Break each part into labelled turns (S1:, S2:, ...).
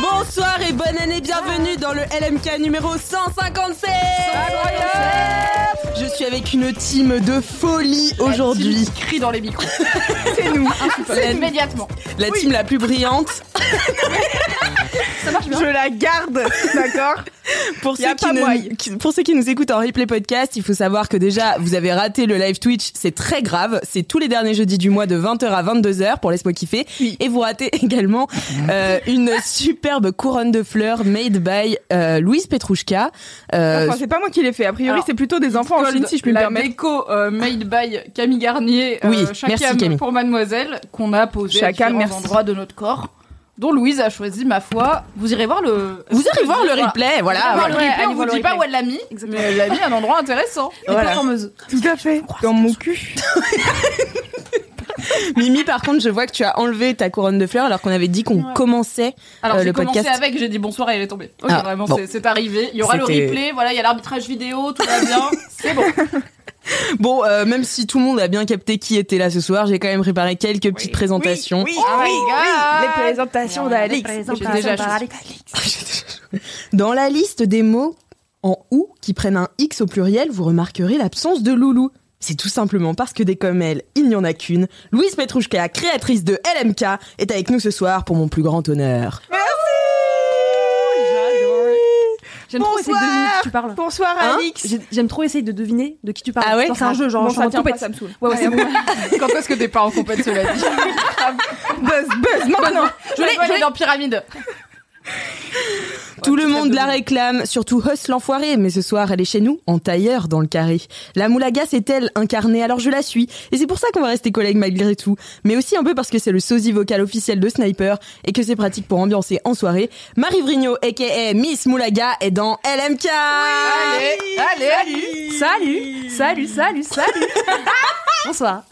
S1: Bonsoir et bonne année, bienvenue dans le LMK numéro 157 Je suis avec une team de folie aujourd'hui.
S2: crie dans les micros. C'est nous.
S1: Ah, C'est
S2: immédiatement.
S1: La team la plus brillante.
S2: Ça marche bien.
S3: Je la garde, d'accord
S1: Pour
S3: Y a
S1: ceux, qui
S3: pas moyen.
S1: ne- qui- pour ceux qui nous écoutent en replay podcast, il faut savoir que déjà, vous avez raté le live Twitch, c'est très grave. C'est tous les derniers jeudis du mois de 20h à 22h pour Laisse-moi kiffer. Et vous ratez également euh, une superbe couronne de fleurs made by euh, Louise Petrouchka. Euh,
S3: Enfin, c'est pas moi qui l'ai fait. A priori,
S2: Alors,
S3: c'est plutôt des enfants en Chine, si je puis me
S2: la
S3: permettre.
S2: déco euh, made by Camille Garnier, euh,
S1: Oui,
S2: chacun
S1: merci, Camille.
S2: pour Mademoiselle, qu'on a posé
S3: Chacun,
S2: à différents
S3: merci.
S2: endroits de notre corps, dont Louise a choisi, ma foi. Vous irez voir le...
S1: vous irez voir le replay, voilà.
S2: Vous irez voir le
S3: Ouais,
S2: replay,
S3: allez
S2: on vous
S3: voir
S2: dit
S3: le
S2: pas
S3: replay.
S2: où elle l'a mis, mais elle l'a mis à un endroit intéressant.
S1: Voilà.
S3: Tout à fait. Dans mon cul.
S1: Mimi, par contre, je vois que tu as enlevé ta couronne de fleurs alors qu'on avait dit qu'on
S2: Ouais.
S1: commençait.
S2: Alors
S1: Euh,
S2: j'ai
S1: le
S2: commencé
S1: podcast.
S2: avec, j'ai dit bonsoir et elle est tombée. Ok,
S1: Ah,
S2: vraiment,
S1: bon.
S2: c'est- c'est arrivé. Il y aura le
S1: C'était-
S2: replay, voilà, il y a l'arbitrage vidéo, tout va bien, c'est bon.
S1: Bon, euh, même si tout le monde a bien capté qui était là ce soir, j'ai quand même préparé quelques petites présentations.
S3: Oui, oui,
S2: Oh my
S3: oui,
S2: God.
S3: oui, Les présentations d'Alix.
S2: J'ai déjà choisi.
S1: Dans la liste des mots en ou qui prennent un x au pluriel, vous remarquerez l'absence de loulou. C'est tout simplement parce que des comme elle, il n'y en a qu'une. Louise Petrouchka, créatrice de LMK, est avec nous ce soir pour mon plus grand honneur.
S4: J'aime trop essayer de deviner de qui tu parles.
S3: Bonsoir,
S1: Hein
S3: Alix.
S4: J'ai- J'aime trop essayer de deviner de qui tu parles.
S1: Ah ouais
S4: Genre, C'est un jeu, genre,
S2: Bon,
S4: je suis en
S2: ça tient
S4: mode
S2: pas,
S4: compète.
S2: ça me saoule.
S4: Ouais, ouais, c'est bon.
S2: Quand est-ce que t'es pas en compète, cela dit
S1: Hein
S3: Buzz, buzz, maintenant.
S2: Je l'ai, je l'ai dans Pyramide.
S1: Tout le monde la réclame, surtout Huss l'enfoiré, mais ce soir elle est chez nous, en tailleur dans le carré. La moulaga c'est elle incarnée, alors je la suis. Et c'est pour ça qu'on va rester collègues malgré tout. Mais aussi un peu parce que c'est le sosie vocal officiel de Sniper et que c'est pratique pour ambiancer en soirée. Marie Vrigno, aka Miss Moulaga, est dans LMK
S2: Allez, allez,
S4: Salut, salut, salut, salut. Bonsoir.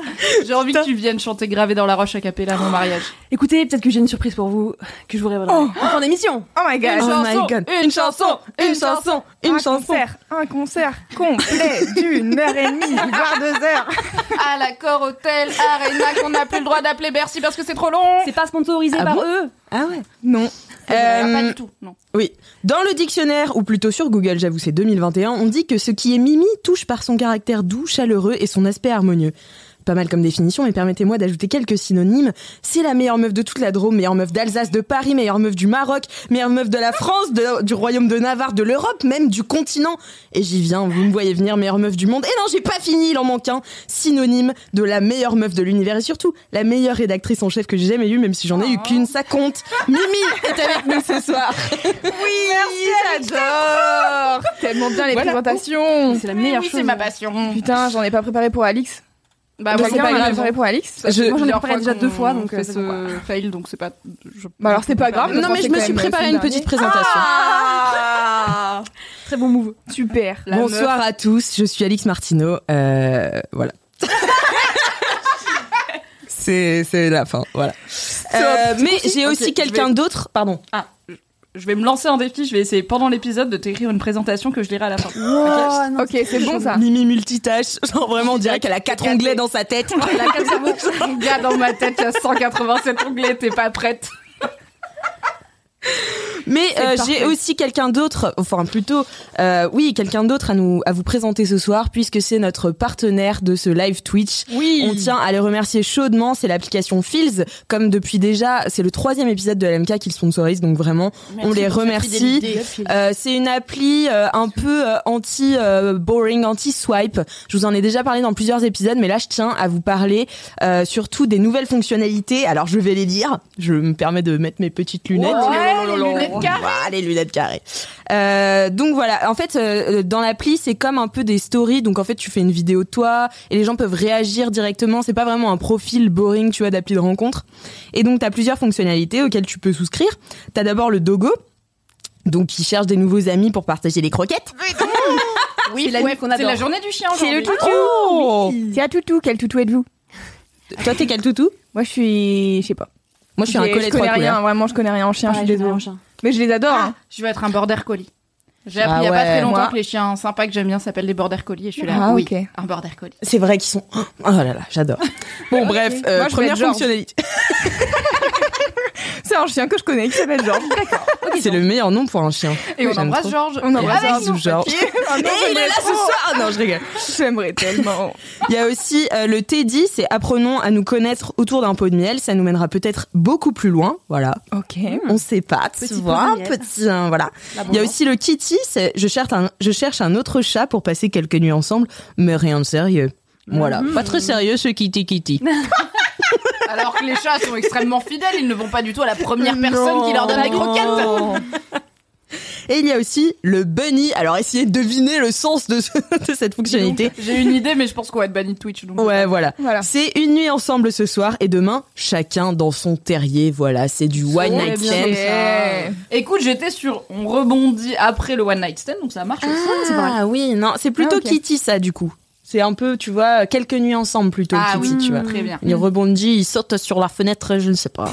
S2: J'ai envie que tu viennes chanter gravé dans la roche à capella à mon mariage.
S4: Écoutez, peut-être que j'ai une surprise pour vous que je vous révélerai.
S3: Oh.
S4: en fin d'émission.
S3: Oh my
S1: Oh
S2: Une
S3: god.
S1: my
S2: chanson,
S1: God.
S2: une chanson, une chanson.
S1: Une
S3: un
S1: chanson
S3: concert, un concert complet d'une heure et demie, voire deux heures.
S2: À l'accord hôtel, arena qu'on n'a plus le droit d'appeler Bercy parce que c'est trop long.
S4: C'est pas sponsorisé
S1: Ah
S4: par
S1: bon
S4: eux.
S1: Ah ouais Non.
S2: Euh, Pas
S1: Euh,
S2: du tout, non.
S1: Oui. Dans le dictionnaire, ou plutôt sur Google, j'avoue, c'est 2021, on dit que ce qui est Mimi touche par son caractère doux, chaleureux et son aspect harmonieux. Pas mal comme définition, mais permettez-moi d'ajouter quelques synonymes. C'est la meilleure meuf de toute la Drôme, meilleure meuf d'Alsace, de Paris, meilleure meuf du Maroc, meilleure meuf de la France, de- du royaume de Navarre, de l'Europe, même du continent. Et j'y viens, vous me voyez venir, meilleure meuf du monde. Et non, j'ai pas fini, il en manque un. Synonyme de la meilleure meuf de l'univers et surtout la meilleure rédactrice en chef que j'ai jamais eue, même si j'en ai eu qu'une, ça compte. Mimi est avec nous ce soir.
S3: Oui, j'adore. Tellement bien les
S2: Voilà.
S3: présentations.
S4: C'est la meilleure
S2: oui,
S4: chose.
S2: c'est ma passion.
S3: Putain, j'en ai pas préparé pour Alix.
S2: Bah,
S3: Quelqu'un
S2: c'est pas
S3: en a
S2: grave.
S3: préparé pour Alix.
S1: Je-
S4: Moi, j'en ai
S2: Plusieurs
S4: parlé
S2: fois
S4: déjà deux
S2: qu'on
S4: fois, donc,
S2: fait
S4: euh, c'est bon,
S2: ce fail, donc c'est pas. je-
S3: Bah alors, c'est euh, pas grave.
S1: Non, mais je me suis préparé une petite présentation.
S3: Ah
S4: Très bon move.
S3: Super.
S2: La
S1: Bonsoir à tous, je suis Alix Martineau. Euh, voilà. c'est c'est la fin, voilà. Euh, mais j'ai
S2: Ok,
S1: aussi
S2: je vais-
S1: quelqu'un d'autre, pardon.
S2: Je vais me lancer un défi, je vais essayer pendant l'épisode de t'écrire une présentation que je lirai à la fin.
S4: Wow, non,
S3: Ok, c'est bon ça.
S1: Mimi multitâche, genre vraiment on dirait qu'elle a quatre
S2: J'ai
S1: onglets
S2: gâté.
S1: dans sa tête.
S2: La mon gars, dans ma tête, il y a 187 onglets, t'es pas prête.
S1: Mais
S4: C'est
S1: euh, j'ai
S4: parfait.
S1: aussi quelqu'un d'autre, enfin plutôt, euh, oui, quelqu'un d'autre à nous à vous présenter ce soir, puisque c'est notre partenaire de ce live Twitch.
S2: Oui.
S1: On tient à le remercier chaudement, c'est l'application Fields. Comme depuis déjà, c'est le troisième épisode de LMK qu'ils sponsorisent, donc vraiment, on les remercie. Euh, c'est une appli euh, un peu anti-boring, anti-swipe. Je vous en ai déjà parlé dans plusieurs épisodes, mais là, je tiens à vous parler euh, surtout des nouvelles fonctionnalités. Alors, je vais les lire. Je me permets de mettre mes petites lunettes.
S3: Ouais, les lunettes carrées.
S1: Ah, les lunettes carrées. Euh, donc voilà, en fait, euh, dans l'appli, c'est comme un peu des stories. Donc en fait, tu fais une vidéo de toi et les gens peuvent réagir directement. C'est pas vraiment un profil boring, tu vois, d'appli de rencontre. Et donc, tu as plusieurs fonctionnalités auxquelles tu peux souscrire. Tu as d'abord le Dogo. Donc, qui cherche des nouveaux amis pour partager les croquettes.
S4: Oui, c'est la nuit qu'on
S2: C'est la
S4: adore.
S2: journée du chien
S3: C'est le
S2: aujourd'hui.
S3: toutou.
S1: Oh
S3: C'est un toutou. Quel toutou êtes-vous
S1: Toi, t'es quel toutou
S3: Moi, je suis. Je sais pas.
S1: Moi, je suis un
S3: J'ai-
S1: collet
S3: Je connais
S1: trois
S3: rien.
S1: couleurs.
S3: Vraiment, je connais rien en chien. je suis désolée. Mais je les adore. hein.
S2: Ah, Je vais être un border collie. J'ai
S1: Ah
S2: appris il y a pas
S1: ouais,
S2: très longtemps
S3: moi.
S2: que les chiens sympas que j'aime bien s'appellent des border collies et je suis là.
S3: Ah,
S2: oui,
S3: ok.
S2: un border collie.
S1: C'est vrai qu'ils sont. Oh là là, j'adore. Bon, bref, euh,
S3: Moi, je vais
S1: première
S3: être Georges.
S1: fonctionnalité.
S3: Ah. C'est un chien que je connais qui s'appelle Georges.
S1: C'est le meilleur nom pour un chien.
S2: Et on
S1: J'aime
S2: embrasse
S1: trop.
S2: Georges.
S3: On embrasse
S2: Avec
S1: Georges
S2: nous.
S1: ou Georges.
S3: Oh
S1: Et
S3: non,
S1: il est
S3: j'aimerais
S1: là ce
S3: trop.
S1: soir. Ah Non, je rigole.
S3: J'aimerais tellement.
S1: Il y a aussi euh, le Teddy, c'est apprenons à nous connaître autour d'un pot de miel. Ça nous mènera peut-être beaucoup plus loin. Voilà.
S3: Ok.
S2: Hmm.
S1: On sait pas, tu
S4: Petit
S1: vois,
S4: pot
S1: un
S4: de miel.
S1: petit, hein, voilà. Il y a aussi le kitty, c'est je cherche un, je cherche un autre chat pour passer quelques nuits ensemble, mais rien de sérieux. Voilà,
S2: Hmm.
S1: pas très sérieux ce kitty kitty.
S2: Alors que les chats sont extrêmement fidèles, ils ne vont pas du tout à la première personne qui leur donne des croquettes.
S1: Et il y a aussi le bunny. Alors essayez de deviner le sens de, ce- de cette fonctionnalité.
S2: J'ai une idée, mais je pense qu'on va être banni de Twitch. Donc
S1: Ouais, voilà.
S3: Voilà.
S1: C'est une nuit ensemble ce soir et demain, chacun dans son terrier. Voilà, c'est du one
S2: Ouais,
S1: night
S2: bien
S1: stand.
S2: fait.
S3: Ouais.
S2: Écoute, j'étais sur. On rebondit après le one night stand, donc ça marche aussi.
S1: Ah oui, non, c'est plutôt
S3: Ah, ok.
S1: Kitty ça du coup. C'est un peu, tu vois, quelques nuits ensemble plutôt
S2: Ah
S1: Kitty, tu vois.
S2: Très bien.
S1: Il rebondit, il saute sur la fenêtre, je ne sais pas.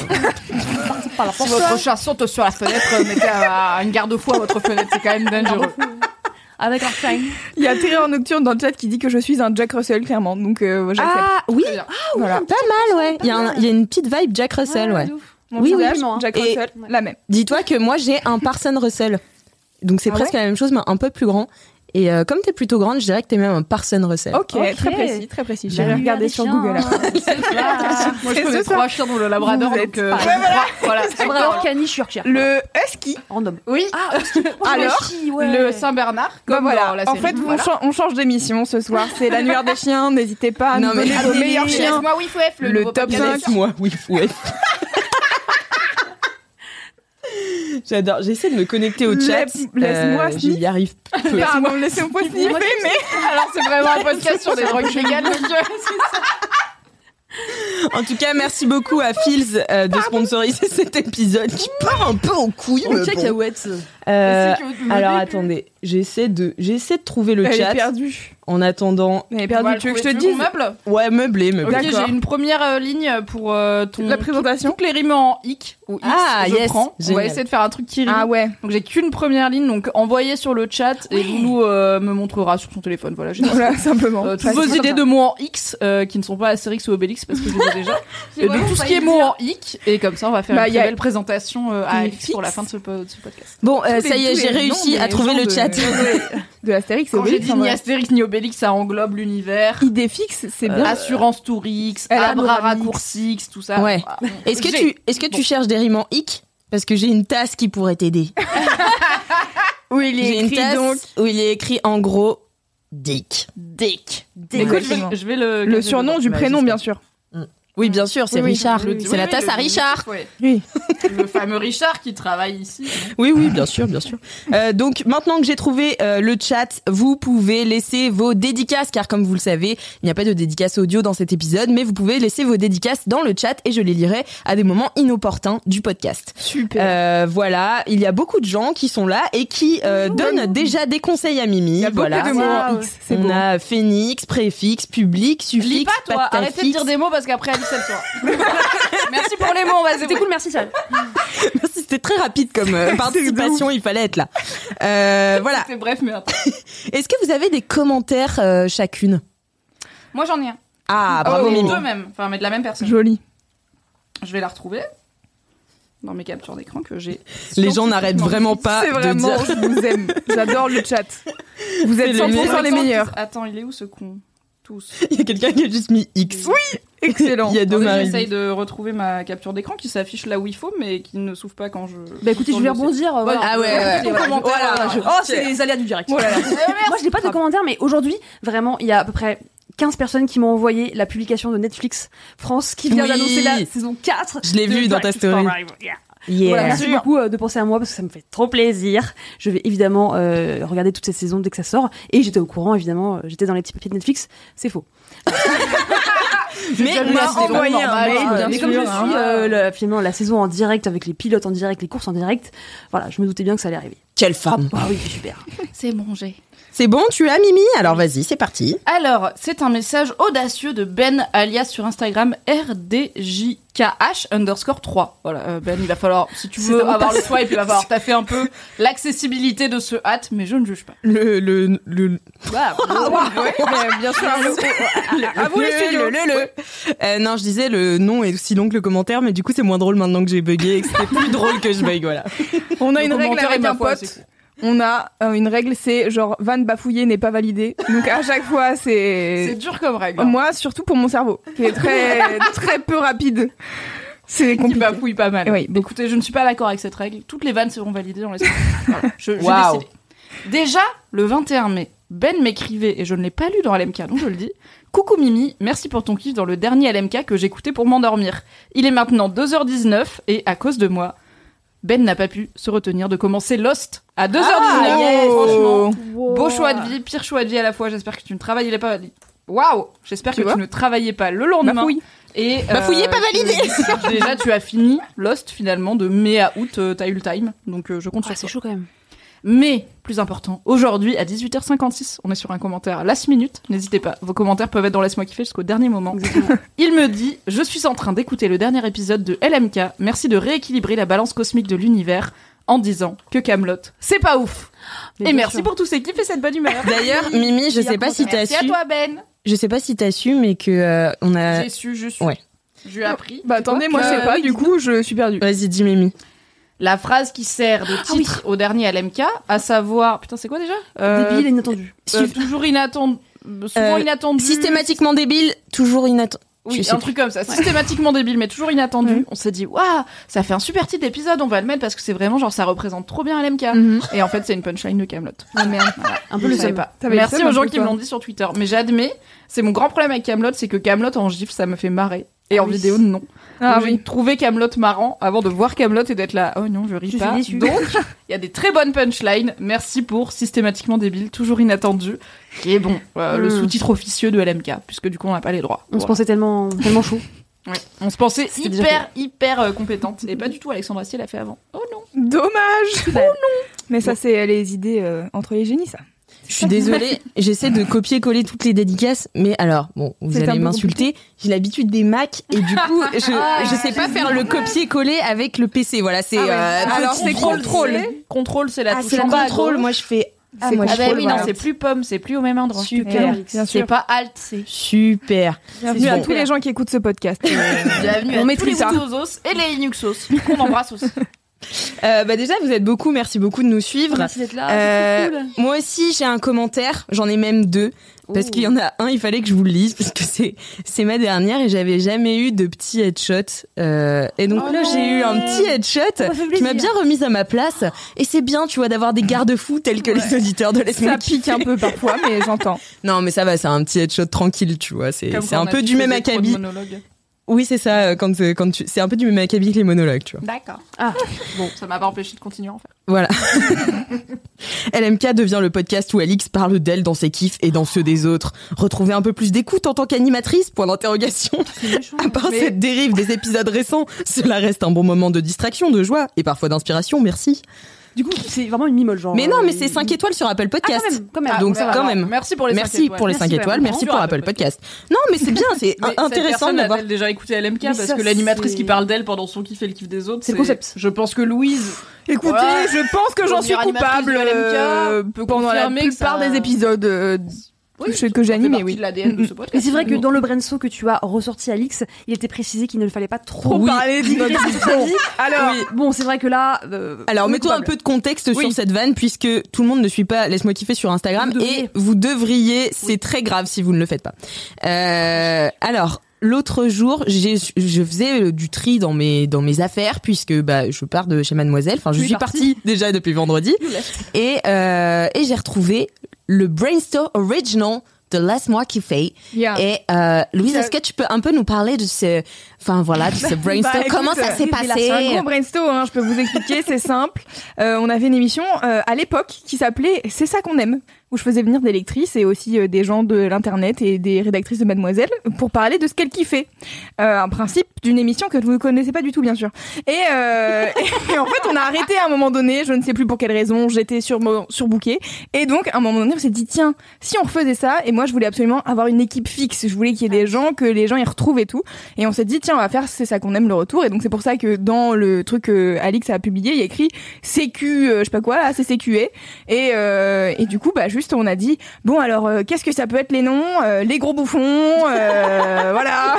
S2: Si votre chat saute sur la fenêtre, mettez euh, une garde-fou à votre fenêtre, c'est quand même dangereux.
S4: Avec un shine.
S3: Il y a Terreur Nocturne dans le chat qui dit que je suis un Jack Russell, clairement. Donc, euh, j'accepte.
S1: ah oui,
S2: Très bien.
S3: voilà.
S1: pas mal, Ah, ouais. Il y, a un- il y a une petite vibe Jack Russell, ouais.
S3: Mon
S1: Oui, oui,
S3: visage,
S4: moi.
S3: Jack
S1: Et-
S3: Russell, la même.
S1: Dis-toi que moi j'ai un Parson Russell. Donc c'est
S3: Ah
S1: presque la même chose, mais un peu plus grand. Et euh, comme t'es plutôt grande, je dirais que t'es même un Parson Russell.
S3: Ok,
S4: Ok.
S3: très précis, très précis.
S1: J'ai
S3: J'allais regarder sur Google. après.
S2: Moi, je
S3: Et
S2: connais
S3: ce soir,
S2: trois chiens dont le Labrador,
S3: vous
S2: donc
S3: êtes
S2: euh,
S3: pareil.
S2: trois, voilà.
S4: Labrador, caniche, Yorkshire.
S3: Le husky.
S4: Random.
S2: Oui,
S3: Alors,
S2: le Saint-Bernard,
S3: Ah Bah
S2: comme dans
S3: voilà.
S2: la
S3: En
S2: série.
S3: fait, on
S2: Voilà.
S3: cha- on change d'émission ce soir. C'est l'annuaire des chiens. N'hésitez pas à
S1: Non,
S3: nous
S1: mais
S3: donner
S1: allez,
S3: vos meilleurs
S1: allez,
S3: chiens.
S2: Moi, oui, FOF, le,
S3: Le
S2: nouveau
S3: top
S2: podcast.
S3: cinq.
S1: moi, oui, ouais. J'adore, j'essaie de me connecter au chat.
S3: Laisse- laisse-moi
S1: je
S3: sniff.
S1: n'y arrive pas.
S3: Pardon, laissez-moi sniffer, mais
S2: Alors, c'est vraiment un podcast sur des drogues légales,
S3: euh,
S2: monsieur.
S1: En tout cas, merci beaucoup à Fils de sponsoriser cet épisode qui part un peu en couille. mais bon. Euh, alors attendez, j'essaie de j'essaie de trouver le
S3: elle est
S1: chat
S3: perdue.
S1: en attendant.
S3: Elle est
S2: On va
S3: perdue.
S2: le
S3: Tu veux que je te
S2: trouver, tu veux
S3: dise
S2: qu'on meuble
S1: Ouais, meublé, meublé.
S2: Ok,
S3: D'accord.
S2: j'ai une première euh, ligne pour euh, ton.
S3: la présentation
S2: Toutes les rimes en hic ou x,
S1: Ah,
S2: je
S1: yes,
S2: prends. On
S1: génial.
S2: va essayer de faire un truc qui rime.
S3: Ah ouais.
S2: Donc j'ai qu'une première ligne, donc envoyez sur le chat et Loulou euh, me montrera sur son téléphone. Voilà, j'ai
S3: Voilà, simplement.
S2: Euh, toutes
S3: Facile.
S2: vos idées de mots en X euh, qui ne sont pas Astérix ou Obélix parce que je les ai déjà. Et donc tout ce qui est mots en hic et comme ça on va faire
S3: Bah,
S2: une
S3: y
S2: très
S3: a-
S2: belle présentation euh, à
S3: Des
S2: Alix pour la
S3: fixes.
S2: fin de ce, po- de ce podcast.
S1: Bon, euh,
S3: Tous
S1: ça
S3: les-
S1: y est,
S3: tous
S1: j'ai
S3: les
S1: réussi
S3: noms
S1: à
S3: des
S1: trouver
S3: gens
S1: le
S3: de-
S1: chat.
S3: De Astérix et
S2: Quand j'ai
S3: Obélix.
S2: dit ni Astérix ni Obélix, ça englobe l'univers.
S3: Idée fixe, c'est bien.
S2: Assurance Tourix,
S3: Elle a
S2: Abra
S3: Abramix.
S2: Raccourcix, tout ça.
S1: Ouais.
S2: Ah,
S1: Est-ce que
S2: j'ai-
S1: tu est-ce que
S2: Bon.
S1: tu cherches des rimes en hic parce que j'ai une tasse qui pourrait t'aider.
S3: Oui, il
S1: J'ai
S3: est
S1: une
S3: écrit
S1: tasse
S3: donc.
S1: où il est écrit en gros dick.
S2: Dick. Écoute, je
S3: Exactement.
S2: vais, je vais le.
S3: Le surnom du
S1: Bah,
S3: prénom,
S1: j'espère.
S3: bien sûr.
S1: Oui, bien sûr, c'est
S3: Oui, oui,
S1: Richard.
S3: oui, oui,
S1: c'est
S2: Oui,
S1: la
S2: oui,
S1: tasse
S2: le-
S1: à Richard.
S2: ouais.
S3: Oui.
S2: Le fameux Richard qui travaille ici.
S1: Oui, oui, bien sûr, bien sûr. Euh, donc maintenant que j'ai trouvé euh, le chat, vous pouvez laisser vos dédicaces, car comme vous le savez, il n'y a pas de dédicace audio dans cet épisode, mais vous pouvez laisser vos dédicaces dans le chat et je les lirai à des moments inopportuns du podcast.
S3: Super.
S1: Euh, voilà, il y a beaucoup de gens qui sont là et qui euh, donnent déjà des conseils à Mimi.
S3: Il y a beaucoup
S1: voilà.
S3: de mots en
S4: Waouh.
S3: X. C'est
S1: On
S3: beau.
S1: a phénix, préfixe, public, suffixe,
S2: Lis pas, toi. Arrêtez de
S1: patafixe.
S2: dire des mots parce qu'après Alice, elle sort. Merci pour les mots, on va
S4: C'était cool, merci Bah, Sal.
S1: Merci, C'était très rapide comme euh, participation, il fallait être là. Euh, voilà.
S2: C'était bref, mais attends.
S1: Est-ce que vous avez des commentaires euh, chacune
S2: Moi, j'en ai un.
S1: Ah, bravo
S2: Oh,
S1: Mimi.
S2: Deux même. Enfin, mais de la même personne.
S3: Joli.
S2: Je vais la retrouver. dans mes captures d'écran que j'ai.
S1: Les gens n'arrêtent vraiment pas
S3: C'est
S1: de
S3: vraiment,
S1: dire.
S3: je vous aime. J'adore le chat. Vous êtes
S1: C'est les
S3: 100% les
S2: Attends,
S3: meilleurs.
S2: Attends, il est où ce con Tous.
S1: Il y a quelqu'un qui a juste mis X.
S3: Oui, excellent.
S1: Il y a deux
S2: Attendez,
S1: maris.
S2: J'essaye de retrouver ma capture d'écran qui s'affiche là où il faut, mais qui ne s'ouvre pas quand je.
S4: Bah écoutez, je vais
S2: retourne
S4: rebondir. euh, voilà.
S1: Ah ouais, ouais,
S4: Ton
S1: ouais.
S4: commentaire,
S1: Voilà,
S4: voilà, je- Oh, c'est les aléas du direct.
S1: Euh,
S4: Moi, je n'ai pas de commentaires, mais aujourd'hui, vraiment, il y a à peu près 15 personnes qui m'ont envoyé la publication de Netflix France qui vient
S1: Oui.
S4: d'annoncer la saison 4.
S1: Je l'ai
S4: de
S1: vu dans ta
S4: Drive to
S1: story.
S4: Survive. Yeah. Voilà, merci beaucoup euh, de penser à moi parce que ça me fait trop plaisir. Je vais évidemment euh, regarder toute cette saison dès que ça sort. Et j'étais au courant, évidemment, euh, j'étais dans les petits papiers de Netflix. C'est faux.
S1: Mais on
S3: la
S1: m'a
S3: saison
S1: envoyé un
S3: normale,
S1: mail.
S3: hein, bien
S4: mais
S3: sûr,
S4: comme je
S3: hein.
S4: suis euh, le- finalement la saison en direct avec les pilotes en direct, les courses en direct, voilà, je me doutais bien que ça allait arriver.
S1: Quelle femme
S4: Ah oui, c'est super.
S2: C'est bon, j'ai.
S1: C'est bon, tu as Mimi Alors vas-y, c'est parti.
S2: Alors, c'est un message audacieux de Ben, alias sur Instagram RDJKH underscore 3. Voilà, euh, Ben, il va falloir, si tu
S4: C'est
S2: veux
S4: un mot
S2: avoir le
S4: passé.
S2: swipe, il va falloir taffer un peu l'accessibilité de ce hâte, mais je ne juge pas. Bah,
S1: Le le le.
S2: Voilà.
S3: Ouais, mais bien sûr.
S1: À vous les le, le, le. Euh, non, je disais le nom est aussi long que le commentaire, mais du coup c'est moins drôle maintenant que j'ai bugué et que c'était plus drôle que je bug. Voilà.
S3: On a une
S2: Le
S3: règle
S2: commentaire est
S3: avec
S2: ma
S3: un
S2: foi,
S3: pote.
S2: c'est
S3: On a euh, une règle, c'est genre van bafouillé n'est pas validé. Donc à chaque fois,
S2: C'est
S3: c'est
S2: dur comme règle. hein.
S3: moi surtout pour mon cerveau qui est très très peu rapide. C'est
S2: qui
S3: compliqué.
S2: bafouille pas mal.
S3: Oui, beaucoup.
S2: Écoutez, je ne suis pas d'accord avec cette règle. Toutes les vannes seront validées dans l'espace. voilà, je, j'ai
S1: Waouh.
S2: décidé. Déjà, le 21 mai, Ben m'écrivait, et je ne l'ai pas lu dans LMK, donc je le dis. Coucou Mimi, merci pour ton kiff dans le dernier LMK que j'écoutais pour m'endormir. Il est maintenant 2h19, et à cause de moi, Ben n'a pas pu se retenir de commencer Lost à 2h19.
S3: yes.
S2: Franchement, beau choix de vie, pire choix de vie à la fois. J'espère que tu ne travaillais pas. Waouh J'espère
S3: Tu
S2: que
S3: vois
S2: tu ne travaillais pas le lendemain.
S3: Bafouille.
S2: Et euh,
S1: Bah, fouillez, pas validé.
S2: tu- Déjà, tu as fini Lost finalement de mai à août, euh, t'as eu le time, donc euh, je compte
S4: Ouais,
S2: sur
S4: Ah, c'est
S2: toi.
S4: chaud quand même.
S2: Mais plus important, aujourd'hui à 18h56, on est sur un commentaire last minute. N'hésitez pas, vos commentaires peuvent être dans laisse-moi kiffer jusqu'au dernier moment. Il me dit, je suis en train d'écouter le dernier épisode de LMK. Merci de rééquilibrer la balance cosmique de l'univers en disant que Camelot, c'est pas ouf.
S4: Mais
S2: et
S4: bien
S2: merci
S4: sûr.
S2: pour tous ces kiffs et cette bonne humeur.
S1: D'ailleurs, Mimi, je sais pas si t'as
S2: Merci à
S1: su,
S2: toi Ben.
S1: je sais pas si t'as su, mais que euh, on a.
S2: J'ai su, je suis.
S1: ouais.
S2: J'ai appris.
S3: Bah attendez, moi je sais
S2: Euh,
S3: pas. Du coup, je suis perdue.
S1: Vas-y, dis Mimi.
S2: La phrase qui sert de
S4: oui.
S2: titre au dernier LMK, à savoir. Putain, c'est quoi déjà Euh,
S4: Débile et inattendu.
S2: euh, Toujours inattendu. Souvent
S1: Euh,
S2: inattendu.
S1: Systématiquement débile, toujours inattendu.
S2: Mhm. Oui,
S1: je sais
S2: un truc comme ça. Systématiquement débile, mais toujours inattendu. On s'est dit, waouh, ça fait un super titre d'épisode, on va le mettre parce que c'est vraiment genre ça représente trop bien LMK.
S3: Mhm.
S2: Et en fait, c'est une punchline de Camelot. Ah merde.
S4: Un peu
S2: Je
S4: le
S2: le savais
S4: seul.
S2: pas.
S3: T'avais le
S2: Merci
S3: seum
S2: aux
S3: un
S2: gens
S3: peu,
S2: qui me
S3: toi.
S2: l'ont dit sur Twitter. Mais j'admets, c'est mon grand problème avec Camelot, c'est que Camelot en gif, ça me fait marrer. Et en
S4: oui.
S2: vidéo, non.
S3: Ah
S2: Donc, J'ai
S3: oui.
S2: trouvé Camelot marrant avant de voir Camelot et d'être là. Oh non, je ris
S4: Je suis
S2: pas.
S4: déçue.
S2: Donc, il y a des très bonnes punchlines. Merci pour systématiquement débile, toujours inattendu. Qui est bon, euh, le
S4: Mm.
S2: sous-titre officieux de LMK, puisque du coup on n'a pas les droits.
S4: On se
S2: Voilà.
S4: pensait tellement, tellement chaud.
S2: Ouais. On se pensait
S4: C'était déjà
S2: hyper hyper euh, compétente et pas du tout. Alexandre Astier l'a fait avant. Oh non.
S3: Dommage. Oh non. Mais ça, c'est les idées euh, entre les génies, ça.
S1: Je suis désolée, j'essaie de copier-coller toutes les dédicaces, mais alors, bon, vous
S3: C'est un
S1: allez
S3: peu
S1: m'insulter, j'ai l'habitude des Mac, et du coup, je,
S4: Ah,
S1: je sais pas faire le copier-coller avec le PC, voilà, c'est... euh,
S3: Alors,
S1: petit
S3: c'est
S1: contrôle,
S3: contrôle.
S1: c'est-
S2: Contrôle, c'est la
S1: Ah,
S2: touche
S1: c'est la
S2: en bas à
S1: contrôle,
S2: gauche.
S1: moi je fais...
S3: C'est
S1: moi,
S2: Ah
S1: je
S2: bah
S3: contrôle,
S2: oui, non,
S3: voilà.
S2: c'est plus pomme, c'est plus au même endroit.
S1: Super,
S3: bien
S2: C'est
S3: sûr.
S2: pas alt, c'est.
S1: Super.
S3: Bienvenue à
S1: Bon.
S3: tous les gens qui écoutent ce podcast. euh,
S2: Bienvenue
S3: On
S2: à
S3: met
S2: tous les
S3: Twitter.
S2: Windows et les Linuxos qu'on embrasse aussi.
S1: Euh, bah déjà, vous êtes beaucoup, merci beaucoup de nous suivre.
S4: Merci d'être là.
S1: Euh,
S4: c'est trop cool.
S1: Moi aussi, j'ai un commentaire, j'en ai même deux, parce
S4: Oh.
S1: qu'il y en a un, il fallait que je vous le lise, parce que c'est c'est ma dernière, et j'avais jamais eu de petit headshot. euh, et donc
S4: Oh
S1: là,
S4: non.
S1: j'ai eu un petit headshot.
S4: Ça fait
S1: qui
S4: plaisir.
S1: m'a bien remise à ma place. Et c'est bien, tu vois, d'avoir des garde-fous tels que les auditeurs de laisse
S3: ça pique un peu parfois, mais j'entends.
S1: Non, mais ça va, c'est un petit headshot tranquille, tu vois. C'est
S2: Comme
S1: c'est
S2: quand
S1: un
S2: on a
S1: peu du
S2: tous
S1: même
S2: fait trop de
S1: acabit.
S2: monologues.
S1: Oui, c'est ça, euh, quand, euh, quand tu... c'est un peu du même acabit que les monologues, tu vois.
S2: D'accord.
S4: Ah.
S2: Bon, ça m'a pas empêché de continuer à en faire.
S1: Voilà. LMK devient le podcast où Alix parle d'elle dans ses kiffs et dans ceux des autres. Retrouver un peu plus d'écoute en tant qu'animatrice, point d'interrogation. À part
S3: mais-
S1: cette dérive des épisodes récents, cela reste un bon moment de distraction, de joie et parfois d'inspiration, merci.
S4: Du coup, c'est vraiment une mimole, genre.
S1: Mais non,
S4: euh,
S1: mais c'est 5 étoiles sur Apple
S4: Ah,
S1: Podcast.
S4: quand même, quand même.
S2: Ah,
S1: Donc,
S2: ouais,
S1: quand
S2: alors,
S1: même.
S2: Merci pour les cinq
S1: Merci
S2: étoiles.
S1: pour les 5
S4: Merci,
S1: étoiles,
S4: vraiment.
S1: merci pour Apple Podcast. Non, mais c'est bien, c'est
S2: Mais cette
S1: intéressant
S2: personne
S1: de voir.
S2: a-t-elle déjà écouté LMK
S4: Mais
S2: parce
S4: ça,
S2: que l'animatrice
S4: c'est-
S2: qui parle d'elle pendant son kiff et le kiff des autres,
S4: C'est le concept.
S2: Je pense que Louise
S3: Écoutez,
S2: Ouais.
S3: je pense que j'en suis
S2: Devenir animatrice
S3: coupable
S2: de LMK,
S3: euh,
S2: peut
S3: pendant la
S2: confirmer que
S3: plupart
S2: ça-
S3: des épisodes euh, Oui, ce que j'anime,
S2: fait
S3: oui.
S2: partie de l'ADN de ce podcast.
S4: Mais c'est vrai que dans le Brenso que tu as ressorti, Alix, il était précisé qu'il ne fallait pas trop
S1: Oui.
S4: parler d'Igris sur sa vie. Alors, bon, c'est vrai que là. euh,
S1: Alors,
S4: on est
S1: mettons un
S4: coupable.
S1: peu de contexte sur
S4: Oui.
S1: cette vanne, puisque tout le monde ne suit pas Laisse-moi kiffer sur Instagram,
S4: Vous devriez.
S1: et vous devriez, c'est très grave si vous ne le faites pas. Euh, alors, l'autre jour, j'ai- je faisais euh, du tri dans mes, dans mes affaires, puisque bah, je pars de chez Mademoiselle, enfin, je
S4: Tu es
S1: suis partie déjà depuis vendredi, et, euh, et j'ai retrouvé le Brainstorm Original de Laisse-moi kiffer.
S3: Yeah.
S1: Et euh, Louise,
S3: Ça-
S1: est-ce que tu peux un peu nous parler de ce, enfin voilà, de ce brainstorm
S3: Bah, écoute,
S1: Comment ça s'est passé
S3: C'est un gros brainstorm, hein, je peux vous expliquer, c'est simple. Euh, on avait une émission euh, à l'époque qui s'appelait C'est ça qu'on aime, où je faisais venir des lectrices et aussi euh, des gens de l'internet et des rédactrices de Mademoiselle pour parler de ce qu'elles kiffaient. Euh, un principe d'une émission que vous ne connaissez pas du tout, bien sûr. Et, euh, et en fait, on a arrêté à un moment donné, je ne sais plus pour quelle raison, j'étais sur surbookée. Et donc, à un moment donné, on s'est dit, tiens, si on refaisait ça, et moi, je voulais absolument avoir une équipe fixe, je voulais qu'il y ait des gens, que les gens y retrouvent et tout. Et on s'est dit, tiens, on va faire, c'est ça qu'on aime le retour. Et donc, c'est pour ça que dans le truc que Alix a publié, il y a écrit CQ, euh, je sais pas quoi, là, c'est CQE. Et, euh, et du coup, bah, juste, on a dit, bon, alors, euh, qu'est-ce que ça peut être les noms Euh, Les gros bouffons, euh, voilà.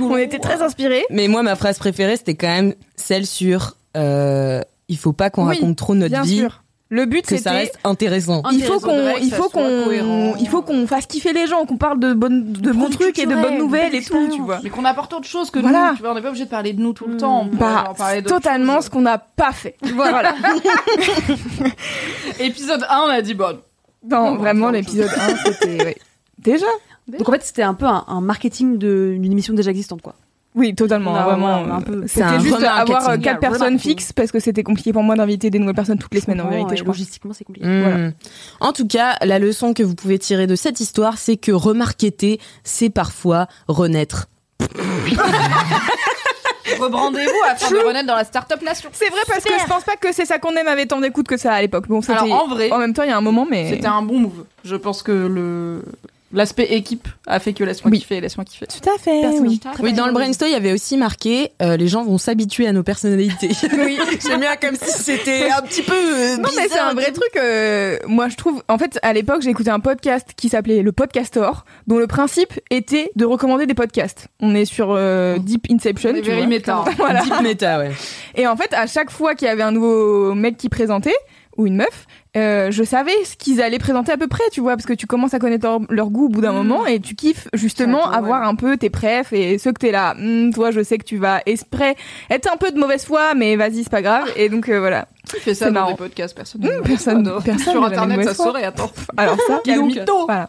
S3: on était très inspirés.
S1: Mais moi, ma phrase préférée, c'était quand même celle sur euh, il faut pas qu'on
S3: Oui,
S1: raconte trop notre
S3: Bien
S1: vie,
S3: sûr. Le but,
S1: que ça
S3: c'était
S1: reste intéressant.
S3: il faut qu'on
S2: Faudrait que
S3: il
S2: ça
S3: faut
S2: soit cohérent.
S3: qu'on il faut qu'on fasse kiffer les gens qu'on parle de bonnes de bons
S4: Produits
S3: trucs et de
S4: culturels,
S3: bonnes nouvelles
S4: de
S3: et tout tu
S4: belles
S3: vois
S2: Mais qu'on apporte autre chose que
S3: Voilà.
S2: nous. Tu vois, on n'est pas obligé de parler de nous tout le temps. On pourrait
S3: bah
S2: en parler
S3: c'est
S2: d'autres
S3: totalement
S2: choses.
S3: ce qu'on n'a pas fait
S2: Voilà. Épisode 1, on a dit bon.
S3: non
S2: Ouais,
S3: vraiment
S2: ouais,
S3: l'épisode 1 c'était ouais. déjà
S4: Donc en fait, c'était un peu un, un marketing de- d'une émission déjà existante, quoi.
S3: oui totalement
S4: Non,
S3: vraiment
S4: voilà, un peu.
S1: C'est un
S3: c'était juste
S1: remarketing.
S3: avoir euh,
S4: Yeah,
S3: quatre personnes
S4: remarketing.
S3: fixes parce que c'était compliqué pour moi d'inviter des nouvelles personnes toutes les semaines en
S4: Comprends,
S3: vérité
S4: ouais,
S3: je crois
S4: Logistiquement, c'est compliqué.
S1: Hmm.
S3: Voilà.
S1: En tout cas, la leçon que vous pouvez tirer de cette histoire, c'est que remarqueter, c'est parfois renaître.
S2: Rebrandez-vous afin de renaître dans la startup nation.
S3: c'est vrai parce que je pense pas que c'est ça qu'on aime avait tant d'écoute que ça à l'époque bon c'était
S2: Alors en vrai,
S3: en même temps il y a un moment mais
S2: c'était un bon move. Je pense que le l'aspect équipe a fait que laisse-moi
S3: Oui.
S2: kiffer, laisse-moi kiffer.
S3: tout à fait oui
S1: Oui, dans le brainstorm, il y avait aussi marqué euh, les gens vont s'habituer à nos personnalités.
S3: oui
S1: J'aime bien comme si c'était un petit peu. euh,
S3: Non mais c'est
S1: bizarre,
S3: un vrai truc. euh, moi je trouve. En fait, à l'époque, j'ai écouté un podcast qui s'appelait le Podcastor, dont le principe était de recommander des podcasts. On est sur euh, Deep Inception.
S2: Oh. On est
S3: tu
S2: very hein.
S3: vois.
S2: méta.
S3: Voilà.
S1: Deep méta, ouais.
S3: Et en fait, à chaque fois qu'il y avait un nouveau mec qui présentait ou une meuf, euh, je savais ce qu'ils allaient présenter à peu près, tu vois, parce que tu commences à connaître leur, leur goût au bout
S2: Mm.
S3: d'un moment et tu kiffes justement
S2: Attends, ouais.
S3: avoir un peu tes prefs et ceux que t'es là. Hmm, toi, je sais que tu vas exprès être un peu de mauvaise foi, mais vas-y, c'est pas grave.
S2: Ah.
S3: Et donc euh, voilà.
S2: Qui fait
S3: C'est
S2: ça dans
S3: marrant.
S2: des podcasts Personne.
S3: Hmm, personne-
S2: Ah, non.
S3: personne
S2: Sur
S3: n'a jamais
S2: internet,
S3: mauvaise
S2: ça
S3: foi.
S2: saurait. Attends.
S3: Alors ça,
S2: Quel
S3: donc,
S2: mytho.
S3: Voilà.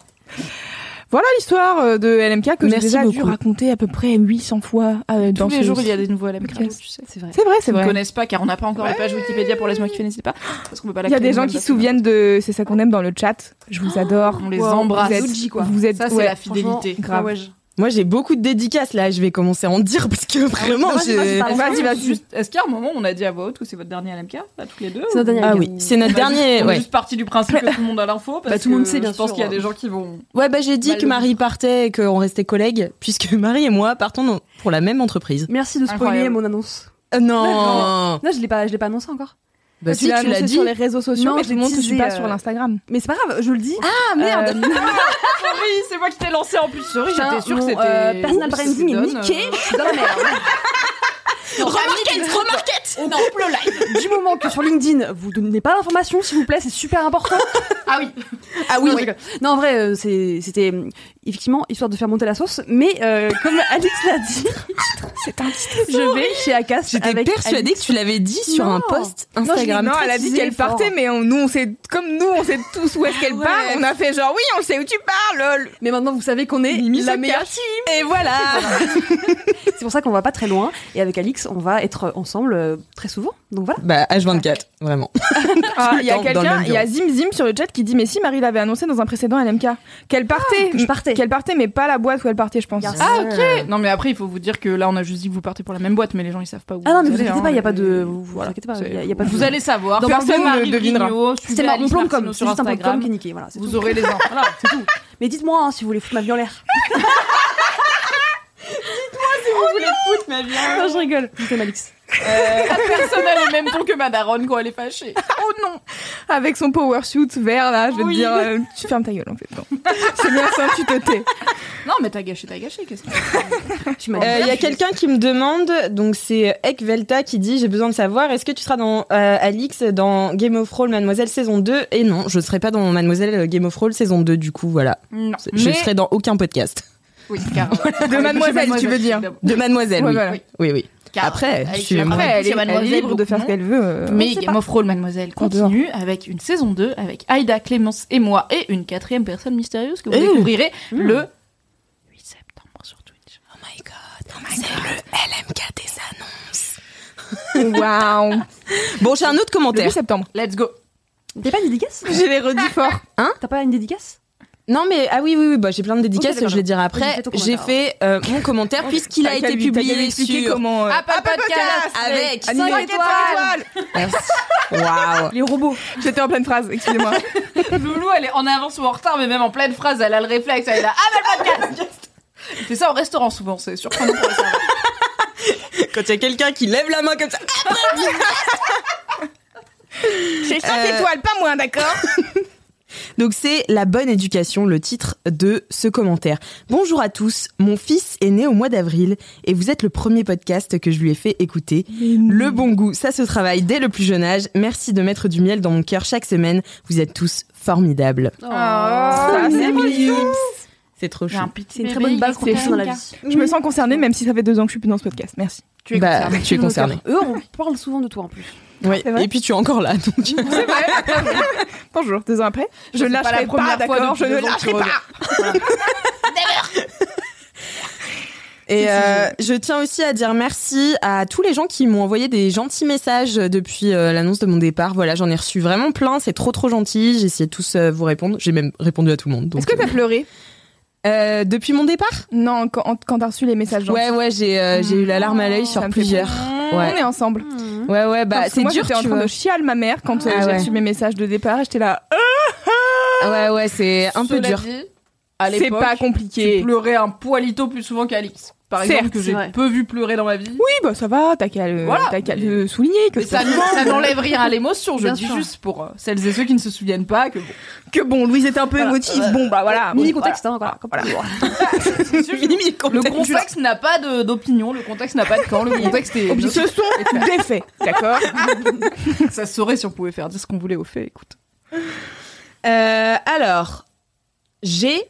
S3: Voilà l'histoire euh, de LMK que j'ai
S1: Merci
S3: déjà dû
S1: beaucoup.
S3: raconter à peu près 800 fois euh, dans
S2: Tous les
S3: ce-
S2: jours, il y a des nouveaux LM
S3: podcast.
S2: Crado, tu sais.
S4: C'est vrai.
S3: C'est vrai, c'est
S2: Ils ne
S3: vrai.
S2: connaissent pas car on n'a pas encore les pages Wikipédia pour laisse-moi kiffer, n'hésitez pas. Parce qu'on peut pas la
S3: Il y a
S2: créer
S3: des gens
S2: nous-mêmes
S3: qui
S2: parce
S3: se
S2: que-
S3: souviennent de c'est ça qu'on aime dans le chat. Je vous adore.
S2: On les
S3: Wow,
S2: embrasse.
S3: Vous êtes,
S4: Uji, quoi.
S3: Vous êtes
S2: Ça, c'est
S3: ouais.
S2: la fidélité.
S3: grave.
S4: Ah ouais, je-
S1: Moi, j'ai beaucoup de dédicaces là. Je vais commencer à en dire parce que vraiment,
S4: vas-y,
S1: je-
S4: vas-y,
S3: Vas-y,
S2: Ah Est-ce que-
S3: vas-y.
S2: juste- Est-ce qu'il y a un moment où on a dit à voix haute que c'est votre dernier LMK, là, tous les deux
S4: C'est notre
S2: ou-
S4: dernier
S1: Ah
S4: Regarde,
S1: oui,
S4: on-
S1: c'est notre
S2: On a juste-
S1: dernier.
S2: On est
S1: Ouais.
S2: juste parti du principe que tout le monde a l'info. Parce
S4: Bah, tout le
S2: que
S4: monde sait, bien
S2: Je pense
S4: sûr.
S2: qu'il y a des gens qui vont.
S1: Ouais, bah j'ai dit
S2: Bah,
S1: que
S2: le-
S1: Marie partait et qu'on restait collègues, puisque Marie et moi partons dans- pour la même entreprise.
S4: Merci de spoiler
S2: Incroyable.
S4: mon annonce.
S1: Euh, non
S4: Non, je l'ai pas, je l'ai pas annoncé encore.
S1: Bah si,
S3: tu l'as
S1: tu l'as
S3: annoncé
S1: dit.
S3: sur les réseaux sociaux,
S4: Non,
S3: mais
S4: je
S3: tout le monde
S4: l'ai
S3: je suis
S4: teasé,
S3: pas
S4: euh,
S3: sur l'Instagram.
S4: Mais c'est pas grave, je le dis.
S3: Ah
S4: merde.
S2: Sorry, c'est moi qui t'ai lancé en plus. Sorry,
S4: Putain,
S2: j'étais sûre que
S4: mon,
S2: c'était.
S4: euh, personal
S2: Oups,
S4: branding euh, est
S2: donne,
S4: niqué, je suis dans la merde.
S2: euh,
S1: Remarquette,
S2: euh, On coupe le live.
S4: du moment que sur LinkedIn, vous donnez pas l'information, s'il vous plaît, c'est super important.
S2: Ah oui.
S1: Ah oui,
S4: Non, je rigole. Non, en vrai, euh, c'est- c'était euh, effectivement histoire de faire monter la sauce, mais euh, comme Alix l'a dit, je vais chez Akas.
S1: j'étais
S4: avec
S1: persuadée
S4: Alix.
S1: que tu l'avais dit sur
S4: Non.
S1: un post
S4: je l'ai-
S1: Instagram.
S3: Non,
S4: très
S3: elle a dit
S4: teasé,
S3: qu'elle
S4: fort.
S3: partait, mais on- nous, on sait, comme nous, on sait tous où est-ce qu'elle
S1: ouais.
S3: part. On a fait genre, oui, on sait où tu pars, lol.
S4: Mais maintenant, vous savez qu'on est
S3: Mimi
S4: la
S3: se
S4: meilleure
S3: cache.
S4: team.
S3: Et voilà.
S4: C'est pour ça qu'on va pas très loin. Et avec Alix, on va être ensemble euh, très souvent. Donc voilà.
S1: Bah H24, vraiment.
S3: Ah, Il y a
S1: Dans- dans le
S3: quelqu'un,
S1: même
S3: il y a Zim Zim sur le chat qui dit mais si Marie l'avait annoncé dans un précédent LMK qu'elle partait,
S4: que je partais.
S3: qu'elle partait mais pas la boîte où elle partait je pense.
S4: Garçon.
S2: Ah ok. Non mais après, il faut vous dire que là, on a juste dit que vous partez pour la même boîte, mais les gens ils savent pas où.
S4: Ah non, mais vous
S2: allez,
S4: inquiétez pas,
S2: hein.
S4: il y a pas de. Vous vous
S2: Voilà.
S4: inquiétez pas,
S2: C'est-
S4: il y a- il y a pas de.
S2: Vous allez savoir.
S3: Dans
S2: personne
S3: Barcelone,
S2: n'arrive
S3: ne devinera.
S2: Grignot,
S4: C'était
S2: suivez
S4: ma- mon
S2: Alice
S4: plan de
S2: Martineau
S4: com, c'est
S2: sur
S4: juste un plan de com
S2: Instagram.
S4: qui est niqué. Voilà, c'est tout.
S2: Vous aurez les infos. Voilà.
S4: Mais dites-moi hein, si vous voulez foutre ma vie en l'air. Oh dites-moi si vous voulez foutre ma vie en l'air. Non, je rigole. Dites-moi, Alix.
S2: Cette personne a le même ton que ma daronne quand elle est fâchée. Oh non
S3: Ah, Avec son power suit vert, là, je vais
S2: Oui.
S3: te dire, euh, tu fermes ta gueule, en fait. Non. C'est bien ça, tu te tais.
S2: Non, mais t'as gâché, t'as gâché, qu'est-ce que
S4: Tu m'as
S1: Euh, Il y a quelqu'un qui me demande, donc c'est Ekvelta qui dit J'ai besoin de savoir, est-ce que tu seras dans euh, Alix dans Game of Thrones Mademoiselle saison 2 Et non, je serai pas dans Mademoiselle Game of Thrones saison 2, du coup, voilà.
S2: Non.
S1: C'est- Je serai dans aucun podcast.
S2: Oui, car...
S3: De mademoiselle, tu veux dire.
S2: évidemment.
S1: De Mademoiselle,
S3: Ouais,
S1: oui.
S3: voilà.
S1: oui. Oui,
S2: Car
S1: Après,
S2: avec
S1: je suis
S2: la-
S1: vraiment-
S3: Après, elle est,
S2: c'est
S3: elle est
S2: mademoiselle,
S3: libre de
S2: donc
S3: faire
S2: non.
S3: ce qu'elle veut. euh,
S2: Mais
S3: on sait
S2: Game
S3: pas.
S2: of Thrones, mademoiselle,
S3: En dehors.
S2: continue avec une saison 2 avec Aïda, Clémence et moi et une quatrième personne mystérieuse que vous
S1: Eh.
S2: découvrirez le 8 septembre sur Twitch.
S1: Oh my god, c'est le LMK des annonces.
S3: Waouh.
S1: Bon, j'ai un autre
S3: Le 8
S1: commentaire.
S3: septembre.
S2: Let's go
S4: T'as pas une dédicace
S3: Je l'ai redit fort.
S4: T'as pas une dédicace
S1: Non, mais ah oui, oui, oui bah, j'ai plein de dédicaces,
S4: Ok, d'accord,
S1: je les dirai
S4: Vas-y,
S1: après.
S4: fais ton
S1: J'ai
S4: commentaire,
S1: fait euh, mon commentaire puisqu'il a
S3: T'as qu'à
S1: été
S3: lui- t'as qu'à lui
S1: publié
S3: expliquer
S1: sur.
S3: comment. euh,
S2: Apple Podcast
S1: avec
S3: Annie.
S1: cinq
S3: Cinq
S1: étoiles. Merci. Waouh.
S4: Les robots.
S3: J'étais en pleine phrase, excusez-moi.
S2: Loulou, elle est en avance ou en retard, mais même en pleine phrase, elle a le réflexe, elle est là, ah, mais le podcast Il fait ça au restaurant souvent, c'est surprenant pour les serveurs.
S1: Quand il y a quelqu'un qui lève la main comme ça.
S3: J'ai 5
S1: Euh,
S3: étoiles, pas moins, d'accord
S1: Donc c'est la bonne éducation, le titre de ce commentaire. Bonjour à tous, mon fils est né au mois d'avril et vous êtes le premier podcast que je lui ai fait écouter. Le bon goût, ça se travaille dès le plus jeune âge. Merci de mettre du miel dans mon cœur chaque semaine. Vous êtes tous formidables.
S4: Oh,
S3: Ça, c'est mignon.
S1: C'est trop
S2: J'ai
S1: chou.
S2: un petit
S4: C'est une très
S2: bébé
S4: bonne base
S2: qui
S4: qu'on touche
S2: compte
S4: dans la
S2: un
S4: vie.
S3: Je me sens concernée, même si ça fait deux ans que je suis plus dans ce podcast. Merci.
S2: Tu es
S1: Bah,
S2: concerné.
S1: tu es concerné.
S4: Eux, on parle souvent de toi en plus.
S1: Ouais.
S3: C'est vrai
S1: Et puis tu es encore là. Donc.
S3: C'est vrai. Bonjour, deux ans après. Je
S2: C'est
S3: lâcherai
S2: pas la première
S3: pas,
S2: fois
S3: d'accord,
S2: depuis
S3: je ne
S2: deux ans que
S3: lâcherai
S2: tu
S3: pas.
S1: Et euh, je tiens aussi à dire merci à tous les gens qui m'ont envoyé des gentils messages depuis euh, l'annonce de mon départ. Voilà, j'en ai reçu vraiment plein, c'est trop trop gentil. J'ai essayé de tous euh, vous répondre, j'ai même répondu à tout le monde. donc,
S3: Est-ce que t'as pleuré
S1: euh, euh, depuis mon départ
S3: Non, quand, quand t'as reçu les messages gentils.
S1: Ouais ouais, j'ai euh, j'ai eu la larme à l'œil sur
S3: Ça me fait
S1: plusieurs.
S3: On
S2: Mmh.
S1: Ouais.
S3: est ensemble.
S1: Ouais ouais, bah
S3: Parce que
S1: c'est
S3: moi,
S1: dur
S3: J'étais en
S1: tu
S3: train
S1: vois.
S3: de chialer ma mère quand euh,
S1: Ah
S3: j'ai
S1: ouais.
S3: reçu mes messages de départ. J'étais là, euh,
S1: Ouais ouais, c'est un peu
S2: Cela
S1: dur.
S2: dit, à
S3: c'est
S2: l'époque,
S3: pas
S2: tu
S3: compliqué.
S2: pleurais un poilito plus souvent qu'Alix. Par
S3: Certes,
S2: exemple, que
S4: c'est
S2: j'ai
S4: vrai.
S2: peu vu pleurer dans ma vie.
S3: Oui, bah ça va, t'as qu'à le,
S2: Voilà.
S3: t'as qu'à le souligner que
S2: Mais ça,
S3: ça
S2: ça n'enlève rien à l'émotion, je
S4: Bien
S2: dis
S4: sûr.
S2: juste pour euh, celles et ceux qui ne se souviennent pas que bon,
S3: que bon, Louise était un peu
S2: Voilà.
S3: émotive. Bon bah
S1: Ah,
S3: voilà.
S4: Mini
S3: Bon,
S4: contexte, hein, voilà. comme toujours.
S2: le contexte n'a pas de- d'opinion, le contexte n'a pas de camp, le contexte est
S3: voilà. Ce sont des faits, d'accord
S2: ça se saurait si on pouvait faire dire ce qu'on voulait au fait, écoute.
S1: Euh, alors, j'ai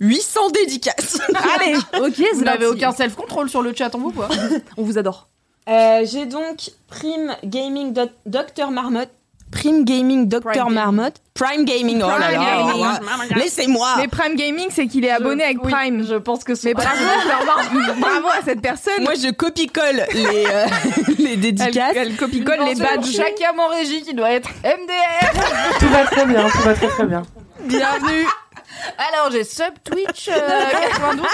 S1: 800 dédicaces.
S3: Allez,
S4: Ok, c'est
S2: Vous n'avez
S4: parti.
S2: aucun self-control sur le chat en vous quoi
S4: On vous adore.
S1: Euh, j'ai donc Prime Gaming Doc- Dr Marmotte. Prime Gaming Dr
S2: Prime Gaming.
S1: Marmotte. Prime Gaming, oh là
S3: Prime
S1: là.
S3: Gaming.
S1: Laissez-moi.
S3: mais Prime Gaming, c'est qu'il est abonné avec
S2: Oui,
S3: Prime.
S2: Je pense que c'est
S3: Mais bravo, bravo à cette personne.
S1: Moi, je copie-colle les, euh, les
S3: elle,
S1: dédicaces.
S3: elle copie-colle les badges.
S2: Chaque âme en régie qui doit être MDR.
S4: Tout va très bien, tout va très très bien.
S3: Bienvenue.
S2: Alors j'ai sub Twitch euh, 92.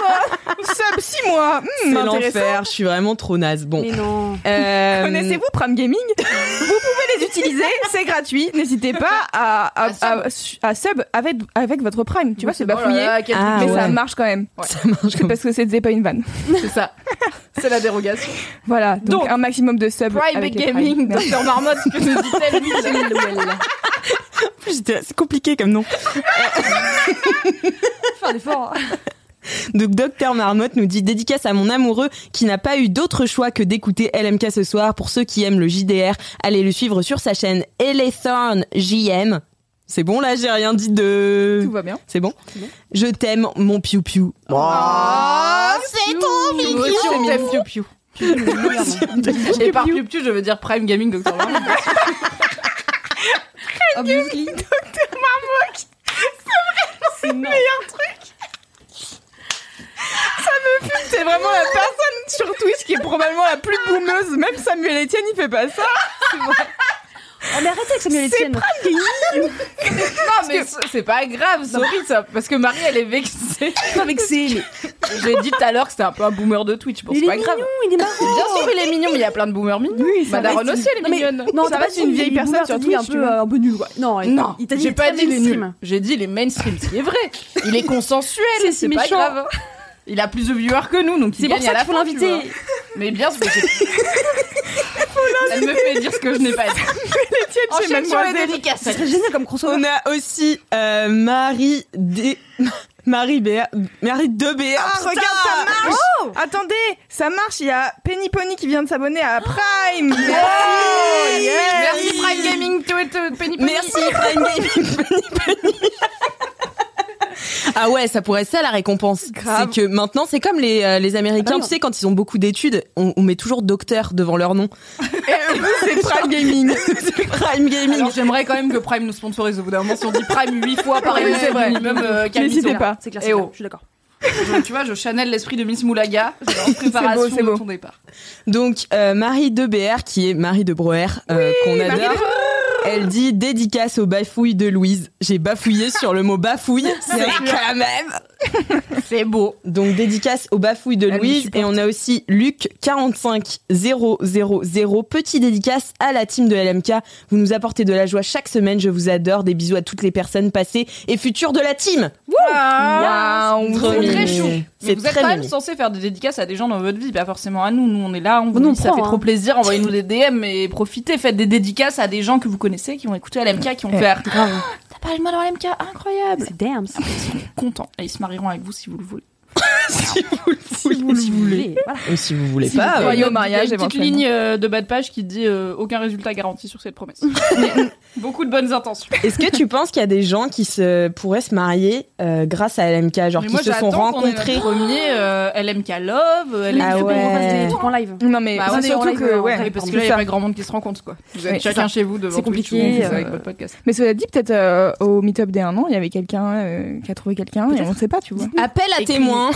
S3: Sub 6 mois. Hmm,
S1: C'est
S3: intéressant.
S1: l'enfer. Je suis vraiment trop naze. Bon.
S4: Mais non.
S1: Euh,
S3: Connaissez-vous Prime Gaming Vous pouvez les utiliser, c'est gratuit. N'hésitez pas à, à,
S2: À sub.
S3: à- à sub avec, avec votre Prime. Tu vois, c'est
S2: Oh
S3: bafouillé,
S2: là là, quel
S1: Ah,
S3: mais
S2: truc.
S3: ça
S1: ouais.
S3: marche quand même.
S2: Ouais.
S1: Ça marche comme
S3: Parce que c'était pas une vanne.
S2: C'est ça. C'est la dérogation.
S3: Voilà, donc,
S2: Donc,
S3: un maximum de subs.
S2: Private
S3: avec les Prime.
S2: Gaming,
S3: Merci.
S2: Dr Marmotte, que nous dit-elle Michel
S1: En plus, j'étais là, C'est compliqué comme nom.
S4: Faire un effort. hein.
S1: Donc, Docteur Marmotte nous dit dédicace à mon amoureux qui n'a pas eu d'autre choix que d'écouter LMK ce soir. Pour ceux qui aiment le JDR, allez le suivre sur sa chaîne Elethorn JM. C'est bon là, j'ai rien dit de.
S3: Tout va bien.
S1: C'est bon Je t'aime, mon piou-piou.
S3: Oh.
S2: c'est trop mignon. Je t'aime Piu Piu. Et par Piu Piu, je veux dire Prime Gaming Dr Marmotte. Ah,
S4: Obviously.
S3: C'est vraiment la personne sur Twitch qui est probablement la plus boumeuse. Même Samuel Etienne, il fait pas ça.
S4: Ah, mais arrêtez avec Samuel Etienne.
S2: Non mais c'est- c'est pas grave, sorry ça, parce que Marie elle est vexée.
S4: Pas vexé, mais
S2: J'ai dit tout à l'heure que c'était un peu un boomer de Twitch, bon
S4: Mais
S2: c'est
S4: il
S2: pas
S4: est
S2: grave.
S4: il est marrant.
S2: Bien sûr il est mignon, mais il y a plein de boomers mignons.
S4: Oui,
S2: Ma daronne aussi elle est mignonne.
S4: Non,
S3: Ça
S4: t'as
S3: va,
S4: pas
S3: c'est
S4: dit
S3: une vieille personne sur
S4: dit
S3: Twitch,
S4: un
S3: tu
S4: peu,
S3: vois.
S4: euh, un peu nul, quoi. Non, il-
S2: Non,
S4: il t'a dit
S2: j'ai pas
S4: très
S2: dit les
S4: mainstream.
S2: nuls. J'ai dit les mainstream, ce qui est vrai. Il est consensuel,
S4: C'est
S2: c'est
S4: si
S2: pas
S4: méchant.
S2: grave. Il a plus de viewers que nous, donc il
S4: C'est pour
S2: gagne
S4: ça
S2: à la
S4: qu'il faut
S2: fin, tu vois.
S4: l'inviter.
S2: Mais bien, sûr, j'ai- elle me fait dire ce que je n'ai pas dit.
S3: chez
S2: Enchaîne sur la
S3: Mademoiselle.
S2: dédicace.
S4: C'est génial comme crossover.
S1: On a aussi euh, Marie D. Marie Béa. Marie de Oh, Béa.
S3: Ah, regarde, ça marche Oh Attendez, ça marche, il y a Penny Pony qui vient de s'abonner à Prime Merci.
S2: Merci Prime Gaming, tout et tout, Penny Penny.
S1: Merci Prime Gaming, Penny Penny. Ah ouais, ça pourrait être ça la récompense.
S3: Grave.
S1: C'est que maintenant, c'est comme les, euh, les Américains, tu sais, quand ils ont beaucoup d'études, on, on met toujours docteur devant leur nom.
S3: Et vous, c'est Prime Gaming
S1: C'est Prime Gaming.
S2: Alors, j'aimerais quand même que Prime nous sponsorise au bout d'un moment. Si on dit Prime 8 fois par
S4: Oui,
S2: épisode,
S4: c'est vrai.
S2: minimum euh, Camille
S3: N'hésitez
S2: Solar.
S3: pas.
S4: C'est clair,
S2: Eh
S4: c'est clair,
S2: oh.
S4: je suis d'accord.
S2: Je- tu vois, je chanel l'esprit de Miss Moulaga en préparation
S3: c'est beau.
S2: de ton départ.
S1: Donc euh, Marie de BR, qui est Marie de Broer, euh, qu'on
S3: Marie
S1: adore. Elle dit dédicace aux bafouilles de Louise. J'ai bafouillé sur le mot bafouille. C'est quand même.
S2: C'est beau. Ah
S1: Donc dédicace aux bafouilles de
S3: Elle nous
S1: Louise et on a aussi Luc 45000 petit dédicace à la team de LMK. Vous nous apportez de la joie chaque semaine, je vous adore, des bisous à toutes les personnes passées et futures de la team.
S3: Waouh
S1: Trop
S2: C'est très
S1: mignon.
S2: chou. Mais
S1: C'est
S2: vous êtes
S1: très
S2: quand même
S1: mignon.
S2: censé faire des dédicaces à des gens dans votre vie, pas forcément à nous. Nous, on est là, on vous
S4: Nous, on
S2: dit, ça
S4: prend,
S2: fait
S4: hein.
S2: trop plaisir, envoyez-nous des DM et profitez, faites des dédicaces à des gens que vous connaissez, qui ont écouté LMK, qui ont
S3: Eh.
S2: fait Ah, T'as parlé de moi dans LMK, incroyable
S4: Ah, C'est damn. Si
S2: Content. Et ils se marieront avec vous si vous le voulez.
S4: vous le voulez. Voilà.
S1: Ou si vous voulez
S3: Si
S1: pas.
S3: vous
S1: euh,
S3: voyez.
S2: Il y a
S3: au mariage,
S2: une petite
S3: éventuellement.
S2: ligne euh, de bas de page qui dit euh, Aucun résultat garanti sur cette promesse. Mais, beaucoup de bonnes intentions.
S1: Est-ce que tu penses qu'il y a des gens qui se pourraient se marier euh, grâce à LMK, genre
S2: Mais
S1: qui
S2: moi,
S1: se sont
S2: j'attends qu'on ait notre
S1: rencontrés
S2: Premier euh, LMK Love, euh, LMK
S1: Ah
S4: Il faut qu'on fasse
S1: ouais.
S4: des trucs en live.
S3: Non mais
S2: Bah,
S3: c'est
S2: on est en
S3: surtout
S4: live,
S3: que
S4: en
S3: ouais,
S4: vrai.
S2: parce que
S4: c'est
S2: là, il n'y a
S3: ça.
S2: pas grand monde qui se rencontre, quoi. Vous êtes
S3: Ouais,
S2: chacun
S3: c'est ça.
S2: chez vous devant
S4: C'est
S2: Twitch
S4: compliqué,
S2: ou
S4: euh,
S2: avec votre podcast.
S3: Mais cela dit, peut-être euh, au meet-up des 1 an, il y avait quelqu'un euh, qui a trouvé quelqu'un et on ne sait pas, tu vois.
S1: Appel à témoins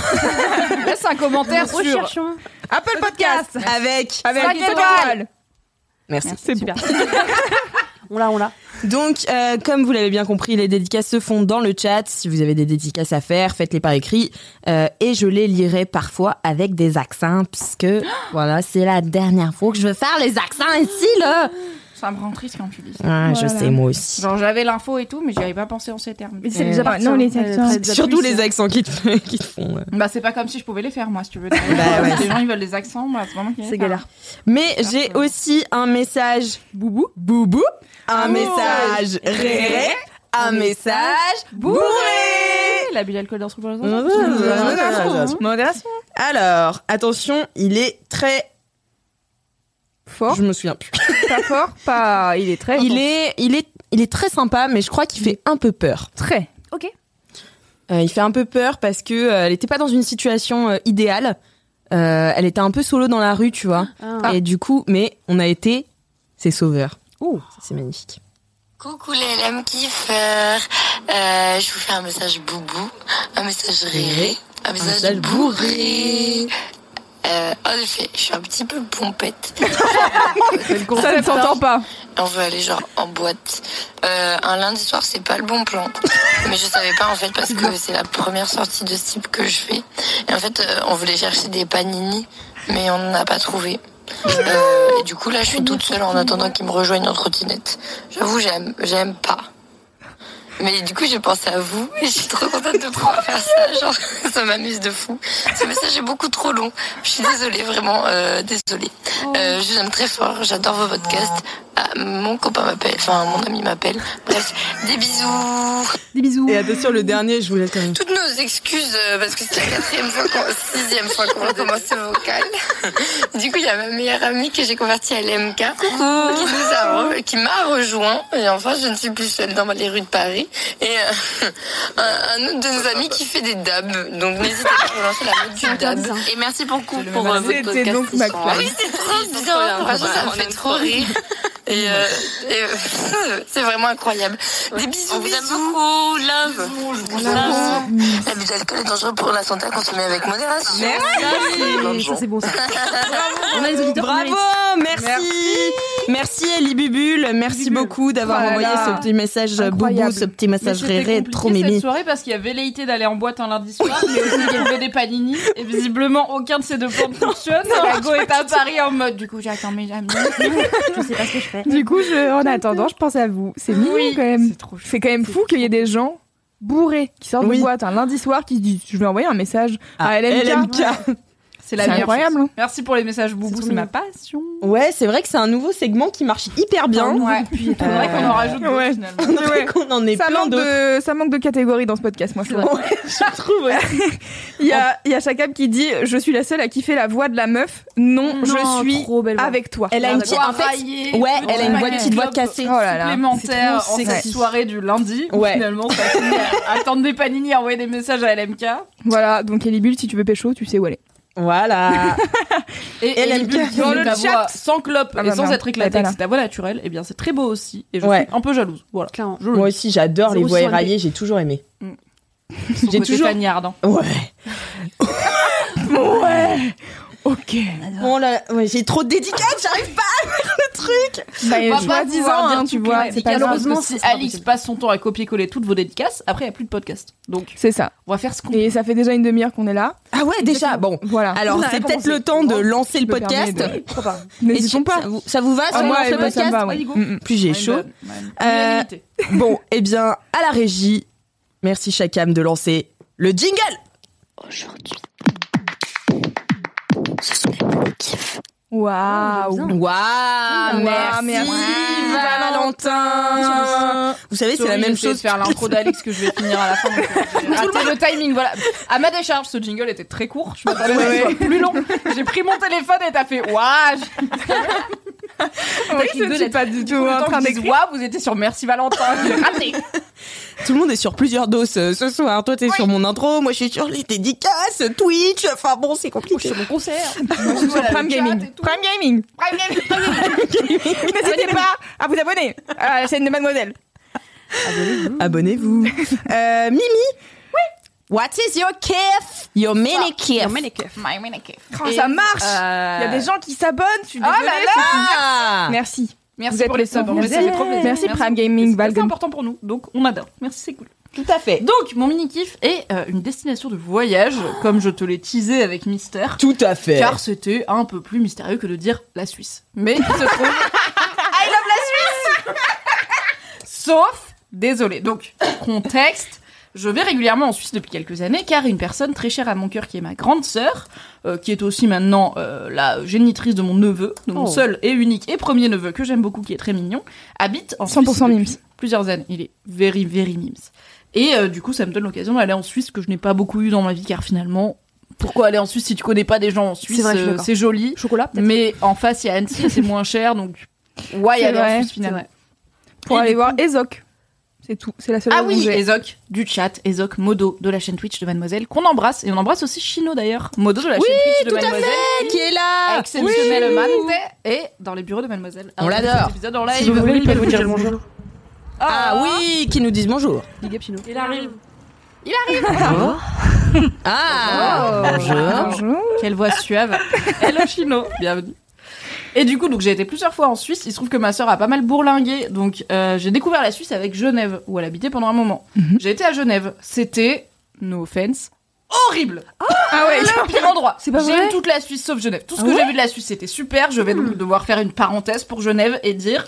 S2: Laisse un commentaire
S4: Nous
S2: sur
S4: Recherchons.
S3: Apple Podcast
S1: avec.
S3: Avec
S2: Cinq
S3: des
S2: étoiles.
S1: Merci.
S3: C'est bon.
S4: On l'a, on l'a.
S1: Donc, euh, comme vous l'avez bien compris, les dédicaces se font dans le chat. Si vous avez des dédicaces à faire, faites-les par écrit. Euh, et je les lirai parfois avec des accents, puisque voilà, c'est la dernière fois que je veux faire les accents ici, là.
S2: Ça me rend triste quand tu dis ça.
S1: Ah, Je
S3: Voilà.
S1: sais, moi aussi.
S2: Genre j'avais l'info et tout, mais j'y avais pas pensé en ces termes. Bah,
S4: Mais ça
S1: Euh,
S4: nous appartient.
S3: non, les
S4: Euh,
S3: textes.
S4: très déjà
S1: Surtout
S4: plus.
S1: les accents qui te, qui te font. euh.
S2: Bah c'est pas comme si je pouvais les faire moi si tu veux.
S1: ouais.
S2: Les gens ils veulent des accents, moi c'est vraiment qu'il y a
S4: C'est
S2: pas.
S4: galère.
S1: Mais j'ai aussi un message. Boubou. Boubou. Un
S3: Oh.
S1: message. Réré. Un message. Bourré.
S2: L'abus d'alcool dans ce pour les enfants.
S1: Modération.
S3: Modération.
S1: Alors, attention, il est très.
S3: Fort,
S1: Je me souviens plus.
S3: pas fort, pas. Il est très.
S1: Il est, il est, il est très sympa, mais je crois qu'il fait un peu peur.
S3: très.
S4: Ok.
S1: Euh, il fait un peu peur parce que euh, elle n'était pas dans une situation euh, idéale. Euh, elle était un peu solo dans la rue, tu vois.
S4: Ah.
S1: Et du coup, mais on a été ses sauveurs.
S4: Oh.
S1: Ça, C'est magnifique.
S5: Coucou les lames kiffeurs, euh, je vous fais un message boubou, un message réré, un message,
S1: message
S5: bourré. Euh, en effet, je suis un petit peu pompette.
S3: Ça ne s'entend pas.
S5: On veut aller genre en boîte. Euh, un lundi soir, c'est pas le bon plan. Mais je savais pas en fait parce que c'est la première sortie de ce type que je fais. Et en fait, euh, on voulait chercher des panini, mais on n'en a pas trouvé. Euh, et du coup, là, je suis toute seule en attendant qu'ils me rejoignent en trottinette. J'avoue, j'aime, j'aime pas. Mais du coup, j'ai pensé à vous et je suis trop contente de pouvoir faire ça. Genre, ça m'amuse de fou. Ce message est beaucoup trop long. Je suis désolée, vraiment euh, désolée. Euh, je vous aime très fort. J'adore vos podcasts. Ah, mon copain m'appelle, enfin, mon ami m'appelle. Bref, des bisous.
S4: Des bisous.
S1: Et attention, le dernier, je vous laisse quand même.
S5: Toutes nos excuses, euh, parce que c'est la quatrième fois qu'on, sixième fois qu'on recommence ce vocal. Du coup, il y a ma meilleure amie que j'ai convertie à LMK, qui, nous a re- qui m'a rejoint. Et enfin, je ne suis plus seule dans les rues de Paris. Et euh, un, un autre de nos amis qui fait des dabs. Donc, n'hésitez pas à vous lancer la mode du dab.
S4: interdit, ça.
S5: Et merci beaucoup
S2: le
S5: pour
S2: même
S5: euh,
S3: avis.
S5: votre
S3: C'était
S5: podcast.
S3: donc
S5: ce
S3: ma
S5: soir.
S3: classe.
S5: Oui, c'est trop bien. Franchement, ça me fait trop rire. Et, euh, et, euh, c'est vraiment incroyable. Des bisous, bisous. beaucoup. Love. L'abus d'alcool est dangereux pour la santé à consommer avec modération.
S4: Ça, c'est bon, ça. On a les auditeurs. qu'on
S1: Bravo,
S4: mérite.
S1: merci. merci, Ellie Bubule, merci beaucoup d'avoir
S3: Voilà.
S1: envoyé ce petit message euh, boubou,
S3: Incroyable.
S1: ce petit
S2: Mais
S1: message
S2: c'était
S1: réré,
S2: compliqué
S1: trop
S2: cette
S1: mimi.
S2: soirée parce qu'il y a velléité d'aller en boîte un lundi soir, mais aussi d'élever des panini. Et visiblement, aucun de ces deux plans ne fonctionne. Et la go est à Paris en mode du coup, j'attends mes amis.
S4: Je sais pas ce que je fais.
S3: Du coup, je- en attendant, je pense à vous. C'est mignon quand même.
S2: C'est trop chou.
S3: C'est quand même fou qu'il y ait des gens bourrés qui sortent
S1: Oui. Ah,
S3: Ah, de boîte un lundi soir qui se disent je vais envoyer un message à LMK.
S1: LMK.
S2: C'est la
S3: C'est
S2: meilleure
S3: incroyable,
S2: chose.
S3: hein.
S2: Merci pour les messages
S4: C'est
S2: boubou,
S4: trop
S2: c'est ma
S4: mignon.
S2: passion.
S1: Ouais, c'est vrai que c'est un nouveau segment qui marche hyper bien.
S2: Oh,
S1: euh,
S2: Ouais. C'est vrai qu'on en rajoute d'autres,
S3: Ouais.
S2: finalement.
S1: On aurait qu'on en est
S3: Ça
S1: plein
S3: manque,
S1: d'autres.
S3: de, ça manque de catégories dans ce podcast, moi je
S4: C'est
S3: trouve.
S1: Je trouve. ouais.
S3: Il y a, il y a Chakab qui dit Je suis la seule à kiffer la voix de la meuf. Non,
S4: Non,
S3: je suis
S4: trop belle voix.
S3: avec toi.
S1: Elle a une petite.
S2: voix
S1: En fait,
S2: raillée,
S1: ouais, elle a une voix-
S2: paquet
S1: petite voix
S2: globe
S1: cassée.
S3: Oh là là.
S2: Supplémentaire
S1: c'est trop
S2: en cette
S1: sexy.
S2: soirée du lundi. où
S1: Ouais.
S2: Finalement, ça finit à attendre des panini, à envoyer des messages à LMK.
S3: Voilà, donc Elibul, si tu veux pécho, tu sais où elle est.
S1: Voilà.
S2: Et
S1: LMK.
S2: LMK qui
S3: Dans
S2: dit
S3: le
S2: ta
S3: chat.
S2: voix sans clope
S3: Ah
S2: et
S3: bah
S2: sans
S3: merde,
S2: être éclatée,
S3: elle est
S2: que
S3: pas
S2: c'est ta voix naturelle, et bien c'est très beau aussi. Et je
S1: Ouais.
S2: suis un peu jalouse. Voilà.
S4: Clairement.
S2: Je le
S1: Moi
S2: dis.
S1: aussi, j'adore les
S4: Zéro
S1: voix
S4: sur
S1: éraillées. J'ai toujours aimé.
S2: Son
S1: j'ai
S2: côté
S1: toujours-
S2: fagnarde, hein.
S1: Ouais.
S3: Ouais Ok.
S1: Bon là, ouais, j'ai trop de dédicaces. J'arrive pas.
S3: Bah,
S2: On va
S3: tu vois,
S2: pas
S3: 10 ans,
S2: pouvoir dire
S3: hein,
S2: toute
S3: tu vois.
S2: la
S3: C'est
S2: vie,
S3: pas grave.
S2: Malheureusement,
S4: grave.
S2: si
S4: Ça sera
S2: Alix
S4: possible.
S2: passe son temps à copier-coller toutes vos dédicaces, après, il n'y a plus de podcast. Donc,
S3: C'est ça.
S2: on va faire ce qu'on
S3: Et ça fait déjà une demi-heure qu'on est là.
S1: Ah ouais, déjà. Bon.
S3: Voilà.
S1: Alors,
S4: On a
S1: c'est
S4: pas
S1: peut-être
S4: pensé.
S1: le temps de
S3: Bon,
S1: lancer le
S3: Oh, je me permets
S1: podcast.
S3: de-
S1: Et
S4: Pourquoi pas
S3: N'hésitons
S1: tu-
S3: pas.
S1: Ça vous, ça vous va
S3: Ah,
S1: si on
S3: moi,
S1: lance le
S3: moi, ça me
S1: podcast
S3: va, ouais.
S2: Allez, go.
S3: Mm, mm.
S1: Plus j'ai chaud.
S2: bah,
S1: Euh, Bon, eh bien, à la régie, merci Chakam de lancer le jingle.
S5: Aujourd'hui, ce sont les mots qui
S3: Waouh
S4: Bien.
S1: Waouh,
S3: Waouh,
S1: merci
S3: Ah. merci, Euh,
S1: Valentin. Vous savez, c'est la même chose.
S2: faire l'intro d'Alix que je vais finir à la fin. donc, euh, j'ai raté le timing, voilà. À ma décharge, ce jingle était très court. Je m'attendais à ce qu'il soit plus long. J'ai pris mon téléphone et t'as fait Waouh
S3: Oui, je ne suis pas du tout en train d'écrire.
S2: Waouh, vous étiez sur Merci Valentin. J'ai raté.
S1: Tout le monde est sur plusieurs doses euh, ce soir. Toi, t'es sur mon intro, moi, je suis sur les dédicaces, Twitch. Enfin bon, c'est compliqué.
S4: Mon concert.
S3: Oh, Je suis sur
S2: Voilà,
S3: Prime
S2: le chat
S3: Gaming.
S2: et tout.
S3: Prime Gaming.
S2: Prime Gaming, Prime Gaming.
S3: N'hésitez pas à vous abonner à la chaîne de Mademoiselle.
S1: Abonnez-vous. Euh, Mimi. What is your kiff? Your mini kiff.
S2: My Minecraft.
S3: Oh,
S2: Et,
S3: ça marche
S2: euh,
S3: Il y a des gens qui s'abonnent, je suis
S2: Oh
S3: désolée.
S2: là là
S1: Ah.
S3: Merci.
S2: Merci
S3: Vous êtes
S2: pour les
S3: les
S2: subs.
S3: pauvres.
S2: en vrai, ça fait trop plaisir.
S3: Merci, Prime
S2: C'est-
S3: Gaming,
S2: C'est
S3: Valgum.
S2: important pour nous, donc on adore. Merci, c'est cool.
S1: Tout à fait.
S2: Donc, mon mini-kiff est euh, une destination de voyage, comme je te l'ai teasé avec Mystère.
S1: Tout à fait.
S2: Car c'était un peu plus mystérieux que de dire la Suisse. Mais il se trouve. I love la Suisse Sauf, désolé. Donc, contexte. Je vais régulièrement en Suisse depuis quelques années car une personne très chère à mon cœur qui est ma grande sœur, euh, qui est aussi maintenant euh, la génitrice de mon neveu, de mon
S4: Oh.
S2: seul et unique et premier neveu que j'aime beaucoup, qui est très mignon, habite en Suisse
S3: 100%
S2: depuis
S3: mimes.
S2: plusieurs années. Il est very, very mimes. Et euh, du coup, ça me donne l'occasion d'aller en Suisse que je n'ai pas beaucoup eu dans ma vie car finalement, pourquoi aller en Suisse si tu connais pas des gens en Suisse
S4: C'est vrai, je suis
S2: euh,
S4: d'accord.
S2: C'est joli,
S4: Chocolat, peut-être.
S2: mais en face il y a Annecy, et c'est moins cher donc why
S3: C'est
S2: aller
S3: vrai,
S2: en Suisse finalement
S3: Pour
S2: Et
S3: aller
S2: du
S3: voir Ezoc. C'est tout. C'est la seule
S2: Ah
S3: raison que
S2: oui,
S3: j'ai.
S2: Ezoc du chat, Ezoc Modo de la chaîne Twitch de Mademoiselle qu'on embrasse et on embrasse aussi Chino d'ailleurs, Modo de la
S1: Oui,
S2: chaîne Twitch de
S1: tout à
S2: Mademoiselle.
S1: Qui est là?
S2: Exceptionnellement et dans les bureaux de Mademoiselle.
S1: On
S2: Un
S1: l'adore.
S2: épisode en live.
S4: Si vous voulez, il peut vous dire
S2: Ah,
S4: bonjour.
S1: Ah oui, qui nous disent bonjour.
S4: Big up chez nous.
S2: Il arrive.
S1: Ah, bonjour.
S2: Quelle voix suave. Hello Chino, bienvenue. Et du coup, donc j'ai été plusieurs fois en Suisse. Il se trouve que ma sœur a pas mal bourlingué, donc euh, j'ai découvert la Suisse avec Genève, où elle habitait pendant un moment. J'ai été à Genève. C'était, no offense, horrible.
S3: Ah ouais,
S2: le pire endroit.
S4: C'est pas
S2: J'ai
S4: vrai
S2: eu toute la Suisse sauf Genève.
S3: Ah
S2: Tout ce que j'ai vu de la Suisse, c'était super. Je
S3: Hmm.
S2: vais donc devoir faire une parenthèse pour Genève et dire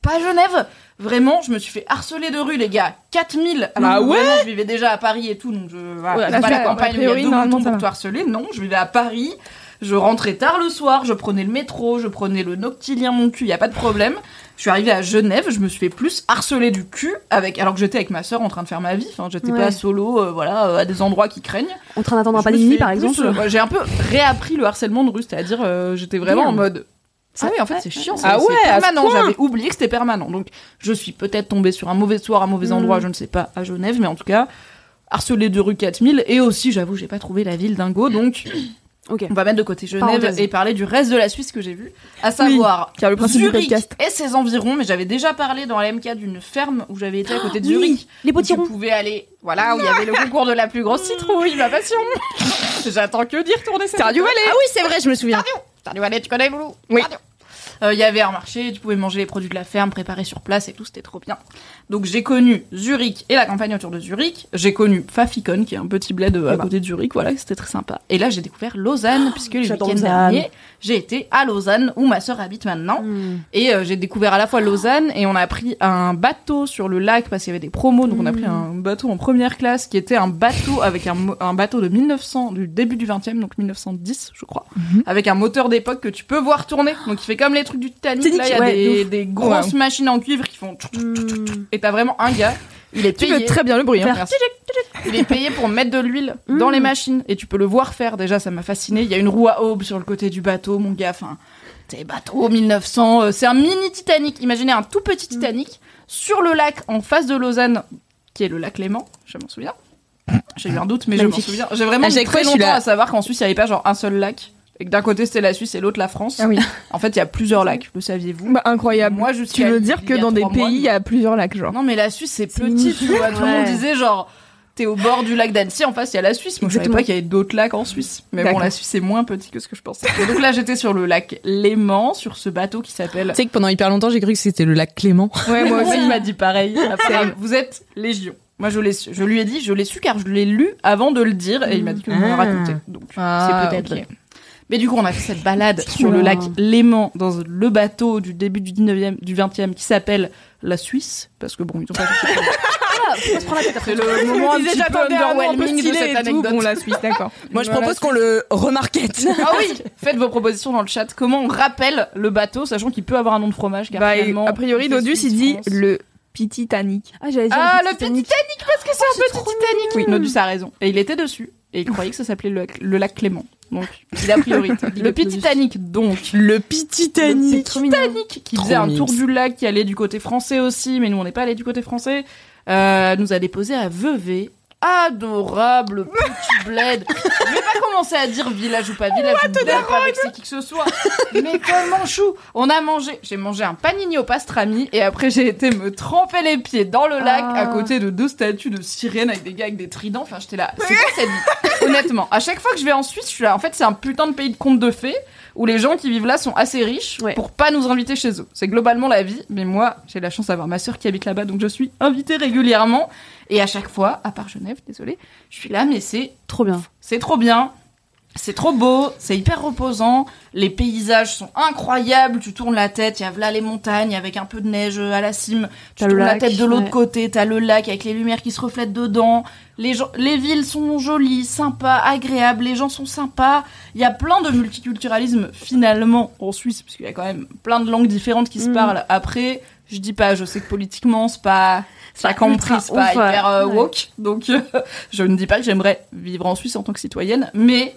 S2: pas Genève. Vraiment, je me suis fait harceler de rue, les gars. 4000. Alors,
S1: Ah
S2: que
S1: ouais
S2: vraiment, je vivais déjà à Paris et tout, donc je. voilà,
S3: Ouais,
S2: c'est
S3: la
S2: pas
S3: Suisse,
S2: la campagne
S3: a
S2: où il y a
S3: priori,
S2: deux
S3: normalement,
S2: boutons
S3: ça
S2: pour
S3: va.
S2: te harceler. Non, je vivais à Paris. Je rentrais tard le soir, je prenais le métro, je prenais le noctilien mon cul, y a pas de problème. Je suis arrivée à Genève, je me suis fait plus harceler du cul avec alors que j'étais avec ma sœur en train de faire ma vie, enfin j'étais
S4: Ouais.
S2: pas solo euh, voilà euh, à des endroits qui craignent.
S4: En train d'attendre un
S2: Je me
S4: panini,
S2: suis
S4: par
S2: plus,
S4: exemple.
S2: euh, ouais, J'ai un peu réappris le harcèlement de rue, c'est-à-dire euh, j'étais vraiment en
S4: Merde.
S2: mode. Ah
S4: Ah
S2: oui, en fait,
S4: ouais.
S2: c'est chiant.
S1: Ah
S2: c'est-
S1: ouais,
S2: c'est
S1: à ce
S2: permanent.
S1: point.
S2: J'avais oublié que c'était permanent. Donc, je suis peut-être tombée sur un mauvais soir, un mauvais
S4: Mm.
S2: endroit, je ne sais pas, à Genève, mais en tout cas, harcelée de rue 4000. Et aussi, j'avoue, j'ai pas trouvé la ville dingo. Donc,
S4: Ok.
S2: on va mettre de côté Genève
S4: Parenthèse.
S2: et parler du reste de la Suisse que j'ai vu, à savoir
S3: car le principe du
S2: Zurich
S3: podcast.
S2: et ses environs. Mais j'avais déjà parlé dans l'MK d'une ferme où j'avais été à côté de
S4: Oui,
S2: Zurich.
S4: Les
S2: Où tu
S4: potirons.
S2: pouvais aller, voilà, où il y avait le concours de la plus grosse citrouille, ma passion. J'attends que d'y retourner cette
S1: Ah oui, c'est vrai, je me souviens.
S2: Tardio, allez, tu connais Loulou
S1: Oui.
S2: Tardio. Euh, Il y avait un marché, tu pouvais manger les produits de la ferme préparés sur place et tout, c'était trop bien. Donc j'ai connu Zurich et la campagne autour de Zurich. J'ai connu Faficon, qui est un petit bled euh, à côté de Zurich, voilà, c'était très sympa. Et là j'ai découvert Lausanne, puisque le
S4: j'adore
S2: week-end
S4: Lausanne.
S2: dernier, j'ai été à Lausanne, où ma sœur habite maintenant.
S4: Hmm.
S2: Et euh, j'ai découvert à la fois Lausanne et on a pris un bateau sur le lac parce qu'il y avait des promos. Donc on a pris un
S4: Hmm.
S2: bateau en première classe qui était un bateau avec un, mo- un bateau de 1900, du début du 20e, donc 1910 je crois,
S4: Mhm.
S2: avec un moteur d'époque que tu peux voir tourner. Donc il fait comme les trucs du Titanic.
S4: Titanic,
S2: là, il y a
S4: ouais,
S2: des, des grosses machines en cuivre qui font... Et t'as vraiment un gars. Il est
S3: Tu
S2: payé.
S3: veux très bien le bruit. hein.
S2: Faire Il est payé pour mettre de l'huile
S3: Mmh.
S2: dans les machines et tu peux le voir faire. Déjà, ça m'a fasciné. Il y a une roue à aube sur le côté du bateau, mon gars. Enfin, c'est bateau 1900. euh, C'est un mini Titanic. Imaginez un tout petit Titanic sur le lac en face de Lausanne, qui est le lac Léman. Je m'en souviens. J'ai eu un doute, mais
S1: Magnifique.
S2: je m'en souviens. J'ai vraiment
S1: Ah,
S2: mis
S1: j'ai cru,
S2: très
S1: je suis
S2: longtemps
S1: là.
S2: à savoir qu'en Suisse, il n'y avait pas genre un seul lac. Et que d'un côté, c'était la Suisse et l'autre, la France.
S3: Ah oui.
S2: En fait, il y a plusieurs lacs. Le saviez-vous
S3: Bah, incroyable.
S2: Moi, je
S3: tu veux dire que dans des pays, il y a plusieurs lacs, genre.
S2: non, mais la Suisse, c'est petit, tu vois. Tout le monde
S4: Ouais.
S2: disait genre, t'es au bord du lac d'Annecy, en face, il y a la Suisse. Moi, je savais
S3: Exactement.
S2: pas qu'il y avait d'autres lacs en Suisse. Mais bon,
S3: D'accord.
S2: la Suisse, c'est moins petit que ce que je pensais. Et donc là, j'étais sur le lac Léman, sur ce bateau qui s'appelle.
S1: Tu sais que pendant hyper longtemps, j'ai cru que c'était le lac Clément.
S3: Ouais, moi aussi.
S2: il m'a dit pareil. Après, vous êtes légion. Moi, je, l'ai su- je lui ai dit, je l'ai su car je l'ai lu avant de le dire et il m'a dit que je me le
S1: Ah.
S2: racontais. Donc,
S3: Ah,
S2: c'est peut-être.
S3: ok.
S2: vrai. Mais du coup, on a fait cette balade sur le lac Léman dans le bateau du début du 19e, du 20e qui s'appelle la Suisse. Parce que bon, ils ont pas cherché.
S4: Ah,
S2: C'est le moment un petit peu underwhelming de cette anecdote.
S3: Bon, la Suisse, d'accord.
S1: Moi, je propose qu'on le remarquette.
S2: Ah oui Faites vos propositions dans le chat. Comment on rappelle le bateau, sachant qu'il peut avoir un nom de fromage car
S3: Bah,
S2: finalement,
S3: a priori,
S2: il fait
S3: Dodus, il
S2: Suisse,
S3: dit
S2: France.
S3: le Titanic.
S4: Ah, j'allais dire.
S2: Ah, le petit
S4: Titanic.
S2: Titanic Parce que Oh, c'est un petit Titanic Oui, Nodus a raison. Et il était dessus. Et il croyait que ça s'appelait le, le lac Clément. Donc, il a priorité. le petit Titanic, donc.
S1: Le petit Titanic.
S2: Titanic qui
S1: Trop
S2: faisait un
S1: mimes.
S2: tour du lac, qui allait du côté français aussi, mais nous on n'est pas allé du côté français, euh, nous a déposé à Vevey. Adorable petit bled. Je vais pas commencer à dire village ou pas village, je ne blague pas avec c'est qui que ce soit. Mais comment chou On a mangé, j'ai mangé un panini au pastrami et après j'ai été me tremper les pieds dans le lac
S4: Ah.
S2: à côté de deux statues de sirènes avec des gars avec des tridents. Enfin, j'étais là, c'est quoi cette vie Honnêtement, à chaque fois que je vais en Suisse, je suis là. En fait, c'est un putain de pays de contes de fées où les gens qui vivent là sont assez riches
S4: Ouais.
S2: pour pas nous inviter chez eux. C'est globalement la vie, mais moi, j'ai la chance d'avoir ma sœur qui habite là-bas, donc je suis invitée régulièrement. Et à chaque fois, à part Genève, désolée, je suis là, mais c'est
S4: Trop bien.
S2: c'est trop bien. C'est trop beau, c'est hyper reposant, les paysages sont incroyables, tu tournes la tête, il y a là les montagnes avec un peu de neige à la cime, tu
S4: T'as le
S2: tournes la
S4: lac,
S2: tête de l'autre
S4: ouais.
S2: côté, t'as le lac avec les lumières qui se reflètent dedans, les, gens- les villes sont jolies, sympas, agréables, les gens sont sympas, il y a plein de multiculturalisme finalement en Suisse, parce qu'il y a quand même plein de langues différentes qui se
S4: Mm.
S2: parlent. Après, je dis pas, je sais que politiquement c'est pas... Ça compris,
S4: ultra
S2: c'est pas
S4: ouf, ouais.
S2: hyper euh,
S4: Ouais.
S2: woke, donc euh, je ne dis pas que j'aimerais vivre en Suisse en tant que citoyenne, mais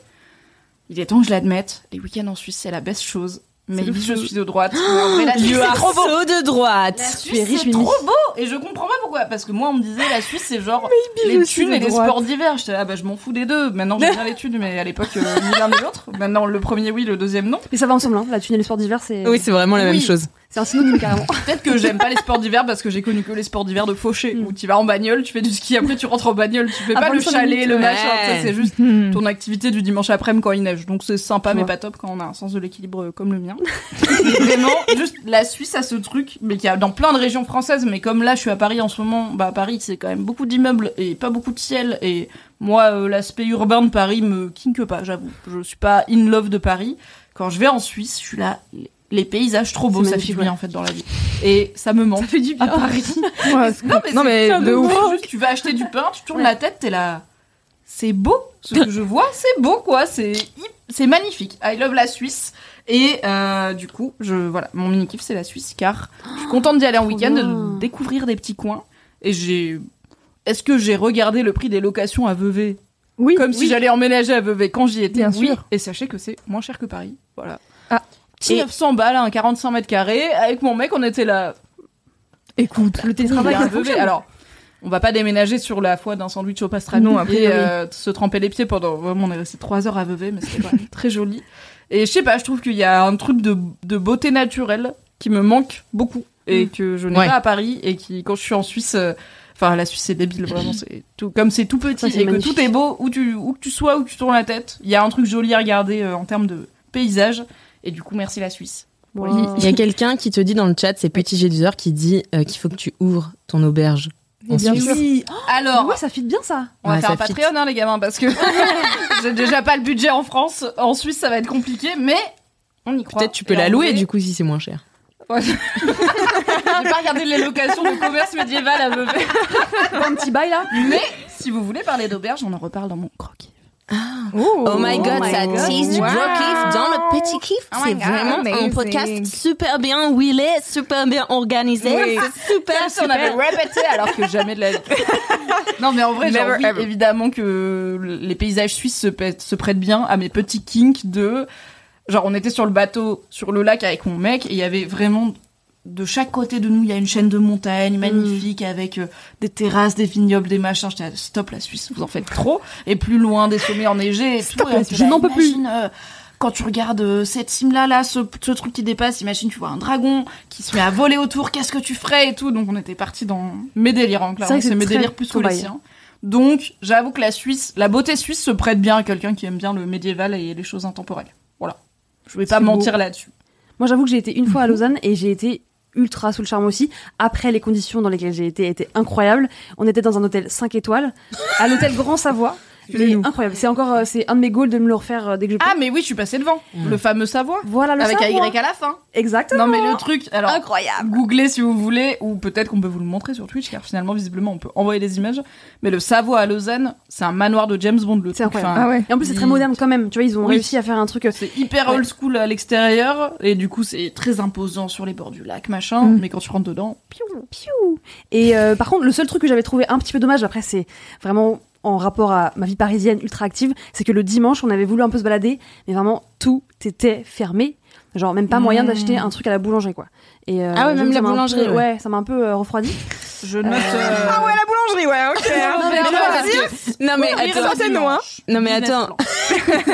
S2: il est temps que je l'admette, les week-ends en Suisse, c'est la best chose. Mais
S4: le
S2: oui, je
S4: feu.
S2: suis de droite. mais en vrai, la Suisse,
S1: You
S2: c'est
S1: are
S2: trop beau.
S1: so de
S2: La
S1: droite.
S4: Tu es
S2: Suisse,
S4: riche,
S2: c'est
S4: mais
S2: trop beau Et je comprends pas pourquoi. Parce que moi, on me disait, la Suisse, c'est genre les
S3: je suis
S2: thunes
S3: de
S2: et les
S3: droite.
S2: sports d'hiver. J'étais là, bah, je m'en fous des deux. Maintenant, j'aime bien les thunes, mais à l'époque, euh, ni l'un ni l'autre. Maintenant, le premier oui, le deuxième non.
S4: Mais ça va ensemble, hein. La tunnel et les sports d'hiver, c'est.
S1: Oui, c'est vraiment la
S2: Oui.
S1: même chose.
S4: C'est un synonyme carrément.
S2: Peut-être que j'aime pas les sports d'hiver parce que j'ai connu que les sports d'hiver de fauché.
S4: Mm.
S2: Où tu vas en bagnole, tu fais du ski, après tu rentres en bagnole. Tu fais
S4: À
S2: pas le
S4: 25
S2: chalet,
S4: minutes,
S2: le
S4: ouais.
S2: machin. tu sais, C'est juste
S3: Hmm.
S2: ton activité du dimanche après-midi quand il neige. Donc c'est sympa,
S4: Tu
S2: mais
S4: vois.
S2: pas top quand on a un sens de l'équilibre euh, comme le mien. Vraiment, juste la Suisse a ce truc, mais qu'il y a dans plein de régions françaises. Mais comme là, je suis à Paris en ce moment, bah à Paris, c'est quand même beaucoup d'immeubles et pas beaucoup de ciel. Et moi, euh, l'aspect urbain de Paris me kinque pas, j'avoue. Je suis pas in love de Paris. Quand je vais en Suisse, je suis là. les- Les paysages trop beaux,
S4: C'est
S2: ça
S4: magnifique,
S2: fait bien en fait dans la vie. Et ça me manque. Ça fait du bien. À Paris.
S3: Ouais, c'est- Non, mais
S2: c'est
S3: de
S2: tellement
S3: ouf.
S2: beau. Juste, tu vas acheter du pain, tu tournes la tête, t'es là. C'est beau. Ce que je vois, c'est beau, quoi. C'est hip- c'est magnifique. I love la Suisse. Et euh, du coup, je voilà, mon mini kiff, c'est la Suisse, car je suis contente d'y aller en
S4: Trop
S2: week-end,
S4: bien.
S2: de découvrir des petits coins. Et j'ai. Est-ce que j'ai regardé le prix des locations à Vevey
S3: Oui,
S2: Comme si j'allais emménager à Vevey quand j'y étais.
S3: Bien
S2: oui.
S3: sûr.
S2: Et sachez que c'est moins cher que Paris. Voilà.
S3: Ah.
S2: Petit
S3: Et-
S2: 900 balles, un 45 mètres carrés. Avec mon mec, on était là.
S3: Écoute,
S4: Le
S2: Il
S4: télétravail,
S2: y a un
S4: ça
S2: bébé.
S4: fonctionne.
S2: Alors, on va pas déménager sur la foi d'un sandwich au pastrami
S3: Non, a priori.
S2: et euh, se tremper les pieds pendant. Vraiment, on est resté trois heures à Vevey, mais c'était quand même très joli. Et je sais pas, je trouve qu'il y a un truc de, de beauté naturelle qui me manque beaucoup et que je n'ai
S1: Ouais.
S2: pas à Paris et qui, quand je suis en Suisse, euh, enfin la Suisse c'est débile vraiment, c'est tout comme c'est tout petit
S4: Ouais, c'est
S2: et
S4: magnifique.
S2: que tout est beau où tu où que tu sois où que tu tournes la tête, il y a un truc joli à regarder euh, en termes de paysage et du coup merci la Suisse.
S1: Il y a quelqu'un qui te dit dans le chat, c'est Petit Géduseur, qui dit euh, qu'il faut que tu ouvres ton auberge. en
S3: Ah
S4: Bien
S1: Suisse.
S4: sûr.
S2: Alors,
S4: Ouais, ça fit bien ça.
S2: on va
S1: Ouais,
S2: faire
S1: ça
S2: un Patreon, hein, les gamins, parce que j'ai déjà pas le budget en France. En Suisse, ça va être compliqué, mais on y croit.
S1: Peut-être tu peux
S2: Et
S1: la
S2: en
S1: louer
S2: vrai,
S1: du coup si c'est moins cher.
S2: J'ai pas regardé les locations de commerce médiéval à Vevey.
S4: Un petit bail là.
S2: Mais si vous voulez parler d'auberge, on en reparle dans mon croquis.
S1: Oh, my god,
S4: my
S1: ça
S4: God.
S1: tease du
S3: Wow.
S1: gros kiff dans le petit kiff.
S3: Oh my
S1: c'est
S3: God,
S1: vraiment un
S3: amazing.
S1: podcast super bien wheelé, super bien organisé.
S3: Oui.
S1: C'est super,
S2: Comme si on avait
S1: super.
S2: répété alors que jamais de la vie. non, mais en vrai, genre,
S3: Never
S2: oui,
S3: ever.
S2: évidemment que les paysages suisses se, pè- se prêtent bien à mes petits kinks de. Genre, on était sur le bateau, sur le lac avec mon mec, et il y avait vraiment. De chaque côté de nous, il y a une chaîne de montagnes magnifique avec euh, des terrasses, des vignobles, des machins. J'étais là, stop la Suisse, vous en faites trop. Et plus loin, des sommets enneigés et tout.
S4: la
S2: Et
S4: Suisse,
S2: j'étais là,
S4: je n'en peux plus.
S2: imagine, euh, quand tu regardes euh, cette cime-là, là, ce, ce truc qui dépasse, imagine tu vois un dragon qui se met à voler autour, qu'est-ce que tu ferais et tout. Donc on était parti dans mes délires, hein,
S4: C'est vrai
S2: clairement.
S4: que c'est
S2: C'est mes
S4: très
S2: délires plus que
S4: ton
S2: les
S4: bail.
S2: siens. Donc j'avoue que la Suisse, la beauté suisse se prête bien à quelqu'un qui aime bien le médiéval et les choses intemporelles. Voilà. Je vais pas
S4: C'est beau.
S2: mentir là-dessus.
S4: Moi, j'avoue que j'ai été une fois à Lausanne et j'ai été ultra sous le charme aussi. Après, les conditions dans lesquelles j'ai été étaient incroyables. On était dans un hôtel 5 étoiles, à l'hôtel Grand Savoie. Mais incroyable. C'est encore, euh, c'est un de mes goals de me le refaire euh, dès que je peux.
S2: Ah mais oui, je suis passée devant. Le fameux Savoie.
S4: voilà Mmh. le
S2: avec un
S4: Savoie.
S2: Y à la fin.
S4: Exactement.
S2: Non mais le truc, alors
S4: incroyable.
S2: Googlez si vous voulez, ou peut-être qu'on peut vous le montrer sur Twitch, car finalement, visiblement, on peut envoyer des images. Mais le Savoie à Lausanne, c'est un manoir de James Bond, le
S4: C'est
S2: truc.
S4: incroyable.
S2: Enfin,
S3: Ah ouais.
S4: Et en plus, c'est très
S2: il-
S4: moderne quand même. Tu vois, ils ont
S2: Oui.
S4: réussi à faire un truc. euh,
S2: C'est hyper
S4: Ouais.
S2: old school à l'extérieur, et du coup, c'est très imposant sur les bords du lac, machin.
S3: Mm.
S2: Mais quand tu rentres dedans,
S4: piou, piou. Et euh, par contre, le seul truc que j'avais trouvé un petit peu dommage, après, c'est vraiment en rapport à ma vie parisienne ultra active, c'est que le dimanche, on avait voulu un peu se balader, mais vraiment tout était fermé. Genre, même pas moyen
S2: Mm.
S4: d'acheter un truc à la boulangerie, quoi. Et, euh,
S1: Mmh. Ah ouais,
S4: j'avoue
S1: même
S4: que ça
S1: la
S4: m'a un
S1: boulangerie,
S4: peu- ouais. ça m'a un peu euh, refroidi.
S2: je note. euh,
S3: Ah ouais, la boulangerie, ouais, ok. Ah,
S1: Non, mais
S2: Ouvert
S1: non,
S2: le
S1: parce que- non, mais
S2: ouvrir
S1: attends.
S2: le
S3: Sortez-nous,
S2: dimanche.
S1: Non, mais
S2: Business
S1: attends.
S2: plan.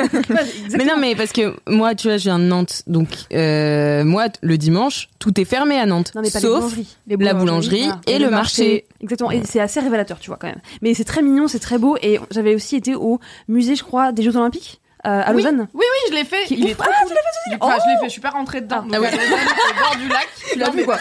S1: Mais non, mais parce que moi, tu vois, je viens de Nantes. Donc, euh, moi, t- le dimanche, tout est fermé à Nantes.
S4: Non, mais pas les
S1: sauf
S4: boulangeries.
S1: la boulangerie
S4: voilà.
S1: et le marché.
S4: Exactement. Et c'est assez révélateur, tu vois, quand même. Mais c'est très mignon, c'est très beau. Et j'avais aussi été au musée, je crois, des Jeux Olympiques, euh, à
S2: Oui.
S4: Lausanne.
S2: Oui, oui, je l'ai fait.
S4: Qui est
S2: Il
S4: ouf.
S2: est trop cool. Du coup, Enfin, je l'ai fait, je suis pas rentrée dedans.
S4: Ah.
S2: Donc, à Lausanne, au bord du lac. Tu l'as vu quoi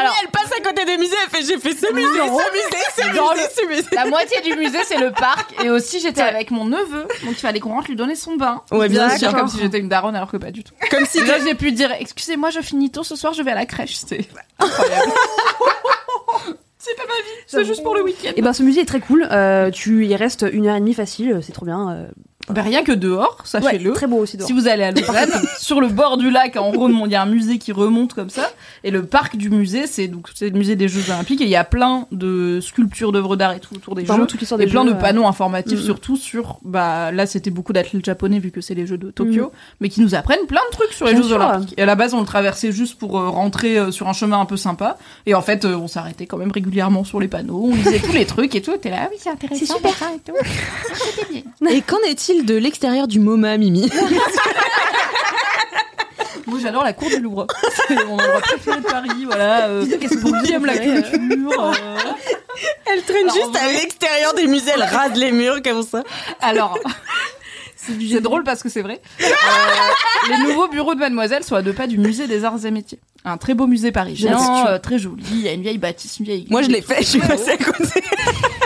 S2: Alors,
S1: Elle passe à côté des musées, elle fait j'ai fait ce musée, ce musée, ce musée, ce musée.
S2: La moitié du musée, c'est le parc. Et aussi, j'étais avec mon neveu. Donc, il fallait qu'on rentre lui donner son bain.
S1: Ouais, bien
S2: D'accord.
S1: sûr.
S2: Comme si j'étais une daronne, alors que pas du tout.
S1: Comme si
S2: Et là, j'ai pu dire Excusez-moi, je finis tôt ce soir, je vais à la crèche. C'est incroyable. c'est pas ma vie, c'est juste pour le week-end.
S4: Et ben, ce musée est très cool. Euh, tu y restes une heure et demie facile. euh, C'est trop bien. euh,
S2: Bah, rien que dehors,
S4: ouais,
S2: sachez-le.
S4: très beau aussi dehors.
S2: si vous allez à Lausanne, sur le bord du lac, en Rhône, il y a un musée qui remonte comme ça. Et le parc du musée, c'est donc c'est le musée des Jeux Olympiques. Et il y a plein de sculptures, d'œuvres d'art et tout autour des Jeux.
S4: Vraiment toute l'histoire
S2: Et
S4: des
S2: plein
S4: jeux,
S2: de
S4: euh,
S2: panneaux informatifs,
S4: Mm.
S2: surtout sur. Bah, là, c'était beaucoup d'athlètes japonais, vu que c'est les Jeux de Tokyo, mais qui nous apprennent plein de trucs sur les
S4: Mm. Bien
S2: Jeux
S4: sûr.
S2: Olympiques. Et à la base, on le traversait juste pour euh, rentrer euh, sur un chemin un peu sympa. Et en fait, euh, on s'arrêtait quand même régulièrement sur les panneaux, on lisait tous les trucs et tout. T'es là, ah oui, c'est intéressant.
S4: super.
S2: machin et tout.
S1: Et qu'en est-il de l'extérieur du MoMA, Mimi
S2: Moi, j'adore la cour du Louvre. C'est mon endroit préféré de Paris, voilà. euh, pour qui aime la culture. euh.
S1: Elle traîne
S2: Alors,
S1: juste
S2: en
S1: à
S2: vrai-
S1: l'extérieur des musées, elle rase les murs comme ça.
S2: Alors, c'est drôle parce que c'est vrai. Euh, les nouveaux bureaux de Mademoiselle sont à deux pas du musée des arts et métiers. Un très beau musée parisien,
S1: Bien sûr.
S2: euh, très joli. Il y a une vieille bâtisse, une vieille.
S1: Moi, je l'ai fait, je suis passée à côté.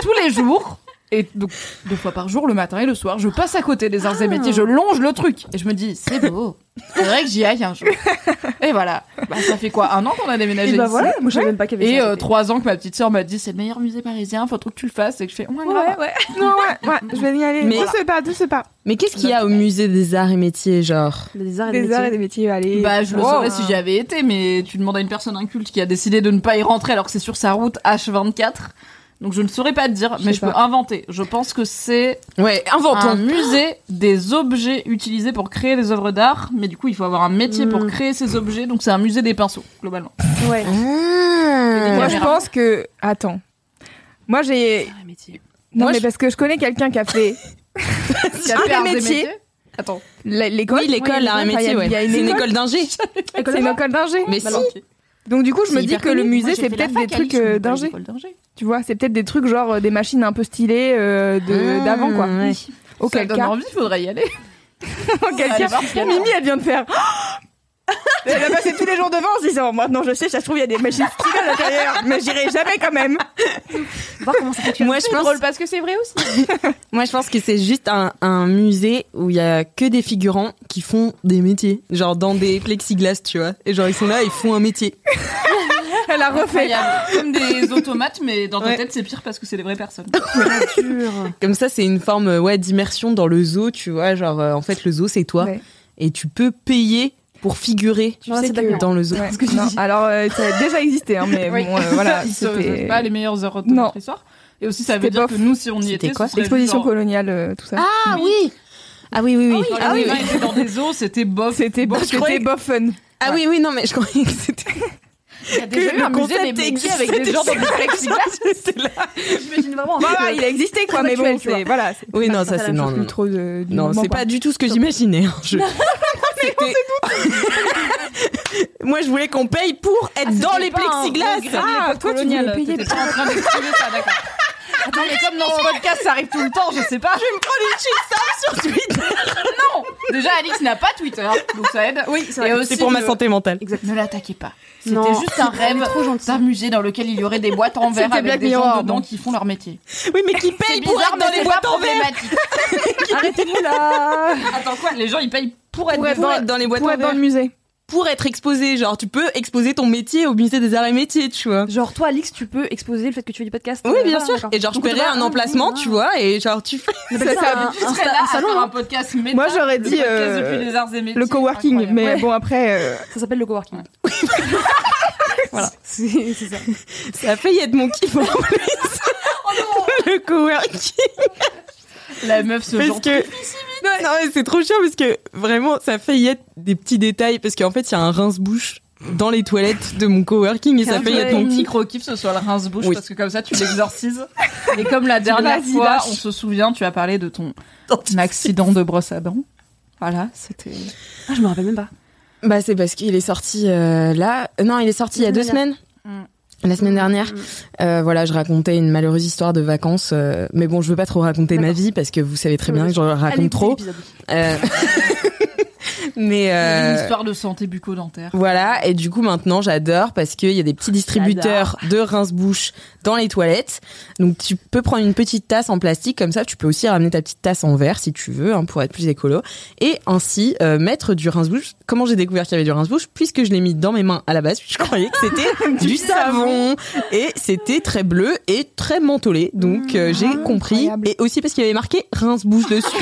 S2: tous les jours. Et donc, deux fois par jour, le matin et le soir, je passe à côté des arts
S4: Ah.
S2: et métiers, je longe le truc. Et je me dis, c'est beau. C'est vrai que j'y aille un jour. Et voilà. Bah, ça fait quoi Un an qu'on a déménagé
S4: Et bah
S2: ici.
S4: voilà, moi je savais même pas qu'il y avait
S2: Et
S4: ça,
S2: euh,
S4: c'était-
S2: trois ans que ma petite sœur m'a dit, c'est le meilleur musée parisien, faut trop que tu le fasses. Et que je fais, oh my God.
S3: Ouais, ouais. Non, ouais, ouais, je vais y aller.
S1: Mais-
S3: Mais... Douce pas, douce pas.
S1: Mais qu'est-ce qu'il y a au musée des arts et métiers, genre
S4: Mais Des arts et des
S3: Des heures et
S4: métiers.
S3: des métiers, allez.
S2: Bah, je le
S3: Wow.
S2: saurais si j'y avais été, mais tu demandes à une personne inculte qui a décidé de ne pas y rentrer alors que c'est sur sa route H24. Donc je ne saurais pas te dire, mais je peux inventer. Je pense que c'est
S1: Ouais,
S2: un
S1: inventons.
S2: musée des objets utilisés pour créer des œuvres d'art, mais du coup il faut avoir un métier pour créer ces objets, donc c'est un musée des pinceaux globalement.
S4: Ouais.
S1: Ah.
S3: Moi, je
S2: Caméra.
S3: pense que. Attends. Moi, j'ai.
S4: Arts et métiers.
S3: Non,
S1: Moi,
S3: mais
S1: je-
S3: parce que je connais quelqu'un qui a fait
S2: Il y a
S3: Un des
S2: arts et
S3: métiers.
S2: Attends.
S3: l- l'école.
S1: Oui, l'école
S3: là,
S1: arts et métiers, ouais. C'est une école d'ingé.
S3: C'est une école d'ingé.
S1: Mais si.
S2: Bah, ok.
S3: Donc, du coup, je me
S2: C'est
S3: dis
S2: hyper
S3: que le
S2: connu. Moi,
S3: musée,
S2: j'ai fait
S3: c'est
S2: la
S3: peut-être des
S2: fac à
S3: trucs
S2: Lille,
S3: euh,
S2: c'est pas une
S3: d'ingé.
S2: école d'ingé.
S3: Tu vois, c'est peut-être des trucs genre euh, des machines un peu stylées euh, de-
S1: Ah,
S3: d'avant, quoi.
S1: ouais.
S2: Ça
S3: Auquel
S2: donne
S3: cas.
S2: envie, faudrait y aller.
S3: Auquel
S2: Allez
S3: cas.
S2: voir ce qu'il y a.
S3: Mimi, elle vient de faire. Elle a passé tous les jours devant en se disant maintenant je sais, ça se trouve il y a des machines stylées à l'intérieur, mais j'irai jamais quand même.
S4: Voir comment ça fonctionne.
S1: Moi, je
S2: C'est
S1: pense-
S2: drôle parce que c'est vrai aussi.
S1: Moi, je pense que c'est juste un, un musée où il y a que des figurants qui font des métiers, genre dans des plexiglas, tu vois. Et genre ils sont là, ils font un métier.
S3: Elle a refait.
S2: Incroyable. Comme des automates, mais dans ta
S1: Ouais.
S2: tête, c'est pire parce que c'est les vraies personnes.
S1: Comme ça, c'est une forme euh, ouais d'immersion dans le zoo, tu vois. Genre euh, en fait, le zoo c'est toi,
S3: Ouais.
S1: et tu peux payer pour figurer
S4: Non,
S3: sais
S4: c'est
S3: que-
S4: d'accord.
S1: dans le zoo.
S3: Ouais. Non, alors euh, ça a déjà existé, hein, mais
S2: Oui.
S3: bon, euh, voilà,
S2: Ils se-
S3: c'était
S2: c'est pas les meilleures heures de
S3: Non.
S2: notre histoire. Et aussi, ça veut
S3: C'était
S2: dire
S3: bof.
S2: que nous, si on y
S1: C'était
S2: était,
S1: quoi
S2: ce serait
S3: l'exposition
S2: genre-
S3: coloniale, euh, tout ça. Ah,
S1: Ah oui. Ah oui, oui, oui.
S2: Genre,
S1: Ah
S2: les
S1: oui,
S2: humains
S1: oui.
S2: étaient dans des eaux, c'était bof.
S3: c'était
S2: Bon,
S3: bof,
S2: je croyais
S3: c'était
S2: que-
S3: bof fun.
S1: Ah oui, oui, non, mais je croyais que c'était
S2: Il y a déjà eu un musée des métiers avec des gens dans des plexiglas.
S4: J'imagine vraiment. en
S3: Bah,
S4: fait,
S3: bah,
S4: euh,
S3: il a existé quoi, mais
S4: actuel,
S3: bon,
S4: tu vois.
S3: c'est voilà. c'est-
S1: Oui, non, ça
S4: Ça,
S1: c'est non,
S3: Sauf que
S1: non,
S3: trop de. du
S1: non,
S3: moment,
S1: c'est
S3: quoi.
S1: pas du tout ce que j'imaginais. hein, je- C'était- Moi, je voulais qu'on paye pour être dans les plexiglas.
S2: Ah,
S4: toi, tu voulais payer
S2: T'étais pas en train d'expliquer ça, d'accord. Attends, mais oh. comme dans ce podcast, ça arrive tout le temps, je sais pas. Je vais me prendre une shitstorm sur Twitter. Non Déjà, Alix n'a pas Twitter, donc ça aide. Oui,
S1: C'est pour ma santé mentale.
S2: Ne l'attaquez pas. C'était
S4: Non.
S2: juste un rêve
S4: trop gentil.
S2: d'un musée dans lequel il y aurait des boîtes en verre
S3: C'était
S2: avec
S3: Black
S2: des gens
S3: Mirror,
S2: dedans
S3: bon.
S2: qui font leur métier.
S1: Oui, mais qui paye
S2: C'est
S1: pour
S2: bizarre,
S1: être
S2: mais
S1: dans les
S2: c'est pas
S1: boîtes en verre
S2: problématique.
S3: Arrêtez-vous là
S2: Attends quoi Les gens ils payent pour être
S1: Pour être
S2: dedans.
S1: dans les boîtes
S3: Pour
S1: en
S3: être dans
S1: verre.
S3: le musée.
S1: Pour être exposé, genre tu peux exposer ton métier au musée des arts et métiers, tu vois.
S4: Genre, toi, Alix, tu peux exposer le fait que tu fais du podcast.
S1: Oui,
S4: euh,
S1: bien
S4: voilà,
S1: sûr.
S4: d'accord.
S1: Et genre je
S4: Donc, tu
S1: paierais
S4: vas-
S1: un emplacement, tu vois, et genre tu fais.
S4: Mais
S3: Ça,
S4: ça,
S3: ça-
S4: un-
S2: Tu
S4: un
S2: serais
S4: sta-
S2: là
S4: un
S2: à faire
S4: salon,
S2: un
S4: hein.
S2: podcast méta,
S3: Moi, j'aurais
S2: le
S3: dit,
S2: podcast
S3: euh,
S2: depuis les arts et métiers,
S3: Le coworking,
S2: incroyable.
S3: mais bon, après. euh,
S4: ça s'appelle le coworking. voilà. C'est c'est ça.
S1: Ça a failli être mon kiff en plus.
S2: Oh,
S1: Le coworking.
S2: la meuf se
S1: Parce
S2: genre
S1: que. Non, non, mais c'est trop chiant parce que vraiment, ça a failli être des petits détails. Parce qu'en fait, il y a un rince-bouche dans les toilettes de mon coworking et ça a failli être
S2: ton
S1: mon
S2: petit
S1: kiff.
S2: gros kiff ce soit le rince-bouche
S1: Oui.
S2: parce que comme ça tu l'exorcises et comme la dernière
S3: Vas-y,
S2: fois
S3: lâche.
S2: on se souvient tu as parlé de ton accident de brosse à dents voilà c'était
S4: Ah, je me rappelle même pas.
S1: Bah, c'est parce qu'il est sorti euh, là. Euh, Non, il est sorti il y a
S4: La
S1: deux
S4: semaine
S1: semaines.
S2: dernière.
S1: La semaine dernière,
S4: Mm.
S1: Euh, voilà, je racontais une malheureuse histoire de vacances, euh, mais bon, je veux pas trop raconter ma
S4: D'accord.
S1: vie parce que vous savez très bien
S4: Oui,
S1: que je
S4: Allez,
S1: raconte
S4: écoutez
S1: trop.
S4: l'épisode.
S1: Euh, mais
S2: Il y avait
S1: euh,
S2: une histoire de santé bucco-dentaire
S1: voilà, et du coup maintenant j'adore parce qu'il y a des petits distributeurs de rince-bouche dans les toilettes. Donc tu peux prendre une petite tasse en plastique comme ça, tu peux aussi ramener ta petite tasse en verre si tu veux hein, pour être plus écolo. Et ainsi euh, mettre du rince-bouche. Comment j'ai découvert qu'il y avait du rince-bouche Puisque je l'ai mis dans mes mains à la base, je croyais que c'était du savon. Et c'était très bleu et très mentholé. Donc euh, j'ai compris.
S3: incroyable.
S1: Et aussi parce qu'il y avait marqué rince-bouche dessus.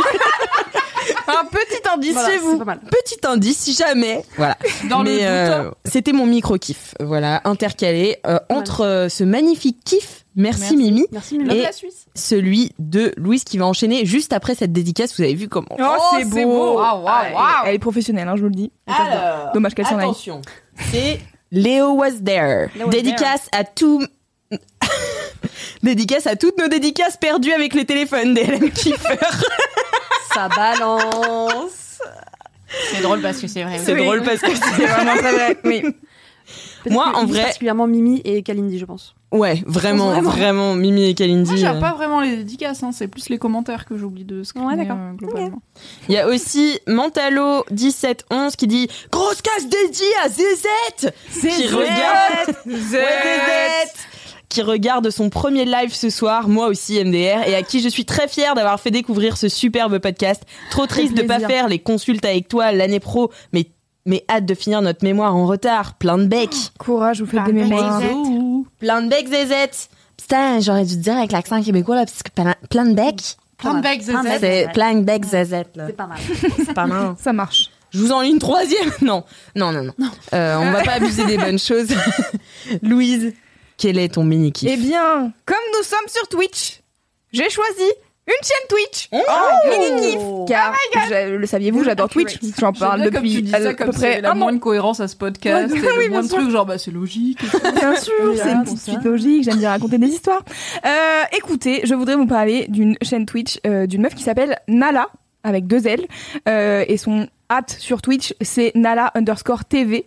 S3: Un petit indice
S4: Voilà,
S3: chez
S4: c'est
S3: vous.
S4: pas mal.
S1: Petit indice si jamais. Voilà.
S2: dans le
S1: Mais
S2: doute hein.
S1: euh, c'était mon micro kiff, voilà, intercalé euh, entre euh, ce magnifique kiff, merci,
S2: Merci.
S1: Mimi,
S4: Merci,
S2: l'homme
S4: Mimi.
S1: et-
S2: de la Suisse
S1: celui de Louise qui va enchaîner juste après cette dédicace. Vous avez vu comment
S3: Oh, c'est
S2: c'est beau. Waouh,
S3: beau.
S2: waouh,
S3: Ah, elle-
S2: waouh.
S3: Elle est professionnelle, hein, je vous le dis.
S2: alors
S3: Dommage qu'elle s'en aille.
S1: Attention, c'est Léo was there.
S4: Léo was
S1: dédicace à tout. dédicace à toutes nos dédicaces perdues avec les téléphones des LM kiffeurs.
S4: Ça balance.
S2: c'est drôle parce que c'est vrai
S1: C'est
S3: Oui.
S1: drôle parce que
S3: C'est vraiment très vrai. Oui.
S4: Peut-être
S1: Moi,
S4: que
S1: en
S4: Mimi,
S1: vrai-
S4: Particulièrement Mimi et Kalindi, je pense.
S1: ouais, vraiment,
S4: Vraiment.
S1: vraiment, Mimi et Kalindi.
S2: Moi, je gère
S1: euh,
S2: pas vraiment les dédicaces, hein, c'est plus les commentaires que j'oublie de screener
S4: Ouais, d'accord.
S2: euh, globalement.
S1: Il y a aussi Mentalo 1711 qui dit grosse casse dédiée à Zézette qui regarde Ouais, Zézette qui regarde son premier live ce soir, moi aussi MDR, et à qui je suis très fière d'avoir fait découvrir ce superbe podcast. Trop triste de pas
S4: plaisir.
S1: faire les consultes avec toi l'année pro, mais mais hâte de finir notre mémoire en retard. Plein de Oh, becs,
S3: Courage, vous faites des mémoires.
S1: plein de becs Zézette. Putain, j'aurais dû te dire avec l'accent québécois là, parce que plein- plein de becs,
S2: Plein de becs,
S4: Plein de
S2: Zézette.
S4: becs.
S1: c'est plein de becs Zézette là.
S4: C'est pas mal.
S1: C'est pas mal.
S3: Ça marche.
S1: Je vous en lis une troisième Non, non, non, non. Euh, on va pas abuser des bonnes choses. Louise, quel est ton mini kiff
S3: Eh bien, comme nous sommes sur Twitch, j'ai choisi une chaîne Twitch.
S1: Oh
S3: mini-kiff.
S2: Oh
S3: Car, je- le saviez-vous, j'adore Twitch. J'en parle
S2: J'aime bien comme tu
S3: depuis
S2: dis
S3: à
S2: ça,
S3: peu
S2: comme c'est
S3: près
S2: la
S3: un an.
S2: moins de cohérence à ce podcast,
S3: Ouais,
S2: et le
S3: oui, bien
S2: moins de
S3: sûr.
S2: trucs genre bah c'est logique. et tout.
S3: Bien sûr,
S2: Voilà,
S3: c'est une
S2: pour
S3: petite
S2: ça.
S3: suite logique, j'aime bien raconter des histoires. Euh, écoutez, je voudrais vous parler d'une chaîne Twitch euh, d'une meuf qui s'appelle Nala, avec deux L, euh, et son hâte sur Twitch, c'est Nala underscore TV.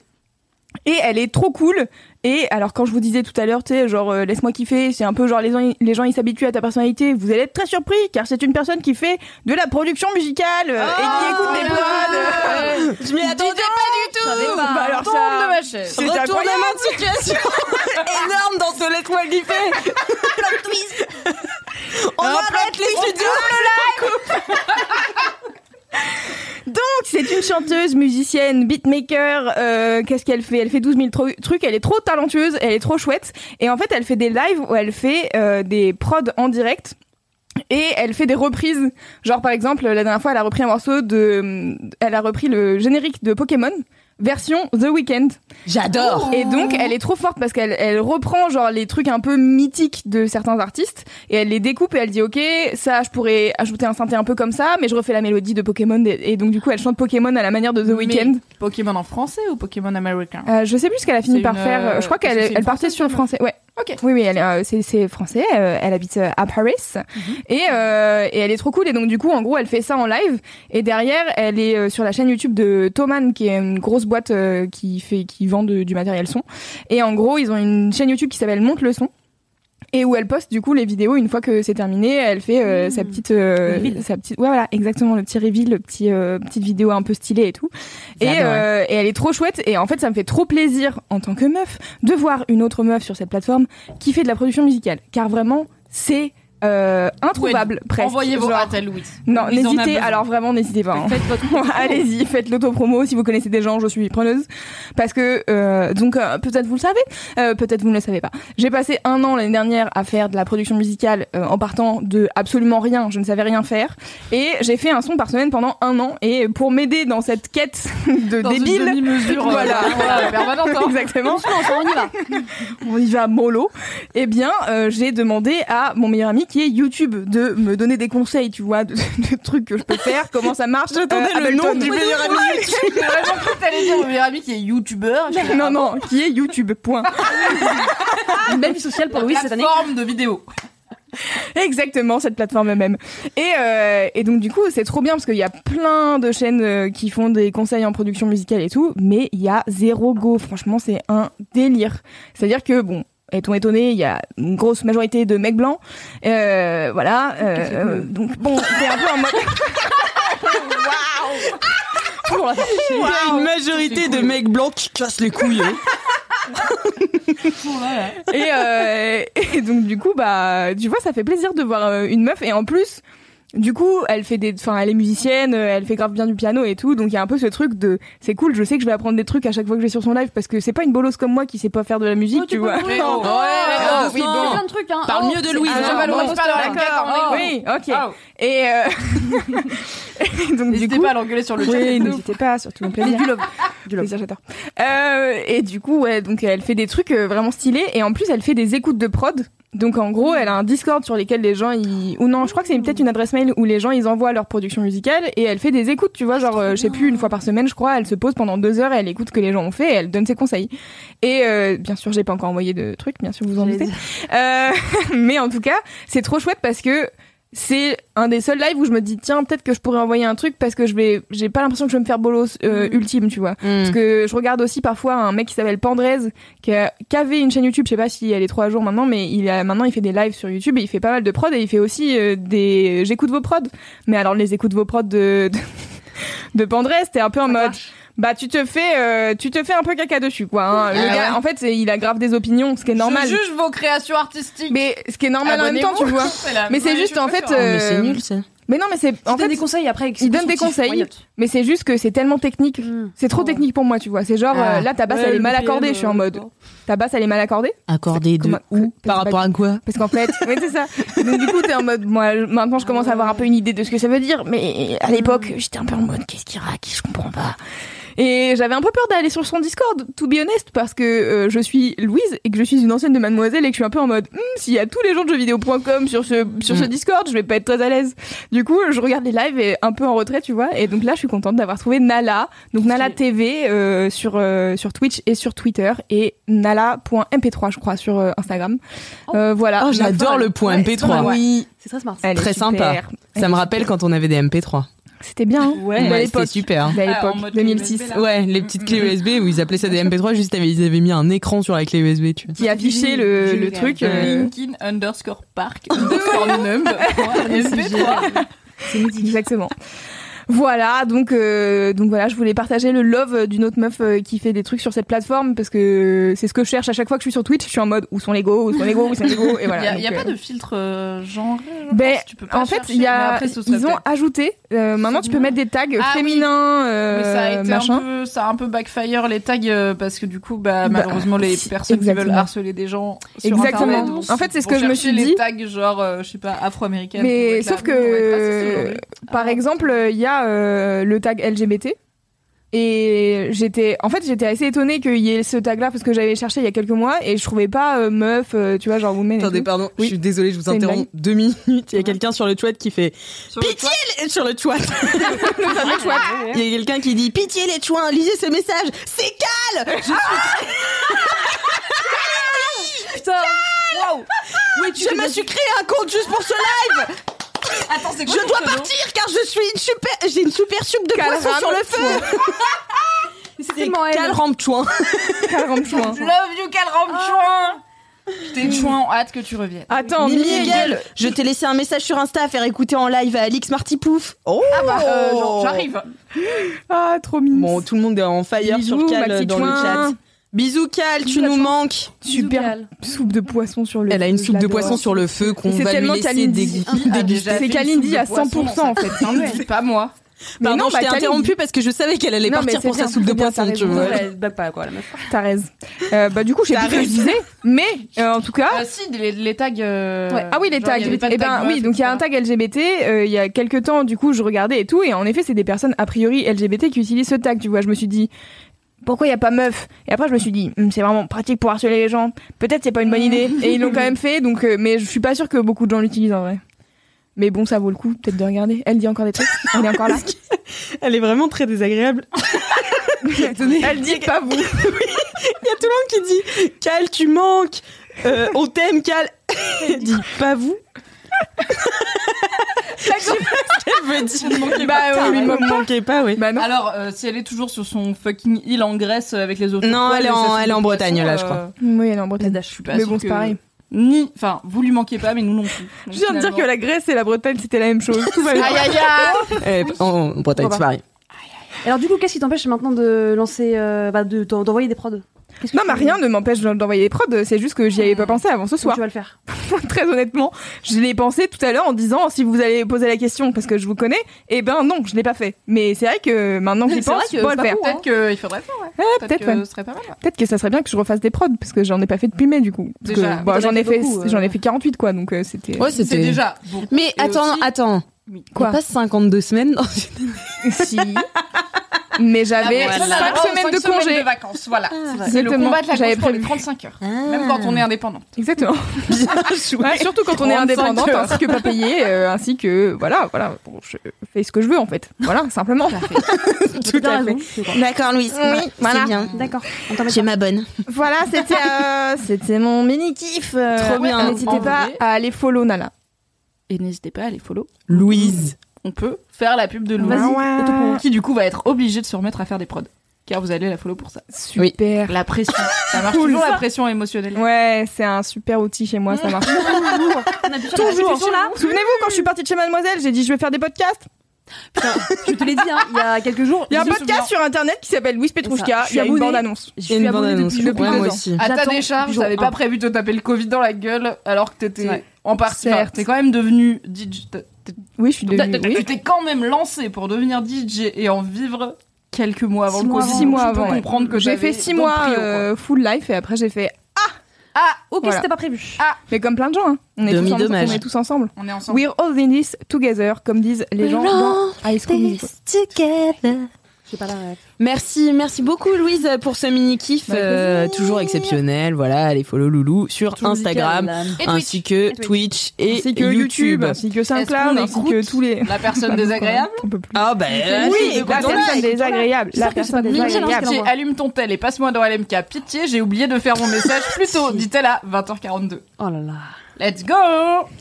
S3: Et elle est trop cool. Et alors, quand je vous disais tout à l'heure, tu sais, genre, euh, laisse-moi kiffer, c'est un peu genre, les, gens- les gens, ils s'habituent à ta personnalité. Vous allez être très surpris, car c'est une personne qui fait de la production musicale euh, et
S2: Oh
S3: qui écoute des prods. euh,
S1: Je m'y attendais pas du tout.
S3: Bah alors
S2: Tombe
S3: ça-
S2: de ma chaise.
S3: C'est incroyable.
S1: Retournement de situation énorme dans ce Laisse-moi kiffer. Plot twist. On arrête les studios.
S3: Donc, c'est une chanteuse, musicienne, beatmaker. euh, Qu'est-ce qu'elle fait Elle fait 12 000 tru- trucs. Elle est trop talentueuse, elle est trop chouette. Et en fait, elle fait des lives où elle fait euh, des prods en direct. Et elle fait des reprises. Genre, par exemple, la dernière fois, elle a repris un morceau de. Elle a repris le générique de Pokémon, version The Weeknd.
S1: J'adore.
S3: Et donc, elle est trop forte parce qu'elle elle reprend genre les trucs un peu mythiques de certains artistes et elle les découpe et elle dit ok ça je pourrais ajouter un synthé un peu comme ça mais je refais la mélodie de Pokémon et, et donc du coup elle chante Pokémon à la manière de The Weeknd.
S2: Mais Pokémon en français ou Pokémon américain
S3: Euh, je sais plus ce qu'elle a fini
S2: C'est
S3: par
S2: une,
S3: faire. euh, Je crois
S2: euh, est-ce
S3: qu'elle
S2: que c'est
S3: elle
S2: une
S3: partait sur le français. Ouais.
S2: Ok.
S3: Oui oui elle est, euh, c'est c'est français. euh, elle habite euh, à Paris
S2: Mhm.
S3: et euh, et elle est trop cool et donc du coup en gros elle fait ça en live et derrière elle est euh, sur la chaîne YouTube de Thoman qui est une grosse boîte euh, qui fait qui vend de- du matériel son et en gros ils ont une chaîne YouTube qui s'appelle Monte le son. Et où elle poste du coup les vidéos une fois que c'est terminé, elle fait euh,
S2: Mmh.
S3: sa petite, euh,
S2: Reveal.
S3: sa petite, ouais voilà exactement le petit reveal, le petit euh, petite vidéo un peu stylée et tout. Et,
S1: J'adore,
S3: euh, et elle est trop chouette. Et en fait, ça me fait trop plaisir en tant que meuf de voir une autre meuf sur cette plateforme qui fait de la production musicale. Car vraiment, c'est euh, introuvable presque.
S2: Envoyez vos
S3: Genre-
S2: hâtes à Louis.
S3: Non,
S2: Ils en a
S3: n'hésitez.
S2: besoin.
S3: Alors vraiment, n'hésitez pas. hein.
S2: Faites votre
S3: Allez-y, faites l'autopromo si vous connaissez des gens, je suis preneuse. Parce que, euh, donc, euh, peut-être vous le savez, euh, peut-être vous ne le savez pas. J'ai passé un an l'année dernière à faire de la production musicale euh, en partant de absolument rien, je ne savais rien faire. Et j'ai fait un son par semaine pendant un an. Et pour m'aider dans cette quête de
S2: Dans une
S3: débile,
S2: demi-mesure. euh,
S3: Voilà.
S2: voilà, permanente, hein.
S3: Exactement.
S4: on y va.
S3: On y va mollo. Eh bien, euh, j'ai demandé à mon meilleur ami qui est YouTube de me donner des conseils, tu vois, de, de trucs que je peux faire, comment ça marche. Euh,
S1: J'attendais le nom du meilleur ami.
S2: J'ai vraiment cru que t'allais dire mon meilleur ami qui est youtubeur.
S3: ami. Non, non, qui est YouTube. Point.
S4: Une belle vie sociale pour Louis cette année.
S2: Forme de vidéo.
S3: Exactement, cette plateforme même. Et, euh, et donc du coup, c'est trop bien parce qu'il y a plein de chaînes euh, qui font des conseils en production musicale et tout, mais il y a zéro go. Franchement, c'est un délire. C'est-à-dire que bon. Est-on étonné Il y a une grosse majorité de mecs blancs, Euh, voilà. euh, donc bon, c'est un peu en mode. Waouh
S1: Il y a une majorité de mecs blancs qui cassent les couilles. hein.
S3: et, euh, et donc du coup bah tu vois ça fait plaisir de voir euh, une meuf et en plus du coup elle fait des enfin elle est musicienne euh, elle fait grave bien du piano et tout donc il y a un peu ce truc de c'est cool je sais que je vais apprendre des trucs à chaque fois que je vais sur son live parce que c'est pas une bolosse comme moi qui sait pas faire de la musique
S4: Oh,
S3: tu
S4: tu
S3: vois
S4: peux le faire.
S3: Non.
S4: Oh,
S1: Ah,
S4: oui,
S1: doucement.
S4: plein de trucs. Hein.
S1: Parle
S4: Oh,
S1: mieux de
S4: c'est-
S1: Louis.
S3: Ah,
S2: Je
S3: non,
S2: valorise
S3: bon,
S2: pas leur
S3: d'accord.
S2: enquête, on est
S3: oui ok
S2: Oh.
S3: et euh, donc du
S2: N'hésitez
S3: coup
S2: pas à l'engueuler sur le chat.
S3: oui, n'hésitez pas, surtout mon plaisir. du love. Du love. j'adore. Euh, et du coup, ouais, donc elle fait des trucs euh, vraiment stylés et en plus elle fait des écoutes de prod. Donc en gros, elle a un Discord sur lesquels les gens ils ou non, je crois que c'est peut-être une adresse mail où les gens ils envoient leur production musicale et elle fait des écoutes, tu vois, genre euh, je sais plus une fois par semaine, je crois, elle se pose pendant deux heures et elle écoute ce que les gens ont fait et elle donne ses conseils. Et euh, bien sûr, j'ai pas encore envoyé de trucs, bien sûr vous en
S4: J'allais
S3: doutez. Euh, mais en tout cas, c'est trop chouette parce que c'est un des seuls lives où je me dis tiens peut-être que je pourrais envoyer un truc parce que je vais j'ai pas l'impression que je vais me faire bolos euh, ultime tu vois
S1: Hmm.
S3: parce que je regarde aussi parfois un mec qui s'appelle Pandrez qui, a- qui avait une chaîne YouTube je sais pas si elle est trois jours maintenant mais il a maintenant il fait des lives sur YouTube et il fait pas mal de prod et il fait aussi euh, des j'écoute vos prods mais alors les écoute vos prods de de, de Pandrez t'es un peu en mode bah tu te fais euh, tu te fais un peu caca dessus quoi hein. le
S2: Ah
S3: gars
S2: ouais.
S3: en fait c'est- il a grave des opinions ce qui est normal
S2: Je juge vos créations artistiques.
S3: Ah, mais ce qui est normal en même temps tu
S2: Abonnez-vous.
S3: vois
S2: C'est la-
S3: mais c'est
S2: Ouais,
S3: juste
S2: je hein.
S3: en
S2: suis
S3: fait
S1: Oh,
S2: d'accord.
S3: euh,
S1: ça.
S3: mais non mais c'est en fait
S4: des conseils après.
S3: il donne des conseils. Mais c'est juste que c'est tellement technique. C'est trop
S4: Oh.
S3: technique pour moi, tu vois. C'est genre,
S1: Ah.
S3: euh, là, ta basse, elle est mal accordée. Je suis
S2: euh,
S3: en mode, ta basse, elle est mal accordée
S1: Accordé
S3: Comment-
S1: où
S3: Par rapport
S1: à quoi
S3: Parce qu'en fait, oui, c'est ça. Donc, du coup, t'es en mode, moi, maintenant, je commence à avoir un peu une idée de ce que ça veut dire. Mais à l'époque, j'étais un peu en mode, qu'est-ce qu'il raque Je comprends pas. Et j'avais un peu peur d'aller sur son Discord, to be honest, parce que euh, je suis Louise et que je suis une ancienne de Mademoiselle et que je suis un peu en mode, Hmm, s'il y a tous les gens de jeuxvideo.com sur ce, sur ce
S1: Mm.
S3: Discord, je vais pas être très à l'aise. Du coup, je regarde les lives et un peu en retrait, tu vois. Et donc là, je suis contente d'avoir trouvé Nala, donc Nala TV euh, sur, euh, sur Twitch et sur Twitter et nala.mp3, je crois, sur euh, Instagram.
S4: Oh.
S3: Euh, voilà.
S1: Oh, j'adore
S3: Ma
S1: le point
S4: Ouais, c'est pas
S1: MP3.
S4: mal, ouais.
S1: Oui,
S4: C'est très smart.
S3: Elle est
S1: Très
S3: super.
S1: sympa.
S3: Elle
S1: ça
S3: est
S1: me rappelle
S3: super.
S1: quand on avait des MP3.
S3: C'était bien. hein.
S2: Ouais.
S3: Belle
S1: c'était
S3: époque.
S1: super. hein.
S3: Belle
S2: Ah, en
S3: époque,
S2: mode
S3: 2006.
S2: USB, là.
S1: Ouais, les petites clés USB où ils appelaient ça des MP3, juste ils avaient mis un écran sur la clé USB, tu vois.
S2: Ah,
S3: Qui affichait le, le truc. euh,
S2: LinkedIn underscore park underscore num.
S3: Ah,
S2: MP3.
S3: Exactement. Voilà, donc euh, donc voilà, je voulais partager le love d'une autre meuf euh, qui fait des trucs sur cette plateforme parce que c'est ce que je cherche à chaque fois que je suis sur Twitch. Je suis en mode où sont les go, où sont les go, où sont les go, et
S2: Il y
S3: voilà.
S2: a, il y a
S3: donc,
S2: pas
S3: euh,
S2: de filtre euh, genré, je
S3: Ben,
S2: pense. Tu peux pas
S3: En fait,
S2: chercher,
S3: il y
S2: mais
S3: a,
S2: après, ce serait
S3: ils ont
S2: peut-être-
S3: ajouté. euh, maintenant, tu peux
S2: bien.
S3: mettre des tags
S2: Ah oui.
S3: féminins, euh,
S2: Mais ça a été
S3: machin.
S2: un peu, ça a un peu backfire les tags euh, parce que du coup, bah,
S3: Bah,
S2: malheureusement, les
S3: si,
S2: personnes qui veulent
S3: exactement.
S2: harceler des gens sur
S3: Exactement.
S2: Internet vont-
S3: En fait, c'est ce
S2: vont
S3: que je me
S2: chercher
S3: suis
S2: les
S3: dit.
S2: tags genre, euh, je sais pas, afro-américaine.
S3: Mais
S2: pour être là,
S3: sauf que-
S2: oui, on va être raciste aujourd'hui.
S3: Par
S2: Ah.
S3: exemple, euh, il y a euh, le tag LGBT. Et j'étais, en fait, j'étais assez étonnée qu'il y ait ce tag-là parce que j'avais cherché il y a quelques mois et je trouvais pas euh, meuf, euh, tu vois, genre woman. et
S1: Attendez,
S3: tout.
S1: pardon,
S3: Oui.
S1: je suis désolée, je vous
S3: C'est une
S1: interromps deux minutes. Il y a quelqu'un sur le chat qui fait Pitié les- sur le chat. Il y a quelqu'un qui dit Pitié les chouins, lisez ce message, c'est cal Ah,
S4: Putain Waouh Oui, tu
S1: Je me suis créé un compte juste pour ce live
S2: Attends, c'est quoi
S1: Je
S2: ton
S1: dois
S2: pseudo
S1: partir car je suis une super j'ai une super soupe de
S3: Cal
S1: poisson sur le feu
S3: C'est tellement elle.
S1: Cal rampe chouin
S3: Calrame chouin.
S2: Love you, Calram Chouin T'es Ah. chouin, hâte que tu reviennes.
S3: Attends,
S1: Mimi
S3: Oh, Mimi
S1: Hegel,
S3: Hegel.
S1: je t'ai laissé un message sur Insta à faire écouter en live à Alix Marty Pouf Oh
S3: bah,
S2: Euh, genre, J'arrive.
S3: Ah, trop mignon.
S1: Bon, tout le monde est en fire
S3: Bisous,
S1: sur Cal
S3: Maxi
S1: dans le
S3: Chouin.
S1: chat. Bisous Cal, tu
S4: Bisous,
S1: nous
S4: Chouin.
S1: manques
S3: Super soupe de poisson sur le.
S1: Elle a une
S3: feu,
S1: soupe de
S3: j'adore.
S1: poisson sur le feu qu'on
S3: Et c'est
S1: va lui
S3: tellement
S1: laisser
S3: Kalindi.
S1: déguster.
S3: Il
S2: Ah,
S3: déguste.
S2: déjà,
S3: C'est
S2: fait une
S3: Kalindi
S2: soupe de
S3: à
S2: poisson
S3: 100%, en fait.
S2: Ah ouais. Pas moi.
S3: Mais
S1: Pardon, je
S3: bah,
S1: t'ai
S3: Kalindi.
S1: interrompu parce que je savais qu'elle allait
S3: Non, mais
S1: partir
S3: c'est
S1: pour
S3: bien,
S1: sa soupe de
S3: c'est bien,
S1: poisson,
S3: t'as
S1: tu
S3: raison.
S1: vois.
S4: Elle bug bah, pas, quoi, la meuf.
S3: Thérèse. Euh, bah du coup, j'ai plus ce que je disais, mais euh, en tout cas.
S2: Ah si, les, les tags. euh,
S3: Ouais. Ah oui, les
S2: genre,
S3: tags.
S2: il y avait pas de
S3: Eh ben
S2: tag
S3: oui,
S2: meuf,
S3: donc il y a un
S2: etc.
S3: tag LGBT. euh, il y a quelques temps, du coup, je regardais et tout, et en effet, c'est des personnes a priori LGBT qui utilisent ce tag. Tu vois, je me suis dit. Pourquoi il y a pas meuf Et après je me suis dit Hum, c'est vraiment pratique pour harceler les gens. Peut-être c'est pas une bonne
S2: Hmm.
S3: idée et ils l'ont quand même fait donc euh, mais je suis pas sûre que beaucoup de gens l'utilisent en vrai. Mais bon ça vaut le coup peut-être de regarder. Elle dit encore des trucs. Elle est encore là.
S1: Elle est vraiment très désagréable.
S3: Elle dit pas vous.
S1: Il y a tout le monde Oh, qui dit Cal, tu manques. Euh, on t'aime, Cal. Elle dit pas vous. Je sais pas ce qu'elle veut dire.
S3: Bah,
S2: Ah,
S3: ouais, oui,
S1: me manquez pas, oui.
S3: Bah non.
S2: Alors, euh, si elle est toujours sur son fucking île en Grèce euh, avec les autres.
S1: Non, elle est en- elle est en Bretagne, là, je crois.
S3: Oui elle est en Bretagne.
S2: je suis pas
S3: Mais
S2: sûre
S3: bon c'est
S2: que-
S3: pareil.
S2: Ni, enfin, vous lui manquez pas, mais nous non plus. Donc,
S3: Je viens de dire
S2: finalement-
S3: que la Grèce et la Bretagne c'était la même chose. Tout va bien.
S2: Aïe aïe aïe
S1: en Bretagne,
S4: c'est
S1: pareil.
S4: Alors, du coup, qu'est-ce qui t'empêche maintenant de lancer. euh, bah, de- d'en- d'envoyer des prods Qu'est-ce que
S3: Non,
S4: tu-
S3: mais rien ne m'empêche d'en- d'envoyer les prods. C'est juste que j'y avais pas pensé avant ce
S4: Donc,
S3: soir.
S4: Tu vas le faire.
S3: Très honnêtement, je l'ai pensé tout à l'heure en disant si vous allez poser la question parce que je vous connais, eh ben non, je l'ai pas fait. Mais c'est vrai que maintenant que j'y
S4: C'est vrai
S3: pense,
S4: que
S3: je peux le
S4: c'est pas
S3: faire.
S4: fou, hein.
S2: Peut-être qu'il faudrait le faire, ouais.
S3: Ouais,
S2: Peut-être
S3: Peut-être
S2: que
S3: ouais.
S2: ce serait pas mal. ouais.
S3: Peut-être que ça serait bien que je refasse des prods parce que j'en ai pas fait depuis mai du coup. Parce
S2: Déjà,
S3: que, bah,
S4: t'en as
S3: j'en ai
S4: fait
S3: fait,
S4: beaucoup, euh.
S3: j'en ai fait 48 quoi, donc euh, c'était.
S1: Ouais,
S2: C'est
S1: c'était.
S2: déjà. beaucoup.
S1: Mais
S2: Et
S1: attends,
S2: aussi-
S1: attends.
S2: Oui.
S1: Quoi
S3: Quoi
S1: On passe 52 semaines dans
S3: si. Mais j'avais
S2: Ah,
S3: cinq
S2: voilà. Oh,
S3: semaines
S2: cinq
S3: de congé. Ah,
S2: de vacances, voilà. C'est le
S3: Exactement.
S2: combat de la
S3: J'avais
S2: gauche pour les
S3: prévu. Ah.
S2: 35 heures. Même quand on est indépendant.
S3: Exactement. Ouais, surtout quand on est
S2: 35
S3: indépendante,
S2: heures.
S3: ainsi que pas payée, euh, ainsi que voilà, voilà, bon, je fais ce que je veux en fait. Voilà, simplement.
S4: Tout
S3: à
S1: D'accord, Louise.
S3: Oui, voilà.
S4: D'accord. On t'embête pas.
S1: ma bonne.
S3: Voilà, c'était euh, c'était mon mini kiff. euh,
S1: Trop bien.
S3: N'hésitez
S2: En
S3: pas
S2: vrai.
S3: à aller follow Nala.
S2: Et n'hésitez pas à les follow.
S1: Louise.
S2: On peut faire la pub de Louis.
S4: Vas-y,
S3: Ouah.
S4: autopromo.
S2: Qui du coup va être obligé de se remettre à faire des prods. Car vous allez la follow pour ça.
S3: Super.
S2: La pression. Ça marche toujours la pression émotionnelle.
S3: Ouais, c'est un super outil chez moi, ça marche.
S4: On a pu faire la
S3: Toujours.
S4: discussion, là.
S3: Souvenez-vous quand je suis partie de chez Mademoiselle, j'ai dit je vais faire des podcasts.
S4: Putain, je te l'ai dit, hein, il y a quelques jours.
S3: Il y a un
S4: je me
S3: podcast sur internet qui s'appelle Louise Petrouchka.
S4: Je suis
S3: Il y a une
S4: abonnée.
S3: bande annonce.
S4: souviens- Je suis abonnée depuis le
S3: depuis
S4: plus
S3: deux
S1: moi
S3: ans.
S1: aussi.
S2: À ta
S4: J'attends
S2: décharge,
S4: toujours
S2: t'avais
S4: un.
S2: pas prévu de te taper le Covid dans la gueule alors que t'étais
S4: Ouais.
S2: en partie.
S3: Certes.
S2: enfin, T'es quand même devenu DJ. t'es- t'es-
S3: Oui, je suis devenue.
S2: Tu t'es quand même lancé pour devenir DJ et en vivre quelques mois avant
S4: Six
S2: le
S4: mois
S2: Covid.
S4: avant.
S3: Six mois avant.
S2: Je peux
S3: ouais.
S2: comprendre que
S3: J'ai
S2: t'avais
S3: fait six
S2: dans le
S3: mois
S2: trio, quoi.
S3: euh, full life et après j'ai fait.
S2: Ah,
S4: Ok,
S3: Voilà.
S4: c'était pas prévu.
S2: Ah.
S3: Mais comme plein de gens, hein. on, est tous
S1: Demi
S3: ensemble-
S1: dommage.
S3: on est tous ensemble.
S2: on est ensemble.
S3: We're all in this together, comme disent les gens dans High School Musical.
S4: J'ai pas la ref.
S1: Merci, merci beaucoup Louise pour ce mini kiff
S3: Avec
S1: toujours exceptionnel. Voilà, allez follow Loulou sur Instagram
S4: Musical, là.
S1: ainsi que
S4: Et
S1: Twitch et,
S3: ainsi que
S1: YouTube.
S3: YouTube, ainsi que
S2: Est-ce
S3: SoundCloud,
S2: qu'on
S3: ainsi que
S2: écoute
S3: tous les.
S2: La personne désagréable.
S3: On peut plus.
S1: Ah ben
S3: oui, la personne désagréable. La
S4: J'espère que c'est
S3: personne
S4: pas des
S3: désagréable.
S4: gens.
S2: Pitié, allume ton tel et passe-moi dans LMK. Pitié, j'ai oublié de faire mon message plus tôt, dit-elle à 20h42.
S4: Oh là là.
S2: Let's go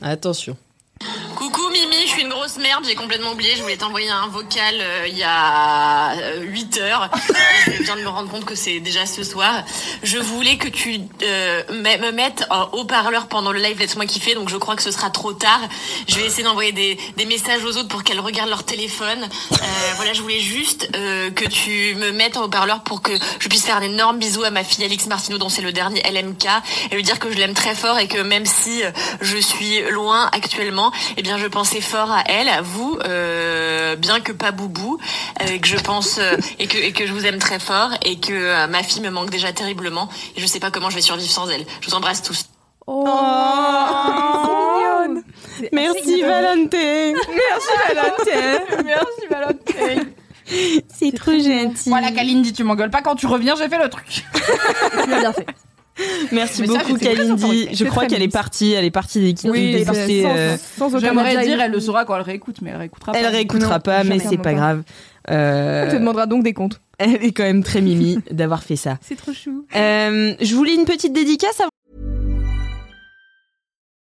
S1: Attention.
S5: Coucou Mimi, je suis une grosse merde, j'ai complètement oublié. Je voulais t'envoyer un vocal euh, il y a 8 heures. Et je viens de me rendre compte que c'est déjà ce soir. Je voulais que tu euh, me me mettes en haut-parleur pendant le live Laisse-moi kiffer, donc je crois que ce sera trop tard. Je vais essayer d'envoyer des, des messages aux autres pour qu'elles regardent leur téléphone. Euh, voilà, je voulais juste euh, que tu me mettes en haut-parleur pour que je puisse faire un énorme bisou à ma fille Alix Martineau, dont c'est le dernier LMK, et lui dire que je l'aime très fort et que même si euh, je suis loin actuellement, eh bien je pensais fort à elle, à vous, euh, bien que pas boubou, euh, que je pense euh, et, que, et que je vous aime très fort et que euh, ma fille me manque déjà terriblement et je sais pas comment je vais survivre sans elle. Je vous embrasse tous.
S4: Oh,
S2: hein,
S3: Oh, mignonne.
S1: Merci Valentin.
S3: Merci Valentine.
S2: Merci Valentine.
S1: C'est trop gentil.
S2: Voilà Kalindi, tu m'engueules pas quand tu reviens, j'ai fait le truc.
S4: tu l'as bien fait.
S1: Merci
S2: Mais ça,
S1: beaucoup
S2: j'étais très
S1: Kalindi.
S2: autoritaire.
S1: Je
S3: C'est
S1: crois
S3: très
S1: qu'elle est
S3: mince.
S1: partie, elle est partie des
S3: Oui,
S1: des
S3: elle est
S1: parties,
S3: partie.
S1: euh,
S3: Sans aucun
S2: J'aimerais
S3: moyen.
S2: dire, elle le saura quand elle réécoute, mais elle réécoutera
S1: Elle
S2: pas.
S1: réécoutera
S3: Non,
S1: pas, mais
S3: jamais,
S1: c'est pas
S3: vraiment pas.
S1: grave. Euh,
S3: Elle te demandera donc des comptes.
S1: elle est quand même très mimi d'avoir fait ça.
S3: C'est trop chou.
S1: Euh, je voulais une petite dédicace avant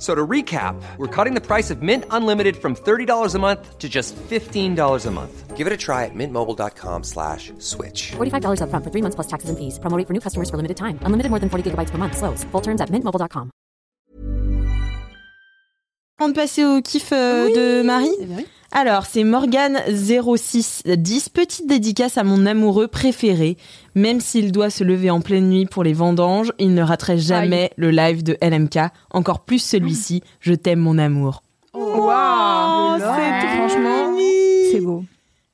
S6: So to recap, we're cutting the price of Mint Unlimited from $30 a month to just $15 a month. Give it a try at mintmobile.com slash switch.
S7: $45 upfront for three months plus taxes and fees. Promo rate for new customers for limited time. Unlimited more than 40 gigabytes per month. Slows. Full terms at mintmobile.com.
S1: de passer au kiff euh, de Marie.
S3: eh ben
S1: Alors, c'est Morgane0610. Petite dédicace à mon amoureux préféré. Même s'il doit se lever en pleine nuit pour les vendanges, il ne raterait jamais le live de LMK. Encore plus celui-ci. Je t'aime, mon amour.
S2: Oh,
S3: Waouh, c'est franchement, c'est beau.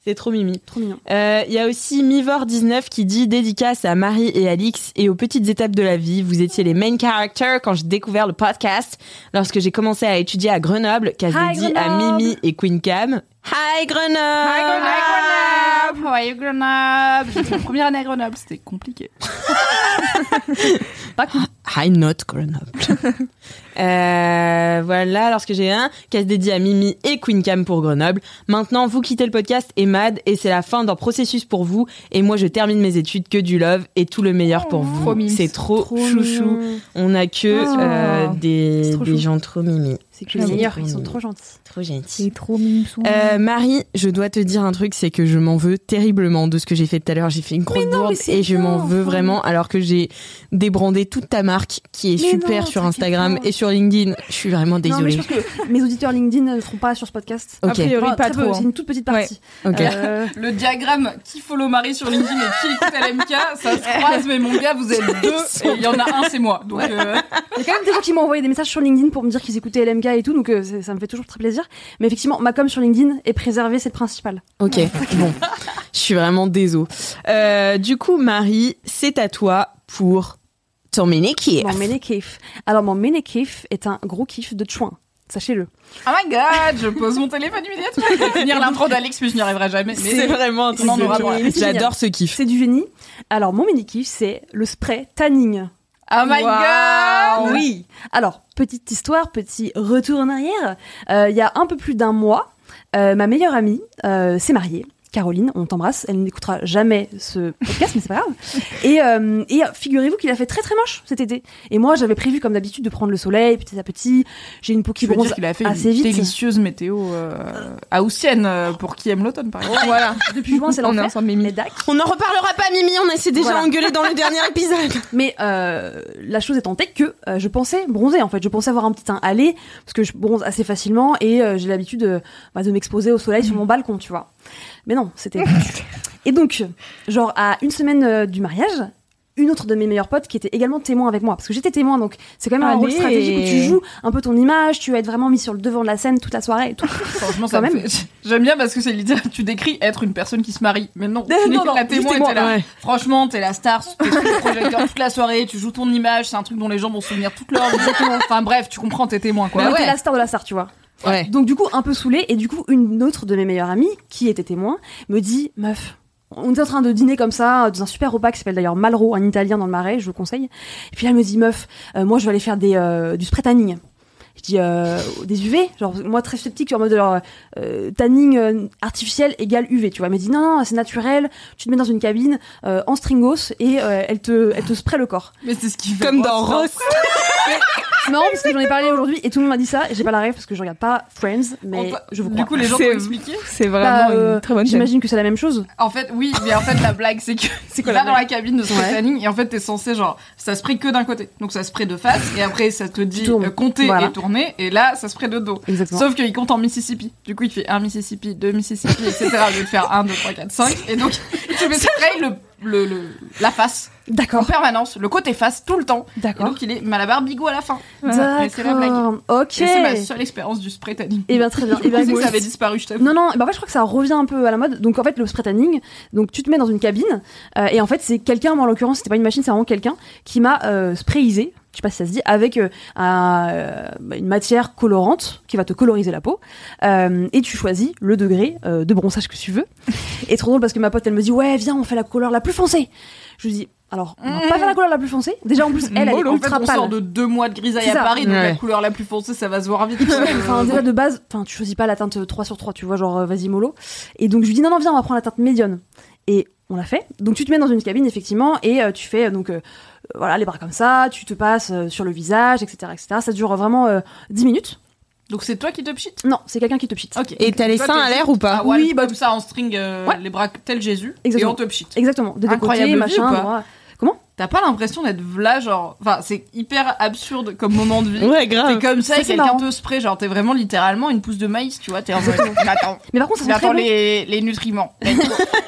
S1: C'est trop mimi.
S4: Trop mignon.
S1: Euh, Il y a aussi Mivor19 qui dit dédicace à Marie et Alix et aux petites étapes de la vie. Vous étiez les main characters quand j'ai découvert le podcast, lorsque j'ai commencé à étudier à Grenoble, qu'a
S4: Hi,
S1: dit à
S4: Grenoble.
S1: Mimi et Queen Cam. Hi Grenoble!
S2: Hi Grenoble, how are you Grenoble J'ai fait ma première année à Grenoble, c'était compliqué.
S1: High Note Grenoble. Euh, voilà, lorsque j'ai un, casse dédié à Mimi et Queen Cam pour Grenoble. Maintenant, vous quittez le podcast et Mad, et c'est la fin d'un processus pour vous. Et moi, je termine mes études que du love et tout le meilleur pour
S3: Oh, trop
S1: vous.
S3: mimes.
S1: C'est trop, chouchou. On a que
S3: Oh.
S1: euh,
S3: C'est
S1: des,
S3: trop
S1: des
S3: chou.
S1: gens trop mimi,
S4: C'est que
S3: J'avoue.
S4: les meilleurs, ils sont trop gentils.
S1: trop gentils.
S3: trop mignon.
S1: Euh, Marie, je dois te dire un truc, c'est que je m'en veux terriblement de ce que j'ai fait tout à l'heure. J'ai fait une grosse
S4: non,
S1: bourde
S4: mais c'est
S1: et je
S4: bien,
S1: m'en veux
S4: enfin.
S1: vraiment alors que j'ai débrandé toute ta marque qui est
S4: Mais
S1: super
S4: non,
S1: sur
S4: t'inquiète
S1: Instagram
S4: pas.
S1: et sur LinkedIn. Je suis vraiment
S4: Non,
S1: désolée.
S4: mais je pense que mes auditeurs LinkedIn ne le feront pas sur ce podcast.
S1: Ok,
S3: A priori,
S4: Enfin,
S3: pas
S4: très peu,
S3: trop.
S4: C'est
S3: hein.
S4: une toute petite partie.
S1: ok.
S4: Euh,
S2: Le diagramme qui follow Marie sur LinkedIn et qui écoute LMK, ça se croise, mais mon gars, vous êtes deux, et il y en a un, c'est moi. Donc, euh,
S4: Il y a quand même des gens qui m'ont envoyé des messages sur LinkedIn pour me dire qu'ils écoutaient LMK et tout, donc euh, c'est- ça me fait toujours très plaisir. Mais effectivement, ma com sur LinkedIn est préservée, c'est le principal.
S1: Ok, bon. Je suis vraiment désolée. Euh, du coup, Marie, c'est à toi pour ton mini kiff.
S4: Mon Ménékif. Alors, mon Ménékif est un gros kiff de chouin. Sachez-le.
S2: oh my god, je pose mon téléphone immédiatement. Je vais finir l'intro d'Alex, mais je n'y arriverai jamais.
S1: C'est
S2: Mais
S1: vraiment un truc
S2: On en
S1: de
S2: aura
S1: ouf.
S2: droit.
S1: J'adore ce kiff.
S4: C'est du génie. Alors, mon Ménékif, c'est le spray tanning.
S2: oh my god
S4: Ah Oui. Alors, petite histoire, petit retour en arrière. Euh, Il y a un peu plus d'un mois, euh, ma meilleure amie euh, s'est mariée. Caroline, on t'embrasse. Elle n'écoutera jamais ce podcast, mais c'est pas grave. Et, euh, et figurez-vous qu'il a fait très très moche cet été. Et moi, j'avais prévu, comme d'habitude, de prendre le soleil petit à petit. J'ai une peau qui
S2: Tu veux
S4: bronze
S2: dire qu'il a fait
S4: assez
S2: une
S4: vite.
S2: délicieuse météo euh, haussienne euh, pour qui aime l'automne, par exemple.
S3: Voilà.
S4: Depuis juin, c'est
S3: On est
S4: l'enfer.
S3: ensemble, Mimi.
S4: Mais dac.
S1: On n'en reparlera pas, Mimi. On s'est déjà
S4: Voilà.
S1: engueulé dans le dernier épisode.
S4: Mais euh, la chose étant telle que euh, je pensais bronzer en fait, je pensais avoir un petit teint allé parce que je bronze assez facilement et euh, j'ai l'habitude de, bah, de m'exposer au soleil sur mon balcon, tu vois. Mais non, c'était Et donc, genre à une semaine euh, du mariage, une autre de mes meilleures potes qui était également témoin avec moi parce que j'étais témoin donc c'est quand même un rôle
S3: Allez.
S4: stratégique où tu joues un peu ton image, tu vas être vraiment mis sur le devant de la scène toute la soirée et tout.
S2: Franchement, ça
S4: Quand
S2: me
S4: même.
S2: fait- J'aime bien parce que c'est l'idée. Tu décris être une personne qui se marie. Mais non,
S4: Non,
S2: tu n'es
S4: non,
S2: que la témoin. et
S4: justement,
S2: t'es là.
S1: ouais.
S2: Franchement, t'es la star, t'es sous le projecteur toute la soirée, tu joues ton image, c'est un truc dont les gens vont se souvenir toute leur vie. Enfin bref, tu comprends, t'es témoin quoi.
S4: On était la star de la star, tu vois.
S1: Ouais.
S4: Donc du coup, un peu saoulée, et du coup, une autre de mes meilleures amies, qui était témoin, me dit, meuf, on était en train de dîner comme ça, dans un super repas qui s'appelle d'ailleurs Malraux, un italien dans le marais, je vous conseille. Et puis elle me dit, meuf, euh, moi je vais aller faire des, euh, du spray tanning. Je dis euh, des UV. Genre, moi, très sceptique, tu vois, en mode de leur euh, tanning euh, artificiel égale UV, tu vois. Elle m'a dit non, non, c'est naturel. Tu te mets dans une cabine euh, en stringos et euh, elle te, elle te spray le corps.
S2: Mais c'est ce qui fait.
S1: Comme dans Ross.
S4: C'est marrant parce que j'en ai parlé aujourd'hui et tout le monde m'a dit ça. et J'ai pas la rêve parce que je regarde pas Friends, mais je vous crois.
S2: Du coup, les gens
S3: C'est-
S2: t'ont expliqué.
S3: C'est
S4: Bah,
S3: vraiment
S4: euh,
S3: une très bonne chaîne.
S4: J'imagine que c'est la même chose.
S2: En fait, oui, mais en fait, la blague, c'est que c'est quoi
S4: quoi la
S2: là dans la cabine de spray
S4: Ouais.
S2: tanning et en fait, t'es censé genre ça se spray que d'un côté, donc ça se spray de face et après ça te dit
S4: tournes.
S2: euh, compter
S4: Voilà.
S2: et tourner et là ça se spray de dos.
S4: Exactement.
S2: Sauf qu'il compte en Mississippi. Du coup, il fait un Mississippi, deux Mississippi, etc. Au lieu de faire 1, 2, 3, 4, 5. Et donc, tu fais spray le, le, le- la face en
S4: D'accord.
S2: permanence, le côté face tout le temps. Et
S4: D'accord.
S2: donc, il est malabar bigot à la fin. Mais c'est la blague.
S4: D'accord. Ok.
S2: Et c'est ma seule expérience du spray tanning.
S4: Eh bien, très bien. Eh
S2: Je
S4: bien,
S2: pensais que
S4: moi
S2: ça avait
S4: aussi.
S2: disparu, je t'avoue.
S4: Non, non, bah en fait, je crois que ça revient un peu à la mode. Donc, en fait, le spray tanning, donc tu te mets dans une cabine, euh, et en fait, c'est quelqu'un, moi en l'occurrence, c'était pas une machine, c'est vraiment quelqu'un qui m'a euh, sprayisé, je sais pas si ça se dit, avec euh, un, euh, bah, une matière colorante qui va te coloriser la peau, euh, et tu choisis le degré euh, de bronzage que tu veux. Et trop drôle parce que ma pote, elle me dit, ouais, viens, on fait la couleur la plus foncée. Je lui dis, alors, on va pas faire la couleur la plus foncée. Déjà, en plus, elle, elle est
S2: Mmh. Mollo. en fait,
S4: ultra
S2: on
S4: pâle.
S2: sort de deux mois de grisaille
S4: C'est
S2: à
S4: ça.
S2: Paris, donc la
S1: Ouais.
S2: couleur la plus foncée, ça va se voir vite.
S4: Enfin, déjà de base, enfin, tu choisis pas la teinte 3 sur 3, tu vois, genre euh, vas-y mollo. Et donc je lui dis non, non, viens, on va prendre la teinte médiane. Et on l'a fait. Donc tu te mets dans une cabine, effectivement, et euh, tu fais euh, donc euh, voilà les bras comme ça, tu te passes euh, sur le visage, etc. etc. Ça dure vraiment euh, 10 minutes.
S2: donc, c'est toi qui te pchites
S4: Non, c'est quelqu'un qui te pchite.
S2: Ok.
S1: Et t'as les
S2: Toi,
S1: seins à
S2: t'es-
S1: l'air ou pas
S2: Ah ouais,
S4: Oui, bah-
S2: comme ça en string, euh,
S4: Ouais.
S2: les bras tel Jésus, et
S4: Exactement.
S2: on te pchite.
S4: Exactement, de
S2: Incroyable
S4: décolleté,
S2: vue
S4: machin,
S2: ou pas
S4: droit.
S2: T'as pas l'impression d'être là, genre. Enfin, c'est hyper absurde comme moment de vie.
S1: Ouais,
S2: T'es
S1: grave.
S2: comme ça,
S4: ah, Ça,
S2: et
S4: c'est
S2: quelqu'un
S4: marrant.
S2: te spray, genre t'es vraiment littéralement une pousse de maïs, tu vois. T'es en mode. Mais attends,
S4: Mais par contre, ça
S2: mais
S4: sent très
S2: attends
S4: bon.
S2: les, les nutriments.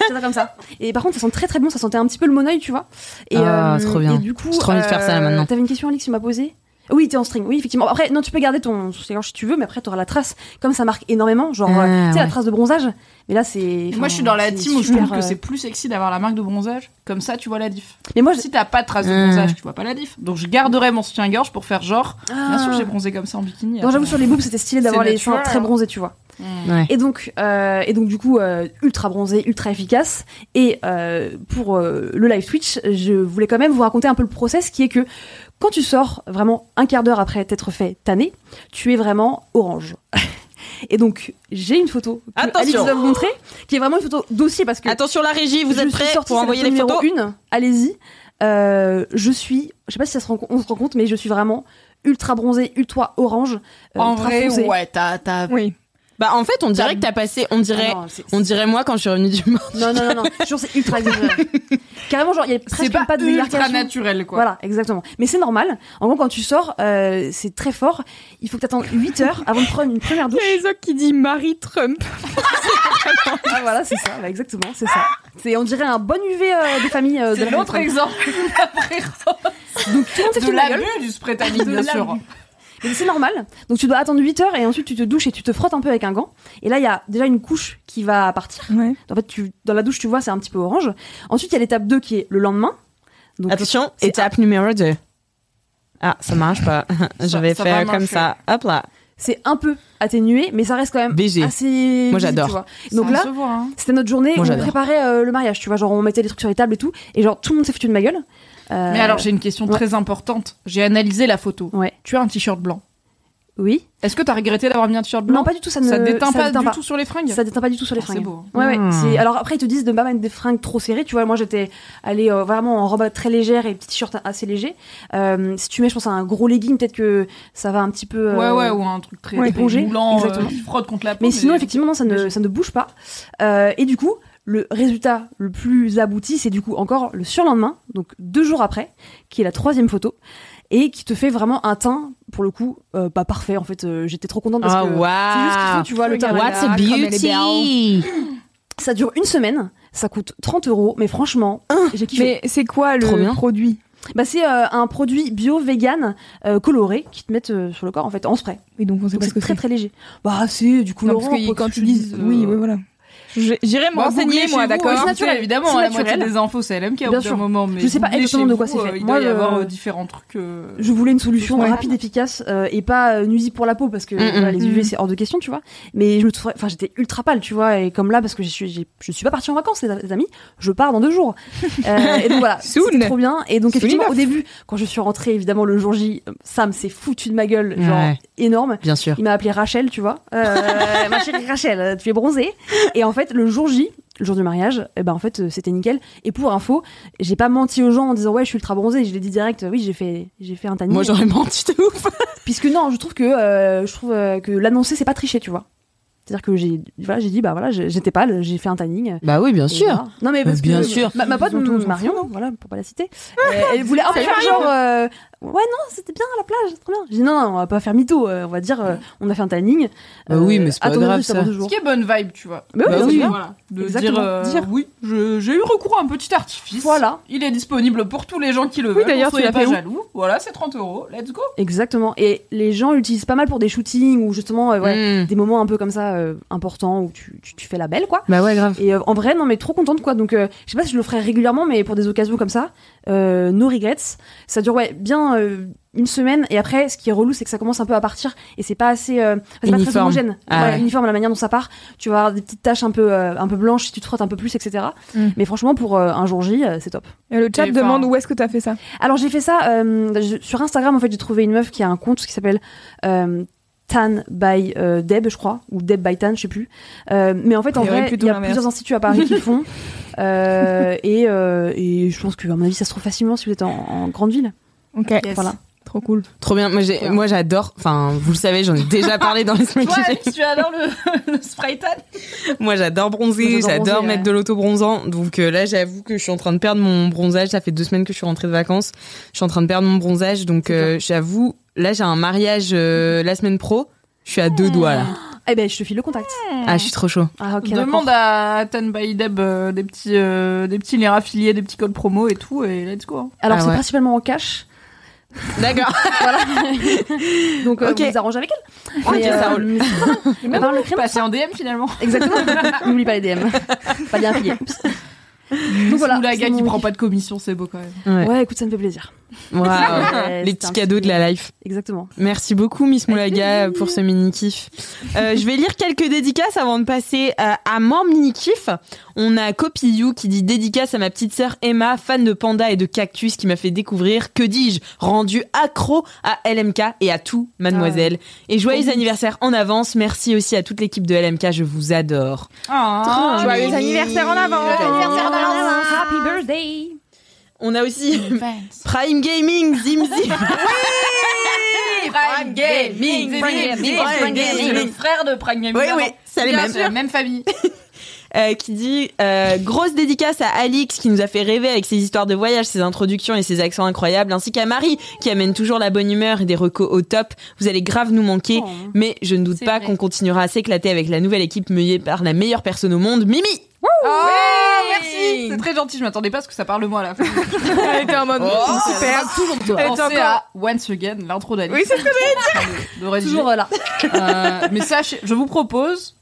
S4: Ça sent comme ça. Et par contre, ça sent très très bon, ça sentait un petit peu le monoeil, tu vois. Et, euh,
S1: Ah, c'est trop bien.
S4: et du coup, euh,
S1: J'ai trop envie de faire ça, là, maintenant.
S4: T'avais une question, Alix, tu m'as posée Oui, t'es en string, oui, effectivement. Après, non, tu peux garder ton sous-gorge si tu veux, mais après, t'auras la trace. Comme ça marque énormément, genre,
S1: Ah,
S4: euh, tu sais, la
S1: ouais.
S4: trace de bronzage. Mais là, c'est.
S2: Moi,
S4: enfin,
S2: je suis dans la
S4: c'est
S2: team où je
S4: super,
S2: trouve que
S4: euh,
S2: c'est plus sexy d'avoir la marque de bronzage. Comme ça, tu vois la diff.
S4: Mais moi, je-
S2: Si t'as pas de trace de
S1: Mm.
S4: Euh.
S2: bronzage, tu vois pas la diff. Donc, je garderai mon soutien-gorge pour faire genre. Bien sûr,
S4: Ah.
S2: j'ai bronzé comme ça en bikini.
S4: Non, j'avoue,
S2: attends.
S4: sur les boobs, c'était stylé d'avoir
S2: C'est
S4: les seins
S2: naturel,
S4: très
S2: hein.
S4: bronzés, tu vois.
S2: Mm.
S1: Ouais.
S4: Et donc, euh, et donc du coup, euh, ultra bronzé, ultra efficace. Et euh, pour euh, le live Twitch, je voulais quand même vous raconter un peu le process qui est que quand tu sors vraiment un quart d'heure après t'être fait tanner, tu es vraiment orange. et donc, j'ai une photo que
S1: Attention.
S4: Alix va vous montrer, qui est vraiment une photo dossier parce que
S1: Attention la régie, vous
S4: je
S1: êtes
S4: suis
S1: prêts
S4: sortie,
S1: pour
S4: c'est la
S1: envoyer
S4: photo
S1: les
S4: numéro
S1: photos
S4: une. Allez-y. Euh, je suis, je sais pas si ça se rend, on se rend compte, mais je suis vraiment ultra bronzée, ultra orange, euh,
S2: En
S4: ultra
S2: vrai,
S4: foncée.
S2: ouais, t'as. t'as-
S3: Oui.
S1: Bah en fait, on dirait que t'as passé, on dirait,
S4: Ah non, c'est-
S1: on dirait moi quand je suis revenue du monde.
S4: Non, non, non, non. Genre, c'est ultra exagéré. Carrément, genre, il y a
S2: C'est
S4: presque
S2: pas,
S4: pas, de
S2: ultra
S4: démarcation.
S2: naturel, quoi.
S4: Voilà, exactement. Mais c'est normal. En gros, quand tu sors, euh, c'est très fort. Il faut que tu attendes 8 heures avant de prendre une première douche.
S3: Les autres qui dit Marie Trump.
S4: Ah, voilà, c'est ça. Bah, exactement, c'est ça. C'est, on dirait, un bon UV euh, des familles euh, de
S2: C'est
S4: la
S2: l'autre
S4: famille
S2: exemple d'après-
S4: Donc, tout le monde s'est
S2: de
S4: foutu de la gueule.
S2: l'abus du spray tanning, bien
S4: De
S2: sûr.
S4: l'abus. Mais c'est normal. Donc, tu dois attendre 8 heures et ensuite, tu te douches et tu te frottes un peu avec un gant. Et là, il y a déjà une couche qui va partir.
S3: Ouais.
S4: En fait, tu, dans la douche, tu vois, c'est un petit peu orange. Ensuite, il y a l'étape 2 qui est le lendemain. Donc,
S1: Attention,
S4: c'est-
S1: étape numéro 2. Ah, ça marche pas. je
S2: Ça-
S1: vais
S2: ça va
S1: faire comme
S2: marcher.
S1: ça. Hop là.
S4: c'est un peu atténué, mais ça reste quand même
S1: BG.
S4: assez.
S1: Moi,
S4: visible,
S1: j'adore.
S4: tu vois. Donc
S2: Ça
S4: là,
S2: se voit, hein.
S4: c'était notre journée
S1: Moi,
S4: où on
S1: j'adore.
S4: préparait euh, le mariage, tu vois, genre on mettait les trucs sur les tables et tout, et genre tout le monde s'est foutu de ma gueule. Euh,
S2: Mais alors, j'ai une question
S4: ouais.
S2: très importante. J'ai analysé la photo.
S4: Ouais.
S2: Tu as un t-shirt blanc.
S4: Oui.
S2: Est-ce que t'as regretté d'avoir mis un t-shirt blanc
S4: Non, pas du tout, ça ne.
S2: Ça te déteint pas
S4: déteint
S2: du tout sur les fringues
S4: Ça déteint pas du tout sur les
S2: Ah,
S4: fringues.
S2: C'est beau.
S4: Ouais, ouais.
S1: Hmm.
S4: c'est- Alors après, ils te disent de pas mettre des fringues trop serrées. Tu vois, moi j'étais allée euh, vraiment en robe très légère et petit t-shirt assez léger. Euh, si tu mets, je pense, un gros legging, peut-être que ça va un petit peu. euh,
S2: Ouais, ouais, ou un truc très
S4: ouais, épongé,
S2: moulant, euh,
S4: exactement.
S2: qui frotte contre la peau.
S4: Mais sinon, effectivement, non, ça ne,
S2: mais-
S4: ça ne bouge pas. Euh, et du coup, le résultat le plus abouti, c'est du coup encore le surlendemain, donc deux jours après, qui est la troisième photo, et qui te fait vraiment un teint, pour le coup, euh, pas parfait. En fait, Euh, j'étais trop contente parce
S1: Oh,
S4: que c'est juste qu'il faut,
S1: wow.
S4: tu vois, le teint.
S1: What's
S4: voilà.
S1: a
S3: comme elle est
S1: beauty?
S4: Ça dure une semaine, ça coûte 30 euros, mais franchement, j'ai kiffé.
S3: Mais c'est quoi
S1: Trop
S3: le
S1: bien.
S3: produit
S4: Bah, c'est euh, un produit bio, vegan, euh, coloré, qui te mettent euh, sur le corps, en fait, en spray.
S3: Oui, donc on sait
S4: Donc
S3: pas ce
S4: c'est
S3: que
S4: très très léger. Bah, c'est du coup,
S3: Non, parce que quand ils disent. Oui, oui, voilà. Je- J'irai me
S2: Bon,
S3: renseigner,
S2: googlez
S3: moi,
S2: chez vous,
S3: d'accord
S2: C'est naturel,
S4: C'est-
S2: évidemment.
S4: c'est
S2: hein, La moitié
S4: naturel.
S2: des infos, c'est LMK au
S4: Bien
S2: bout d'un
S4: sûr.
S2: moment. Mais
S4: Je sais pas
S2: googlez
S4: exactement
S2: chez
S4: de quoi
S2: vous,
S4: c'est fait.
S2: euh, Il
S4: Moi,
S2: doit y avoir
S4: euh,
S2: euh, différents trucs. euh,
S4: Je voulais une solution
S3: Ouais.
S4: rapide, efficace euh, et pas euh, nuisible pour la peau parce que
S1: Mm,
S4: voilà,
S1: mm.
S4: les UV c'est hors de question, tu vois. Mais je me trouvais, enfin j'étais ultra pâle, tu vois, et comme là parce que je suis, j'ai- je suis pas partie en vacances, les, les amis, je pars dans deux jours. Euh, et donc voilà,
S3: Soon.
S4: c'était trop bien. Et donc
S3: Soon
S4: effectivement
S3: enough.
S4: au début, quand je suis rentrée, évidemment le jour J, euh, Sam s'est foutu de ma gueule, genre
S1: Ouais.
S4: énorme.
S1: Bien sûr.
S4: Il m'a appelé Rachel, tu vois. Euh, ma chérie Rachel, euh, tu es bronzée. Et en fait, le jour J, le jour du mariage, eh ben en fait, euh, c'était nickel. Et pour info, j'ai pas menti aux gens en disant ouais, je suis ultra bronzée. Je l'ai dit direct. euh, Oui, j'ai fait, j'ai fait un tanning.
S1: Moi, j'aurais menti de ouf.
S4: Puisque non, je trouve que euh, je trouve euh, que l'annoncer c'est pas tricher, tu vois. C'est-à-dire que j'ai voilà, j'ai dit bah voilà, j'ai- j'étais pâle, j'ai fait un tanning. euh,
S1: Bah oui, bien
S4: et voilà. Non mais parce
S1: Mais bien
S4: que
S1: sûr.
S4: Ma, ma pote
S3: Ils ont tout, ils s'en
S4: Marion, voilà, pour pas la citer, euh, elle voulait un peu
S3: Salut
S4: faire genre euh, ouais non, c'était bien à la plage, trop bien. J'ai dit non, non, on va pas faire mytho, euh, on va dire euh, on a fait un tanning.
S1: Bah oui, mais c'est pas
S4: attendez
S1: grave,
S4: juste avant
S1: ça.
S4: deux
S2: Ce
S4: jours.
S2: qui est bonne vibe, tu vois.
S4: Mais
S1: Bah
S4: oui,
S1: oui.
S4: bien sûr.
S2: Voilà. De
S4: Exactement.
S2: dire, euh,
S4: Dire.
S2: oui, je- j'ai eu recours à un petit artifice.
S4: Voilà.
S2: Il est disponible pour tous les gens qui le veulent.
S3: Oui, d'ailleurs,
S2: soyez
S3: tu l'as
S2: pas
S3: fait où
S2: jaloux. Voilà, c'est 30 euros. Let's go.
S4: Exactement. Et les gens l'utilisent pas mal pour des shootings ou justement euh, ouais, des moments un peu comme ça euh, importants où tu- tu- tu fais la belle quoi.
S1: Bah ouais, grave.
S4: Et euh, en vrai, non, mais trop contente quoi. Donc, euh, je sais pas si je le ferai régulièrement, mais pour des occasions comme ça, euh, no regrets. Ça dure ouais bien euh, une semaine. Et après, ce qui est relou, c'est que ça commence un peu à partir et c'est pas assez, euh, c'est pas très
S1: Uniforme.
S4: homogène,
S1: Ah
S4: Ouais,
S1: ouais.
S4: uniforme la manière dont ça part. Tu vas avoir des petites taches un peu euh, un peu blanches si tu te frottes un peu plus, etc.
S3: Mm.
S4: Mais franchement, pour euh, un jour J, euh, c'est top.
S3: Et Le chat
S2: Et
S3: demande
S2: enfin-
S3: où est-ce que t'as fait ça
S4: Alors j'ai fait ça euh, je- sur Instagram en fait j'ai trouvé une meuf qui a un compte qui s'appelle euh, Tan by euh, Deb je crois ou Deb by Tan je sais plus Euh, mais en fait en
S3: Il y aurait
S4: vrai il
S3: plutôt
S4: y a
S3: l'inverse.
S4: plusieurs instituts à Paris qui le font Euh, et, euh, et je pense que à mon avis ça se trouve facilement si vous êtes en, en grande ville
S3: Ok,
S4: voilà
S3: trop cool.
S1: Trop bien. Moi, j'ai- moi, j'adore. Enfin, vous le savez, j'en ai déjà parlé dans les semaines
S2: Toi,
S1: qui
S2: Alex, tu adores le, le spray tan.
S1: Moi, j'adore bronzer,
S4: Moi, j'adore
S1: j'adore
S4: bronzer,
S1: mettre
S4: ouais.
S1: de l'auto-bronzant. Donc euh, là, j'avoue que je suis en train de perdre mon bronzage. Ça fait deux semaines que je suis rentrée de vacances. Je suis en train de perdre mon bronzage. Donc euh, j'avoue, là, j'ai un mariage euh, la semaine pro. Je suis à deux doigts là.
S4: eh ben je te file le contact
S1: Ah, je suis trop chaud.
S4: ah ok d'accord.
S2: Demande à Tan by Deb euh, des petits euh, des petits liens affiliés, des petits codes promo et tout et let's go. hein.
S4: alors
S1: Ah
S4: c'est
S1: ouais.
S4: principalement en cash
S1: D'accord.
S4: voilà donc euh,
S1: Ok.
S4: vous vous arrangez avec elle
S1: Ok,
S4: Mais,
S1: ça
S4: euh,
S1: roule.
S4: on parle le créneau
S2: Passer en DM finalement.
S4: exactement n'oublie pas les DM pas bien affilié donc voilà
S2: Ou la
S4: c'est
S2: gars qui
S4: mon
S2: prend
S4: kiff.
S2: pas de commission, c'est beau quand même.
S1: Ouais.
S4: ouais écoute ça me fait plaisir
S1: Waouh.
S4: Ouais,
S1: Les
S4: c'était un
S1: petits
S4: petit-
S1: cadeaux de la life.
S4: Exactement.
S1: Merci beaucoup, Miss Moulaga, pour ce mini-kiff. Euh, je vais lire quelques dédicaces avant de passer euh, à mon mini-kiff. On a Copillou qui dit dédicace à ma petite sœur Emma, fan de panda et de cactus, qui m'a fait découvrir, que dis-je, rendu accro à LMK et à tout, mademoiselle. Et joyeux anniversaire en avance. Merci aussi à toute l'équipe de LMK, je vous adore.
S2: Ah,
S3: Joyeux anniversaire en avant
S7: Happy birthday!
S1: On a aussi Prime Gaming, Zim Zim.
S2: Prime Gaming,
S1: Gaming,
S2: Prime Gaming,
S1: Prime
S2: Prime Gaming,
S1: Gaming.
S2: le frère de Prime Gaming.
S1: Oui, oui,
S2: pardon.
S1: c'est les
S2: Bien
S1: mêmes.
S2: sûr, la même famille.
S1: euh, qui dit euh, grosse dédicace à Alix qui nous a fait rêver avec ses histoires de voyage, ses introductions et ses accents incroyables, ainsi qu'à Marie qui amène toujours la bonne humeur et des recos au top. Vous allez grave nous manquer,
S4: Oh.
S1: mais je ne doute
S2: C'est
S1: pas
S2: vrai.
S1: qu'on continuera à s'éclater avec la nouvelle équipe menée par la meilleure personne au monde, Mimi.
S2: Ouais, merci. C'est très gentil, je m'attendais pas à ce que ça parle de moi à la fin.
S3: Elle était en mode Oh,
S2: Oh. Ah,
S3: super. Elle était
S2: Pensez
S3: encore-
S2: à Once Again, l'intro d'Alice.
S3: Oui, c'est ce que j'ai
S2: de, de rédiger.
S4: Toujours euh, là.
S2: Euh, mais sachez, je vous propose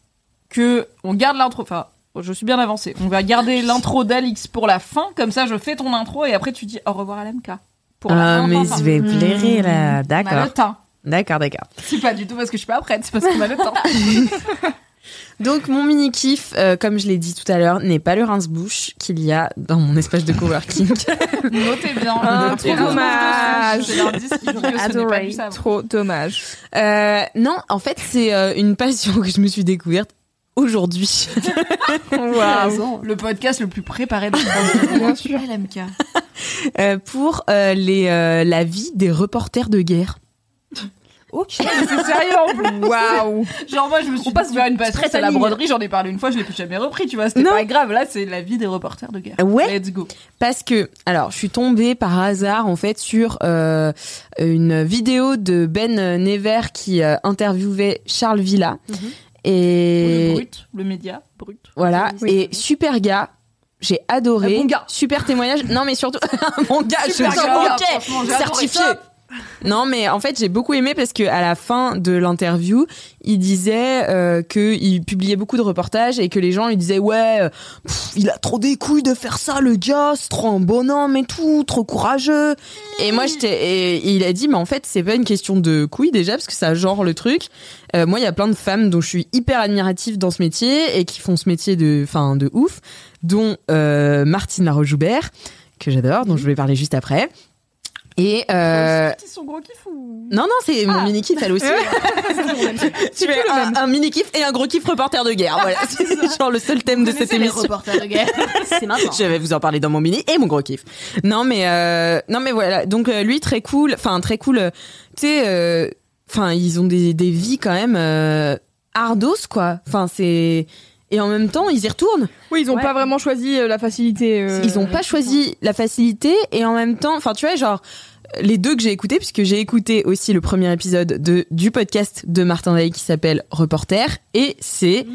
S2: que on garde l'intro. Enfin, je suis bien avancée. On va garder l'intro d'Alix pour la fin. Comme ça, je fais ton intro et après tu dis au revoir à l'MK. Pour Oh, la fin, Bah, fin, fin.
S1: Ah, vais plairer là,
S2: On a le temps.
S1: d'accord, d'accord.
S2: C'est pas du tout parce que je suis pas prête, c'est parce qu'on a le temps.
S1: Donc mon mini kiff, euh, comme je l'ai dit tout à l'heure, n'est pas le rince-bouche qu'il y a dans mon espace de coworking.
S2: Notez bien.
S3: Ah,
S2: Notez
S3: trop
S2: bien.
S3: dommage.
S2: C'est l'indice qui dit que ce n'est pas du savon.
S3: Trop dommage.
S1: Euh, non, en fait, c'est euh, une passion que je me suis découverte aujourd'hui.
S3: Waouh.
S2: Le podcast le plus préparé de France.
S3: Bien sûr.
S2: LMK.
S1: Euh, pour euh, les, euh, la vie des reporters de guerre.
S4: Ok.
S2: C'est sérieux en plus.
S3: Waouh.
S2: Genre moi je me suis
S4: passe
S2: découvert une passion,
S4: straight
S2: c'est
S4: à
S2: la
S4: ligne.
S2: broderie, j'en ai parlé une fois, je l'ai plus jamais repris, tu vois, c'était
S1: Non.
S2: pas grave. Là c'est la vie des reporters de guerre.
S1: Ouais.
S2: Let's go.
S1: Parce que, alors, je suis tombée par hasard, en fait, sur euh, une vidéo de Ben Never qui euh, interviewait Charles Villa.
S2: Le
S1: Et
S2: brut, le média brut.
S1: voilà,
S4: Oui.
S1: et super gars. J'ai adoré.
S4: Un bon gars.
S1: Super témoignage. Non, mais surtout, un bon gars, je
S2: Super
S1: suis
S2: gars,
S1: ok,
S2: franchement, j'ai adoré
S1: certifié.
S2: ça.
S1: Non, mais en fait, j'ai beaucoup aimé parce que à la fin de l'interview, il disait euh, que il publiait beaucoup de reportages et que les gens lui disaient ouais, euh, pff, il a trop des couilles de faire ça, le gars, c'est trop un bon homme et tout, trop courageux. Et moi, j'étais, et, et il a dit mais en fait, c'est pas une question de couilles déjà parce que ça genre le truc. Euh, moi, il y a plein de femmes dont je suis hyper admirative dans ce métier et qui font ce métier de, enfin, de ouf, dont euh, Martine Laroche-Joubert que j'adore, dont je vais parler juste après. Et euh,
S2: C'est son gros kiff ou
S1: non, non, c'est mon
S2: Ah.
S1: mini kiff elle aussi. tu fais un, un mini kiff et un gros kiff reporter de guerre. Voilà, c'est genre le seul thème de cette émission.
S2: reporters de guerre.
S4: C'est maintenant.
S1: Je vais vous en parler dans mon mini et mon gros kiff. Non mais euh, non mais voilà. Donc euh, lui très cool, enfin très cool. euh, tu sais, euh, enfin ils ont des, des vies quand même euh, ardos quoi. Enfin c'est et en même temps ils y retournent.
S3: Oui, ils ont
S4: Ouais.
S3: pas vraiment choisi euh, la facilité. euh,
S1: Ils ont pas choisi la facilité et en même temps, enfin tu vois genre les deux que j'ai écoutés puisque j'ai écouté aussi le premier épisode de du podcast de Martin Day qui s'appelle Reporter et c'est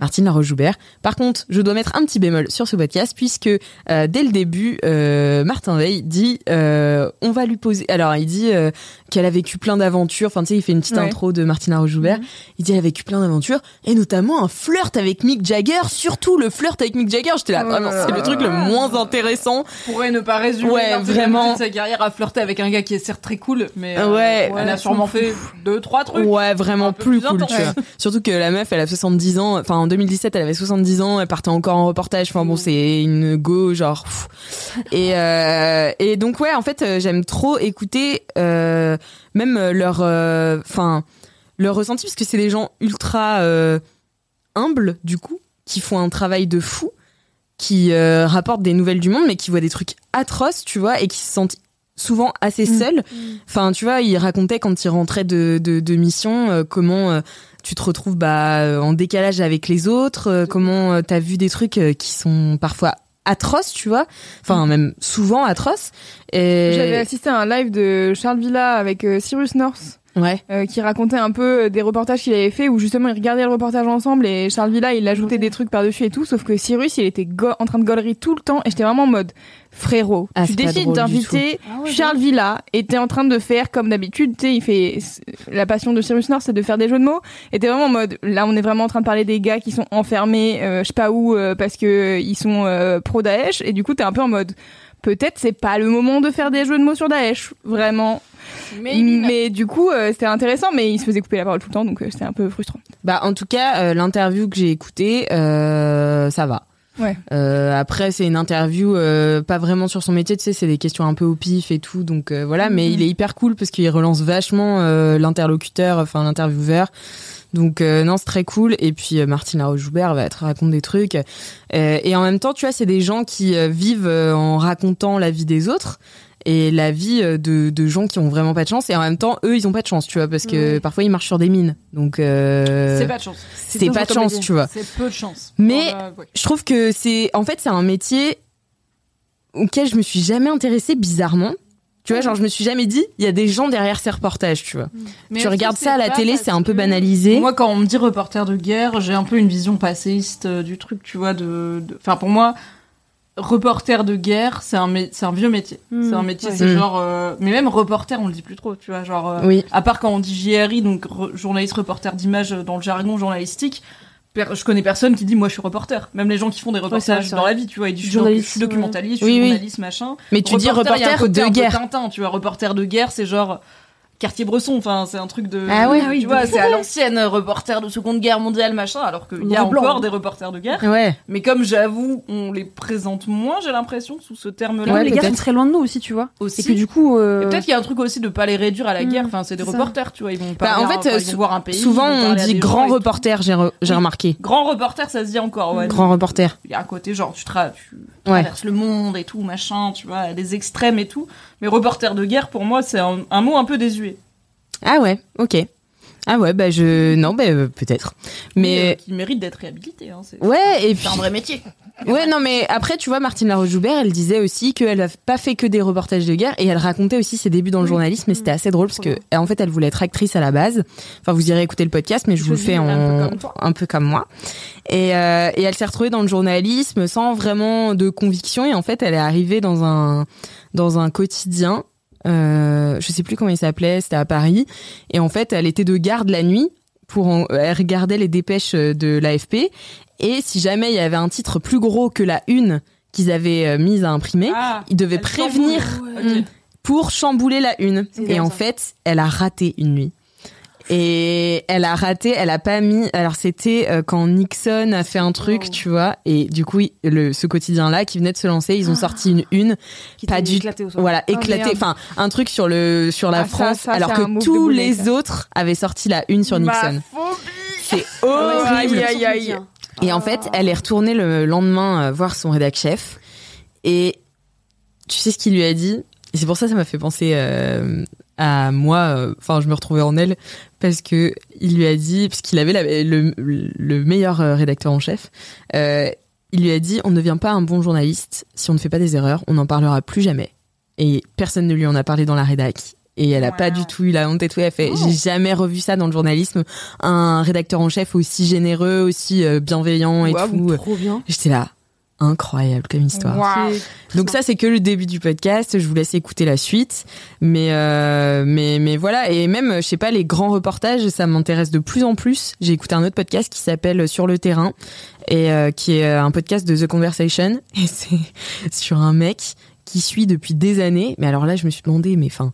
S1: Martine Laroche-Joubert. Par contre, je dois mettre un petit bémol sur ce podcast puisque euh, dès le début, euh, Martin Veil dit euh, on va lui poser. Alors il dit euh, qu'elle a vécu plein d'aventures. Enfin tu sais, il fait une petite
S3: Ouais. Mhm.
S1: intro de Martina Roche-Joubert. Il dit elle a vécu plein d'aventures et notamment un flirt avec Mick Jagger. Surtout le flirt avec Mick Jagger. J'étais là
S3: Oh
S1: vraiment,
S3: là
S1: c'est
S3: là
S1: le truc le moins intéressant.
S2: Pourrait ne pas résumer
S1: Ouais,
S2: l'intégralité
S1: vraiment.
S2: de sa carrière à flirter avec un gars qui est certes très cool, mais euh,
S1: Ouais.
S2: elle a sûrement fait deux trois trucs.
S1: Ouais, vraiment
S2: un peu
S1: plus
S2: plus
S1: cool, tu vois.
S2: intense.
S1: Surtout que la meuf, elle a 70 ans. Enfin, en 2017, elle avait 70 ans. Elle partait encore en reportage. Enfin,
S2: Mm.
S1: bon, c'est une go, genre. pff. Et, euh, et donc, ouais, en fait, euh, j'aime trop écouter euh, même euh, leur, euh, enfin, leur ressenti, parce que c'est des gens ultra euh, humbles, du coup, qui font un travail de fou, qui euh, rapportent des nouvelles du monde, mais qui voient des trucs atroces, tu vois, et qui se sentent souvent assez seuls. Enfin, tu vois, il racontait quand il rentrait de, de, de mission euh, comment euh, tu te retrouves bah, euh, en décalage avec les autres, euh, comment tu t'as vu des trucs euh, qui sont parfois atroces, tu vois, enfin même souvent atroces.
S3: J'avais
S1: Et...
S3: assisté à un live de Charles Villa avec euh, Cyrus North.
S1: Ouais.
S3: euh, qui racontait un peu des reportages qu'il avait fait où justement ils regardaient le reportage ensemble et Charles Villa il ajoutait des trucs par-dessus et tout sauf que Cyrus il était go- en train de gaulerie tout le temps et j'étais vraiment en mode frérot
S1: Ah,
S3: tu
S1: c'est pas
S3: décides
S1: drôle du
S3: d'inviter Charles Villa et t'es en train de faire comme d'habitude tu sais il fait la passion de Cyrus North c'est de faire des jeux de mots et t'es vraiment en mode là on est vraiment en train de parler des gars qui sont enfermés euh, je sais pas où euh, parce que euh, ils sont pro Daesh et du coup t'es un peu en mode peut-être c'est pas le moment de faire des jeux de mots sur Daesh vraiment
S2: Mais
S3: mais du coup, euh, c'était intéressant, mais il se faisait couper la parole tout le temps, donc euh, c'était un peu frustrant.
S1: Bah en tout cas, euh, l'interview que j'ai écoutée, euh, ça va.
S3: Ouais.
S1: Euh, après, c'est une interview euh, pas vraiment sur son métier, tu sais, c'est des questions un peu au pif et tout, donc euh, voilà. Mais il est hyper cool parce qu'il relance vachement euh, l'interlocuteur, enfin l'intervieweur. Donc euh, non, c'est très cool. Et puis euh, Martine Laroche-Joubert va te raconter des trucs. Euh, et en même temps, tu vois, c'est des gens qui euh, vivent euh, en racontant la vie des autres et la vie euh, de, de gens qui ont vraiment pas de chance. Et en même temps, eux, ils ont pas de chance, tu vois, parce que parfois ils marchent sur des mines. Donc euh,
S2: c'est pas de chance.
S1: c'est pas de
S4: toujours
S1: chance,
S4: comédien.
S1: tu vois.
S2: C'est peu de chance.
S1: Mais-
S2: Dans la- ouais.
S1: Je trouve que c'est en fait c'est un métier auquel je me suis jamais intéressée bizarrement. Tu vois, genre je me suis jamais dit il y a des gens derrière ces reportages, tu vois.
S2: Mais est-ce
S1: tu
S2: que
S1: regardes
S2: c'est
S1: ça à la
S2: pas
S1: télé,
S2: parce
S1: c'est un peu
S2: que-
S1: banalisé.
S2: Moi, quand on me dit reporter de guerre, j'ai un peu une vision passéiste euh, du truc, tu vois. De, de- enfin, pour moi, reporter de guerre, c'est un, mé- c'est un vieux métier.
S4: Mmh,
S2: c'est un métier,
S4: ouais.
S2: c'est
S1: Mmh.
S2: genre. euh, mais même reporter, on le dit plus trop, tu vois. Genre, euh,
S1: Oui.
S2: à part quand on dit JRI, donc re- journaliste reporter d'image euh, dans le jargon journalistique. per- Je connais personne qui dit moi je suis reporter. Même les gens qui font des
S4: c'est vrai,
S2: reportages
S4: c'est
S2: dans
S4: vrai.
S2: la vie, tu vois, ils disent je suis doc- je
S4: Journaliste,
S2: suis documentaliste, je
S1: ouais.
S2: suis
S1: Oui, oui.
S2: journaliste, machin.
S1: Mais tu dis
S2: il y a un
S1: reporter
S2: côté un
S1: de
S2: peu
S1: guerre.
S2: Tintin, tu vois, reporter de guerre, c'est genre quartier Bresson, enfin c'est un truc de
S1: Ah ouais,
S2: tu
S1: oui,
S2: vois, c'est à l'ancienne euh, reporter de Seconde Guerre mondiale machin alors qu'il y a
S4: Noir blanc.
S1: hein.
S2: encore des reporters de guerre,
S1: Ouais.
S2: mais comme j'avoue, on les présente moins, j'ai l'impression sous ce terme-là
S4: Ouais,
S1: Ouais,
S4: les gars sont
S1: peut-être.
S4: très loin de nous aussi, tu vois.
S2: aussi.
S4: Et que du coup, euh,
S2: Et peut-être qu'il y a un truc aussi de pas les réduire à la
S4: Mmh,
S2: guerre, enfin c'est des
S4: c'est ça.
S2: reporters, tu vois, ils vont
S1: Mm. Bah,
S2: pas
S1: en fait, euh,
S2: ils
S1: sou-
S2: vont voir un pays.
S1: Souvent
S2: ils vont
S1: on
S2: parler à
S1: dit
S2: des gens
S1: grand
S2: et tout.
S1: reporter, j'ai re- j'ai remarqué.
S2: Grand reporter, ça se dit encore, ouais.
S1: Grand reporter.
S2: il y a un côté genre tu, tra- tu
S1: Ouais.
S2: traverses le monde et tout machin tu vois les extrêmes et tout mais reporter de guerre pour moi c'est un, un mot un peu désuet
S1: Ah ouais, ok. Ah ouais, bah je non, bah euh, peut-être.
S2: euh,
S1: Mais
S2: qui mérite d'être réhabilité hein, c'est
S1: ouais et
S2: c'est
S1: puis
S2: un vrai métier
S1: Ouais, non, mais après, tu vois, Martine Laroche-Joubert, elle disait aussi qu'elle n'a pas fait que des reportages de guerre et elle racontait aussi ses débuts dans le journalisme et c'était assez drôle parce que, en fait, elle voulait être actrice à la base. Enfin, vous irez écouter le podcast, mais je vous le
S2: Choisie,
S1: fais en...
S2: un peu comme toi.
S1: un peu comme moi. Et, euh, et elle s'est retrouvée dans le journalisme sans vraiment de conviction et en fait, elle est arrivée dans un, dans un quotidien Euh, je sais plus comment il s'appelait, c'était à Paris. Et en fait, elle était de garde la nuit pour en- elle regardait les dépêches euh, de l'AFP. Et si jamais il y avait un titre plus gros que la une qu'ils avaient euh, mise à imprimer,
S2: Ah,
S1: ils devaient
S2: elle
S1: prévenir
S2: chamboule.
S1: Mm.
S2: Ok.
S1: pour chambouler la une.
S4: C'est
S1: Et
S4: dingue,
S1: en
S4: ça.
S1: fait, elle a raté une nuit. Et elle a raté, elle a pas mis. Alors c'était euh, quand Nixon a fait un truc,
S4: Oh.
S1: tu vois. Et du coup, il- le, ce quotidien-là qui venait de se lancer,
S3: Ah.
S1: ils ont sorti une une,
S4: Qui
S1: Pas
S4: t'est
S1: du-
S4: éclaté au sol.
S1: voilà,
S3: Oh,
S1: éclaté.
S3: merde.
S1: Enfin, un truc sur le sur la
S3: Ah, ça,
S1: France,
S3: ça,
S1: alors
S3: c'est un
S1: que
S3: move de
S1: tous
S3: boulet,
S1: les
S3: ça. Bah,
S1: autres avaient sorti la une sur Nixon. C'est
S3: Aïe,
S2: Oh,
S1: horrible.
S3: aïe, aïe.
S1: Et en
S3: ah.
S1: fait, elle est retournée le lendemain euh, voir son rédac chef. Et tu sais ce qu'il lui a dit Et c'est pour ça que ça m'a fait penser euh, à moi. euh, Enfin, je me retrouvais en elle parce que il lui a dit, parce qu'il avait la- le, le meilleur euh, rédacteur en chef. euh, il lui a dit on ne devient pas un bon journaliste si on ne fait pas des erreurs. On n'en parlera plus jamais. Et personne ne lui en a parlé dans la rédac. Et elle a pas du tout eu la honte et tout. Elle fait,
S3: Oh.
S1: j'ai jamais revu ça dans le journalisme un rédacteur en chef aussi généreux, aussi euh, bienveillant et
S3: Waouh,
S1: tout.
S4: Trop bien.
S1: J'étais là, incroyable comme histoire.
S3: Waouh.
S1: Donc ça c'est que le début du podcast. Je vous laisse écouter la suite, mais euh, mais mais voilà. Et même je sais pas les grands reportages, ça m'intéresse de plus en plus. J'ai écouté un autre podcast qui s'appelle Sur le terrain et euh, qui est euh, un podcast de The Conversation et c'est sur un mec qui suit depuis des années. Mais alors là je me suis demandé, mais enfin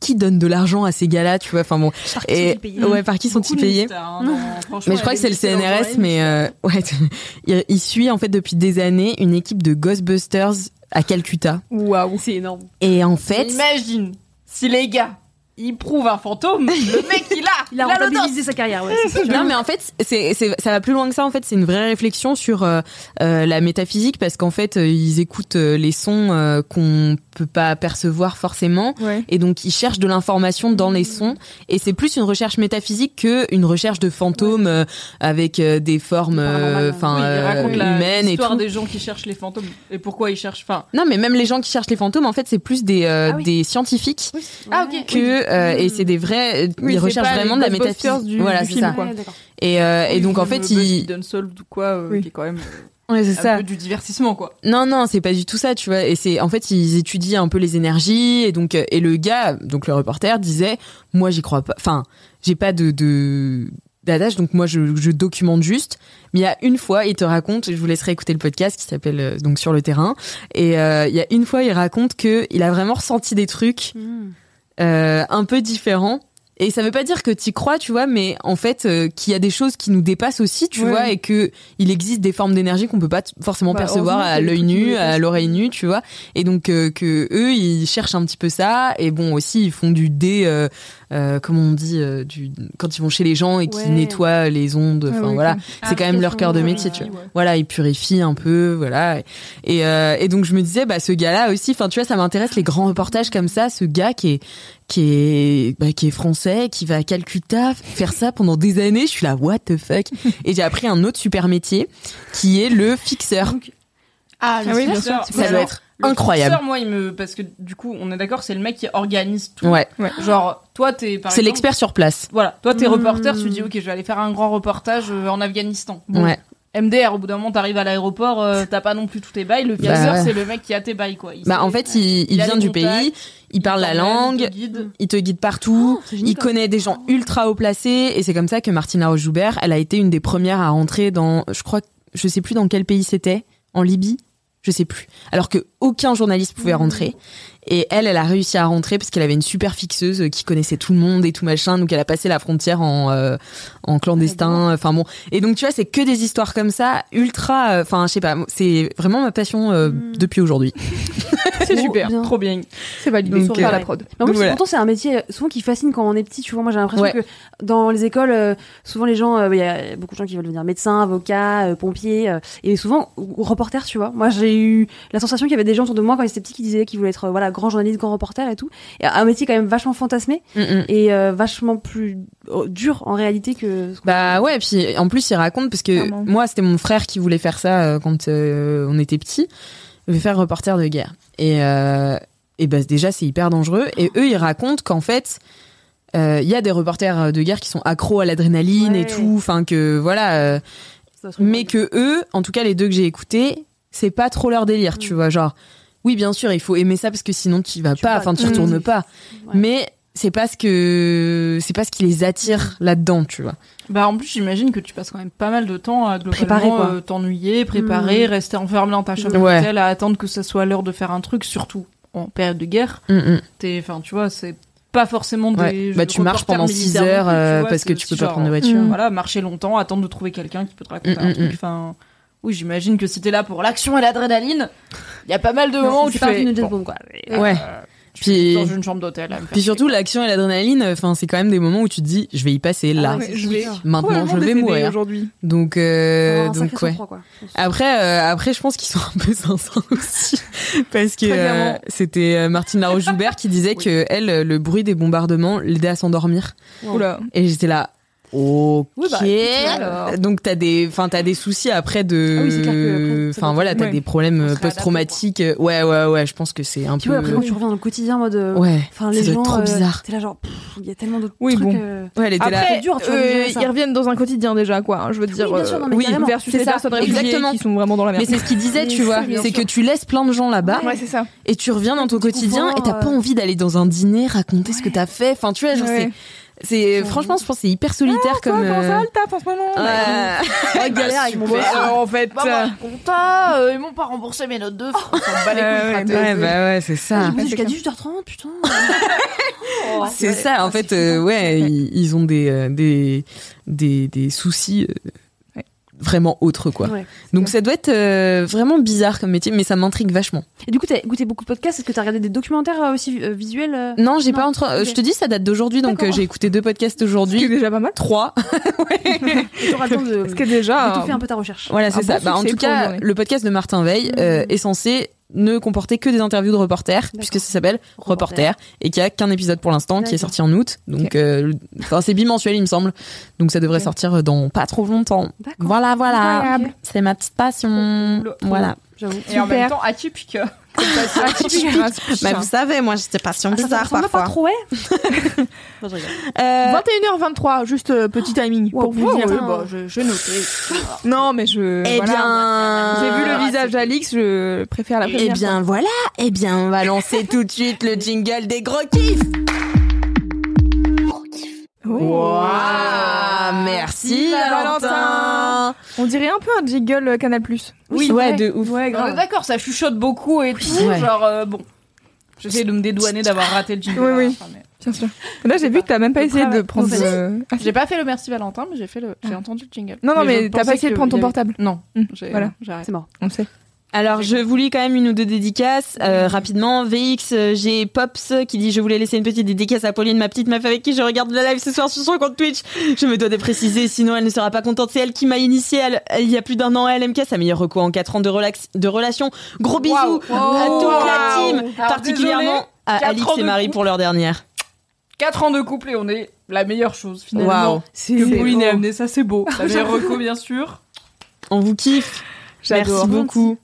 S1: qui donne de l'argent à ces gars-là, tu vois Enfin bon, et ouais par qui sont-ils payés
S2: hein,
S1: mais je crois que c'est le CNRS, mais euh, ouais, il, il suit en fait depuis des années une équipe de Ghostbusters à Calcutta.
S3: Waouh.
S4: C'est énorme.
S1: Et en fait,
S2: Imagine si les gars, ils prouvent un fantôme, le mec il a,
S4: Il a
S2: le dos.
S4: rentabilisé sa carrière, ouais. c'est sûr.
S1: non, mais en fait, c'est, c'est- ça va plus loin que ça. En fait, c'est une vraie réflexion sur euh, euh, la métaphysique parce qu'en fait, euh, ils écoutent euh, les sons euh, qu'on peut pas percevoir forcément.
S3: Ouais.
S1: Et donc, ils cherchent de l'information dans les sons. Et c'est plus une recherche métaphysique que une recherche de fantômes euh, avec euh, des formes,
S4: Paranormal,
S1: euh,
S4: ouais.
S1: enfin,
S2: Oui, il
S1: euh,
S2: raconte la-
S1: humaines et
S2: l'histoire
S1: tout.
S2: des gens qui cherchent les fantômes et pourquoi ils cherchent. Enfin,
S1: Non, mais même les gens qui cherchent les fantômes, en fait, c'est plus des, euh,
S4: Ah oui.
S1: des scientifiques
S2: Ah, ok.
S1: que euh, et c'est des vrais. ils
S3: Oui, c'est
S1: recherchent
S3: pas les
S1: vraiment de la
S3: Ghostbusters
S1: métaphysique.
S3: du-
S1: voilà,
S3: du
S1: c'est
S3: film,
S1: ça.
S3: quoi.
S4: Ouais, d'accord.
S1: Et, euh, et donc en fait, ils.
S2: Unsolved ou quoi, euh,
S3: Oui.
S2: qui est quand même euh,
S1: Ouais, c'est
S2: un
S1: ça.
S2: peu du divertissement quoi.
S1: Non, non, c'est pas du tout ça, tu vois. Et c'est en fait, ils étudient un peu les énergies et donc euh, et le gars, donc le reporter, disait, moi, j'y crois pas. Enfin, j'ai pas de de d'attache, donc moi, je, je documente juste. Mais il y a une fois, il te raconte, je vous laisserai écouter le podcast qui s'appelle euh, donc sur le terrain. Et euh, il y a une fois, il raconte que il a vraiment ressenti des trucs
S4: Hmm.
S1: euh, un peu différent. Et ça veut pas dire que t'y crois, tu vois, mais en fait, euh, qu'il y a des choses qui nous dépassent aussi, tu
S3: Ouais.
S1: vois, et que il existe des formes d'énergie qu'on peut pas t- forcément
S3: Bah,
S1: percevoir
S3: heureusement
S1: à
S3: qu'il y a des
S1: l'œil
S3: trucs qui nous
S1: nu, à
S3: dépassent.
S1: l'oreille nue, tu vois. Et donc euh, que eux, ils cherchent un petit peu ça. Et bon, aussi, ils font du dé, euh, euh, comment on dit, euh, du quand ils vont chez les gens et qu'ils
S4: Ouais.
S1: nettoient les ondes.
S3: Ah
S1: Enfin
S3: oui,
S1: voilà,
S3: comme-
S1: c'est quand même leur cœur de métier, tu vois voilà, il purifie un peu, voilà. Et, euh, et donc je me disais, bah ce gars-là aussi, enfin tu vois, ça m'intéresse les grands reportages comme ça, ce gars qui est qui est bah, qui est français, qui va à Calcutta faire ça pendant des années. Je suis là, what the fuck Et j'ai appris un autre super métier qui est le fixeur.
S2: Ah,
S3: le oui, bien
S2: sûr.
S1: Ça doit être incroyable.
S2: moi, il me parce que du coup, on est d'accord, c'est le mec qui organise tout.
S1: Ouais,
S2: Genre, toi, t'es par
S1: c'est
S2: exemple,
S1: l'expert sur place.
S2: Voilà, toi, t'es
S4: Hmm.
S2: reporter, tu dis ok, je vais aller faire un grand reportage euh, en Afghanistan. Bon,
S1: Ouais.
S2: MDR, au bout d'un moment, t'arrives à l'aéroport, euh, t'as pas non plus tous tes bails. Le viseur,
S1: Bah ouais.
S2: c'est le mec qui a tes bails, quoi. Il sait-
S1: Bah en fait, il, il
S2: Il a
S1: vient
S2: les
S1: du
S2: contacts,
S1: pays, il parle la
S2: t'emmène, il
S1: langue,
S2: te guide.
S1: il te guide partout.
S4: Oh, c'est génial.
S1: Il connaît des gens ultra haut placés et c'est comme ça que Martina Roche-Joubert, elle a été une des premières à rentrer dans, je crois, je sais plus dans quel pays c'était, en Libye, je sais plus. Alors que aucun journaliste
S4: Mmh.
S1: pouvait rentrer. Et elle, elle a réussi à rentrer parce qu'elle avait une super fixeuse euh, qui connaissait tout le monde et tout machin. Donc elle a passé la frontière en, euh, en clandestin. Enfin bon. Et donc tu vois, c'est que des histoires comme ça, ultra. euh, Enfin, je sais pas. C'est vraiment ma passion euh, depuis aujourd'hui.
S3: C'est super.
S4: Mmh. bien.
S3: Trop bien. C'est validé.
S1: Donc,
S3: Ils sont par
S1: euh,
S3: la prod.
S4: Mais en plus,
S1: Donc voilà.
S4: pourtant, c'est un métier euh, souvent qui fascine quand on est petit. Tu vois, moi, j'ai l'impression
S1: Ouais.
S4: que dans les écoles, euh, souvent les gens, euh, il y a beaucoup de gens qui veulent devenir médecin, avocat, euh, pompier, euh, et souvent ou- ou reporter. Tu vois, moi, j'ai eu la sensation qu'il y avait des gens autour de moi quand ils étaient petits qui disaient qu'ils voulaient être euh, voilà grand journaliste, grand reporter et tout. Et un métier quand même vachement fantasmé
S1: Mm, mm.
S4: et euh, vachement plus euh, dur en réalité que. ce qu'on-
S1: Bah ouais, puis en plus il raconte parce que
S3: Clairement.
S1: moi c'était mon frère qui voulait faire ça euh, quand euh, on était petit. Il voulait faire reporter de guerre. Et euh, et bah déjà c'est hyper dangereux. Et eux ils racontent qu'en fait euh, il y a des reporters de guerre qui sont accros à l'adrénaline et
S4: Ouais.
S1: tout. Enfin que voilà. euh,
S4: ça se trouve-
S1: mais que eux, en tout cas les deux que j'ai écoutés, c'est pas trop leur délire, tu vois. Genre, Oui, bien sûr, il faut aimer ça parce que sinon tu y vas
S4: Mm. Tu
S1: pas,
S4: vas pas,
S1: enfin tu
S4: mm.
S1: retournes pas.
S4: Ouais.
S1: Mais c'est pas ce que c'est pas ce qui les attire là-dedans, tu vois.
S2: Bah en plus j'imagine que tu passes quand même pas mal de temps à globalement,
S4: Préparer, quoi.
S2: euh, t'ennuyer, préparer, rester enfermé dans ta chambre
S1: Mm. Ouais.
S2: d'hôtel à attendre que ça soit l'heure de faire un truc, surtout en période de guerre.
S1: Mm, mm.
S2: T'es, enfin tu vois, c'est pas forcément
S1: Ouais.
S2: des.
S1: Bah, tu
S2: reporters
S1: marches pendant
S2: militaires
S1: 6
S2: non plus,
S1: heures
S2: tu
S1: euh,
S2: vois,
S1: parce que
S2: c'est
S1: tu peux
S2: genre, euh, mm.
S1: pas prendre de voiture.
S2: Voilà, marcher longtemps, attendre de trouver quelqu'un qui peut te raconter
S1: Mm,
S2: un
S1: mm,
S2: truc. Enfin, oui j'imagine que si t'es là pour l'action et l'adrénaline, il y a pas mal de moments où
S4: c'est
S2: tu
S4: pas un
S2: fais.
S4: film de James
S2: bon,
S4: Bond, quoi.
S1: Ouais.
S2: je suis
S1: Puis-
S2: dans une chambre d'hôtel. à me faire
S1: Puis surtout
S2: chier.
S1: l'action et l'adrénaline, enfin c'est quand même des moments où tu te dis je vais y passer
S2: Ah
S1: là.
S4: ouais.
S3: je vais
S1: Maintenant je
S3: probablement
S1: vais
S3: décéder
S1: mourir.
S3: aujourd'hui.
S1: Donc euh,
S2: Oh,
S1: donc ouais.
S4: Quoi.
S1: Après, euh, après, je pense qu'ils sont un peu sincères aussi, parce que
S3: Très
S1: euh,
S3: clairement.
S1: c'était euh, Martine Laroche Joubert qui disait que elle, euh, le bruit des bombardements l'aidait à s'endormir.
S3: Oula.
S1: Et j'étais là. Ok.
S4: bah, écoute, alors.
S1: Donc t'as des, enfin t'as des soucis après de,
S4: Ah oui, c'est clair que après, ça
S1: enfin
S4: doit-
S1: voilà, t'as
S3: Ouais.
S1: des problèmes
S2: On
S1: euh,
S2: se réadapte,
S1: post-traumatiques. Ouais, ouais, ouais. Je pense que c'est un
S4: Tu
S1: peu.
S4: vois, après, quand tu reviens dans le quotidien, en mode. euh,
S1: ouais.
S4: Enfin,
S1: ça
S4: les
S1: doit
S4: gens.
S1: être trop
S4: euh,
S1: bizarre.
S4: T'es là, genre, pff, il y a tellement d'autres
S3: Oui,
S4: trucs.
S3: bon.
S4: euh,
S1: Ouais, elle était là.
S3: Après,
S4: C'est dur, tu
S3: euh,
S4: reviens à ça.
S3: ils reviennent dans un quotidien déjà, quoi. hein, Je veux dire,
S4: bien sûr,
S3: euh,
S4: non, mais
S3: oui,
S4: carrément.
S3: versus
S4: C'est
S3: les
S4: ça,
S3: personnes réfugiées
S1: exactement.
S3: qui sont vraiment dans la merde.
S1: Mais c'est ce qu'il disait,
S4: Mais
S1: tu vois.
S4: ça, bien
S1: C'est
S4: sûr.
S1: que tu laisses plein de gens là-bas
S3: Ouais, c'est ça.
S1: et tu reviens dans ton
S4: Tu
S1: quotidien
S4: comprends,
S1: et t'as pas
S4: euh,
S1: envie d'aller dans un dîner raconter ce que t'as fait. Enfin, tu vois, genre,
S3: Ouais.
S1: c'est, c'est, franchement, je pense que c'est hyper solitaire
S3: Toi,
S1: comme.
S3: comment
S1: euh,
S3: ça va le taf en ce moment
S1: euh,
S2: Ouais, galère avec mon
S3: Ouais,
S2: boss.
S3: alors, en fait,
S2: Bah,
S3: euh,
S2: moi, le compta, euh, ils m'ont pas remboursé mes notes de frais. On s'en bat les couilles,
S3: Ouais,
S2: frère.
S1: Ouais,
S3: ouais,
S1: bah ouais, c'est
S4: J'ai
S1: ça.
S4: bossé jusqu'à
S3: c'est
S4: 18h30, putain.
S1: C'est ça, en fait, euh, ouais, ils, ils ont des, euh, des, des, des soucis euh,
S3: Ouais.
S1: vraiment autres, quoi.
S4: Ouais,
S1: Donc ça doit être euh, vraiment bizarre comme métier, mais ça m'intrigue vachement.
S4: Et du coup, t'as écouté beaucoup de podcasts. Est-ce que t'as regardé des documentaires euh, aussi euh, visuels euh
S1: Non, j'ai
S4: Non,
S1: pas entre. euh,
S4: ok.
S1: Je te dis, ça date d'aujourd'hui, donc euh,
S4: D'accord.
S1: j'ai écouté deux podcasts
S3: ce qui est
S1: aujourd'hui,
S3: déjà pas mal.
S1: trois.
S4: Et T'auras le temps de.
S3: Ce qui est déjà.
S4: tout fait un peu ta recherche.
S1: Voilà, c'est ça.
S3: Un bon
S1: Bah, en
S3: succès
S1: tout
S3: pour une
S1: cas,
S3: journée.
S1: le podcast de Martin Veil euh, est censé ne comporter que des interviews de reporters, puisque ça s'appelle Reporter, et qu'il n'y a qu'un épisode pour l'instant qui est
S4: D'accord.
S1: sorti en août. Donc,
S3: Ok.
S1: euh, le- enfin, c'est bimensuel, il me semble. Donc, ça devrait
S3: Ok.
S1: sortir dans pas trop longtemps.
S4: D'accord.
S1: Voilà, voilà.
S4: Incroyable.
S1: C'est ma petite passion.
S2: Trop cool.
S1: Voilà.
S4: J'avoue.
S2: Et en même
S3: euh, Super.
S2: temps, atypique.
S1: Bah, vous savez, moi, j'étais passion
S4: Ah, ça
S1: bizarre
S4: ressemble pas
S1: parfois. Euh,
S4: trop, ouais.
S2: Euh,
S3: 21h23, juste euh, petit timing
S4: Oh,
S3: pour vous
S4: wow,
S3: dire.
S4: oui,
S2: Bon, bah, je, je notais. ah,
S3: Non, mais je.
S1: Eh
S3: voilà.
S1: bien,
S3: J'ai vu le visage d'Alix, je préfère la
S1: Eh
S3: première.
S1: bien, voilà. Eh bien, on va lancer tout de suite le jingle des gros kiffs. Ah, merci, Valentin.
S3: On dirait un peu un jiggle euh, Canal Plus.
S1: Oui, ouais, de ouf.
S3: Ouais,
S2: On est
S3: grave.
S2: d'accord, ça chuchote beaucoup et tout.
S1: Ouais.
S2: Genre, euh, bon. J'essaie de me dédouaner d'avoir raté le jingle.
S3: Oui,
S2: à la
S3: oui.
S2: fin, mais-
S3: Bien sûr. Là, j'ai vu que t'as même pas
S2: Au
S3: essayé de
S2: travail.
S3: prendre.
S2: Au fait.
S3: euh, ah,
S2: J'ai pas fait le merci Valentin, mais j'ai fait le. J'ai entendu le jingle.
S3: Non, non,
S2: je
S3: mais t'as
S2: pensais
S3: pas essayé de
S2: que
S3: prendre ton
S2: il y avait-
S3: portable.
S2: Non,
S3: Hum,
S2: j'ai-
S3: voilà.
S2: j'arrête.
S4: C'est mort.
S3: On sait.
S1: Alors, je vous lis quand même une ou deux dédicaces. Euh, rapidement, VX, euh, j'ai Pops qui dit Je voulais laisser une petite dédicace à Pauline, ma petite meuf avec qui je regarde le live ce soir sur son compte Twitch. Je me dois de préciser, sinon elle ne sera pas contente. C'est elle qui m'a initiée elle- euh, il y a plus d'un an à LMK, sa meilleure reco en 4 ans de, relax, de relation. Gros bisous à
S2: Waouh.
S1: toute
S2: Waouh.
S1: la team,
S2: Alors,
S1: particulièrement
S2: désolé,
S1: à
S2: quatre
S1: Alix
S2: ans
S1: et
S2: de
S1: Marie
S2: couple.
S1: pour leur dernière.
S2: 4 ans de couple et on est la meilleure chose finalement.
S1: Waouh,
S2: Que
S3: C'est
S2: Pauline
S3: beau.
S2: ait amené ça, c'est beau. La meilleure reco, bien sûr.
S1: on vous kiffe. Merci
S3: J'adore.
S1: beaucoup.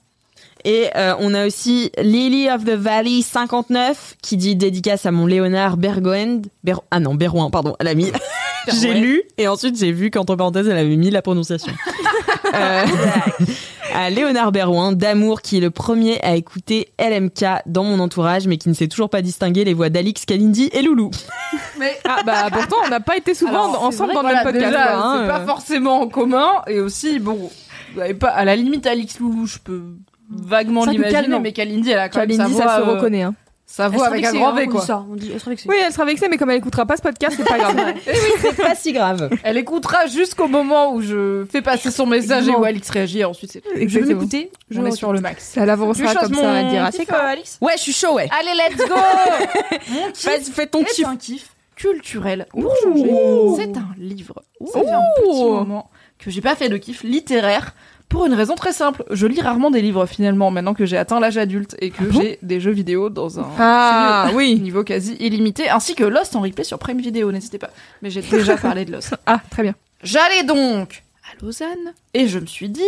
S1: Et euh, on a aussi Lily of the Valley 59 qui dit dédicace à mon Léonard Bergoend. Ber- ah non, Berouin, pardon, elle a mis. j'ai lu et ensuite j'ai vu qu'entre parenthèses elle avait mis la prononciation. Euh, à Léonard Berouin d'amour qui est le premier à écouter LMK dans mon entourage mais qui ne sait toujours pas distinguer les voix d'Alix, Kalindi et Loulou.
S3: Ah, bah pourtant, on n'a pas été souvent
S2: Alors, c'est
S3: ensemble
S2: vrai
S3: dans
S2: que
S3: le
S2: voilà,
S3: podcast.
S2: déjà,
S3: quoi, hein,
S2: c'est
S3: euh.
S2: pas forcément en commun et aussi bon, vous avez pas à la limite Alix Loulou, je peux vaguement
S4: Ça nous
S2: l'imaginer,
S4: calme.
S2: mais Kalindi elle a quand même
S3: Kalindi,
S2: sa voix,
S3: ça se
S2: euh,
S3: reconnaît. hein.
S2: sa voix avec un grand V quoi.
S3: Oui, elle sera vexée, mais comme elle écoutera pas ce podcast, c'est pas grave.
S1: C'est pas si grave.
S2: Elle écoutera jusqu'au moment où je fais passer son message et où
S4: Exactement.
S2: Alix réagit et ensuite c'est je vais
S3: Exactement.
S2: m'écouter, je
S3: On est
S2: suis sur le max.
S3: Elle avancera comme ça, elle dira.
S2: kiff,
S3: C'est quoi
S2: euh, Alix
S1: Ouais, je suis chaud ouais.
S2: Allez, let's go Mon kiff
S1: Vas-y, fais ton
S2: est
S1: kiff.
S2: un kiff culturel pour changer. C'est un livre. Ça fait un petit moment que j'ai pas fait de kiff littéraire pour une raison très simple. Je lis rarement des livres finalement maintenant que j'ai atteint l'âge adulte et que j'ai des jeux vidéo dans un
S3: Ah, oui.
S2: niveau quasi illimité ainsi que Lost en replay sur Prime Video, n'hésitez pas. Mais j'ai déjà parlé de Lost.
S3: Ah, très bien.
S2: J'allais donc à Lausanne et je me suis dit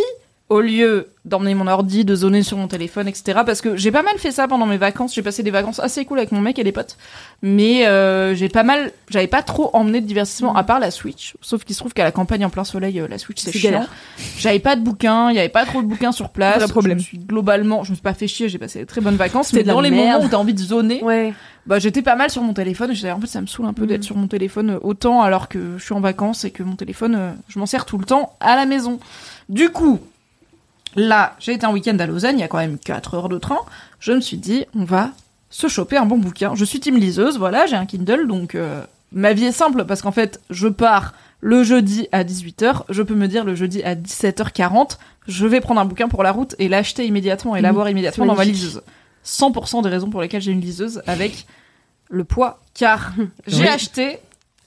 S2: au lieu d'emmener mon ordi, de zoner sur mon téléphone, etc. Parce que j'ai pas mal fait ça pendant mes vacances. J'ai passé des vacances assez cool avec mon mec et des potes. Mais euh, j'ai pas mal, j'avais pas trop emmené de divertissement à part la Switch. Sauf qu'il se trouve qu'à la campagne en plein soleil, euh, la Switch c'est
S4: C'est
S2: chiant.
S4: galère.
S2: J'avais pas de bouquins, il y avait pas trop de bouquins sur place.
S3: Vrai problème.
S2: Je me suis globalement, je me suis pas fait chier. J'ai passé des très bonnes vacances.
S4: C'était
S2: Mais
S4: de la
S2: dans les
S4: merde.
S2: moments où t'as envie de zoner,
S4: Ouais.
S2: bah, j'étais pas mal sur mon téléphone. et J'étais en fait ça me saoule un peu d'être sur mon téléphone euh, autant alors que je suis en vacances et que mon téléphone euh, je m'en sers tout le temps à la maison. Du coup, là j'ai été un week-end à Lausanne, il y a quand même 4 heures de train. Je me suis dit on va se choper un bon bouquin. Je suis team liseuse, voilà, j'ai un Kindle donc euh, ma vie est simple parce qu'en fait je pars le jeudi à 18h, je peux me dire le jeudi à 17h40, je vais prendre un bouquin pour la route et l'acheter immédiatement et l'avoir immédiatement dans ma
S4: magnifique.
S2: liseuse. 100% des raisons pour lesquelles j'ai une liseuse avec le poids car j'ai
S1: Oui.
S2: acheté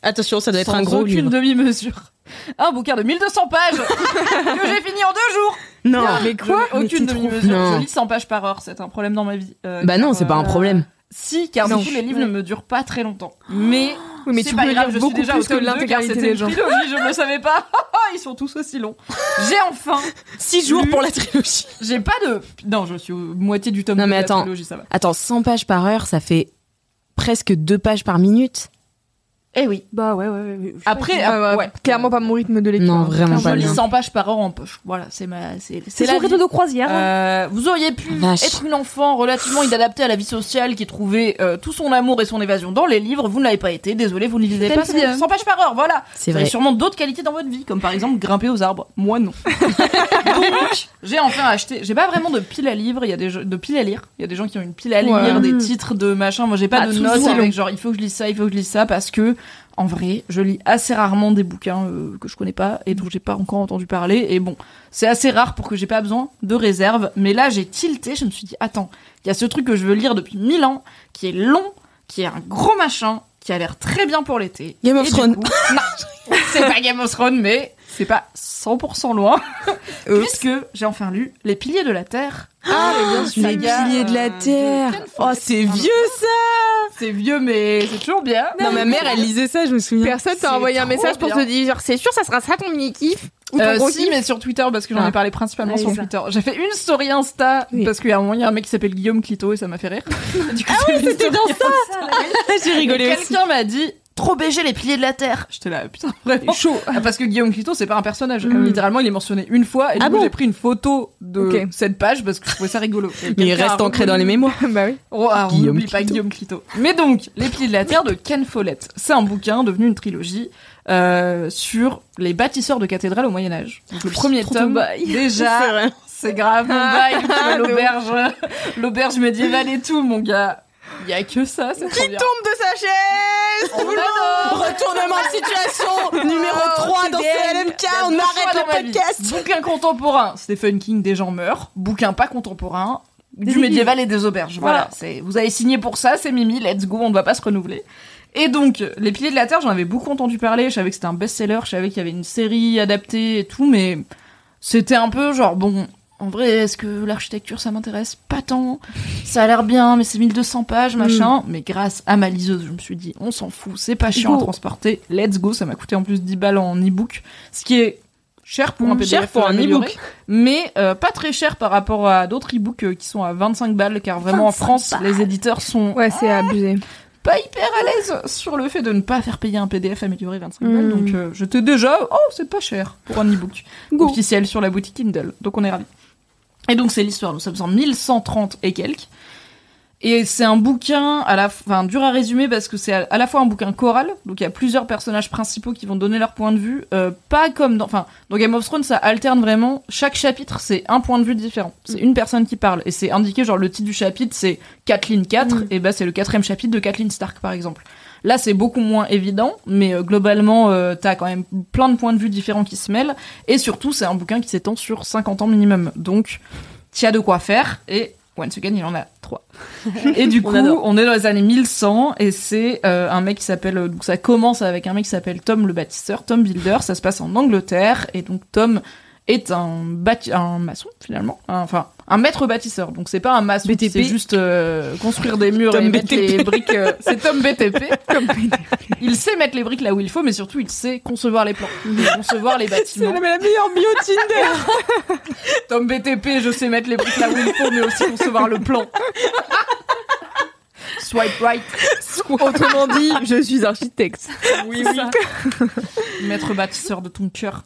S1: Attention, ça doit être
S2: sans
S1: un gros
S2: aucune
S1: livre.
S2: demi-mesure un bouquin de 1200 pages que j'ai fini en deux jours.
S1: Non,
S2: Je
S1: mais
S2: n'ai
S1: quoi
S2: Aucune
S1: Mais t'es trop-
S2: demi-mesure. Je
S1: Non.
S2: lis 100 pages par heure, c'est un problème dans ma vie. Euh,
S1: Bah non,
S2: car,
S1: c'est pas un
S2: euh,
S1: problème.
S2: Si, car du
S3: Non.
S2: coup les livres ne me durent pas très longtemps. Mais
S3: Oui, mais
S2: c'est
S3: tu
S2: pas
S3: peux
S2: grave,
S3: lire
S2: je suis
S3: beaucoup
S2: déjà au
S3: plus que
S2: tome deux, car
S3: l'intégralité
S2: c'était
S3: des
S2: une
S3: gens.
S2: trilogie, je ne le savais pas. Oh, Ils sont tous aussi longs. J'ai enfin,
S1: 6 jours pour la trilogie.
S2: j'ai pas de. Non, je suis au moitié du tome
S1: Non,
S2: 2
S1: mais
S2: de la
S1: attends.
S2: trilogie, ça va.
S1: Attends, 100 pages par heure, ça fait presque 2 pages par minute.
S2: Eh oui.
S4: Bah ouais, ouais. ouais.
S2: Après,
S3: Ah, ouais,
S2: ouais.
S3: Clairement pas mon rythme de lecture.
S1: Non,
S3: hein.
S1: vraiment
S2: je
S1: pas
S2: lis
S1: bien.
S2: 100 pages par heure en poche. Voilà, c'est ma, c'est
S4: C'est
S2: la
S4: son
S2: vie.
S4: rythme de croisière. hein.
S2: Euh, vous auriez pu
S1: Vache.
S2: être une enfant relativement inadaptée à la vie sociale qui trouvait euh, tout son amour et son évasion dans les livres. Vous ne l'avez pas été. Désolé, vous ne lisez pas
S4: Même si, euh,
S2: 100 pages par heure. Voilà.
S1: C'est
S2: Vous avez
S1: vrai.
S2: sûrement d'autres qualités dans votre vie, comme par exemple grimper aux arbres. Moi, non. Donc, j'ai enfin acheté. J'ai pas vraiment de pile à livres. Il y a des jeux- de pile à lire. Il y a des gens qui ont une pile à lire,
S3: Ouais. Mm.
S2: des titres de machin. Moi, j'ai pas
S3: Ah,
S2: de
S3: tout
S2: notes
S3: ça.
S2: avec genre il faut que je lise ça, il faut que je lise ça parce que. En vrai, je lis assez rarement des bouquins euh, que je connais pas et dont j'ai pas encore entendu parler. Et bon, c'est assez rare pour que j'ai pas besoin de réserve, mais là j'ai tilté, je me suis dit attends, il y a ce truc que je veux lire depuis mille ans, qui est long, qui est un gros machin, qui a l'air très bien pour l'été.
S1: Game
S2: Et
S1: of
S2: du
S1: Thrones.
S2: coup- non, c'est pas Game of Thrones, mais c'est pas 100% loin, puisque j'ai enfin lu Les Piliers de la Terre.
S1: Ah, les
S2: saga,
S1: piliers de la
S2: euh,
S1: terre.
S2: Ken
S1: Oh,
S2: Follett.
S1: c'est
S2: Pardon.
S1: vieux ça.
S2: C'est vieux, mais c'est toujours bien.
S1: Non, ma mère, elle lisait ça, je me souviens.
S3: Personne
S2: C'est
S3: t'a envoyé un
S2: trop
S3: message pour
S2: bien.
S3: te dire genre c'est sûr ça sera ça ton mini kiff ou ton
S2: Euh,
S3: gros
S2: si,
S3: kiff.
S2: mais sur Twitter, parce que j'en
S1: Ah.
S2: ai parlé principalement
S4: Ah,
S2: sur
S4: c'est ça.
S2: Twitter. J'ai fait une story Insta,
S1: Oui. Ah
S2: parce qu'il y a un moment, il y a un mec qui s'appelle Guillaume Clito et ça m'a fait rire. Du coup, j'ai fait une
S1: C'était
S2: story
S1: dans ça. J'ai
S2: Et
S1: rigolé aussi.
S2: Quelqu'un m'a dit trop BG les piliers de la terre. J'étais là putain vraiment.
S3: chaud.
S2: Ah, Parce que Guillaume Clito c'est pas un personnage. Littéralement il est mentionné une fois et du
S1: Ah
S2: coup
S1: bon
S2: j'ai pris une photo de
S3: Ok.
S2: cette page parce que je trouvais ça rigolo. Et
S1: Mais il
S2: quelqu'un
S1: reste
S2: a
S1: ancré dans les mémoires.
S3: bah oui.
S2: Oh, ah, on
S1: Guillaume
S2: n'oublie pas
S1: Clito.
S2: Guillaume Clito. Mais donc, Les Piliers de la Terre de Ken Follett. C'est un bouquin devenu une trilogie euh, sur les bâtisseurs de cathédrales au Moyen-Âge. Le premier
S1: trop ton
S2: tome,
S1: bail. C'est
S2: déjà,
S1: vrai.
S2: c'est grave, mon
S3: Ah,
S2: bail, tu vois,
S3: de ouf.
S2: l'auberge, l'auberge médiévale et tout, mon gars. Il y a que ça, c'est trop bien.
S3: Tombe de sa chaise.
S2: On adore.
S1: Retournement de situation numéro
S2: Ah,
S3: Oh,
S1: 3 dans
S3: c'est
S1: ce LMK,
S2: Il y a
S1: on
S2: deux choix dans ma
S1: arrête le
S2: vie.
S1: podcast.
S2: Bouquin contemporain, Stephen King, des gens meurent. Bouquin pas contemporain, du
S4: églises.
S2: médiéval et des auberges. Voilà,
S4: Voilà.
S2: c'est vous avez signé pour ça, c'est Mimi, let's go, on ne va pas se renouveler. Et donc, Les Piliers de la Terre, j'en avais beaucoup entendu parler, je savais que c'était un best-seller, je savais qu'il y avait une série adaptée et tout, mais c'était un peu genre, bon, en vrai, est-ce que l'architecture, ça m'intéresse Pas tant. Ça a l'air bien, mais c'est 1200
S1: Mm.
S2: pages, machin. Mais grâce à ma liseuse, je me suis dit, on s'en fout, c'est pas chiant à
S4: Go.
S2: transporter, let's go. Ça m'a coûté en plus 10 balles en e-book, ce qui est cher pour un
S1: Mmh,
S2: PDF
S1: cher pour un
S2: euh, amélioré,
S1: e-book.
S2: mais euh, pas très cher par rapport à d'autres e-books euh, qui sont à 25 balles, car vraiment en France, les éditeurs sont
S3: Ouais c'est abusé.
S2: pas hyper à l'aise sur le fait de ne pas faire payer un PDF amélioré 25 balles. Donc euh, j'étais déjà, oh, c'est pas cher pour un e-book
S4: Go.
S2: officiel sur la boutique Kindle. Donc on est ravis. Et donc c'est l'histoire, nous sommes en 1130 et quelques. Et c'est un bouquin, à la, enfin dur à résumer parce que c'est à, à la fois un bouquin choral, donc il y a plusieurs personnages principaux qui vont donner leur point de vue, euh, pas comme dans, enfin dans Game of Thrones ça alterne vraiment, chaque chapitre c'est un point de vue différent, c'est une personne qui parle, et c'est indiqué genre le titre du chapitre c'est Kathleen 4, et bah c'est le quatrième chapitre de Kathleen Stark par exemple. Là, c'est beaucoup moins évident, mais euh, globalement, euh, t'as quand même plein de points de vue différents qui se mêlent. Et surtout, c'est un bouquin qui s'étend sur 50 ans minimum. Donc, t'y as de quoi faire. Et, once again, il en a trois. et du coup, on, est dans les années 1100. Et c'est euh, un mec qui s'appelle... euh, Donc, ça commence avec un mec qui s'appelle Tom le bâtisseur, Tom Builder. Ça se passe en Angleterre. Et donc, Tom est un, bâti- un maçon, finalement. Un- Enfin, un maître bâtisseur. Donc c'est pas un maçon,
S1: BTP.
S2: c'est juste euh, construire des murs
S1: Tom
S2: et mettre
S1: BTP.
S2: les briques. euh, c'est Tom BTP. Il sait mettre les briques là où il faut, mais surtout il sait concevoir les plans, concevoir les bâtiments.
S1: meilleure bio Tinder.
S2: Tom BTP, je sais mettre les briques là où il faut, mais aussi concevoir le plan. Swipe right.
S3: Autrement dit, je suis architecte.
S2: Oui, oui. Maître bâtisseur de ton cœur.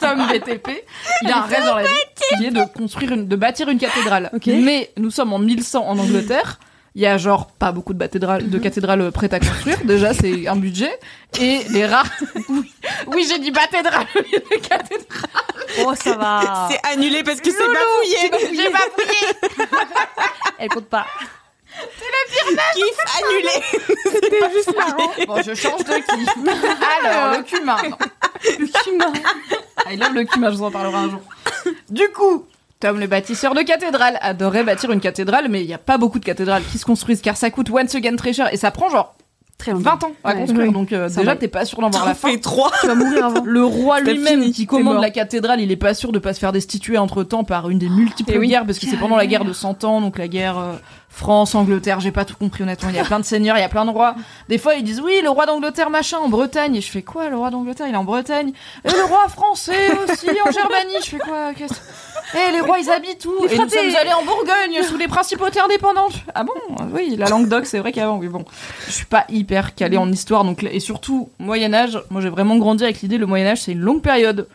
S2: Tom BTP, il a un rêve dans la vie qui est de construire une, de bâtir une cathédrale. Mais nous sommes en 1100 en Angleterre. Il y a genre pas beaucoup de cathédrales, de cathédrales prêtes à construire. Déjà, c'est un budget. Et les rares. Oui, oui, j'ai dit cathédrale. au lieu de cathédrale.
S4: Oh, ça va.
S1: C'est annulé parce que c'est bafouillé.
S2: J'ai pas
S4: Elle compte pas.
S1: Kiff annulé.
S2: Bon, je change de qui. Alors, le cumin. Non.
S4: Le cumin.
S2: I love le cumin, je vous en parlerai un jour. Du coup, Tom le bâtisseur de cathédrale adorait bâtir une cathédrale, mais il n'y a pas beaucoup de cathédrales qui se construisent car ça coûte once again très cher et ça prend genre
S4: Très longtemps.
S2: 20 ans à
S4: Mmh. Ouais.
S2: construire. Donc euh,
S4: Ça
S2: déjà,
S4: va.
S2: t'es pas sûr d'en voir la fin.
S1: fait trois.
S4: Tu vas mourir avant.
S2: Le roi
S1: C'était
S2: lui-même
S1: fini,
S2: qui
S1: t'es
S2: commande
S1: mort.
S2: la cathédrale, il est pas sûr de pas se faire destituer entre temps par une des multiples
S3: Eh oui.
S2: guerres, parce que c'est pendant la guerre de 100 ans, donc la guerre euh, France, Angleterre, j'ai pas tout compris honnêtement. Il y a plein de seigneurs, il y a plein de rois. Des fois ils disent oui, le roi d'Angleterre machin en Bretagne, et je fais quoi, le roi d'Angleterre il est en Bretagne, et le roi français aussi en Germanie, je fais quoi, qu'est-ce Eh les rois ils habitent où Et nous
S4: frappés.
S2: sommes allés en Bourgogne sous les principautés indépendantes. Ah bon Oui, la Languedoc c'est vrai qu'avant, oui bon je suis pas hyper calée en histoire donc et surtout Moyen Âge moi j'ai vraiment grandi avec l'idée le Moyen Âge c'est une longue période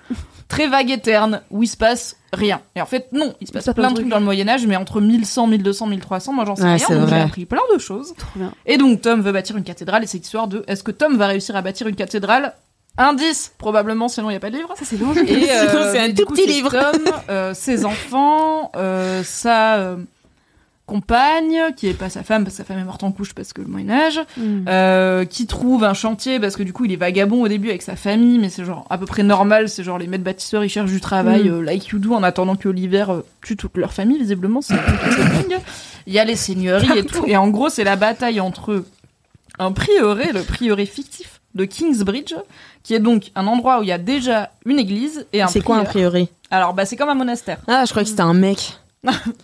S2: très vague et terne où il se passe rien et en fait non il se passe
S4: Il se passe
S2: plein de trucs dans le Moyen Âge mais entre 1100 1200 1300 moi j'en sais
S1: Ouais,
S2: rien
S1: c'est
S2: donc j'ai
S1: vrai.
S2: appris plein de choses
S4: Trop bien.
S2: et donc Tom veut bâtir une cathédrale et c'est l'histoire de est-ce que Tom va réussir à bâtir une cathédrale indice probablement sinon il y a pas de livre
S4: Ça, c'est l'enjeu.
S2: et euh,
S1: Sinon, c'est un
S2: du
S1: tout
S2: coup,
S1: petit
S2: c'est
S1: livre.
S2: Tom, euh, ses enfants, euh, sa euh, compagne, qui est pas sa femme, parce que sa femme est morte en couche parce que le Moyen-Âge,
S1: Hmm.
S2: euh, qui trouve un chantier, parce que du coup, il est vagabond au début avec sa famille, mais c'est genre à peu près normal, c'est genre les maîtres bâtisseurs, ils cherchent du travail,
S1: Hmm.
S2: euh, like you do, en attendant que l'hiver euh, tue toute leur famille, visiblement, c'est un peu consulting. Il y a les seigneuries et tout, et en gros, c'est la bataille entre un prieuré, le prieuré fictif de Kingsbridge, qui est donc un endroit où il y a déjà une église et un
S1: C'est quoi un
S2: prieur.
S1: priori
S2: Alors bah c'est comme un monastère.
S1: Ah, je crois que c'était un mec.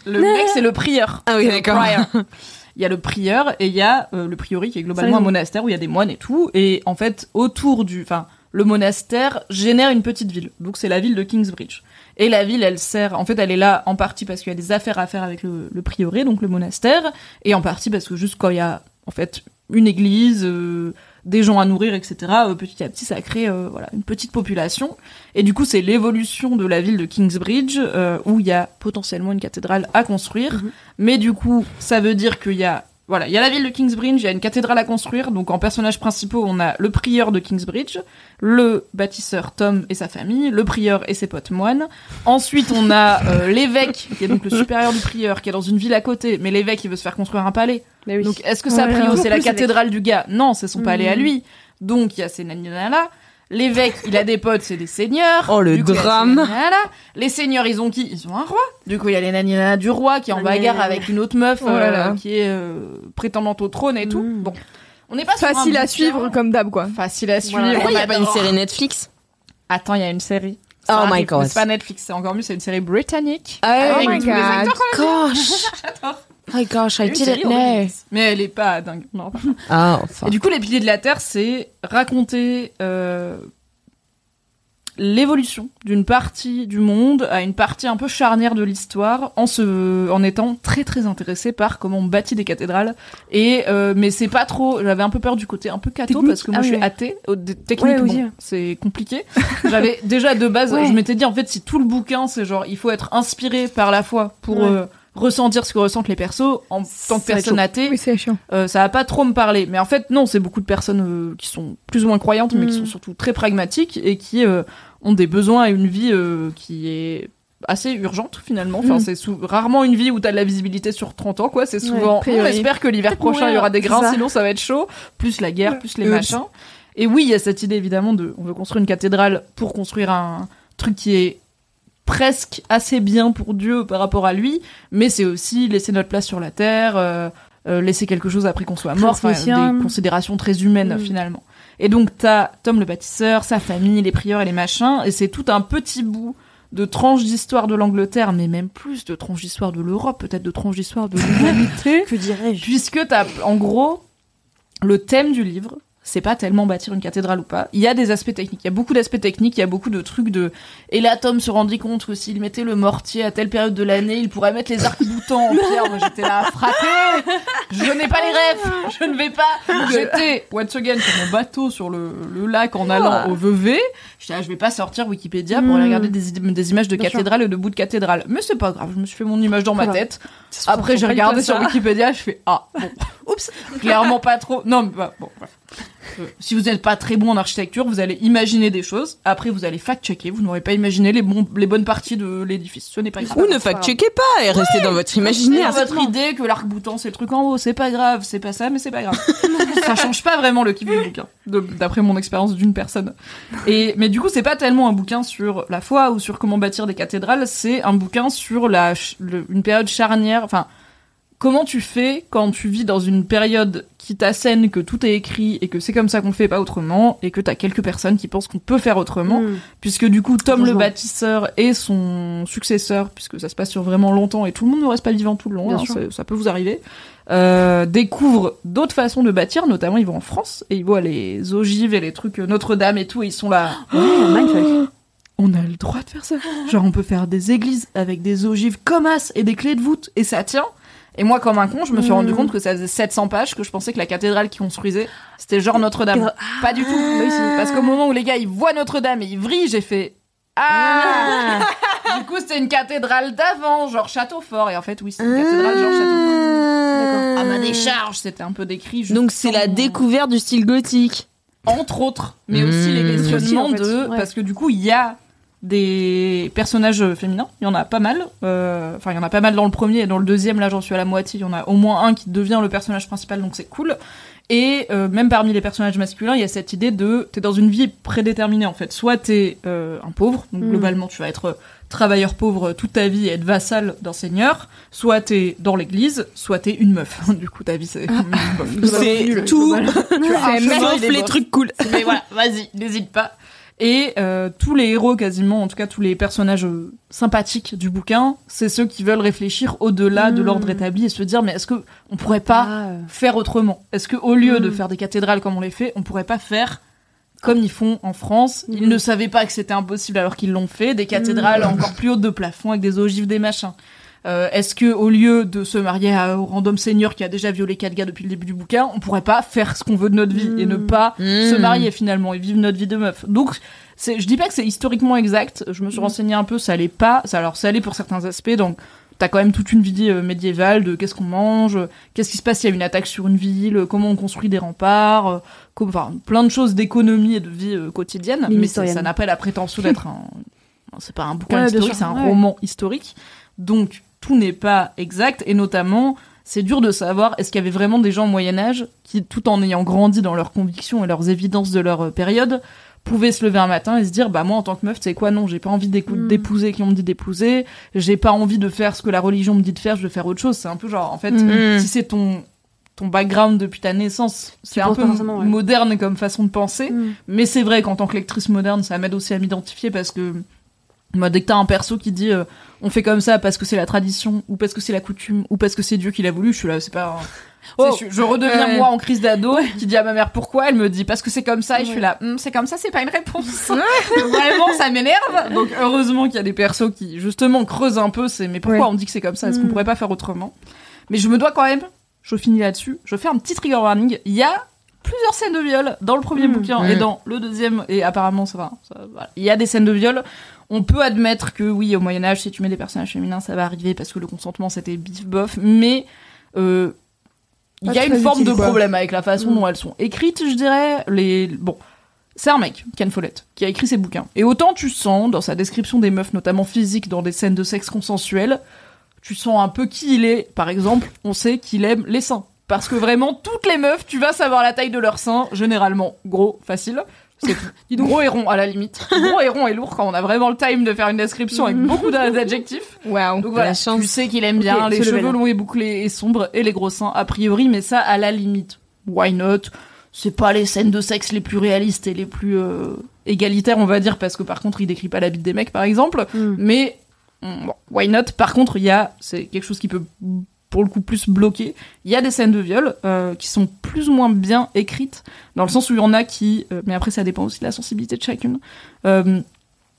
S2: Le mec c'est le prieur.
S1: Ah oui,
S2: C'est le
S1: d'accord.
S2: prior. hein. Il y a le prieur et il y a euh, le prieuré qui est globalement
S4: Ça,
S2: un
S4: les-
S2: monastère où il y a des moines et tout et en fait autour du enfin le monastère génère une petite ville. Donc c'est la ville de Kingsbridge. Et la ville, elle sert, en fait, elle est là en partie parce qu'il y a des affaires à faire avec le, le prieuré, donc le monastère, et en partie parce que juste quand il y a, en fait, une église, euh, des gens à nourrir, etc., euh, petit à petit, ça crée, euh, voilà, une petite population. Et du coup, c'est l'évolution de la ville de Kingsbridge, euh, où il y a potentiellement une cathédrale à construire, mais du coup, ça veut dire qu'il y a voilà, il y a la ville de Kingsbridge, il y a une cathédrale à construire, donc en personnages principaux, on a le prieur de Kingsbridge, le bâtisseur Tom et sa famille, le prieur et ses potes moines. Ensuite, on a euh, l'évêque, qui est donc le supérieur du prieur, qui est dans une ville à côté, mais l'évêque, il veut se faire construire un palais.
S4: Mais oui.
S2: Donc, est-ce que sa
S4: Ouais,
S2: prio,
S4: en
S2: c'est la
S4: plus,
S2: cathédrale du gars Non, c'est son palais à
S4: Mhm.
S2: lui. Donc, il y a ces là L'évêque, il a des potes, c'est des seigneurs.
S1: Oh, le
S2: Du coup, il y a ces
S1: drame.
S2: naninana. Les seigneurs, ils ont qui Ils ont un roi. Du coup, il y a les naninana du roi qui est en
S4: Naninana.
S2: bagarre avec une autre meuf
S3: Oh là
S2: euh,
S3: là.
S2: qui est euh, prétendante au trône et tout.
S4: Mm.
S2: Bon, on n'est pas sur un
S3: Facile à
S2: bouquin.
S3: suivre comme d'hab quoi.
S2: Facile à suivre.
S4: Voilà.
S1: Pourquoi il n'y a
S2: on
S1: pas une
S2: adore.
S1: série Netflix
S2: Attends, il y a une série.
S1: Oh
S2: Ça
S1: my
S2: arrive,
S1: God.
S2: mais C'est pas Netflix, c'est encore mieux, c'est une série britannique.
S1: Oh
S3: my
S2: tous les acteurs
S3: God.
S1: Gosh. Oh My gosh, I
S2: Une série
S1: didn't know.
S2: originale. Mais elle est pas dingue. Non.
S1: Ah, enfin.
S2: Et du coup, les piliers de la Terre, c'est raconter euh, l'évolution d'une partie du monde à une partie un peu charnière de l'histoire, en se, en étant très très intéressé par comment on bâtit des cathédrales. Et euh, mais c'est pas trop. J'avais un peu peur du côté un peu catho
S4: Technique.
S2: parce que moi
S4: Ah
S2: je suis
S4: ouais.
S2: athée. au- d- Techniquement,
S4: aussi.
S2: c'est compliqué. J'avais déjà de base,
S4: Ouais.
S2: je m'étais dit en fait si tout le bouquin c'est genre il faut être inspiré par la foi pour
S4: Ouais.
S2: euh, ressentir ce que ressentent les persos en tant que
S4: va être
S2: personne
S4: chaud.
S2: athée.
S3: Oui, c'est chiant.
S2: Euh, ça va pas trop me parler. Mais en fait, non, c'est beaucoup de personnes euh, qui sont plus ou moins croyantes, mais qui sont
S4: Mm.
S2: surtout très pragmatiques et qui euh, ont des besoins et une vie euh, qui est assez urgente finalement. Enfin,
S3: Mm.
S2: c'est sou- rarement une vie où t'as de la visibilité sur 30 ans, quoi. C'est souvent,
S3: a
S2: on
S3: priori.
S2: espère que l'hiver
S4: Peut-être
S2: prochain il y
S4: mourir,
S2: aura des grains,
S4: c'est ça.
S2: sinon ça va être chaud. Plus la guerre, plus les
S3: Oups.
S2: machins. Et oui, il y a cette idée évidemment de, on veut construire une cathédrale pour construire un truc qui est presque assez bien pour Dieu par rapport à lui, mais c'est aussi laisser notre place sur la terre, euh, euh, laisser quelque chose après qu'on soit mort, enfin,
S4: Transmission.
S2: des considérations très humaines
S4: Mm.
S2: finalement. Et donc t'as Tom le bâtisseur, sa famille, les prieurs et les machins, et c'est tout un petit bout de tranches d'histoire de l'Angleterre, mais même plus de tranches d'histoire de l'Europe, peut-être de tranches d'histoire de l'humanité.
S4: Que dirais-je
S2: puisque t'as, en gros, le thème du livre, c'est pas tellement bâtir une cathédrale ou pas. Il y a des aspects techniques. Il y a beaucoup d'aspects techniques. Il y a beaucoup de trucs de. Et là, Tom se rendit compte que s'il mettait le mortier à telle période de l'année, il pourrait mettre les arcs-boutants en pierre. Moi, j'étais là, frappé. Je n'ai pas les rêves. Je ne vais pas. J'étais, once again, sur mon bateau sur le, le lac en allant au Vevey. J'étais là, je vais pas sortir Wikipédia pour aller regarder des, des images de
S4: Hmm. Bien sûr.
S2: cathédrale et de bout de cathédrale. Mais c'est pas grave. Je me suis fait mon image dans ma
S4: Voilà.
S2: tête. Après, j'ai regardé sur Wikipédia, je fais Ah, bon. oups, clairement pas trop. Non, mais bah, bon, bref. Euh, si vous n'êtes pas très bon en architecture, vous allez imaginer des choses. Après, vous allez fact-checker. Vous n'aurez pas imaginé les, bons, les bonnes parties de l'édifice. Ce n'est pas grave.
S1: Ou ne fact-checkez pas et restez dans votre
S2: C'est
S1: imaginaire.
S2: votre idée que l'arc-boutant c'est le truc en haut, c'est pas grave, c'est pas ça, mais c'est pas grave. ça change pas vraiment le kiff du bouquin, de- d'après mon expérience d'une personne. Et mais du coup, c'est pas tellement un bouquin sur la foi ou sur comment bâtir des cathédrales, c'est un bouquin sur la ch- le- une période charnière, enfin comment tu fais quand tu vis dans une période qui t'assène que tout est écrit et que c'est comme ça qu'on fait pas autrement et que t'as quelques personnes qui pensent qu'on peut faire autrement
S4: Hmm.
S2: puisque du coup Tom le
S4: Heureusement.
S2: bâtisseur et son successeur, puisque ça se passe sur vraiment longtemps et tout le monde ne reste pas vivant tout le long,
S4: Bien
S2: hein,
S4: sûr.
S2: ça- ça peut vous arriver, euh, découvrent d'autres façons de bâtir, notamment ils vont en France et ils voient les ogives et les trucs Notre-Dame et tout et ils sont là.
S4: Oh, Mindfuck.
S2: On a le droit de faire ça. Genre on peut faire des églises avec des ogives comme as et des clés de voûte et ça tient. Et moi, comme un con, je me suis
S1: Mm.
S2: rendu compte que ça faisait 700 pages, que je pensais que la cathédrale qu'ils construisaient, c'était genre Notre-Dame. Pas du tout.
S1: Ah.
S2: Bah Parce qu'au moment où les gars, ils voient Notre-Dame et ils vrillent, j'ai fait Ah Du coup, c'était une cathédrale d'avant, genre château fort. Et en fait, oui, c'est
S1: Ah.
S2: une cathédrale genre château fort.
S1: D'accord.
S2: À ma décharge, c'était un peu décrit. juste
S1: Donc c'est
S2: sans-
S1: la découverte du style gothique.
S2: Entre autres, mais aussi
S1: Mmh.
S2: les questionnements
S4: Aussi, en fait,
S2: de.
S4: ouais.
S2: Parce que du coup, il y a des personnages euh, féminins, il y en a pas mal. Euh, Enfin, il y en a pas mal dans le premier et dans le deuxième, là j'en suis à la moitié. Il y en a au moins un qui devient le personnage principal, donc c'est cool. Et euh, même parmi les personnages masculins, il y a cette idée de t'es dans une vie prédéterminée en fait. Soit t'es euh, un pauvre, donc
S4: Mm.
S2: globalement tu vas être euh, travailleur pauvre euh, toute ta vie et être vassal d'un seigneur. Soit t'es dans l'église, soit t'es une meuf. du coup ta vie c'est
S4: Ah.
S2: une meuf.
S1: C'est tout,
S2: Tu as un chemin,
S1: sauf
S2: il est
S1: les
S2: beau.
S1: trucs cool.
S2: Mais voilà, vas-y, n'hésite pas. Et euh, tous les héros, quasiment, en tout cas tous les personnages euh, sympathiques du bouquin, c'est ceux qui veulent réfléchir au-delà de
S4: Mm.
S2: l'ordre établi et se dire mais est-ce que on pourrait pas
S4: Ah, euh,
S2: faire autrement Est-ce que au lieu de
S4: Mm.
S2: faire des cathédrales comme on les fait, on pourrait pas faire comme ils font en France Ils
S4: Mm.
S2: ne savaient pas que c'était impossible alors qu'ils l'ont fait, des cathédrales encore plus hautes de plafond avec des ogives, des machins. Euh, Est-ce que au lieu de se marier à, au random seigneur qui a déjà violé quatre gars depuis le début du bouquin, on pourrait pas faire ce qu'on veut de notre vie et ne
S4: Mm.
S2: pas se marier finalement et vivre notre vie de meuf. Donc c'est, je dis pas que c'est historiquement exact. Je me
S4: Mm.
S2: suis renseignée un peu, ça allait pas. Ça, alors ça allait pour certains aspects. Donc t'as quand même toute une vie euh, médiévale de qu'est-ce qu'on mange, euh, qu'est-ce qui se passe s'il y a une attaque sur une ville, euh, comment on construit des remparts, euh, comme- enfin plein de choses d'économie et de vie euh, quotidienne.
S4: Mine
S2: Mais c'est-
S4: historienne.
S2: ça n'a pas la prétention d'être un, c'est pas un bouquin
S4: Ouais, bien
S2: historique,
S4: sûr,
S2: c'est un
S4: ouais.
S2: roman historique. Donc tout n'est pas exact et notamment c'est dur de savoir est-ce qu'il y avait vraiment des gens au Moyen Âge qui, tout en ayant grandi dans leurs convictions et leurs évidences de leur euh, période, pouvaient se lever un matin et se dire bah moi en tant que meuf c'est quoi non j'ai pas envie d'écou-
S4: Mm.
S2: d'épouser qui on me dit d'épouser j'ai pas envie de faire ce que la religion me dit de faire je vais faire autre chose c'est un peu genre en fait
S1: Mm.
S2: si c'est ton ton background depuis ta naissance c'est un
S4: penses
S2: peu
S4: pas forcément, ouais.
S2: moderne comme façon de penser
S4: Mm.
S2: mais c'est vrai qu'en tant que lectrice moderne, ça m'aide aussi à m'identifier parce que moi, dès que t'as un perso qui dit euh, on fait comme ça parce que c'est la tradition ou parce que c'est la coutume ou parce que c'est Dieu qui l'a voulu, je suis là, c'est pas. un-
S4: Oh.
S2: C'est- je, je redeviens
S4: Ouais.
S2: moi en crise d'ado qui dit à ma mère pourquoi, elle me dit parce que c'est comme ça et je suis là, Hum, c'est comme ça, c'est pas une réponse. Vraiment, ça m'énerve. Donc heureusement qu'il y a des persos qui justement creusent un peu, c'est mais pourquoi on dit que c'est comme ça Est-ce qu'on
S4: Mm.
S2: pourrait pas faire autrement Mais je me dois quand même, je finis là-dessus, je fais un petit trigger warning. Il y a plusieurs scènes de viol dans le premier
S4: Mm.
S2: bouquin
S1: Mm.
S2: et dans le deuxième et apparemment ça va ça- voilà. il y a des scènes de viol on peut admettre que oui au Moyen Âge si tu mets des personnages féminins ça va arriver parce que le consentement c'était bif bof mais euh, il y a
S3: Pas
S2: une
S3: très
S2: forme de
S3: utile, quoi.
S2: problème avec la façon
S4: Mm.
S2: dont elles sont écrites je dirais les bon c'est un mec, Ken Follett, qui a écrit ses bouquins. Et autant tu sens, dans sa description des meufs, notamment physiques, dans des scènes de sexe consensuel, tu sens un peu qui il est. Par exemple, on sait qu'il aime les seins. Parce que vraiment, toutes les meufs, tu vas savoir la taille de leurs seins, généralement gros, facile. C'est tout. Dis donc, Gros et rond, à la limite. Gros et rond et lourd quand on a vraiment le time de faire une description avec beaucoup d'adjectifs.
S3: Waouh.
S2: Donc voilà,
S1: La chance.
S2: tu sais qu'il aime bien
S4: Ok,
S2: les
S4: ce level.
S2: cheveux longs et bouclés et sombres et les gros seins, a priori, mais ça, à la limite. Why not C'est pas les scènes de sexe les plus réalistes et les plus... euh, égalitaire, on va dire, parce que par contre, il décrit pas la bite des mecs, par exemple.
S1: Hmm.
S2: Mais mm, bon, why not Par contre, il y a, c'est quelque chose qui peut pour le coup plus bloquer. Il y a des scènes de viol euh, qui sont plus ou moins bien écrites, dans le sens où il y en a qui, euh, mais après ça dépend aussi de la sensibilité de chacune. Euh,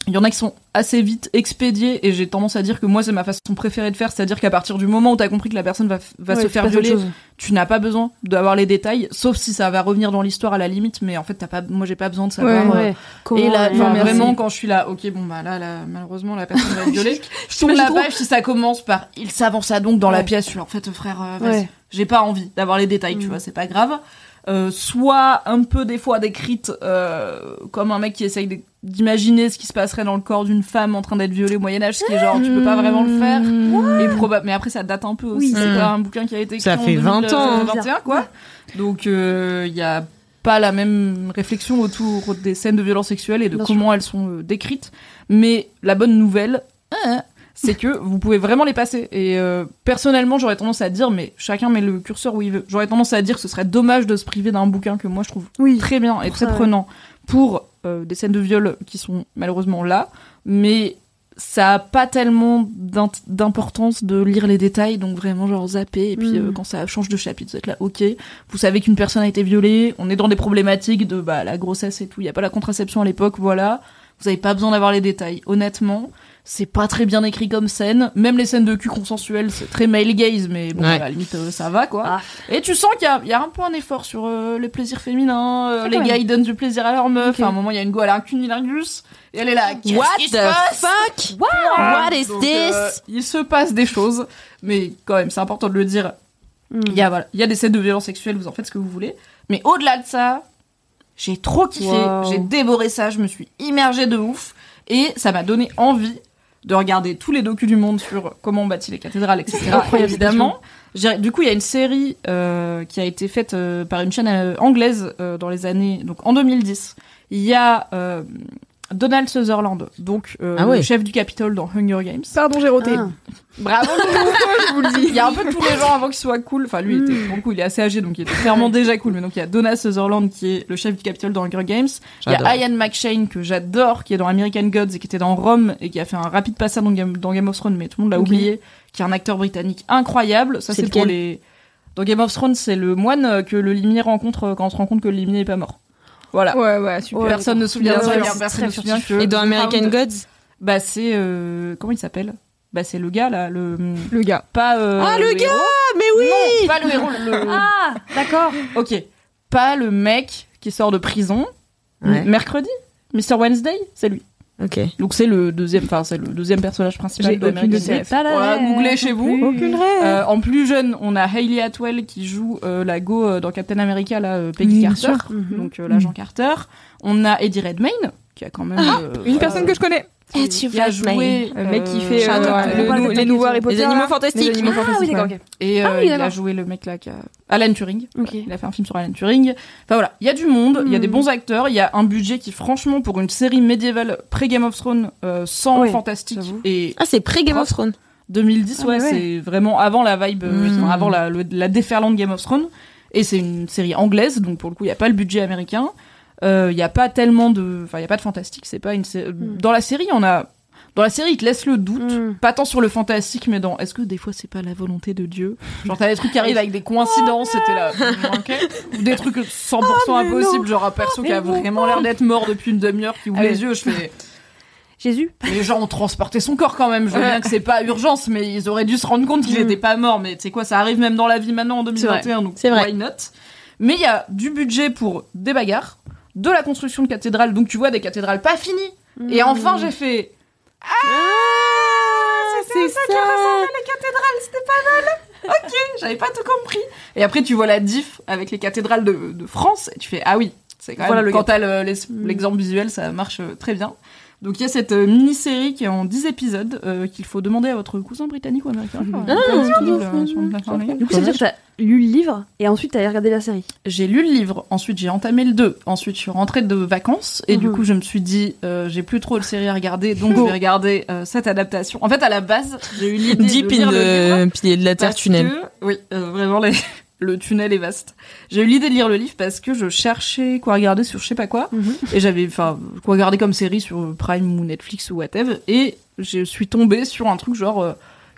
S2: il y en a qui sont assez vite expédiés et j'ai tendance à dire que moi c'est ma façon préférée de faire, c'est-à-dire qu'à partir du moment où t'as compris que la personne va, f- va se faire violer, tu n'as pas besoin d'avoir les détails, sauf si ça va revenir dans l'histoire à la limite, mais en fait t'as pas, moi j'ai pas besoin de savoir. euh, et là, genre, vraiment, quand je suis là, ok, bon, bah là, là, malheureusement, la personne va être violée. je tourne la page, si ça commence par il s'avança donc dans la pièce, je suis là, en fait, frère, euh, vas-y.
S4: Ouais.
S2: j'ai pas envie d'avoir les détails, tu vois, c'est pas grave. Euh, soit un peu des fois décrite euh, comme un mec qui essaye de- d'imaginer ce qui se passerait dans le corps d'une femme en train d'être violée au Moyen-Âge, ce qui est genre, tu peux pas vraiment le faire.
S1: Hmm.
S2: Et proba- mais après, ça date un peu aussi.
S4: Ah. Oui.
S2: c'est
S1: Mm.
S2: pas un bouquin qui a été écrit
S1: Ça
S2: en euh,
S1: fait 20 ans, hein.
S2: 2021, quoi. Donc, euh, il y a pas la même réflexion autour des scènes de violence sexuelle et de
S4: Bien
S2: comment elles sont euh, décrites. Mais la bonne nouvelle, euh, c'est que vous pouvez vraiment les passer. Et euh, personnellement, j'aurais tendance à dire, mais chacun met le curseur où il veut. J'aurais tendance à dire que ce serait dommage de se priver d'un bouquin que moi je trouve
S4: Oui.
S2: très bien et très
S4: ça, ouais.
S2: prenant pour euh, des scènes de viol qui sont malheureusement là, mais ça a pas tellement d'int- d'importance de lire les détails, donc vraiment genre zapper, et puis
S4: Mm.
S2: euh, quand ça change de chapitre, vous êtes là, ok, vous savez qu'une personne a été violée, on est dans des problématiques de bah, la grossesse et tout, il n'y a pas la contraception à l'époque, voilà, vous n'avez pas besoin d'avoir les détails, honnêtement. C'est pas très bien écrit comme scène. Même les scènes de cul consensuelles, c'est très male gaze, mais bon,
S1: Ouais.
S2: à la limite, euh, ça va, quoi.
S4: Ah.
S2: Et tu sens qu'il y a, il y a un peu un effort sur euh, le plaisir féminin. euh,
S4: Ah,
S2: les
S4: quand
S2: gars,
S4: même.
S2: ils donnent du plaisir à leur meuf.
S4: Ok.
S2: À un moment, il y a une go, elle a un cunilingus. Et elle est là, qu'est-ce
S1: What
S2: qui se
S1: the
S2: passe
S1: fuck
S2: Ah,
S1: What is
S2: donc,
S1: this
S2: euh, Il se passe des choses, mais quand même, c'est important de le dire.
S1: Hmm.
S2: Il y, a, voilà, il y a des scènes de violence sexuelle, vous en faites ce que vous voulez. Mais au-delà de ça, j'ai trop kiffé,
S4: Wow.
S2: j'ai dévoré ça, je me suis immergée de ouf. Et ça m'a donné envie de regarder tous les docus du monde sur comment on bâtit les cathédrales, etc.
S4: incroyable,
S2: évidemment. J'ai- Du coup, il y a une série euh, qui a été faite euh, par une chaîne euh, anglaise euh, dans les années... Donc en 2010, il y a... euh, Donald Sutherland, donc euh,
S1: Ah ouais.
S2: le chef du Capitole dans Hunger Games.
S3: Pardon, j'ai roté.
S4: Ah.
S2: Bravo Louis Vuitton, je vous le dis. Il y a un peu tous les gens avant qu'ils soient cool. Enfin, lui, il était, pour le coup, il est assez âgé, donc il était clairement déjà cool. Mais donc, il y a Donna Sutherland, qui est le chef du Capitole dans Hunger Games. Il y a Ian McShane, que j'adore, qui est dans American Gods et qui était dans Rome et qui a fait un rapide passage dans Game, dans Game of Thrones, mais tout le monde l'a
S1: Ok.
S2: oublié, qui est un acteur britannique incroyable. Ça,
S1: C'est
S2: c'est pour
S1: lequel
S2: les. Dans Game of Thrones, c'est le moine euh, que le limier rencontre euh, quand on se rend compte que le limier est pas mort. Voilà.
S3: Ah. Ouais, ouais, super.
S2: personne ne se souvient de ça,
S4: Ouais,
S2: personne
S4: c'est
S2: ne
S4: très
S2: se souvient que.
S1: Et dans American
S2: Round-
S1: Gods
S2: Bah, c'est. euh, Comment il s'appelle Bah, c'est le gars, là, le
S3: Le gars.
S2: pas euh,
S1: Ah, le gars
S2: héros.
S1: mais oui
S2: Non, pas le héros le-
S4: Ah, d'accord.
S2: ok pas le mec qui sort de prison M- mercredi Mr Wednesday c'est lui
S1: Ok.
S2: donc c'est le deuxième enfin c'est le deuxième personnage principal
S3: J'ai
S2: de
S3: aucune
S2: American
S3: idée.
S2: Gods. voilà googlez chez vous
S1: Aucune rêve
S2: Euh, en plus jeune, on a Hayley Atwell qui joue euh, la go euh, dans Captain America, là, euh, Peggy
S3: Bien
S2: Carter,
S4: Mhm.
S2: donc euh, l'agent Carter. On a Eddie Redmayne qui a quand même euh,
S3: Une personne que je connais.
S2: euh,
S1: tu
S2: qui a
S1: vas
S2: joué
S3: Le mec qui
S2: euh,
S3: fait euh,
S1: Shadow.
S3: ouais, le
S4: On parle
S3: nou-
S4: de
S3: les nouveaux Harry Potter.
S1: Les animaux
S3: là.
S1: fantastiques.
S3: Les animaux
S4: Ah oui,
S3: fantastiques.
S4: d'accord,
S3: ouais.
S4: ok.
S2: et euh,
S4: Ah oui,
S2: il a
S4: d'accord.
S2: joué le mec là qui a Alan Turing
S4: Ok.
S2: Il a fait un film sur Alan Turing. Enfin voilà, il y a du monde, il y a des bons acteurs, il y a un budget qui, franchement, pour une série médiévale pré-Game of Thrones, euh, sans
S4: Ouais,
S2: fantastique
S4: j'avoue.
S2: et
S1: Ah, c'est pré-Game of Thrones.
S2: 2010,
S4: Ah,
S2: ouais,
S4: mais ouais.
S2: c'est vraiment avant la vibe, euh,
S1: Mm.
S2: enfin, avant la, le- la déferlante Game of Thrones. Et c'est une série anglaise, donc pour le coup, il n'y a pas le budget américain. Euh, Il y n'y a pas tellement de. Enfin, il n'y a pas de fantastique. C'est pas une sé- Dans la série, on a. Dans la série, il te laisse le doute.
S4: Mm.
S2: Pas tant sur le fantastique, mais dans. Est-ce que des fois, c'est pas la volonté de Dieu Genre, t'as des trucs qui arrivent avec des coïncidences, c'était là. mm, ok. Ou des trucs 100% impossibles, genre un perso qui a vraiment l'air d'être mort depuis une demi-heure, qui ouvre
S4: Allez.
S2: les yeux, je fais.
S4: Jésus.
S2: Les gens ont transporté son corps quand même. Je veux bien que c'est pas urgence, mais ils auraient dû se rendre compte qu'il
S4: Mm.
S2: était pas mort. Mais tu sais quoi, ça arrive même dans la vie maintenant en
S1: C'est vrai.
S2: 2021, donc
S1: C'est vrai.
S2: why not Mais il y a du budget pour des bagarres, de la construction de cathédrales. Donc tu vois des cathédrales pas finies. Et enfin, j'ai fait. Ah, c'était ça, qui ressemblait à la cathédrale, c'était pas mal. Ok, j'avais pas tout compris. Et après, tu vois la diff avec les cathédrales de, de France et tu fais ah oui, c'est quand même
S4: Voilà le
S2: quand t'as le- l'ex-
S3: Hmm.
S2: l'exemple visuel, ça marche euh, très bien. Donc il y a cette euh, mini-série qui est en 10 épisodes euh, qu'il faut demander à votre cousin britannique ou américain.
S1: Ah,
S2: Euh, comme tout le monde, euh, sur le plateau américain.
S4: Du coup, ça veut dire que t'as lu le livre et ensuite t'as regardé la série.
S2: J'ai lu le livre, ensuite j'ai entamé le 2, ensuite je suis rentrée de vacances et du
S4: Mhm.
S2: coup je me suis dit euh, j'ai plus trop de séries à regarder donc je vais regarder euh, cette adaptation. En fait à la base j'ai eu l'idée de
S1: Deep in
S2: lire le livre
S1: the pilier de la terre
S2: parce
S1: tunnel.
S2: que- oui, euh, vraiment les Le tunnel est vaste. J'ai eu l'idée de lire le livre parce que je cherchais quoi regarder sur je sais pas quoi.
S1: Mhm.
S2: Et j'avais, enfin, quoi regarder comme série sur Prime ou Netflix ou whatever. Et je suis tombée sur un truc genre, euh,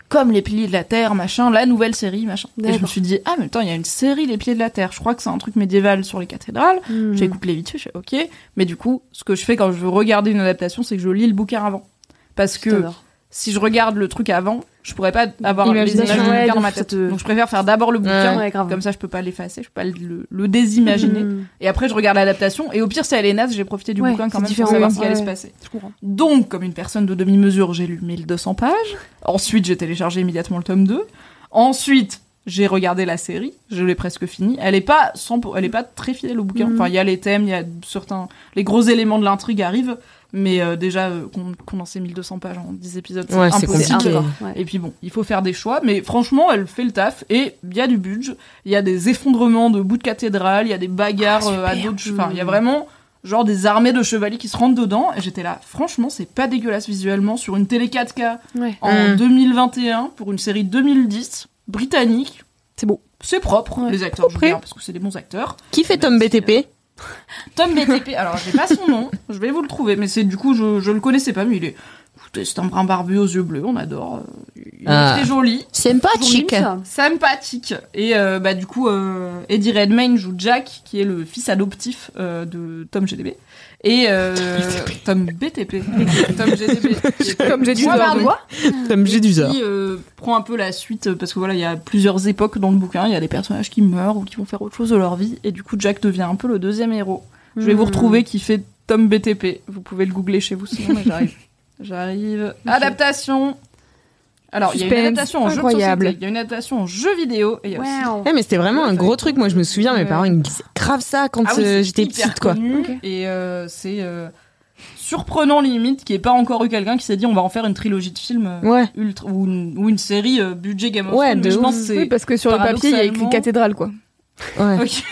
S2: comme Les Piliers de la Terre, machin, la nouvelle série, machin. Et je me
S4: D'accord.
S2: suis dit, ah, mais attends, il y a une série Les Piliers de la Terre. Je crois que c'est un truc médiéval sur les cathédrales.
S1: Mhm.
S2: J'écoute les vite fait, je fais ok. Mais du coup, ce que je fais quand je veux regarder une adaptation, c'est que je lis le bouquin avant. Parce que
S4: J'adore.
S2: si je regarde le truc avant, je pourrais pas avoir les
S4: Imagination,
S2: images du
S4: ouais,
S2: bouquin
S4: de
S2: dans ma
S4: ouf, ça
S2: tête.
S4: te-
S2: Donc je préfère faire d'abord le bouquin,
S4: Ouais, grave.
S2: comme ça je peux pas l'effacer, je peux pas le, le désimaginer.
S4: Mhm.
S2: Et après je regarde l'adaptation, et au pire si elle est naze, j'ai profité du
S4: Ouais,
S2: bouquin quand
S4: c'est
S2: même pour
S4: différent,
S2: savoir
S4: ouais.
S2: ce qui allait
S4: Ouais,
S2: se passer. Donc, comme une personne de demi-mesure, j'ai lu 1200 pages. Ensuite, j'ai téléchargé immédiatement le tome 2. Ensuite, j'ai regardé la série, je l'ai presque finie. Elle est pas sans, elle est pas très fidèle au
S4: Mm.
S2: bouquin. Enfin, il y a les thèmes, il y a certains, les gros éléments de l'intrigue arrivent, mais euh, déjà euh, con- condenser 1200 pages en 10 épisodes, c'est
S1: Ouais, c'est
S2: impossible.
S4: C'est
S1: compliqué.
S4: hardcore, ouais.
S2: Et puis bon, il faut faire des choix, mais franchement, elle fait le taf et il y a du budget, il y a des effondrements de bouts de cathédrale, il y a des bagarres
S4: Ah,
S2: euh, à d'autres, enfin, il y a vraiment genre des armées de chevaliers qui se rentrent dedans et j'étais là, franchement, c'est pas dégueulasse visuellement sur une télé 4K
S4: Ouais.
S2: en
S1: Mm.
S2: 2021 pour une série 2010 britannique.
S4: C'est beau.
S2: C'est propre,
S4: Ouais.
S2: les acteurs, je
S1: Propre.
S2: veux dire, parce que c'est des bons acteurs.
S1: Qui fait Tom
S2: Merci.
S1: BTP
S2: Tom BTP, alors j'ai pas son nom, je vais vous le trouver, mais c'est du coup je, je le connaissais pas, mais il est. écoutez, C'est un brun barbu aux yeux bleus, on adore. euh, Il est
S1: Ah.
S2: très joli,
S1: C'est pas
S4: Toujours mime, ça.
S2: sympathique. Et euh, bah du coup, euh, Eddie Redmayne joue Jack, qui est le fils adoptif euh, de Tom GDB. Et euh, Tom BTP. Tom GDB. qui est
S3: Comme j'ai dû
S2: moins
S3: le voir,
S2: barbu,
S3: donc.
S1: Tom
S2: et Qui euh, prend un peu la suite euh, parce que voilà, il y a plusieurs époques dans le bouquin. Il y a des personnages qui meurent ou qui vont faire autre chose de leur vie. Et du coup, Jack devient un peu le deuxième héros. Je vais vous
S1: Hmm.
S2: retrouver qui fait Tom BTP. Vous pouvez le googler chez vous sinon, mais j'arrive. J'arrive. Adaptation. Alors, il y a une
S3: Suspense.
S2: adaptation en jeu de
S3: Incroyable.
S2: société, Il y a une adaptation en jeu vidéo. Et il y a aussi-
S4: Wow.
S1: Eh, mais c'était vraiment un gros truc. Moi, je me souviens, mes
S2: Ouais.
S1: parents, ils me disaient grave ça quand
S2: Ah oui,
S1: euh,
S2: c'est
S1: j'étais
S2: hyper
S1: petite, quoi.
S2: connu,
S4: Ok.
S2: Et euh, c'est euh, surprenant limite qu'il n'y ait pas encore eu quelqu'un qui s'est dit on va en faire une trilogie de films. euh,
S1: Ouais.
S2: ultra- ou, une, ou une série euh, budget Game of
S1: Ouais,
S2: Thrones,
S1: de
S2: mais je
S1: ouf.
S2: pense que c'est
S3: Oui, parce que sur le papier, il y a écrit
S2: paradoxalement-
S3: cathédrale, quoi.
S1: Ouais.
S2: Ok.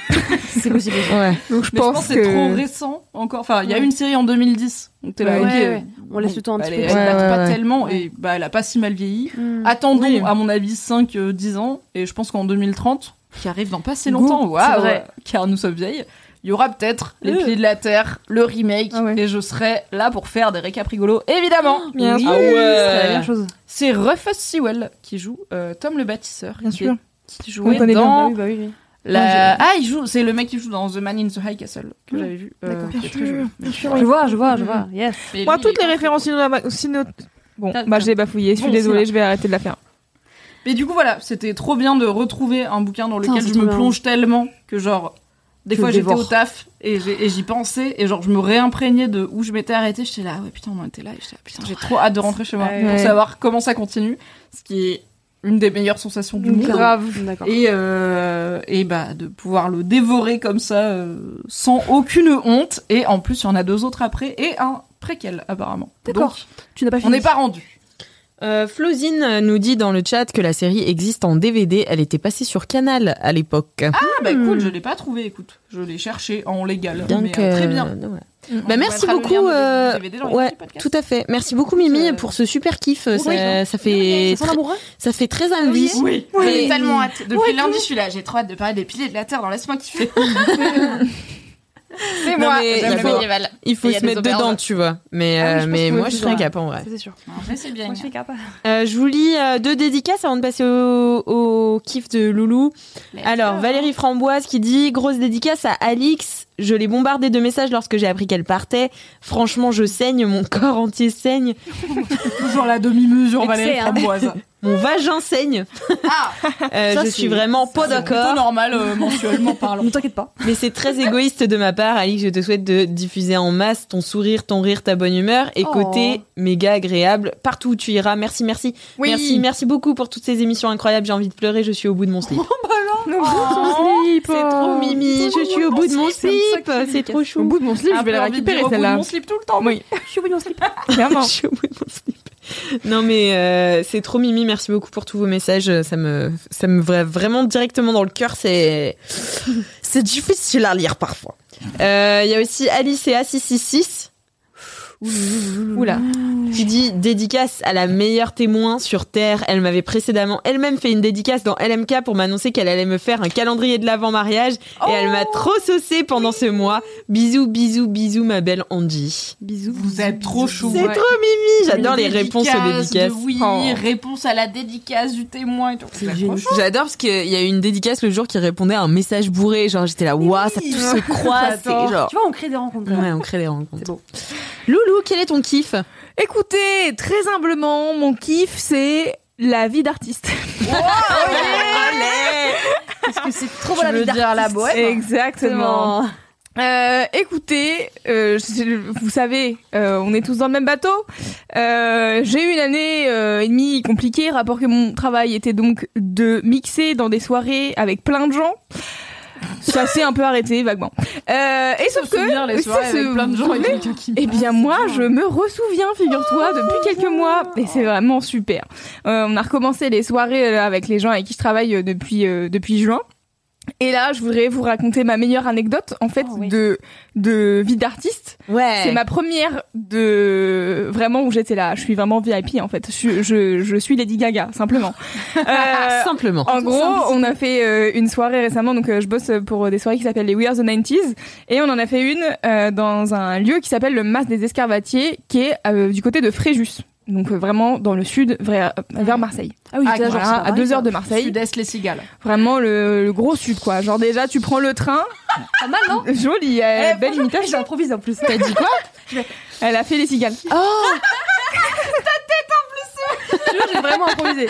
S4: C'est possible.
S1: Ouais.
S3: Donc je
S2: Mais je pense
S3: pense
S2: que c'est trop
S3: que.
S2: récent encore. Enfin, il y a
S4: Ouais.
S2: une série en 2010. Donc t'es là,
S4: Ouais,
S2: ok,
S4: ouais, ouais.
S2: bon,
S4: On laisse le temps un
S2: bah,
S4: petit
S2: elle,
S4: peu.
S2: elle
S1: Ouais,
S2: date
S1: ouais,
S2: pas
S1: ouais.
S2: tellement
S4: Ouais.
S2: et bah, elle a pas si mal vieilli.
S4: Mm.
S2: Attendons,
S1: Oui.
S2: à mon avis, 5-10 ans. Et je pense qu'en 2030, qui arrive dans pas si longtemps,
S4: Ouh,
S2: waouh, Euh.
S4: c'est vrai.
S2: car nous sommes vieilles, il y aura peut-être Les Pieds de la Terre, le remake,
S3: Ah ouais.
S2: et je serai là pour faire des récaps rigolos, évidemment. Ah
S3: Bien
S4: Hmm. Ah, Oui,
S3: sûr.
S4: c'est la meilleure chose.
S2: C'est Rufus Sewell qui joue euh, Tom le Bâtisseur.
S3: Bien
S2: qui
S3: sûr.
S2: est- Qui
S3: On
S2: jouait
S3: connaît bien.
S2: dans
S3: Bah oui,
S4: Ah
S3: bah oui, oui.
S2: la... Ah, il joue, c'est le mec qui joue dans The Man in the High Castle que j'avais vu. euh,
S4: D'accord.
S2: qui est
S3: Bien
S2: très
S3: sûr,
S2: joli. Mais
S4: Je
S2: voilà.
S4: vois, je vois, je vois. Yes.
S2: Mais
S3: Moi,
S2: lui,
S3: toutes
S2: il est
S3: les références cinéma- ciné- Bon,
S2: T'as-
S3: bah
S2: t'as-
S3: j'ai bafouillé, je suis
S2: Bon, c'est
S3: désolée, je vais arrêter de la faire.
S2: Mais du coup, voilà, c'était trop bien de retrouver un bouquin dans lequel
S4: Putain, c'est
S2: je me
S4: trop bien.
S2: plonge tellement que, genre, des
S4: Tu
S2: fois
S4: le
S2: j'étais au
S4: dévores.
S2: taf et j'ai- et j'y pensais et, genre, je me réimprégnais de où je m'étais arrêtée. J'étais là, ah ouais, putain, on en était là. Et j'étais là, putain, j'ai trop hâte de rentrer chez moi
S3: Ouais.
S2: pour savoir comment ça continue, ce qui est une des meilleures sensations du monde.
S3: Grave.
S4: D'accord.
S2: Et, euh, et bah, de pouvoir le dévorer comme ça, euh, sans aucune honte. Et en plus, il y en a deux autres après et un préquel, apparemment.
S4: D'accord.
S2: Donc,
S4: Tu n'as pas
S2: On
S4: fini.
S2: n'est pas rendu.
S1: Euh, Flozine euh, nous dit dans le chat que la série existe en DVD. Elle était passée sur Canal à l'époque.
S2: Ah bah cool, je l'ai pas trouvé, écoute. Je l'ai cherché en légal.
S1: Donc,
S2: mais, euh, très
S1: euh,
S2: bien.
S1: donc voilà.
S2: On
S1: Bah,
S2: vous
S1: merci
S2: mettra le
S1: beaucoup.
S2: lien de-
S1: euh,
S2: du DVD dans les
S1: ouais,
S2: petits podcasts.
S1: tout à fait. Merci beaucoup Mimi
S2: euh,
S1: pour ce super kiff. ça, ça fait
S4: Ça sent hein l'amoureux
S1: ça fait très envie.
S2: Oui,
S1: Oui.
S2: j'ai tellement hâte. Depuis lundi, je suis là. J'ai trop hâte de parler des piliers de la Terre dans Laisse-moi kiffer. C'est
S1: Non,
S2: moi,
S1: mais
S2: j'aime
S1: il
S2: le
S1: faut-
S2: médiéval.
S1: Il faut
S2: Et il y a
S1: se
S2: des
S1: mettre
S2: auberges.
S1: dedans, tu vois. Mais
S4: Ah oui,
S1: euh,
S4: je pense
S1: mais
S4: que
S1: moi
S4: oui,
S1: je
S4: je
S1: serais
S4: dois-
S1: capable. Ouais.
S4: Ça, C'est sûr.
S2: En vrai, c'est bien.
S4: Moi, je fais capable.
S1: Euh, je vous lis euh, deux dédicaces avant de passer au, au kiff de Loulou. Alors, Valérie Framboise qui dit Grosse dédicace à Alix. Je l'ai bombardée de messages lorsque j'ai appris qu'elle partait. Franchement, je saigne, mon corps entier saigne,
S2: Toujours la demi-mesure, Valérie
S4: Excès, hein.
S2: Framboise.
S1: mon vagin saigne.
S2: Ah,
S1: Euh,
S4: Ça,
S1: je
S4: c'est-
S1: suis vraiment pas
S2: c'est plutôt
S1: d'accord.
S2: normal euh, mensuellement parlant.
S4: Ne t'inquiète pas.
S1: Mais c'est très égoïste de ma part, Alix. Je te souhaite de diffuser en masse ton sourire, ton rire, ta bonne humeur et
S4: Oh.
S1: côté méga agréable partout où tu iras. Merci, merci.
S3: Oui.
S1: Merci, merci beaucoup pour toutes ces émissions incroyables. J'ai envie de pleurer, je suis au bout de mon slip.
S3: Nous son slip.
S1: C'est trop mimi, je suis au bout de mon slip, c'est trop
S3: Au
S1: chou.
S3: bout de mon slip, je vais la récupérer celle-là.
S2: Mon slip tout le temps.
S3: Oui,
S4: Je suis au bout de mon slip.
S1: Je
S3: clairement.
S1: suis au bout de mon slip. Non mais euh, c'est trop mimi, merci beaucoup pour tous vos messages, ça me ça me va vraiment directement dans le cœur, c'est c'est difficile à lire parfois. Euh, Il y a aussi Alice et A666
S2: Oula.
S1: Tu dis dédicace à la meilleure témoin sur Terre. Elle m'avait précédemment elle-même fait une dédicace dans LMK pour m'annoncer qu'elle allait me faire un calendrier de l'avant-mariage et elle m'a trop saucé pendant ce mois. Bisous, bisous, bisous, ma belle Angie.
S4: Bisous.
S8: Vous êtes trop chou.
S1: C'est
S8: Ouais.
S1: trop mimi, j'adore les réponses aux
S8: Dédicace de
S1: dédicaces.
S8: Oui,
S3: Oh.
S8: réponse à la dédicace du témoin et tout.
S4: C'est
S8: Bah,
S4: génial.
S8: franchement,
S1: J'adore parce qu'il y a eu une dédicace le jour qui répondait à un message bourré. Genre, j'étais là, waouh, ça
S8: oui.
S1: tout se
S3: ah,
S1: croise. C'est
S8: J'adore.
S1: genre.
S4: Tu vois, on crée des rencontres.
S1: Ouais, on crée des rencontres.
S4: C'est beau.
S1: Loulou, quel est ton kiff
S3: Écoutez, très humblement, mon kiff, c'est la vie d'artiste.
S4: Parce que c'est trop
S8: Tu
S4: la
S8: veux
S4: vie
S8: dire la
S4: d'artiste.
S8: bohème
S3: Exactement. Euh, écoutez, euh, je- vous savez, euh, on est tous dans le même bateau. Euh, J'ai eu une année euh, et demie compliquée, rapport que mon travail était donc de mixer dans des soirées avec plein de gens. Ça s'est un peu arrêté vaguement. Euh, et sauf que
S2: Souvenir, les
S3: ça
S2: soirées
S3: se
S2: avec plein de gens et
S3: voulait-
S2: quelqu'un qui
S3: eh bien moi, je me ressouviens, figure-toi, depuis quelques mois, et c'est vraiment super. Euh, on a recommencé les soirées euh, avec les gens avec qui je travaille euh, depuis euh, depuis juin. Et là, je voudrais vous raconter ma meilleure anecdote en fait
S4: Oh, oui. Eh.
S3: de de vie d'artiste.
S1: Ouais.
S3: C'est ma première de vraiment où j'étais là. Je suis vraiment VIP en fait. Je je, je suis Lady Gaga simplement. Euh,
S1: Simplement.
S3: en gros, on a fait euh, une soirée récemment, donc euh, je bosse pour des soirées qui s'appellent les We Are the 90s, et on en a fait une euh, dans un lieu qui s'appelle le Mas des Escarvatiers, qui est euh, du côté de Fréjus, donc euh, vraiment dans le sud, vrai- euh, vers Marseille,
S4: Ah oui,
S3: Ah,
S4: j'étais là, genre,
S3: voilà,
S4: c'est pas
S3: à deux
S4: pareil,
S3: heures de
S4: ça.
S3: Marseille,
S2: Sud-Est, les cigales.
S3: vraiment le, le gros sud quoi. Genre déjà, tu prends le train,
S4: Pas mal, non
S3: jolie, euh,
S4: Eh,
S3: belle
S4: franchement,
S3: imitation.
S4: J'improvise en plus.
S3: T'as dit quoi Elle a fait les cigales.
S4: Je jure, J'ai vraiment improvisé.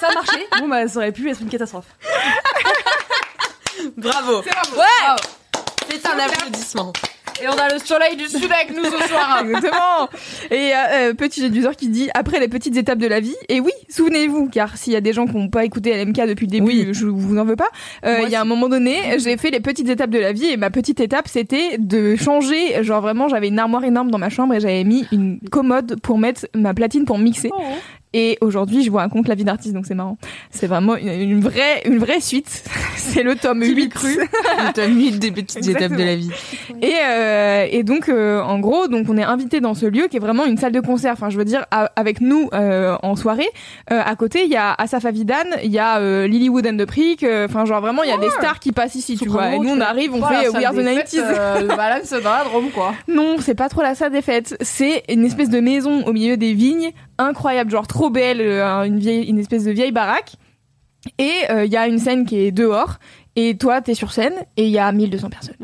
S4: Ça a marché. Bon, bah, ça aurait pu être une catastrophe.
S1: Bravo.
S8: Ouais.
S1: C'est un applaudissement.
S8: Et on a le soleil du sud avec nous ce soir.
S3: hein, Exactement. Et euh, euh, petit géduseur qui dit après les petites étapes de la vie. Et oui, souvenez-vous, car s'il y a des gens qui n'ont pas écouté LMK depuis le début,
S1: Oui.
S3: je vous en veux pas. Euh,
S4: Moi
S3: Il y a un moment donné, j'ai fait les petites étapes de la vie et ma petite étape c'était de changer. Genre vraiment, j'avais une armoire énorme dans ma chambre et j'avais mis une commode pour mettre ma platine pour mixer. Et aujourd'hui, je vous raconte la vie d'artiste, donc c'est marrant. C'est vraiment une, une vraie, une vraie suite. C'est le tome 8 cru.
S1: T'as mis des petites étapes de
S3: Exactement.
S1: la vie.
S3: Et, euh, et donc, euh, en gros, donc on est invité dans ce lieu qui est vraiment une salle de concert. Enfin, je veux dire, a- avec nous euh, en soirée, euh, à côté, il y a Asaf Avidan, il y a euh, Lily Wooden de Prick. euh, Enfin, genre vraiment, il y a des stars qui passent ici, tu
S4: Soprano,
S3: vois. Et nous,
S4: tu
S3: on
S4: vois.
S3: arrive, on
S8: Voilà,
S3: fait euh,
S8: ça
S3: We Are the
S8: défête,
S3: 90s.
S8: euh, le balade dans la Drôme, quoi.
S3: Non, c'est pas trop la salle des fêtes. C'est une espèce de maison au milieu des vignes, incroyable, genre trop belle, euh, un- une, vieille, une espèce de vieille baraque. Et euh, il y a une scène qui est dehors. Et toi, t'es sur scène et il y a 1200 personnes.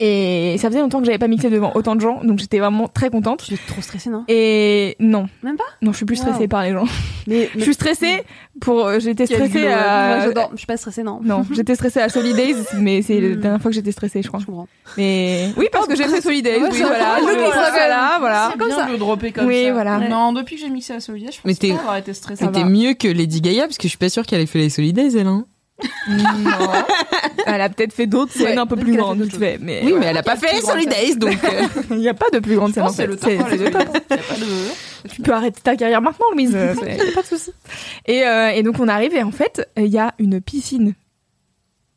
S3: Et ça faisait longtemps que j'avais pas mixé devant autant de gens, donc j'étais vraiment très contente.
S4: Je suis trop stressée, non
S3: Et non.
S4: Même pas
S3: Non, je suis plus stressée
S4: Wow.
S3: par les gens.
S4: Mais,
S3: Je suis stressée pour. euh, J'étais
S4: Quelle
S3: stressée euh,
S4: gueule.
S3: à.
S4: Moi, j'adore. Je suis pas stressée, non.
S3: non, j'étais stressée à Solidays, mais c'est la
S4: Hmm.
S3: dernière fois que j'étais stressée, je crois.
S4: Je comprends.
S3: Mais oui, parce que j'ai fait Solidays.
S4: Ouais,
S3: oui,
S4: ça-
S3: voilà.
S4: Le
S3: je-
S4: mix,
S3: voilà, voilà.
S8: C'est bien de dropper comme
S3: Oui,
S8: ça.
S3: voilà.
S8: Non, depuis que j'ai mixé la solidité, je
S1: Mais
S8: pense
S1: t'es-
S8: pas avoir été stressée.
S1: C'était mieux que Lady Gaga parce que je suis pas sûre qu'elle ait fait les Solidays, elle. Hein.
S3: Non. Elle a peut-être fait d'autres scènes
S4: Ouais,
S3: un peu
S4: peut-être
S3: plus
S4: qu'elle a
S3: grandes,
S4: fait
S3: vite fait, mais
S1: Oui, mais elle a pas fait les Solidays, donc. euh,
S3: il n'y a pas de plus grande
S8: Je
S3: scène en
S8: pense que
S3: fait.
S8: c'est le top. hein,
S3: C'est-
S8: les
S3: c'est le top.
S8: solidés. Y a pas de-
S3: Tu peux arrêter ta carrière maintenant, Louise. c'est- pas de souci. Et, euh, et donc on arrive et en fait, il y a une piscine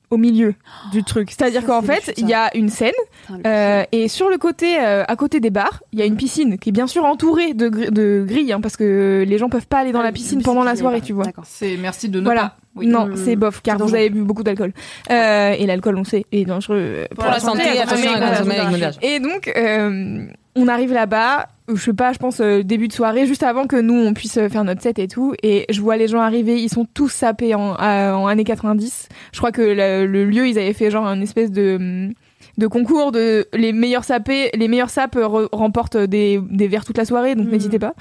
S3: au milieu du truc. C'est-à-dire
S4: Ça,
S3: qu'en
S4: c'est
S3: fait,
S4: le
S3: il y a une scène
S4: Putain, le
S3: euh, et sur le côté, euh, à côté des bars, il y a une piscine qui est bien sûr entourée de, gr- de grilles hein, parce que les gens peuvent pas aller dans
S4: Ah,
S3: la
S4: le
S3: piscine pendant la
S4: qui est
S3: soirée,
S4: pas-
S3: tu vois.
S4: D'accord.
S8: C'est merci de ne
S3: Voilà.
S8: pas. Oui.
S3: Non,
S4: Mmh.
S3: c'est bof, car
S4: C'est
S3: vous
S4: dangereux.
S3: avez bu beaucoup d'alcool. Euh, et l'alcool, on sait, est dangereux euh, pour,
S8: la
S3: la santé.
S8: santé,
S3: à
S8: attention
S3: consommer
S8: à
S3: avec
S8: consommer
S3: modération.
S1: avec
S3: Et donc, euh, on arrive là-bas, je sais pas, je pense euh, début de soirée, juste avant que nous, on puisse euh, faire notre set et tout. Et je vois les gens arriver, ils sont tous sapés en, à- en années 90. Je crois que le, le lieu, ils avaient fait genre une espèce de... hum, de concours de les meilleurs sapés les meilleurs sapes re- remportent des, des verres toute la soirée donc
S4: Mhm.
S3: n'hésitez pas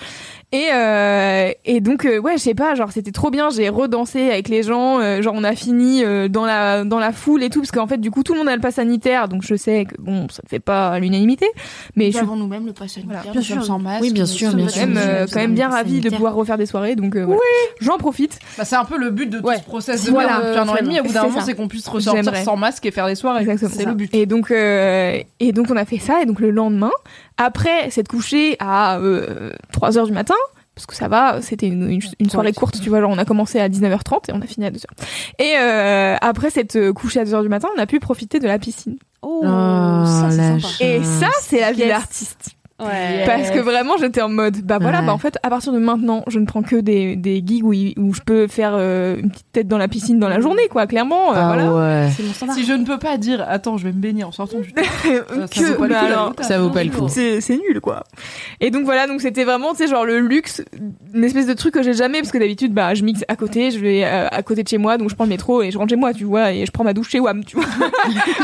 S3: et euh, et donc euh, ouais je sais pas genre c'était trop bien j'ai redansé avec les gens euh, genre on a fini euh, dans la dans la foule et tout parce qu'en fait du coup tout le monde a le pass sanitaire donc je sais que bon ça fait pas l'unanimité
S1: Bah,
S3: mais je suis
S8: nous-mêmes le pass sanitaire,
S4: Bien
S8: nous
S4: sûr.
S8: sommes sans masque.
S1: Oui, bien
S8: nous
S1: sûr,
S8: sommes
S1: bien
S8: quand
S1: sûr.
S3: quand même,
S8: même,
S3: euh,
S8: euh,
S3: quand même bien
S1: pass
S3: ravie de
S1: sanitaire.
S3: pouvoir refaire des soirées donc euh, voilà. j'en profite
S8: bah, c'est un peu le but de tout
S3: Ouais.
S8: ce process de
S3: Voilà.
S8: merde depuis un an et demi. Au bout d'un
S3: C'est
S8: moment,
S3: ça.
S8: c'est qu'on puisse ressortir
S3: J'aimerais.
S8: sans masque et faire des soirées.
S3: Exactement.
S8: C'est le but.
S3: Et donc, euh, et donc on a fait ça. Et donc le lendemain, après s'être couché à euh, 3 heures du matin, parce que ça va, c'était une, une- une soirée
S4: Ouais.
S3: courte, tu vois, genre on a commencé à 19h30 et on a fini à 2h. Et euh, après s'être couché à 2h du matin, on a pu profiter de la piscine.
S4: Oh,
S1: Oh,
S4: ça,
S1: la
S4: c'est sympa.
S1: chance.
S3: Et ça, c'est la vie
S4: Yes.
S3: d'artiste.
S4: Ouais.
S3: Parce que vraiment, j'étais en mode, bah voilà,
S1: Ouais.
S3: bah en fait, à partir de maintenant, je ne prends que des, des gigs où, il- où je peux faire euh, une petite tête dans la piscine dans la journée, quoi, clairement. euh,
S1: Ah.
S3: voilà.
S1: ouais.
S4: C'est mon standard.
S2: Si je ne peux pas dire, attends, je vais me baigner en sortant du
S3: Que-
S2: ça vaut pas le
S3: bah
S2: coup,
S3: alors,
S2: la
S1: Ça vaut pas le coup.
S3: c'est c'est nul, quoi. Et donc voilà, donc c'était vraiment, tu sais, genre le luxe, une espèce de truc que j'ai jamais, parce que d'habitude, bah, je mixe à côté, je vais euh, à côté de chez moi, donc je prends le métro et je rentre chez moi, tu vois, et je prends ma douche chez WAM, tu vois.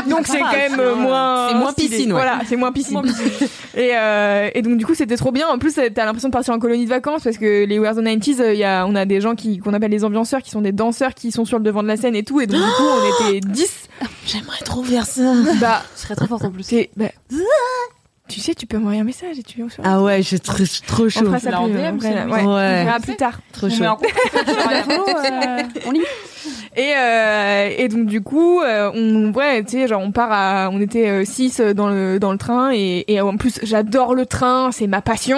S3: donc c'est
S4: va,
S3: quand même euh,
S4: c'est-
S3: moins.
S1: c'est moins
S3: stylé.
S1: piscine, ouais.
S3: Voilà, c'est moins piscine. et, euh, et donc du coup, c'était trop bien. En plus, t'as l'impression de partir en colonie de vacances, parce que les Wears the 90s, euh, il y a, on a des gens qui qu'on appelle les ambianceurs, qui sont des danseurs qui sont sur le devant de la scène et tout, et donc du coup, on était 10.
S1: J'aimerais trop faire ça.
S3: Bah,
S4: Je serais très forte en plus.
S3: c'est. bah, tu sais, tu peux m'envoyer un message et tu viens sur
S1: Ah ouais, je suis tr- je suis trop
S3: on
S1: chaud.
S3: fera ça
S2: Là, en
S3: plus,
S2: DM,
S3: euh,
S2: c'est
S3: après,
S2: le
S3: ouais. On
S1: Ouais,
S3: verra plus tard.
S1: trop
S2: On met
S1: chaud.
S2: en compte.
S4: On limite.
S3: Et, euh, et donc du coup, euh, on ouais, tu sais, genre on part à, on était 6 dans le dans le train et, et en plus j'adore le train, c'est ma passion.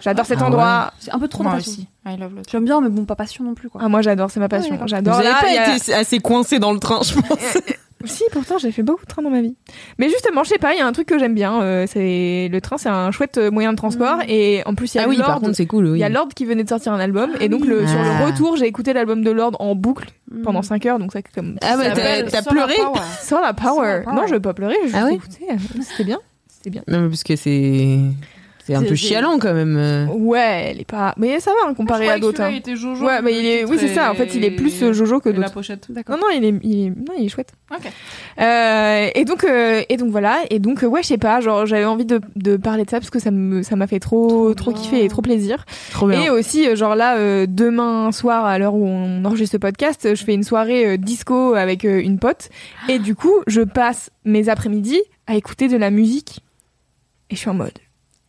S3: J'adore cet
S1: Ah
S3: endroit.
S4: C'est un peu trop de
S2: Moi
S4: passion.
S2: aussi. I love le
S4: J'aime bien, mais bon, pas passion non plus, quoi.
S3: Ah moi j'adore, c'est ma passion.
S4: Ouais,
S1: Vous
S3: j'adore.
S1: avez
S3: Là,
S1: pas
S3: il y a-
S1: été assez coincé dans le train, je pense.
S3: Si pourtant j'ai fait beaucoup de train dans ma vie. Mais justement, je sais pas, il y a un truc que j'aime bien. euh, c'est le train, c'est un chouette euh, moyen de transport et en plus il y a
S1: Ah
S3: Lorde.
S1: c'est cool.
S3: Il y a Lord qui venait de sortir un album et donc le, sur
S1: Ah.
S3: le retour j'ai écouté l'album de Lord en boucle Ah,
S4: Mm.
S3: pendant 5 heures donc ça c'est comme
S1: Ah ouais,
S2: Ça
S1: t'as-
S2: s'appelle
S1: t'as
S2: Solar
S1: pleuré
S2: Power.
S3: Sans la power.
S4: Sans la power.
S3: Non, je veux pas pleurer. Je hein.
S1: Ah
S3: vais
S1: oui
S3: juste écouter. C'était bien. C'était bien.
S1: Non, mais parce que c'est. C'est un
S4: C'est-
S1: peu
S4: c'est-
S1: chialant quand même. euh.
S3: Ouais, elle est pas. Mais ça va hein, comparé à d'autres. hein. Ouais, mais il est. Oui, c'est ça. En fait, il est plus euh, Jojo que
S2: que la
S3: d'autres.
S2: pochette.
S3: Non, non, il est, il est- non, il est chouette.
S2: Ok.
S3: Euh, et donc, euh, et donc voilà. Et donc, euh, ouais, je sais pas. Genre, j'avais envie de, de parler de ça parce que ça me, ça m'a fait trop, trop, kiffer et trop plaisir.
S1: Trop bien.
S3: Et aussi, euh, genre là, euh, demain soir, à l'heure où on enregistre ce podcast, euh, je fais une soirée euh, disco avec euh, une pote. Et du coup, je passe mes après-midi à écouter de la musique. Et je suis en mode.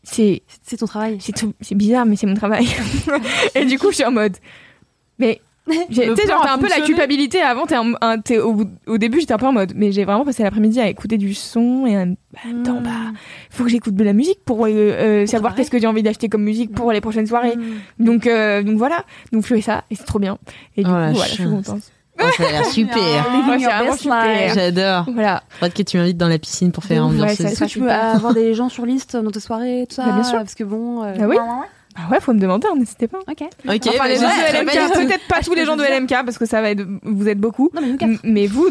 S3: C'est
S4: C'est- C'est ton travail.
S3: c'est tout- c'est bizarre, mais c'est mon travail. et du coup, je suis en mode. Mais. j'ai-
S2: Le
S3: Tu sais, genre,
S2: plan
S3: t'as
S2: a
S3: un peu la
S2: fonctionné.
S3: culpabilité. Avant, t'es en- un- t'es au, bout- au début, j'étais un peu en mode. Mais j'ai vraiment passé l'après-midi à écouter du son et en bah, en même
S2: Hmm.
S3: temps, bah, faut que j'écoute de la musique pour euh, euh, savoir
S4: travail.
S3: qu'est-ce que j'ai envie d'acheter comme musique pour les prochaines soirées.
S4: Mm.
S3: Donc, euh, donc voilà, donc je fais ça et c'est trop bien. Et du
S1: Oh,
S3: coup,
S1: la
S3: voilà, je suis
S1: chance.
S3: contente.
S1: Oh, ça a l'air super.
S4: Living
S3: Ouais,
S4: your
S3: c'est
S4: best
S3: vraiment super.
S4: life.
S1: J'adore.
S3: Voilà.
S1: Faudrait que tu m'invites dans la piscine pour faire
S3: Ouais,
S1: ambiance.
S3: ça-
S4: Est-ce que tu peux
S3: Super.
S4: avoir des gens sur liste dans tes soirées, tout ça
S3: Bah, bien sûr.
S4: Parce que bon. euh,
S3: Ah oui Bah ouais, faut me demander, hein, n'hésitez pas.
S4: Ok.
S1: Ok,
S3: Enfin, les
S1: vas-y,
S3: gens de
S1: Eh ben, très Ah,
S3: LMK,
S1: bien.
S3: peut-être pas tous les gens de LMK parce que ça va être, vous êtes beaucoup.
S4: Non, mais nous quatre,
S3: M- Mais vous,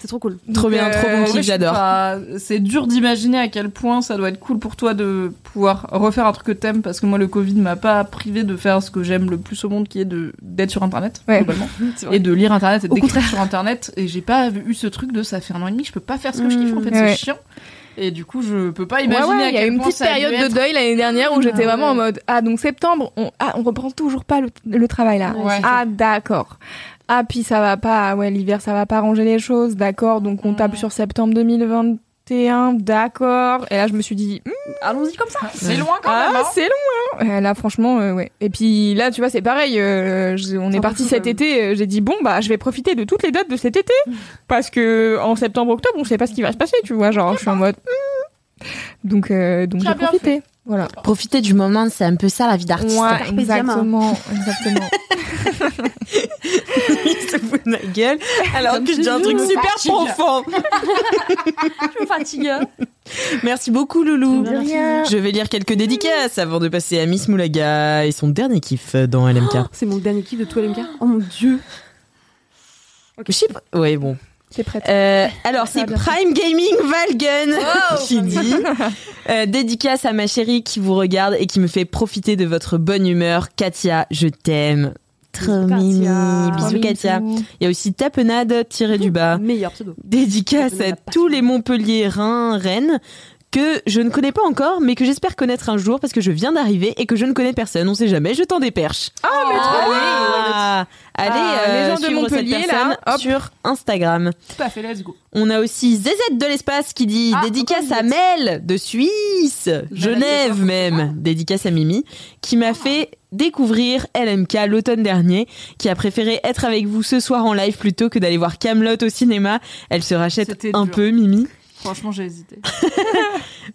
S4: c'est trop cool.
S1: Trop bien, trop bon
S2: Euh,
S1: kiff,
S2: ouais, je-
S1: j'adore.
S2: enfin, C'est dur d'imaginer à quel point ça doit être cool pour toi de pouvoir refaire un truc que t'aimes parce que moi le Covid m'a pas privé de faire ce que j'aime le plus au monde qui est de d'être sur internet
S3: Ouais.
S2: globalement et de lire internet et de d'écrire sur internet et j'ai pas eu ce truc de ça fait un an et demi que je peux pas faire ce que je kiffe en fait
S3: Mm. Ouais.
S2: c'est chiant et du coup je peux pas
S3: ouais,
S2: imaginer
S3: ouais,
S2: à
S3: il y a
S2: quel
S3: une
S2: point
S3: petite
S2: ça a dû
S3: période
S2: être-
S3: de deuil l'année dernière où j'étais
S4: Ah,
S3: vraiment
S4: ouais.
S3: en mode ah donc septembre on ah on reprend toujours pas le, le travail là.
S4: Ouais, c'est
S3: ah d'accord. Ah puis ça va pas Ah ouais l'hiver ça va pas ranger les choses d'accord donc on tape sur septembre 2021 d'accord et là je me suis dit
S4: Allons-y comme ça.
S2: c'est loin quand
S3: Ah,
S2: même hein.
S3: c'est long, hein. Euh, Là, franchement, euh, ouais. Et puis là, tu vois, c'est pareil. euh, je- on est
S4: peu
S3: parti
S4: fou,
S3: cet
S4: quand même.
S3: été. euh, J'ai dit bon, bah, je vais profiter de toutes les dates de cet été parce que en septembre, octobre, on sait pas ce qui va se passer, tu vois. Genre, je suis en mode hmm. donc, euh, donc
S2: Tu
S3: j'ai
S2: as bien
S3: profité. Voilà.
S1: Profiter du moment, Oh, c'est un peu ça la vie d'artiste.
S3: Ouais,
S4: diem.
S3: exactement, exactement.
S1: Il se fout de ma gueule alors
S4: Comme
S1: que je
S4: chez
S1: dis un
S4: nous.
S1: truc super
S2: Fatigue.
S1: profond.
S4: Je me fatigue.
S1: Merci beaucoup Loulou.
S4: De rien.
S1: Je vais lire quelques dédicaces avant de passer à Miss Moulaga et son dernier kiff dans LMK.
S4: C'est mon dernier kiff de tout LMK. Oh mon dieu.
S1: Je sais pas. Ouais, bon.
S3: T'es prête
S1: Euh, alors, c'est
S3: va bien.
S1: Prime Gaming Valgen qui dit euh, Dédicace à ma chérie qui vous regarde et qui me fait profiter de votre bonne humeur. Katia, je t'aime. Trop
S4: Bisous, Katia.
S1: mimi. Bisous,
S4: Bisous.
S3: Ah,
S1: Katia. Il y a aussi Tapenade tiré du bas.
S4: Meilleur pseudo.
S1: Dédicace
S4: Tapenade,
S1: à
S4: la passion.
S1: tous les Montpellier, Rennes, Rennes que je ne connais pas encore, mais que j'espère connaître un jour parce que je viens d'arriver et que je ne connais personne. On sait jamais, je t'en déperche.
S3: Ah, mais trop
S1: Ah, allez,
S3: Ah,
S1: euh,
S3: les gens de
S1: suivre cette
S3: Montpellier, là,
S1: personne
S3: hop.
S1: sur Instagram.
S2: tout à fait let's go
S1: On a aussi ZZ de l'espace qui dit
S2: Ah,
S1: dédicace
S2: encore
S1: à
S2: une
S1: Mel de Suisse, Genève même, dédicace à Mimi, qui
S2: Ah.
S1: m'a fait découvrir LMK l'automne dernier, qui a préféré être avec vous ce soir en live plutôt que d'aller voir Camelot au cinéma. Elle se rachète
S2: C'était
S1: un
S2: dur.
S1: peu, Mimi.
S2: franchement j'ai hésité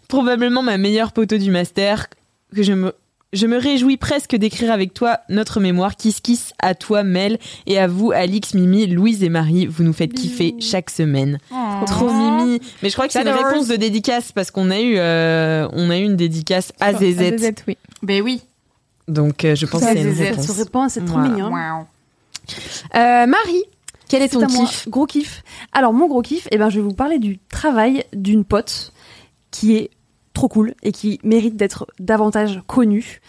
S1: Probablement ma meilleure poteau du master que je me Je me réjouis presque d'écrire avec toi notre mémoire. Kiss Kiss à toi, Mel, et à vous, Alix, Mimi, Louise et Marie. Vous nous faites kiffer chaque semaine.
S2: Oh.
S1: Trop mimi. Mais je crois que c'est une
S3: J'adore.
S1: réponse de dédicace parce qu'on a eu, euh, on a eu une dédicace à ZZ.
S3: Ah, oui.
S2: Ben oui.
S1: Donc euh, je pense que
S3: Ça,
S1: c'est une
S3: ZZ,
S4: Elle se
S1: réponse.
S4: répand, c'est trop
S1: Voilà.
S4: mignon.
S2: Ah, Waouh.
S1: Euh, Marie, quel est
S4: C'est
S1: ton
S4: à moi.
S1: kiff
S4: Gros kiff. Alors, mon gros kiff, eh ben, je vais vous parler du travail d'une pote qui est trop cool et qui mérite d'être davantage connue.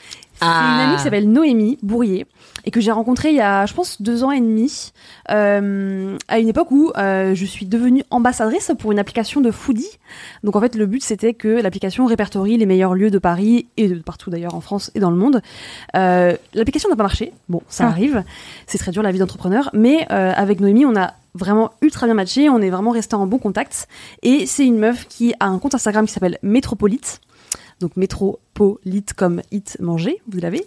S4: C'est
S1: Ah.
S4: une amie qui s'appelle Noémie Bourrier et que j'ai rencontrée il y a, je pense, deux ans et demi, euh, à une époque où euh, je suis devenue ambassadrice pour une application de foodie. Donc en fait, le but c'était que l'application répertorie les meilleurs lieux de Paris et de partout d'ailleurs en France et dans le monde. Euh, l'application n'a pas marché, bon, ça arrive, c'est très dur la vie d'entrepreneur, mais euh, avec Noémie, on a vraiment ultra bien matché, on est vraiment resté en bon contact. Et c'est une meuf qui a un compte Instagram qui s'appelle Métropolite. Donc métropolite comme it manger, vous l'avez.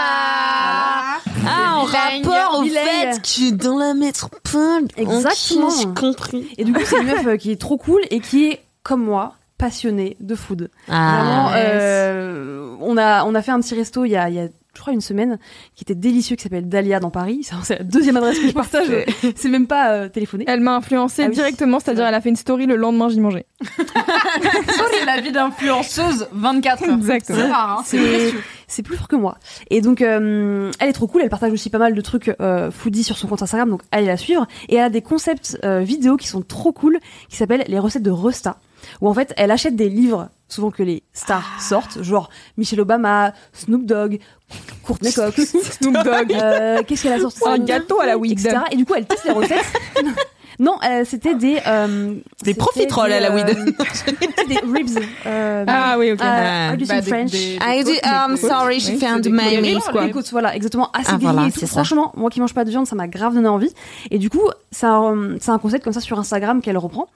S1: Ah Ah, en rapport au
S4: Bilingue.
S1: fait que dans la métropole,
S4: Exactement.
S1: ok, j'ai compris.
S4: Et du coup, c'est une meuf euh, qui est trop cool et qui est comme moi passionnée de food.
S1: Ah,
S4: Vraiment, euh, on, a, on a fait un petit resto il y a, il y a, je crois, une semaine, qui était délicieux, qui s'appelle Dahlia dans Paris. Ça, C'est la deuxième adresse que je partage. C'est même pas euh, téléphoné.
S3: Elle m'a influencée
S4: Ah oui.
S3: directement, c'est-à-dire elle a fait une story le lendemain, j'y mangeais.
S2: Ça, c'est la vie d'influenceuse 24 heures.
S3: Exactement.
S2: C'est rare, hein. C'est
S4: C'est-
S2: précieux.
S4: C'est plus fort que moi. Et donc, euh, elle est trop cool. Elle partage aussi pas mal de trucs euh, foodie sur son compte Instagram, donc allez la suivre. Et elle a des concepts euh, vidéos qui sont trop cool, qui s'appellent les recettes de Resta, où en fait, elle achète des livres souvent que les stars sortent, genre Michelle Obama, Snoop Dogg, Courtney Cox.
S3: Snoop Dogg.
S4: Euh, qu'est-ce qu'elle a sorti
S3: Un gâteau à la Weed.
S4: etc. Et du coup, elle teste les recettes. non, euh, c'était des. euh,
S1: Des
S4: c'était
S1: profiteroles
S4: des,
S1: à la Weed.
S4: euh, c'était des ribs. euh,
S3: Ah oui, ok.
S4: euh, how do you
S2: Bah,
S4: say
S2: des-
S4: French
S2: des-
S1: I do, I'm sorry, she found my
S4: des-
S1: mail, quoi.
S4: des côtes, voilà, exactement,
S1: Ah,
S4: assez grillées
S1: voilà,
S4: et tout.
S1: c'est ça.
S4: Franchement, moi qui mange pas de viande, ça m'a grave donné envie. Et du coup, c'est un, c'est un concept comme ça sur Instagram qu'elle reprend.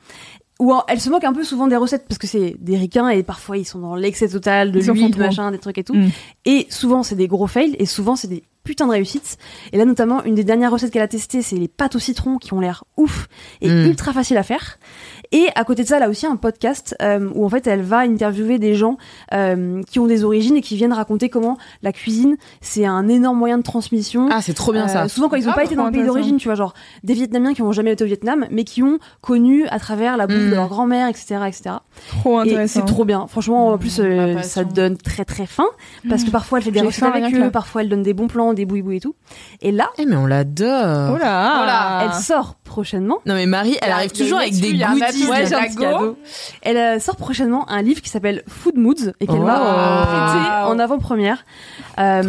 S4: Où euh, elle se moque un peu souvent des recettes parce que c'est des ricains et parfois ils sont dans l'excès total de
S3: Ils en font
S4: l'huile, de
S3: trop.
S4: machin, des trucs et tout.
S3: Mm.
S4: Et souvent c'est des gros fails et souvent c'est des putains de réussites. Et là notamment une des dernières recettes qu'elle a testées c'est les pâtes au citron qui ont l'air ouf et
S1: Mm.
S4: ultra facile à faire. Et à côté de ça elle a aussi un podcast euh, où en fait elle va interviewer des gens euh, qui ont des origines et qui viennent raconter comment la cuisine c'est un énorme moyen de transmission.
S1: Ah, c'est trop bien ça.
S4: Euh, souvent quand ils n'ont
S3: Ah,
S4: pas été dans le pays
S3: intéressant.
S4: d'origine, tu vois, genre des Vietnamiens qui n'ont jamais été au Vietnam, mais qui ont connu à travers la bouffe
S1: Mm.
S4: de leur grand-mère, etc., etc.
S3: Trop
S4: Et
S3: intéressant.
S4: c'est trop bien. Franchement, en plus, euh,
S2: la passion.
S4: ça donne très très faim parce
S3: Mm.
S4: que parfois elle fait des
S3: J'ai
S4: recettes
S3: faim rien
S4: avec
S3: que là.
S4: eux, parfois elle donne des bons plans, des boui et tout. Et là,
S1: Eh, mais on
S3: Oh
S1: l'adore.
S3: là
S2: Oh là,
S4: elle sort prochainement.
S1: Non, mais Marie, elle
S2: Il y a-
S1: arrive
S2: il y a
S1: toujours
S2: une
S1: avec des
S2: exclu, il y a un
S1: goodies.
S2: appui,
S3: Ouais,
S2: il y a
S3: j'ai un
S2: un
S3: petit
S2: go.
S3: cadeau.
S4: Elle euh, sort prochainement un livre qui s'appelle Food Moods et qu'elle
S1: Oh.
S4: m'a prêté en avant-première Euh,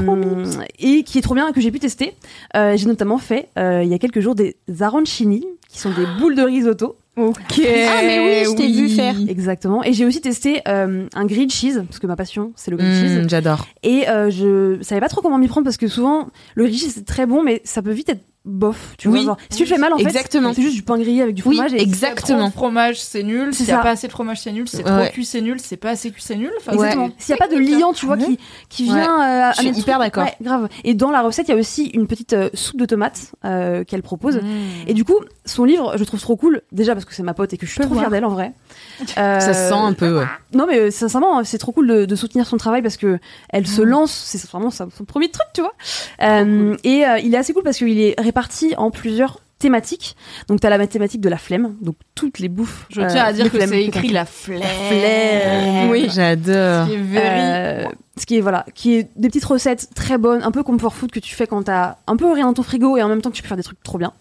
S4: et qui est trop bien que j'ai pu tester. Euh, j'ai notamment fait euh, il y a quelques jours des arancini qui sont des boules de risotto.
S3: Ok.
S1: Ah, mais oui, je t'ai vu faire.
S4: Exactement. Et j'ai aussi testé euh, un grilled cheese parce que ma passion c'est le grilled cheese.
S1: Mm, J'adore.
S4: Et euh, je savais pas trop comment m'y prendre parce que souvent le grilled cheese c'est très bon mais ça peut vite être bof. Tu vois,
S1: Oui.
S4: genre, si tu le fais mal en
S1: Exactement.
S4: fait, c'est juste du pain grillé avec du
S1: Oui,
S4: fromage. et-
S2: Trop de
S1: exactement.
S2: fromage, c'est nul.
S4: C'est
S2: S'il n'y a
S4: ça.
S2: pas assez de fromage, c'est nul. C'est
S1: Ouais.
S2: trop cuit, c'est nul. C'est pas assez cuit, c'est nul. Enfin,
S4: Exactement. S'il n'y a pas de liant, tu vois, qui, qui
S1: Ah Ouais.
S4: vient. euh,
S1: Je suis
S4: amener-
S1: hyper d'accord.
S4: Ouais, grave. Et dans la recette, il y a aussi une petite euh, soupe de tomates euh, qu'elle propose.
S1: Mmh.
S4: Et du coup, son livre, je trouve trop cool. Déjà parce que c'est ma pote et que je suis
S3: peux
S4: trop
S3: voir.
S4: fière d'elle en vrai. Euh,
S1: Ça se sent un peu, ouais.
S4: Non, mais euh, sincèrement, c'est trop cool de, de soutenir son travail parce que elle
S1: Mmh.
S4: se lance. C'est vraiment sa- son premier truc, tu vois. Euh, Et euh, il est assez cool parce qu'il est réparti en plusieurs thématiques. Donc, t'as la mathématique de la flemme, donc toutes les bouffes.
S2: Je
S4: euh,
S2: tiens à
S4: de
S2: dire que
S4: flemme
S2: c'est
S4: t'as
S2: écrit la flemme.
S4: flemme.
S1: Oui, j'adore.
S2: Qui est very-
S4: Euh, ce qui est voilà, qui est des petites recettes très bonnes, un peu comfort food que tu fais quand t'as un peu rien dans ton frigo et en même temps que tu peux faire des trucs trop bien.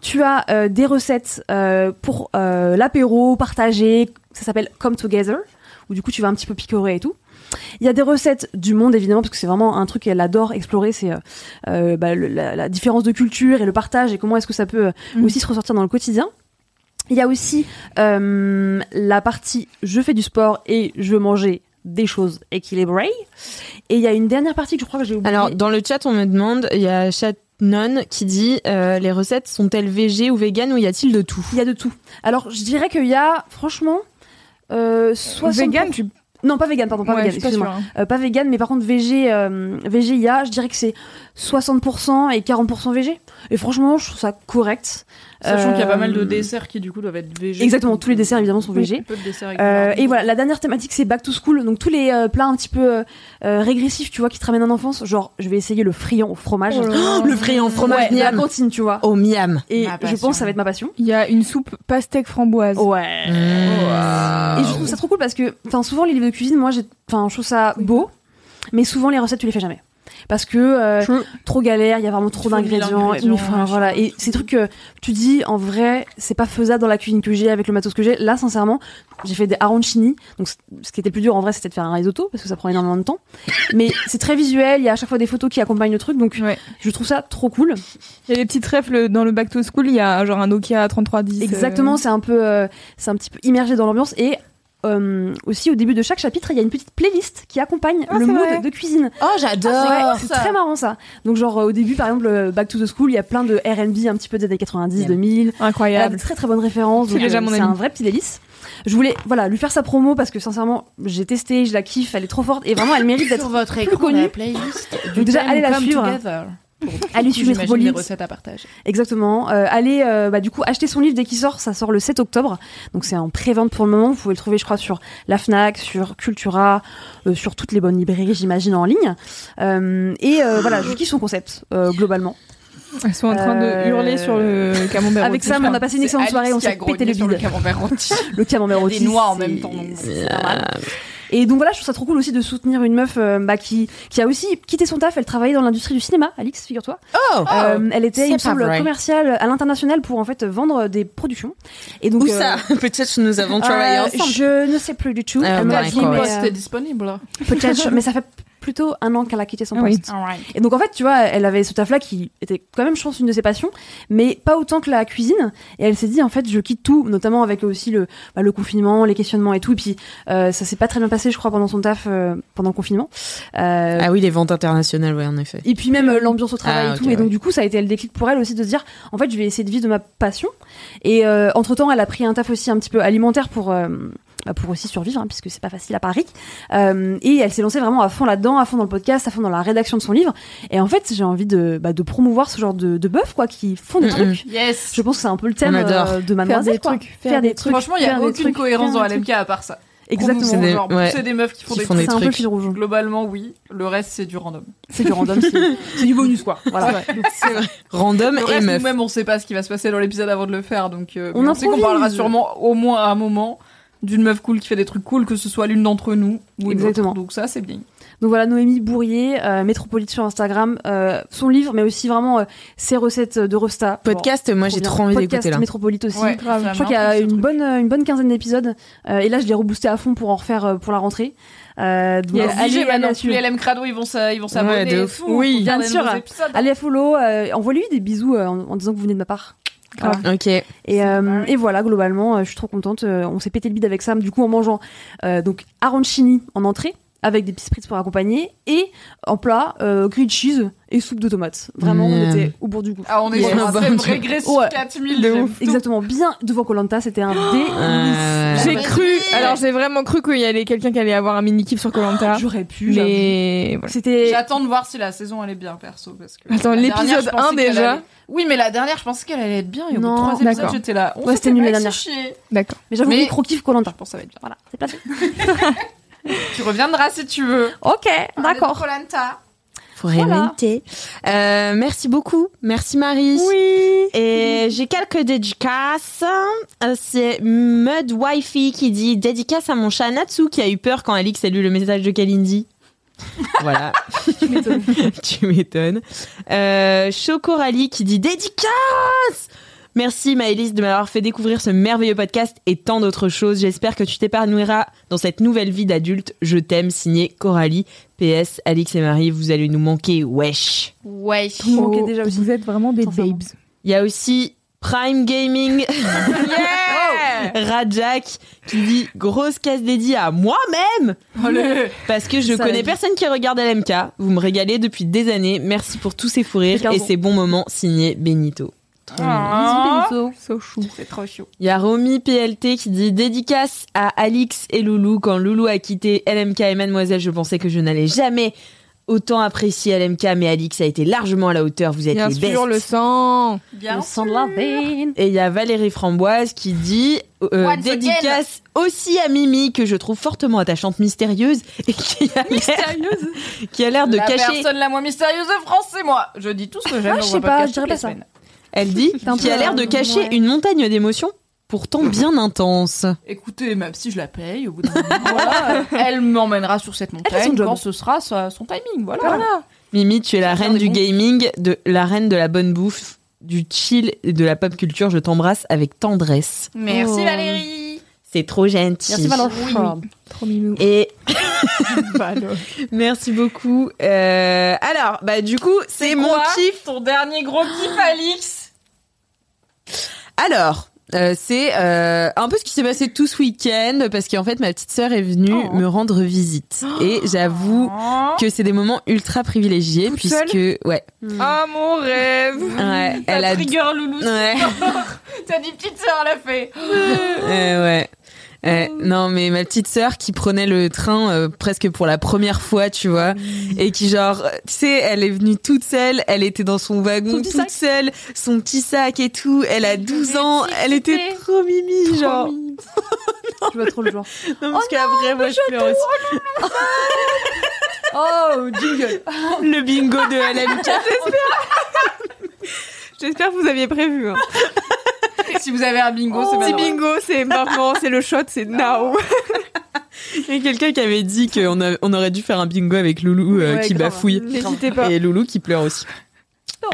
S4: Tu as euh, des recettes euh, pour euh, l'apéro partagé, ça s'appelle Come Together, où du coup tu vas un petit peu picorer et tout. Il y a des recettes du monde évidemment parce que c'est vraiment un truc qu'elle adore explorer, c'est euh, euh, bah, le- la, la différence de culture et le partage et comment est-ce que ça peut euh,
S3: Mhm.
S4: aussi se ressortir dans le quotidien. Il y a aussi euh, la partie je fais du sport et je veux manger des choses équilibrées. Et il y a une dernière partie que je crois que j'ai oubliée.
S1: Alors, dans le chat, on me demande, il y a Chatnon qui dit euh, Les recettes sont-elles VG ou vegan ou y a-t-il de tout
S4: il y a de tout. Alors je dirais qu'il y a franchement euh, 60
S3: Vegan, tu
S4: Non, pas vegan, pardon, pas
S3: Ouais, je
S4: vegan,
S3: suis pas
S4: excuse-moi.
S3: sûre, hein.
S4: Euh, pas vegan, mais par contre VG, euh, VGIA, je dirais que c'est 60% et 40% VG. Et franchement, je trouve ça correct.
S2: Sachant qu'il y a pas mal de
S4: Euh,
S2: desserts qui du coup doivent être végés.
S4: Exactement, tous les desserts évidemment sont végés.
S2: Peu de desserts avec
S4: Euh,
S2: des
S4: et voilà, la dernière thématique c'est back to school, donc tous les euh, plats un petit peu euh, euh, régressifs, tu vois, qui te ramènent en enfance. Genre, je vais essayer le friand au fromage.
S1: Oh, le frais en
S4: Ouais,
S1: fromage
S4: de la
S1: miam.
S4: cantine, tu vois.
S1: Oh miam.
S4: Et
S2: Ma
S4: je
S2: passion.
S4: pense que ça va être ma passion.
S3: Il y a une soupe pastèque framboise.
S4: Ouais.
S1: Oh.
S4: Et je trouve ça trop cool parce que, enfin, souvent les livres de cuisine, moi, j'ai, enfin, je trouve ça beau, mais souvent les recettes, tu les fais jamais. Parce que euh,
S3: True.
S4: trop galère, il y a vraiment trop
S2: Faut mille
S4: d'ingrédients.
S2: ingrédients,
S4: Enfin, voilà. Et ces trucs que tu dis, en vrai, c'est pas faisable dans la cuisine que j'ai avec le matos que j'ai. Là, sincèrement, j'ai fait des arancini. Donc, c- ce qui était le plus dur en vrai, c'était de faire un risotto parce que ça prend énormément de temps. Mais c'est très visuel, il y a à chaque fois des photos qui accompagnent le truc. Donc,
S3: Ouais.
S4: je trouve ça trop cool.
S3: Il y a des petites refs dans le back to school, il y a genre un Nokia 3310. euh,
S4: Exactement, c'est un peu, euh, c'est un petit peu immergé dans l'ambiance et euh, aussi au début de chaque chapitre, il y a une petite playlist qui accompagne
S3: Ah,
S4: le
S3: c'est
S4: mood
S3: vrai.
S4: de cuisine.
S1: Oh j'adore.
S4: Ouais, c'est très marrant ça. Donc genre euh, au début, par exemple, euh, Back to the School, il y a plein de R&B un petit peu des années 90,
S1: Bien.
S4: 2000. Il y a de
S3: Incroyable.
S4: très très bonnes références.
S3: C'est
S4: donc,
S3: déjà
S4: euh,
S3: mon
S4: C'est
S3: ami.
S4: un vrai petit délice. Je voulais voilà lui faire sa promo parce que sincèrement, j'ai testé, je la kiffe, elle est trop forte et vraiment elle mérite
S8: Sur
S4: d'être.
S8: votre
S4: plus
S8: écran,
S4: connue.
S8: la playlist
S4: Donc
S8: du
S4: déjà,
S8: Time
S4: allez
S8: We
S4: la
S8: Come
S4: suivre. hein.
S8: Together. Pour-
S4: Allez suivre
S8: j'imagine
S4: Metropolis.
S8: des recettes à partager.
S4: Exactement. Euh, allez, euh, bah, du coup, acheter son livre dès qu'il sort. Ça sort le 7 octobre. Donc, c'est en pré-vente pour le moment. Vous pouvez le trouver, je crois, sur la Fnac, sur Cultura, euh, sur toutes les bonnes librairies, j'imagine, en ligne. Euh, et euh, voilà, je kiffe son concept, euh, globalement.
S3: Elles sont en train
S4: Euh,
S3: de hurler sur le camembert.
S4: Avec
S3: rôti,
S4: ça,
S3: je
S4: on
S3: crois.
S4: a passé une excellente
S8: C'est
S4: soirée.
S8: Alix
S4: On
S8: qui a
S4: s'est pété le
S8: grogné sur
S4: bide.
S8: le camembert rôti.
S4: Le camembert
S8: Des
S4: aussi.
S8: noix en même temps, donc
S4: C'est normal. Et donc voilà, je trouve ça trop cool aussi de soutenir une meuf euh, bah, qui, qui a aussi quitté son taf. Elle travaillait dans l'industrie du cinéma, Alix, figure-toi.
S1: Oh.
S4: Euh, elle était, il me
S1: c'est pas
S4: semble,
S1: vrai.
S4: commerciale à l'international pour en fait vendre des productions. Et donc,
S1: Où
S4: euh,
S1: ça Peut-être nous avons travaillé
S4: Euh,
S1: ensemble.
S4: Je ne sais plus du tout.
S1: Ah,
S4: Elle
S1: ouais,
S4: m'a
S1: ouais,
S4: dit,
S1: ouais.
S4: mais,
S1: Ouais,
S4: euh,
S2: C'était disponible.
S4: peut-être, mais ça fait plutôt un an qu'elle a quitté son
S3: Ah
S4: poste.
S3: oui.
S4: Et donc en fait, tu vois, elle avait ce taf-là qui était quand même, je pense, une de ses passions, mais pas autant que la cuisine. Et elle s'est dit, en fait, je quitte tout, notamment avec aussi le, bah, le confinement, les questionnements et tout. Et puis euh, ça s'est pas très bien passé, je crois, pendant son taf, euh, pendant le confinement. Euh,
S1: Ah oui, les ventes internationales, oui, en effet.
S4: et puis même euh, l'ambiance au travail
S1: Ah,
S4: et
S1: ok,
S4: tout. Et donc
S1: ouais.
S4: du coup, ça a été le déclic pour elle aussi de se dire, en fait, je vais essayer de vivre de ma passion. Et entre temps, elle a pris un taf aussi un petit peu alimentaire pour euh, bah, pour aussi survivre, hein, puisque c'est pas facile à Paris. Euh, et elle s'est lancée vraiment à fond là-dedans, à fond dans le podcast, à fond dans la rédaction de son livre. Et en fait, j'ai envie de bah, de promouvoir ce genre de de bœufs quoi, qui font des
S1: Mm,
S4: trucs.
S2: Yes.
S4: Je pense que c'est un peu le thème
S1: On adore.
S4: euh, de
S3: Faire
S4: Mademoiselle
S3: des
S4: quoi.
S3: trucs. Faire des trucs.
S2: Franchement, il y a
S4: faire des
S2: aucune
S4: trucs,
S2: cohérence dans
S4: faire des
S2: LMK à part ça.
S4: Exactement.
S1: C'est des-
S2: Genre,
S1: ouais.
S2: c'est des meufs qui font
S1: Qui
S2: des
S1: font des
S4: C'est
S2: trucs.
S4: un peu le
S1: trucs.
S4: fil rouge.
S2: Globalement, oui. Le reste, c'est du random.
S4: C'est du random. c'est- C'est du bonus quoi. Voilà.
S1: Random
S2: Le
S1: et
S2: reste,
S1: meuf.
S2: nous-mêmes, on sait pas ce qui va se passer dans l'épisode avant de le faire, donc euh,
S4: On
S2: mais on sait qu'on
S4: improvise.
S2: parlera sûrement au moins à un moment d'une meuf cool qui fait des trucs cool, que ce soit l'une d'entre nous ou une
S4: Exactement.
S2: autre. Donc ça, c'est bien.
S4: Donc voilà, Noémie Bourrier, euh, Métropolite sur Instagram, euh, son livre, mais aussi vraiment euh, ses recettes de Rosta.
S1: Podcast, moi
S4: Bon,
S1: j'ai
S4: bien.
S1: trop envie
S4: Podcast
S1: d'écouter là.
S4: Métropolite aussi.
S2: Ouais,
S4: grave.
S2: ça
S4: Je crois qu'il y a
S2: m'intrigue, ce
S4: une
S2: truc.
S4: bonne, euh, une bonne quinzaine d'épisodes. Euh, et là, je l'ai reboosté à fond pour en refaire euh, pour la rentrée. Euh, donc,
S2: Il y
S4: allez,
S2: a
S4: allez, la
S2: maintenant, tous
S4: suivre.
S2: les LM Crado, ils vont s'a- ils vont s'abonner.
S1: de
S2: et
S1: ouf.
S2: tout,
S1: Oui,
S2: pour
S4: bien
S2: regarder
S4: sûr.
S2: nos épisodes.
S4: Allez, follow. euh, Envoie-lui des bisous euh, en, en disant que vous venez de ma part. Voilà.
S1: Ok.
S4: Et, euh, et voilà, globalement, euh, je suis trop contente. Euh, on s'est pété le bide avec Sam, du coup, en mangeant euh, donc arancini en entrée, avec des petits spritz pour accompagner, et en plat, euh, grilled cheese et soupe de tomates. Vraiment, on
S1: Mmh.
S4: était au bout du goût.
S2: Ah, on est
S1: Yes.
S2: sur un
S1: Bon,
S2: thème
S1: Dieu.
S2: régressif
S4: Ouais.
S2: 4000
S3: De
S2: j'aime
S3: ouf.
S2: tout.
S4: Exactement, bien devant Colanta, c'était un dé.
S1: Euh,
S3: J'ai
S8: Ah,
S3: cru, alors j'ai vraiment cru qu'il y allait quelqu'un qui allait avoir un mini kiff sur Colanta.
S4: J'aurais pu, j'avoue.
S3: mais voilà.
S4: C'était
S2: J'attends de voir si la saison elle est bien perso parce que
S3: Attends,
S2: la dernière,
S3: l'épisode
S2: je pensais
S3: 1
S2: qu'elle
S3: déjà
S2: allait- Oui, mais la dernière, je pensais qu'elle allait être bien et au bout
S4: Non,
S2: de trois épisodes,
S3: d'accord.
S2: j'étais là. On
S4: Ouais,
S2: s'est
S4: c'était
S2: fait
S4: nul la
S2: mal
S4: dernière.
S2: chier.
S3: D'accord.
S4: Mais j'avoue,
S2: Mais-
S4: micro kiff Colanta.
S2: Je pense que ça va être bien.
S4: Voilà, c'est placé.
S2: Tu reviendras si tu veux.
S4: Ok, d'accord.
S2: Colanta.
S1: Faudrait
S4: Voilà.
S1: m'inviter. Euh, merci beaucoup. Merci Marie.
S4: Oui.
S1: Et j'ai quelques dédicaces. Euh, C'est Mud Wifi qui dit dédicace à mon chat Natsu qui a eu peur quand Alix a lu le message de Kalindi. voilà. tu m'étonnes. Euh, Chocorali qui dit dédicace. Merci Maëlys de m'avoir fait découvrir ce merveilleux podcast et tant d'autres choses. J'espère que tu t'épanouiras dans cette nouvelle vie d'adulte. Je t'aime, signé Coralie. PS, Alix et Marie, vous allez nous manquer, wesh.
S8: Wesh.
S4: Vous me manquez déjà aussi.
S3: Vous êtes vraiment des
S4: Sincèrement.
S3: babes.
S1: Il y a aussi Prime Gaming Rajak qui dit grosse caisse dédiée à moi-même
S2: Allez.
S1: parce que je
S4: Ça
S1: connais
S4: va.
S1: personne qui regarde LMK. Vous me régalez depuis des années. Merci pour tous ces fous rires
S4: C'est quinze
S1: et
S4: ans.
S1: ces bons moments signés Benito. trop
S2: Ah.
S3: So chou.
S2: C'est trop chou.
S1: Il y a Romy PLT qui dit dédicace à Alix et Loulou quand Loulou a quitté LMK et Mademoiselle. Je pensais que je n'allais jamais autant apprécier LMK, mais Alix a été largement à la hauteur. Vous êtes
S3: Bien
S1: les
S3: sûr, le
S1: bestes.
S3: sang.
S2: Bien.
S4: Le sang de la veine.
S1: Et il y a Valérie Framboise qui dit euh,
S2: Once
S1: dédicace aussi à Mimi que je trouve fortement attachante, mystérieuse et qui a l'air-
S2: Mystérieuse.
S1: qui a l'air de
S2: la
S1: cacher.
S2: personne la moins mystérieuse de France, c'est moi. Je dis tout ce que j'aime.
S4: Ah,
S2: dans
S4: je
S2: un
S4: sais pas,
S2: podcast
S4: je dirais
S2: toutes les
S4: pas ça.
S2: semaines.
S1: Elle dit
S4: un
S1: qui a
S4: peu,
S1: l'air de
S4: euh,
S1: cacher
S4: ouais.
S1: une montagne d'émotions, pourtant bien intense.
S2: Écoutez, même si je la paye, au bout d'un moment, voilà, euh, elle m'emmènera sur cette montagne
S4: job.
S2: quand ce sera sa- son timing. Voilà.
S1: Mimi, tu es la
S2: Faire
S1: reine
S2: des
S1: du
S2: bons.
S1: gaming, de la reine de la bonne bouffe, du chill et de la pop culture. Je t'embrasse avec tendresse.
S2: Merci
S4: Oh.
S2: Valérie.
S1: C'est trop gentil.
S4: Merci Valence.
S3: Trop mignon.
S1: Et merci beaucoup. Euh, alors, bah du coup, c'est mon
S2: quoi
S1: kiff.
S2: Ton dernier gros kiff, Alix.
S1: Alors, euh, c'est euh, un peu ce qui s'est passé tout ce week-end parce qu'en fait, ma petite sœur est venue
S2: Oh.
S1: me rendre visite et j'avoue
S2: Oh.
S1: que c'est des moments ultra privilégiés
S3: Toute
S1: puisque
S3: seule
S1: ouais,
S3: Ah, mon rêve.
S1: ouais, elle a
S2: trigger loulou.
S1: ouais.
S2: T'as dit petite sœur l'a fait.
S1: Euh, ouais. Euh, non mais ma petite sœur qui prenait le train euh, presque pour la première fois tu vois et qui genre euh, tu sais elle est venue toute seule elle était dans son wagon toute seule son petit sac et tout elle a 12 ans elle était trop mimi genre
S4: Je vois trop le genre.
S1: non parce qu'après moi je pleure aussi
S4: Oh, jingle.
S1: le bingo de LMK
S3: J'espère que vous aviez prévu. Hein.
S2: si vous avez un bingo, c'est
S3: c'est
S2: maintenant.
S3: Oh. bingo, c'est maintenant, c'est le shot, c'est now.
S1: il y a quelqu'un qui avait dit qu'on a- on aurait dû faire un bingo avec Loulou euh,
S3: Ouais,
S1: qui
S3: grave.
S1: bafouille
S3: N'hésitez pas.
S1: Et Loulou qui pleure aussi.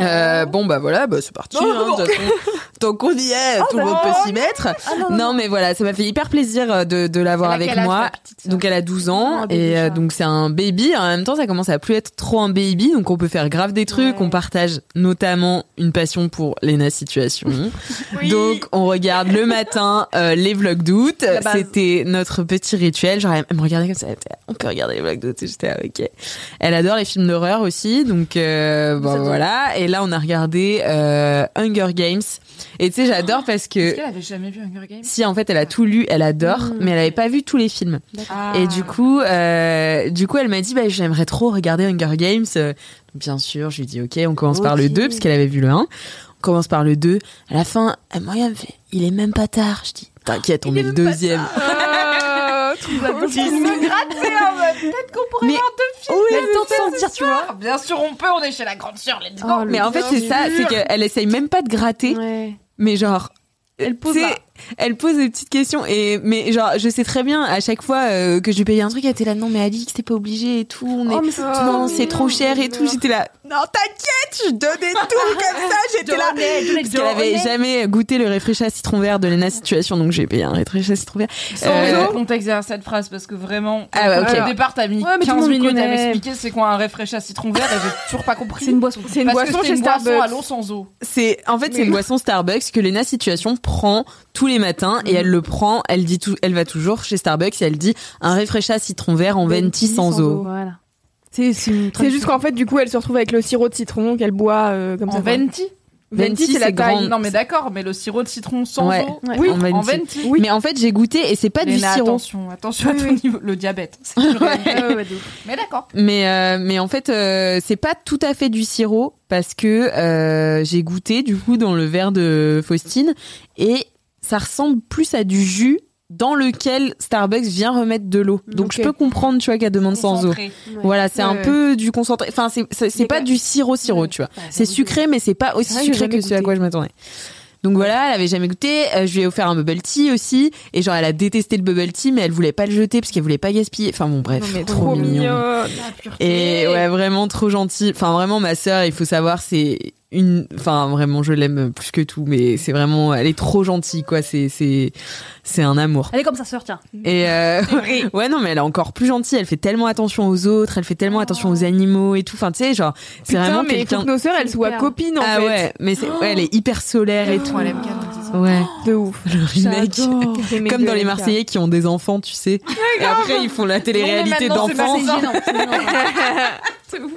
S1: Euh, bon bah voilà, bah, c'est parti.
S2: Non,
S1: hein,
S2: non.
S1: de toute façon. Tant qu'on y est, tout le monde peut s'y mettre. non, mais voilà, ça m'a fait hyper plaisir euh, de, de l'avoir
S2: Elle a
S1: avec
S2: quel âge,
S1: moi.
S2: ta petite sœur
S1: Donc elle a 12 ans
S4: Ah, bébé
S1: et euh,
S4: chat.
S1: donc c'est un baby. En même temps, ça commence à plus être trop un baby, donc on peut faire grave des trucs. On partage notamment une passion pour Lena Situation. Donc on regarde le matin euh, les vlogs d'août.
S4: base.
S1: C'était notre petit rituel. Genre elle me regardait comme ça. elle était, on peut regarder les vlogs d'août. Et J'étais ah, ok. Elle adore les films d'horreur aussi. Donc euh, bon, voilà. Et là on a regardé euh, Hunger Games. Et tu sais j'adore parce
S2: Ah, Est-ce
S1: que
S2: qu'elle avait jamais vu Hunger Games Hmm.
S1: si en fait elle a tout lu, elle adore, mais elle avait pas vu tous les films.
S2: Ah.
S1: Et du coup, euh, du coup, elle m'a dit, bah, j'aimerais trop regarder Hunger Games. Euh, Bien sûr, je lui dis, ok, on commence par le
S4: Ok.
S1: 2, parce qu'elle avait vu le 1. On commence par le 2. À la fin, elle me regarde, elle me fait, il est même pas tard. Je dis, t'inquiète, on est le deuxième.
S3: Ah,
S2: il me grattait en mode peut-être qu'on pourrait
S1: Mais-
S2: voir deux
S4: Elle tente de sentir, tu vois.
S2: fois. Bien sûr, on peut, on est chez la grande sœur, let's go.
S4: Oh, le
S1: Mais en fait, c'est ça, c'est qu'elle essaye même pas de gratter,
S4: Ouais.
S1: mais genre. Elle
S4: pose là.
S1: elle pose des petites questions et mais genre je sais très bien à chaque fois euh, que je lui payais un truc elle était là non mais Alix t'es pas obligée et tout on est
S4: Oh, mais c'est trop
S1: non, c'est
S4: mignon.
S1: trop cher et tout. J'étais là, non, t'inquiète, je donnais tout comme ça. J'étais là. Parce qu'elle avait jamais goûté le réfréchat citron vert de Lena Situation, donc j'ai payé un réfréchat citron vert.
S2: Sans
S1: Euh,
S2: le contexte derrière cette phrase, parce que vraiment,
S1: Ah ouais, ok.
S2: au départ, t'as mis
S4: Ouais, mais tout
S2: 15
S4: le monde
S2: minutes à
S4: connaît.
S2: m'expliquer c'est quoi un réfréchis à citron vert et j'ai toujours pas compris.
S4: C'est une boisson.
S3: C'est une
S2: Parce
S3: boisson
S2: que c'est
S3: chez
S2: une boisson à
S3: Starbucks.
S2: l'eau sans eau.
S1: c'est en fait c'est une boisson Starbucks que Lena Situation prend tous les matins et elle le prend. Elle dit tout, elle va toujours chez Starbucks et elle dit un réfréchat citron vert en venti Ben, sans eau.
S4: Voilà. C'est c'est une
S3: C'est juste qu'en fait, du coup, elle se retrouve avec le sirop de citron qu'elle boit euh, comme
S2: En
S3: ça.
S2: venti
S1: Venti,
S3: c'est la
S1: c'est
S3: taille.
S1: grand.
S2: Non, mais d'accord, mais le sirop de citron sans
S1: Ouais.
S2: eau.
S4: Ouais.
S1: Oui,
S2: en,
S1: en venti.
S2: venti.
S1: Mais en fait j'ai goûté et c'est pas du
S2: Léna,
S1: sirop.
S2: attention, attention à ton niveau, le diabète. C'est une réalité. Mais d'accord.
S1: Mais, euh, mais en fait, euh, c'est pas tout à fait du sirop parce que euh, j'ai goûté du coup dans le verre de Faustine et ça ressemble plus à du jus dans lequel Starbucks vient remettre de l'eau. Donc je
S3: Ok.
S1: peux comprendre, tu vois, qu'elle demande sans eau.
S2: Concentré.
S1: Voilà, c'est
S3: Ouais, bah,
S1: un
S3: ouais.
S1: peu du concentré. Enfin, c'est- c'est c'est
S4: Mais
S1: pas
S4: que-
S1: du sirop sirop, tu vois. C'est sucré, mais c'est pas aussi
S3: bah, C'est vrai que j'ai
S1: sucré que
S3: jamais
S1: ce à quoi je m'attendais. Donc voilà, elle avait jamais goûté. Euh, je lui ai offert un bubble tea aussi, et genre elle a détesté le bubble tea, mais elle voulait pas le jeter parce qu'elle voulait pas gaspiller. Enfin bon, bref,
S3: Non, mais
S1: trop, mignon. Et ouais, vraiment trop gentil. Enfin, vraiment, ma sœur, il faut savoir, c'est une. Enfin, vraiment, je l'aime plus que tout, mais c'est vraiment. Elle est trop gentille, quoi. C'est, c'est, c'est un amour.
S4: Elle est comme sa sœur, tiens.
S1: Et euh, ouais, non, mais elle est encore plus gentille. Elle fait tellement attention aux autres, elle fait tellement attention aux animaux et tout. Enfin, tu sais, genre, c'est
S3: Oh. Putain,
S1: vraiment
S3: mais il faut
S1: quelqu'un.
S3: que nos sœurs, elles soient
S4: Super.
S3: copines en
S1: ah
S3: fait.
S1: ouais, mais c'est, ouais, elle est hyper solaire
S3: Oh.
S1: et tout.
S2: Moi, elle aime qu'elle me dise.
S1: Ouais,
S3: De ouf.
S1: le remake.
S3: J'ai aimé
S1: Oh, Comme
S3: de
S1: dans les
S3: LMK.
S1: Marseillais qui ont des enfants, tu sais. Et après, ils font la télé-réalité
S2: Non, mais maintenant, c'est
S1: d'enfants.
S4: C'est gênant. c'est gênant.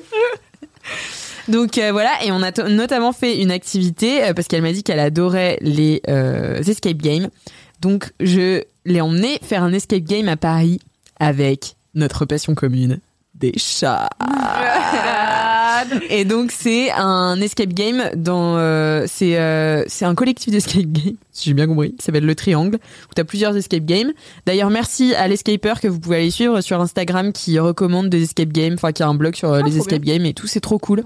S1: Donc euh, voilà, et on a to- notamment fait une activité euh, parce qu'elle m'a dit qu'elle adorait les euh, escape games. Donc je l'ai emmenée faire un escape game à Paris avec notre passion commune, des chats. Et donc c'est un escape game dans euh, c'est euh, c'est un collectif d'escape game si j'ai bien compris qui s'appelle le Triangle où t'as plusieurs escape games. D'ailleurs merci à l'escaper que vous pouvez aller suivre sur Instagram qui recommande des escape games enfin qui a un blog sur
S2: Ah,
S1: euh, les escape games et tout c'est trop cool.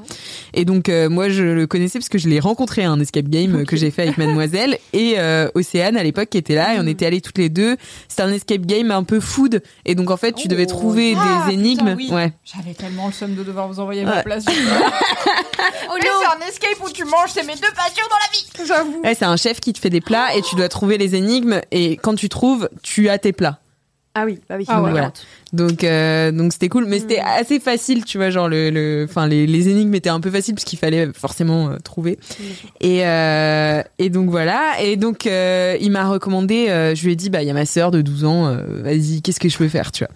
S1: Et donc euh, moi je le connaissais parce que je l'ai rencontré à un escape game euh, que j'ai fait avec Mademoiselle et euh, Océane à l'époque qui était là et
S2: Mm.
S1: on était allés toutes les deux. C'était un escape game un peu food et donc en fait tu devais
S2: Oh,
S1: trouver
S2: ah,
S1: des énigmes
S2: putain, oui.
S1: ouais.
S2: J'avais tellement le somme de devoir vous envoyer
S1: Ouais.
S2: vos places. Au lieu c'est un escape où tu manges, c'est mes deux passions dans la vie. J'avoue.
S1: Ouais, c'est un chef qui te fait des plats et tu dois trouver les énigmes et quand tu trouves, tu as tes plats.
S4: Ah oui, bah oui.
S1: Ah ouais.
S4: Voilà.
S1: Donc euh, donc c'était cool, mais c'était assez facile, tu vois, genre le le enfin les, les énigmes étaient un peu faciles parce qu'il fallait forcément euh, trouver. Et euh, et donc voilà, et donc euh, il m'a recommandé euh, je lui ai dit bah il y a ma sœur de 12 ans, euh, vas-y, qu'est-ce que je peux faire, tu vois.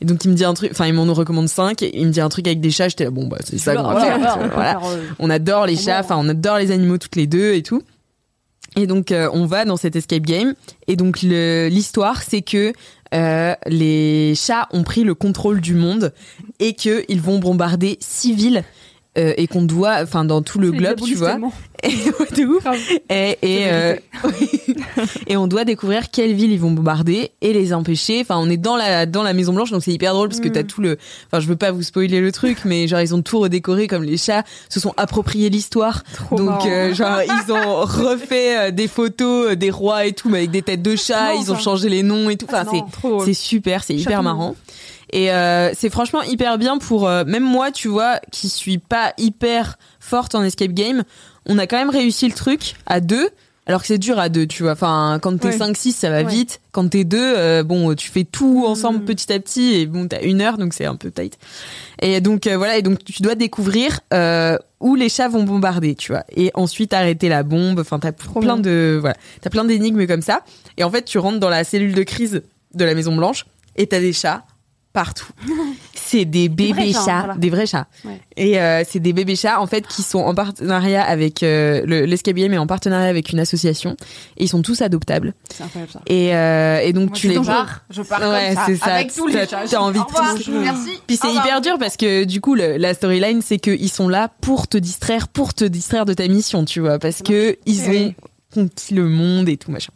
S1: Et donc il me dit un truc, enfin il m'en recommande 5 et il me dit un truc avec des chats, j'étais là bon bah c'est ça qu'on va faire, tu vois, voilà.
S4: euh,
S1: On adore les chats, enfin on adore les animaux toutes les deux et tout. Et donc euh, on va dans cet escape game. Et donc le- l'histoire c'est que euh, les chats ont pris le contrôle du monde et que ils vont bombarder six villes euh, et qu'on doit, enfin dans tout le globe, tu vois. Et, ouais, de ouf. Et, et, euh, et on doit découvrir quelles villes ils vont bombarder et les empêcher. Enfin, on est dans la, dans la Maison Blanche, donc c'est hyper drôle parce que t'as tout le. Enfin, je veux pas vous spoiler le truc, mais genre, ils ont tout redécoré comme les chats se sont appropriés l'histoire. Donc, euh, genre, ils ont refait euh, des photos euh, des rois et tout, mais avec des têtes de chats, ils ont changé les noms et tout. Enfin, c'est c'est super, c'est hyper marrant. Et euh, c'est franchement hyper bien pour euh, même moi, tu vois, qui suis pas hyper forte en escape game, on a quand même réussi le truc à deux. Alors que c'est dur à deux, tu vois. Enfin, quand t'es 5-6, ça va vite. Quand t'es deux, euh, bon, tu fais tout ensemble petit à petit et bon, t'as une heure, donc c'est un peu tight. Et donc euh, voilà, et donc tu dois découvrir euh, où les chats vont bombarder, tu vois. Et ensuite arrêter la bombe. Enfin, t'as plein de voilà, t'as plein d'énigmes comme ça. Et en fait, tu rentres dans la cellule de crise de la Maison Blanche et t'as des chats partout. C'est des bébés
S4: vrais chats,
S1: chats,
S4: voilà.
S1: des vrais chats.
S4: Ouais.
S1: Et euh, c'est des bébés chats en fait qui sont en partenariat avec euh, le- l'escabier, mais en partenariat avec une association. Et ils sont tous adoptables.
S2: C'est incroyable ça.
S1: Et, euh, et donc
S2: Moi,
S1: tu
S2: je
S1: les vois.
S2: pars, je pars
S1: Ouais,
S2: comme
S1: c'est
S2: ça,
S1: ça.
S2: avec tous
S1: T'as-
S2: les chats.
S1: t'as envie de
S2: Au revoir,
S1: tous-
S2: Merci.
S1: Puis c'est
S3: ah
S2: Au
S3: bah,
S2: revoir.
S1: hyper dur parce que du coup le- la storyline c'est que ils sont là pour te distraire, pour te distraire de ta mission, tu vois, parce que ils ont conquis le monde et tout machin.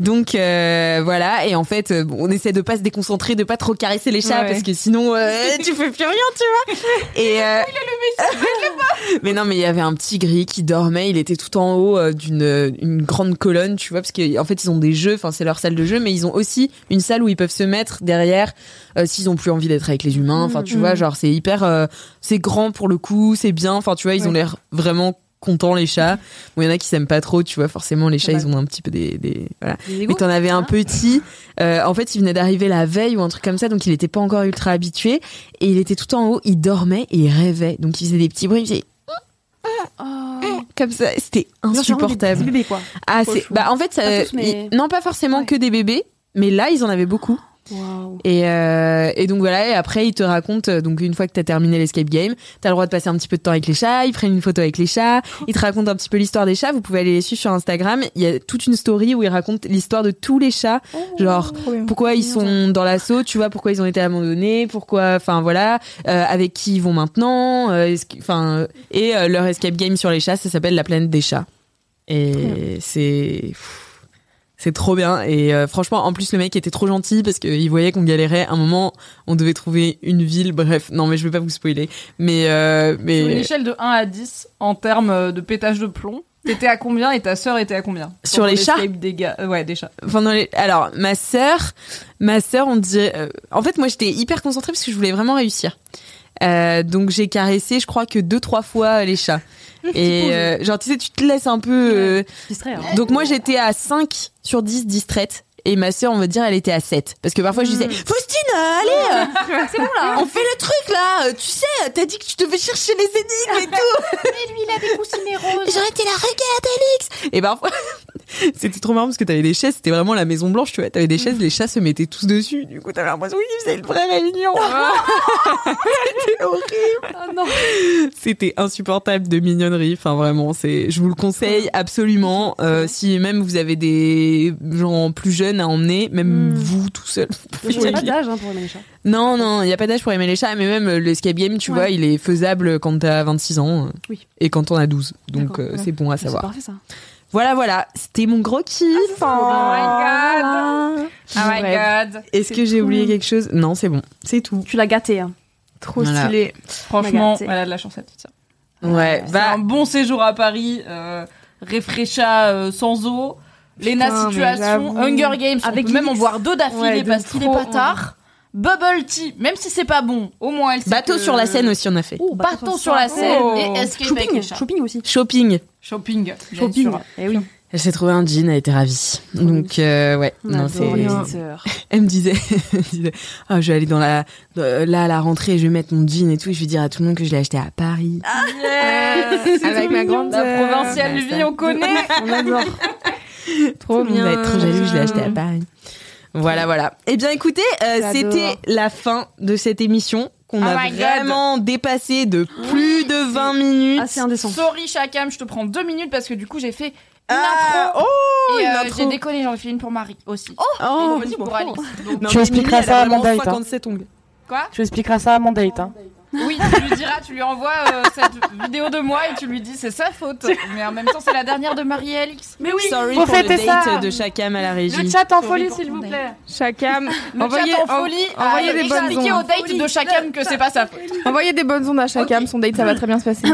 S1: Donc euh, voilà et en fait euh, bon, on essaie de pas se déconcentrer, de pas trop caresser les chats
S3: Ouais.
S1: parce que sinon euh, tu fais plus rien, tu vois. Et euh, mais non, mais il y avait un petit gris qui dormait. Il était tout en haut euh, d'une euh, une grande colonne, tu vois, parce qu'en fait ils ont des jeux. Enfin, c'est leur salle de jeu, mais ils ont aussi une salle où ils peuvent se mettre derrière euh, s'ils ont plus envie d'être avec les humains. Enfin, tu vois, genre c'est hyper, euh, c'est grand pour le coup, c'est bien. Enfin, tu vois, ils ont l'air vraiment contents les chats. Bon, il y en a qui s'aiment pas trop, tu vois. Forcément, les chats, ils ont un petit peu des, des voilà. Mais t'en avais
S4: Ah.
S1: un petit. euh, en fait, il venait d'arriver la veille ou un truc comme ça, donc il était pas encore ultra habitué. Et il était tout en haut, il dormait et il rêvait. Donc il faisait des petits bruits, il faisait.
S4: Oh.
S1: Eh, Comme ça, c'était insupportable.
S4: bébé quoi.
S1: Ah, c'est.
S4: chou.
S1: Bah, en fait, ça-
S4: Pas tous, mais-
S1: il- non, pas forcément que des bébés, mais là, ils en avaient beaucoup.
S4: Waouh.
S1: Et, euh, et donc voilà, et après, ils te racontent, euh, donc une fois que t'as terminé l'escape game, t'as le droit de passer un petit peu de temps avec les chats, ils prennent une photo avec les chats, ils te racontent un petit peu l'histoire des chats, vous pouvez aller les suivre sur Instagram, il y a toute une story où ils racontent l'histoire de tous les chats, genre pourquoi ils sont dans l'assaut, tu vois, pourquoi ils ont été abandonnés, pourquoi, enfin voilà, euh, avec qui ils vont maintenant, euh, est-ce que- enfin, euh, et euh, leur escape game sur les chats, ça s'appelle La planète des chats. Et c'est. pff, C'est trop bien. Et euh, franchement, en plus, le mec était trop gentil parce qu'il voyait qu'on galérait. un moment, on devait trouver une ville. Bref, non, mais je vais pas vous spoiler. Mais. euh,
S2: Sur une
S1: mais
S2: échelle de 1 à 10 en termes euh, de pétage de plomb, t'étais à combien et ta sœur était à combien
S1: Sur les chats
S2: l'escape des gars- euh, Ouais, des chats.
S1: Enfin, dans les- Alors, ma sœur, ma sœur, on dirait. euh, En fait, moi, j'étais hyper concentrée parce que je voulais vraiment réussir. Euh, donc, j'ai caressé, je crois que deux, trois fois euh, les chats. Et euh, genre, tu sais, tu te laisses un peu. euh,
S4: Distrait. hein.
S1: Donc moi j'étais à 5 sur 10 distraite et ma sœur on va dire elle était à 7 parce que parfois je
S8: Hmm.
S1: disais Faustine euh, allez euh, on fait le truc là euh, tu sais t'as dit que tu devais chercher les énigmes et tout
S8: Mais lui, il a des coussinets roses.
S1: j'aurais été la regarde Alex et parfois C'était trop marrant parce que t'avais des chaises, c'était vraiment la Maison Blanche, tu vois. T'avais des chaises, les chats se mettaient tous dessus. Du coup, t'avais l'impression qu'ils faisaient une vraie réunion. c'était horrible. C'était insupportable de mignonnerie. Enfin, vraiment, c'est, je vous le conseille absolument. Euh, si même vous avez des gens plus jeunes à emmener, même
S4: Hmm.
S1: vous tout seul. vous
S4: Il n'y a
S1: pouvez
S4: pas
S1: le-
S4: d'âge hein, pour aimer les chats.
S1: non, non, il n'y a pas d'âge pour aimer les chats, mais même euh, l'escape game, tu
S4: Ouais.
S1: vois, il est faisable quand t'as 26 ans euh,
S4: Oui.
S1: et quand on a 12. Donc
S4: D'accord,
S1: euh,
S4: ouais.
S1: c'est bon à
S4: C'est
S1: savoir.
S4: parfait ça.
S1: Voilà, voilà, c'était mon gros kiff.
S4: Ah,
S3: Oh my god Oh my god
S1: Est-ce que j'ai oublié quelque chose Non, c'est bon, c'est tout.
S4: Tu l'as gâté. Hein.
S3: Trop
S1: Voilà.
S3: stylé.
S2: Franchement,
S4: Regarde, c'est-
S2: elle a de la chance, la petite sœur.
S1: Ouais,
S2: C'est
S1: va.
S2: un bon séjour à Paris, euh, réfrécha euh, sans eau,
S3: Putain,
S2: Lena
S3: mais
S2: situation,
S3: j'avoue.
S2: Hunger Games,
S4: Avec
S2: avec peut même en
S4: Lynx.
S2: boire deux d'affilée
S3: Ouais, de
S2: parce qu'il est
S3: trop,
S2: pas tard. Bubble tea, même si c'est pas bon, au moins elle sait
S1: Bateau
S2: que-
S1: sur la Seine aussi, on a fait.
S4: Oh, bah,
S2: Bateau sur la
S4: ça,
S2: Seine
S4: oh.
S2: et escape avec les
S4: Shopping,
S2: chats.
S4: shopping aussi.
S1: Shopping.
S2: Shopping, bien
S4: Shopping.
S2: sûr.
S4: Eh oui.
S1: Elle s'est trouvé un jean, elle était ravie. Donc, euh, ouais,
S4: On
S1: non,
S4: adore
S1: c'est.
S4: les petites sœurs.
S1: Elle me disait, elle me disait, Ah, je vais aller dans la, dans- là à la rentrée, je vais mettre mon jean et tout, et je vais dire à tout le monde que je l'ai até à Paris.
S3: Euh, Avec ma grande euh,
S2: La provinciale
S1: bah,
S2: vie,
S1: ça.
S2: on connaît.
S4: On adore.
S3: Trop
S1: Tout le monde va être trop jaloux, je l'ai acheté à Paris. Voilà, voilà. Eh bien, écoutez, euh,
S8: J'adore.
S1: c'était la fin de cette émission qu'on
S2: Oh
S1: a
S2: my God.
S1: vraiment dépassée de plus de 20 minutes.
S4: Assez Ah, indécent.
S2: Sorry, Chakam, je te prends deux minutes parce que du coup j'ai fait une
S1: Ah,
S2: intro.
S1: oh,
S2: et
S1: une
S2: euh,
S1: intro.
S2: j'ai déconné, j'en ai fait une pour Marie aussi.
S1: Oh,
S2: et une pour Alice. Donc,
S8: Tu expliqueras ça à mon date, hein.
S1: 57 onglets.
S2: quoi
S8: Tu expliqueras ça à mon date. Hein.
S2: Oui, tu lui diras, tu lui envoies euh, cette vidéo de moi et tu lui dis c'est sa faute. Mais en même temps, c'est la dernière de Marie et Alix.
S4: Mais oui.
S1: Sorry
S8: Faut
S1: pour le
S8: fêter
S1: date
S8: ça.
S1: de Chacun à la régie.
S8: Le chat en
S2: Sorry
S8: folie,
S2: pour
S8: s'il
S2: ton
S8: vous
S2: date.
S8: plaît.
S3: Chacam,
S2: Le
S3: envoyez,
S2: chat en
S3: en-
S2: folie a
S3: envoyez des bonnes
S2: expliqué au
S3: ondes.
S2: date de Chakam que c'est pas sa faute.
S3: Envoyez des bonnes ondes à Chacam, son date ça va très bien se passer.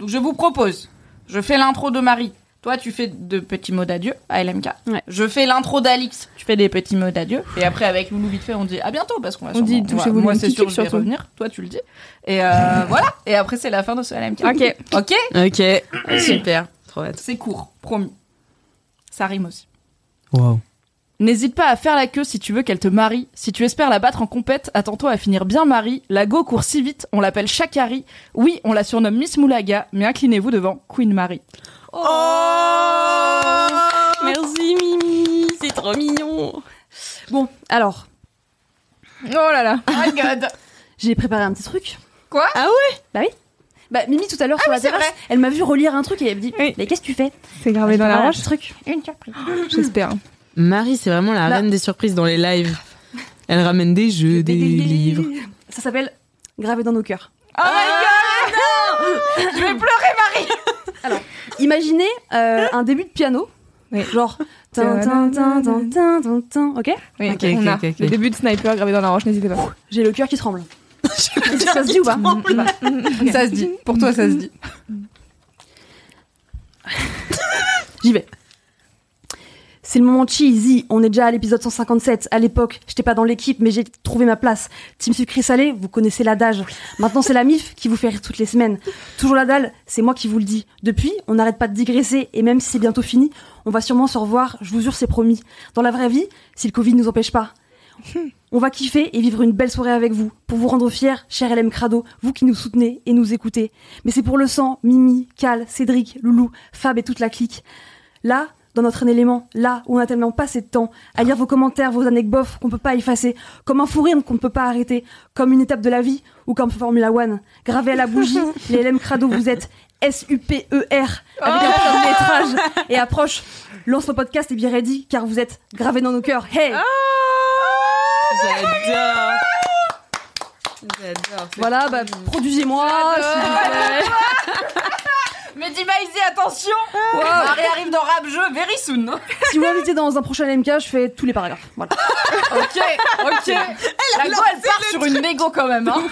S2: Donc je vous propose, je fais l'intro de Marie. Toi, tu fais de petits mots d'adieu à LMK.
S4: Ouais.
S2: Je fais l'intro d'Alix. Tu fais des petits mots d'adieu. Et après, avec Loulou vite fait, on dit à bientôt parce qu'on va
S3: On dit
S2: sûrement-
S3: touchez-vous
S2: va- Moi,
S3: les
S2: c'est
S3: petits
S2: sûr,
S3: culs
S2: je vais
S3: surtout.
S2: revenir. Toi, tu le dis. Et euh, voilà. Et après, c'est la fin de ce LMK.
S3: Ok.
S2: Ok.
S1: Ok, super. Trop hâte.
S2: Mm. C'est court, promis. Ça rime aussi.
S1: Wow.
S2: N'hésite pas à faire la queue si tu veux qu'elle te marie. Si tu espères la battre en compète, attends-toi à finir bien Marie. La go court si vite, on l'appelle Shakari. Oui, on la surnomme Miss Moulaga, mais inclinez-vous devant Queen Marie.
S4: Merci Mimi, c'est trop mignon. Bon, alors,
S3: Oh là là.
S2: my god
S4: j'ai préparé un petit truc.
S2: Quoi
S1: Ah
S4: ouais Bah oui. Bah Mimi tout à
S2: Ah
S4: l'heure sur la terrasse, elle m'a vu relire un truc et elle me dit
S3: Oui.
S4: "Mais qu'est-ce que tu fais
S3: C'est gravé dans la
S4: Voilà,
S3: roche,
S4: ce truc.
S2: Une surprise.
S3: j'espère.
S1: Marie, c'est vraiment la
S4: Non.
S1: reine des surprises dans les lives. Elle ramène des jeux, Bah, des livres.
S4: Ça s'appelle Gravé dans nos cœurs.
S2: Oh
S3: Ah
S2: my god Je vais pleurer
S4: Imaginez euh, un début de piano.
S3: Oui.
S4: Genre tin, tin, tin, tin, tin, tin, tin. OK
S3: Oui,
S1: Ok, ok,
S3: on a
S1: ok, ok.
S3: le début de Sniper gravé dans la roche, n'hésitez pas.
S4: J'ai le cœur qui tremble. ça se dit ou pas
S2: Ça se dit. Pour toi, ça se dit.
S4: J'y vais. C'est le moment cheesy. On est déjà à l'épisode 157. À l'époque, j'étais pas dans l'équipe, mais j'ai trouvé ma place. Team sucré salé, vous connaissez l'adage. Maintenant, c'est la MIF qui vous fait rire toutes les semaines. Toujours la dalle, c'est moi qui vous le dis. Depuis, on n'arrête pas de digresser, et même si c'est bientôt fini, on va sûrement se revoir, je vous jure, c'est promis. Dans la vraie vie, si le Covid nous empêche pas. On va kiffer et vivre une belle soirée avec vous, pour vous rendre fiers, cher LM Crado, vous qui nous soutenez et nous écoutez. Mais c'est pour le sang, Mimi, Cal, Cédric, Loulou, Fab et toute la clique. Là, dans notre élément, là où on a tellement passé de temps, à lire vos commentaires, vos anecdotes qu'on peut pas effacer, comme un fou rire qu'on ne peut pas arrêter, comme une étape de la vie ou comme Formula One. Gravé à la bougie, les LM Crado, vous êtes S-U-P-E-R, E avec un point de lettrage et approche. Lance le podcast et bien ready, car vous êtes gravé dans nos cœurs. Hey!
S1: J'adore. J'adore.
S4: Voilà, bah, produisez-moi.
S2: Mais dis Maïsé, attention Marie arrive dans Rap Jeu very soon.
S4: Si vous m'invitez dans un prochain LMK, je fais tous les paragraphes. Voilà.
S2: Ok, ok. la go, elle part sur une négo quand même. Hein.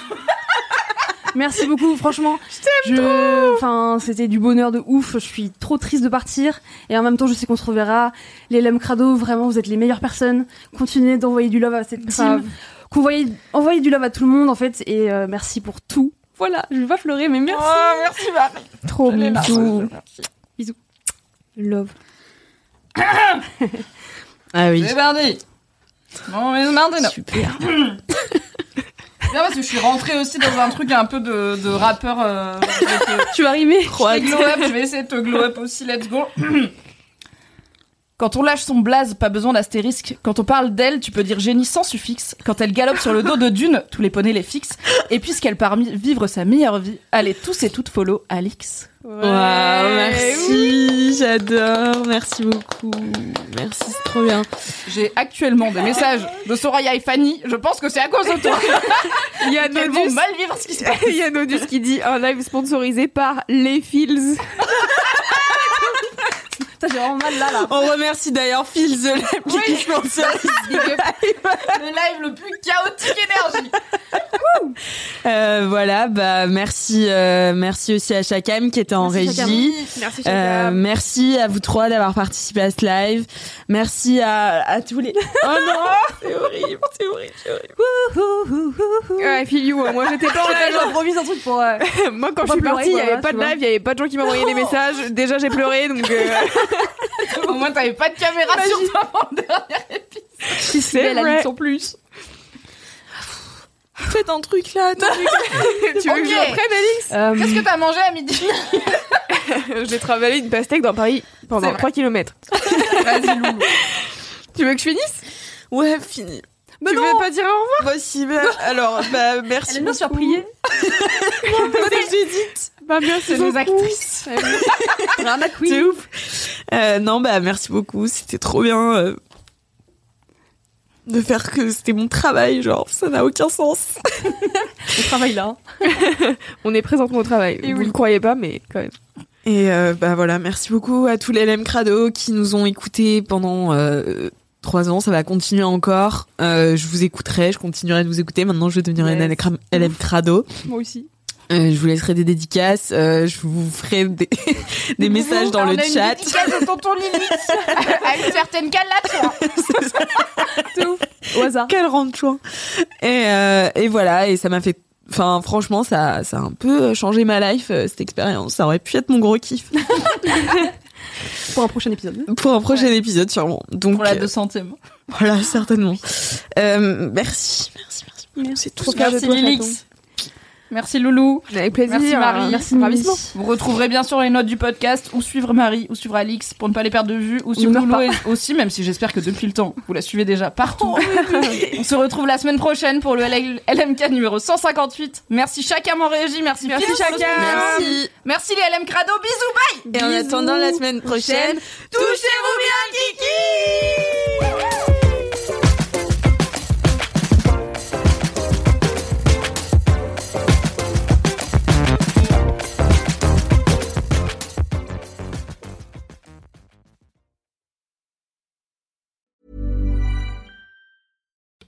S4: Merci beaucoup, franchement. Je Enfin, c'était du bonheur de ouf. Je suis trop triste de partir. Et en même temps, je sais qu'on se reverra. Les LM Crado, vraiment, vous êtes les meilleures personnes. Continuez d'envoyer du love à cette team. Convoyez, envoyez du love à tout le monde, en fait. Et euh, merci pour tout. Voilà, je vais pas fleurer, mais merci.
S2: Oh, merci Marie.
S3: Trop mignon.
S4: Love.
S1: Ah oui.
S2: C'est mardi. Bon, mais maintenant.
S1: Super.
S2: Non, parce que je suis rentrée aussi dans un truc un peu de, de rappeur. euh, je vais te-
S4: Tu vas arriver.
S2: je vais glow up, je vais essayer de te glow up aussi, let's go. Quand on lâche son blaze, pas besoin d'astérisque. Quand on parle d'elle, tu peux dire génie sans suffixe. Quand elle galope sur le dos de Dune, tous les poneys les fixent. Et puisqu'elle part mi- vivre sa meilleure vie, allez tous et toutes follow Alix.
S1: Waouh, merci, j'adore, merci beaucoup. Merci, c'est trop bien.
S2: J'ai actuellement des messages de Soraya et Fanny. Je pense que c'est à cause de toi.
S3: Il y a
S2: Elles vont mal vivre ce qui se passe.
S3: Il y a Nodus qui dit un live sponsorisé par les Fields.
S4: Putain, j'ai vraiment mal là, là.
S1: On remercie d'ailleurs Phil The Lab qui
S2: Oui.
S1: sponsorise.
S2: Le live le plus chaotique énergie.
S1: Euh, voilà, bah merci, euh, merci aussi à Chakam qui était en
S4: Merci, Chakam.
S1: régie.
S3: Merci
S1: Euh, merci à vous trois d'avoir participé à ce live. Merci à, à tous les. Oh non, c'est horrible, c'est horrible, c'est horrible.
S3: I feel you. Moi j'étais pas en live.
S4: J'improvise un truc pour. euh,
S3: Moi quand je
S4: pas
S3: suis
S4: pleurer,
S3: partie, il y
S4: quoi,
S3: avait pas
S4: tu
S3: de
S4: vois.
S3: live, il y avait pas de gens qui m'envoyaient des messages. Déjà j'ai pleuré donc euh,
S2: Au moins, t'avais pas de caméra sur toi avant le dernier épisode.
S3: qui sait
S2: Elle a
S3: ouais.
S2: mis son plus.
S1: Faites un truc là. attends.
S3: Tu veux que je
S2: Ok.
S3: reprenne Alix
S4: euh,
S2: Qu'est-ce que t'as mangé à midi
S3: J'ai travaillé une pastèque dans Paris
S2: C'est
S3: pendant
S2: vrai.
S3: 3 km.
S2: Vas-y, Loulou.
S3: Tu veux que je finisse
S1: Ouais, fini. Bah
S3: Tu
S1: non.
S3: veux pas dire au revoir
S1: Bah si, bah, alors bah merci.
S4: Elle aime bien se faire prier.
S3: Bah bien c'est
S2: nos
S3: actrices.
S4: Drama
S1: C'est
S4: queen.
S1: ouf. Euh, non, bah merci beaucoup. C'était trop bien euh, de faire que c'était mon travail. Genre, ça n'a aucun sens.
S4: On travaille là.
S3: On est présentement au travail.
S2: Et
S3: Vous
S2: oui.
S3: le croyez pas mais quand même.
S1: Et euh, bah voilà, merci beaucoup à tous les LM Crado qui nous ont écoutés pendant euh, trois ans. Ça va continuer encore. Euh, je vous écouterai, je continuerai de vous écouter. Maintenant, je vais devenir une
S3: Yes.
S1: LM, cra- LM Crado.
S3: Moi aussi.
S1: Euh, je vous laisserai des dédicaces. euh, je vous ferai des, des messages dans
S2: On
S1: le
S2: a une
S1: chat.
S2: dédicace de tonton Lily à une certaine cale là
S4: Au hasard.
S1: Quel rentre-joint et, euh, et voilà, et ça m'a fait... Enfin, franchement, ça, ça a un peu changé ma life, euh, cette expérience. Ça aurait pu être mon gros kiff
S4: Pour un prochain épisode.
S1: pour un prochain épisode, sûrement. Donc,
S2: Pour la
S1: euh,
S2: 200
S1: voilà, certainement. Euh, merci, merci, merci.
S4: Merci
S1: trop
S4: tous.
S1: bien.
S2: Merci Lilix. Merci Loulou.
S3: Avec plaisir.
S2: Merci Marie.
S4: Merci Ravissement.
S2: Vous retrouverez bien sûr les notes du podcast ou suivre Marie ou suivre Alix pour ne pas les perdre de vue ou suivre
S4: meurt
S2: Loulou et- aussi, même si j'espère que depuis le temps, vous la suivez déjà partout. On se retrouve la semaine prochaine pour le LL LMK numéro 158. Merci chacun en régie. Merci,
S3: Merci
S2: Philippe.
S3: chacun.
S1: Merci.
S2: Merci les LM Crado. Bisous.
S1: Et en attendant la semaine prochaine,
S2: Touchez-vous bien, Kiki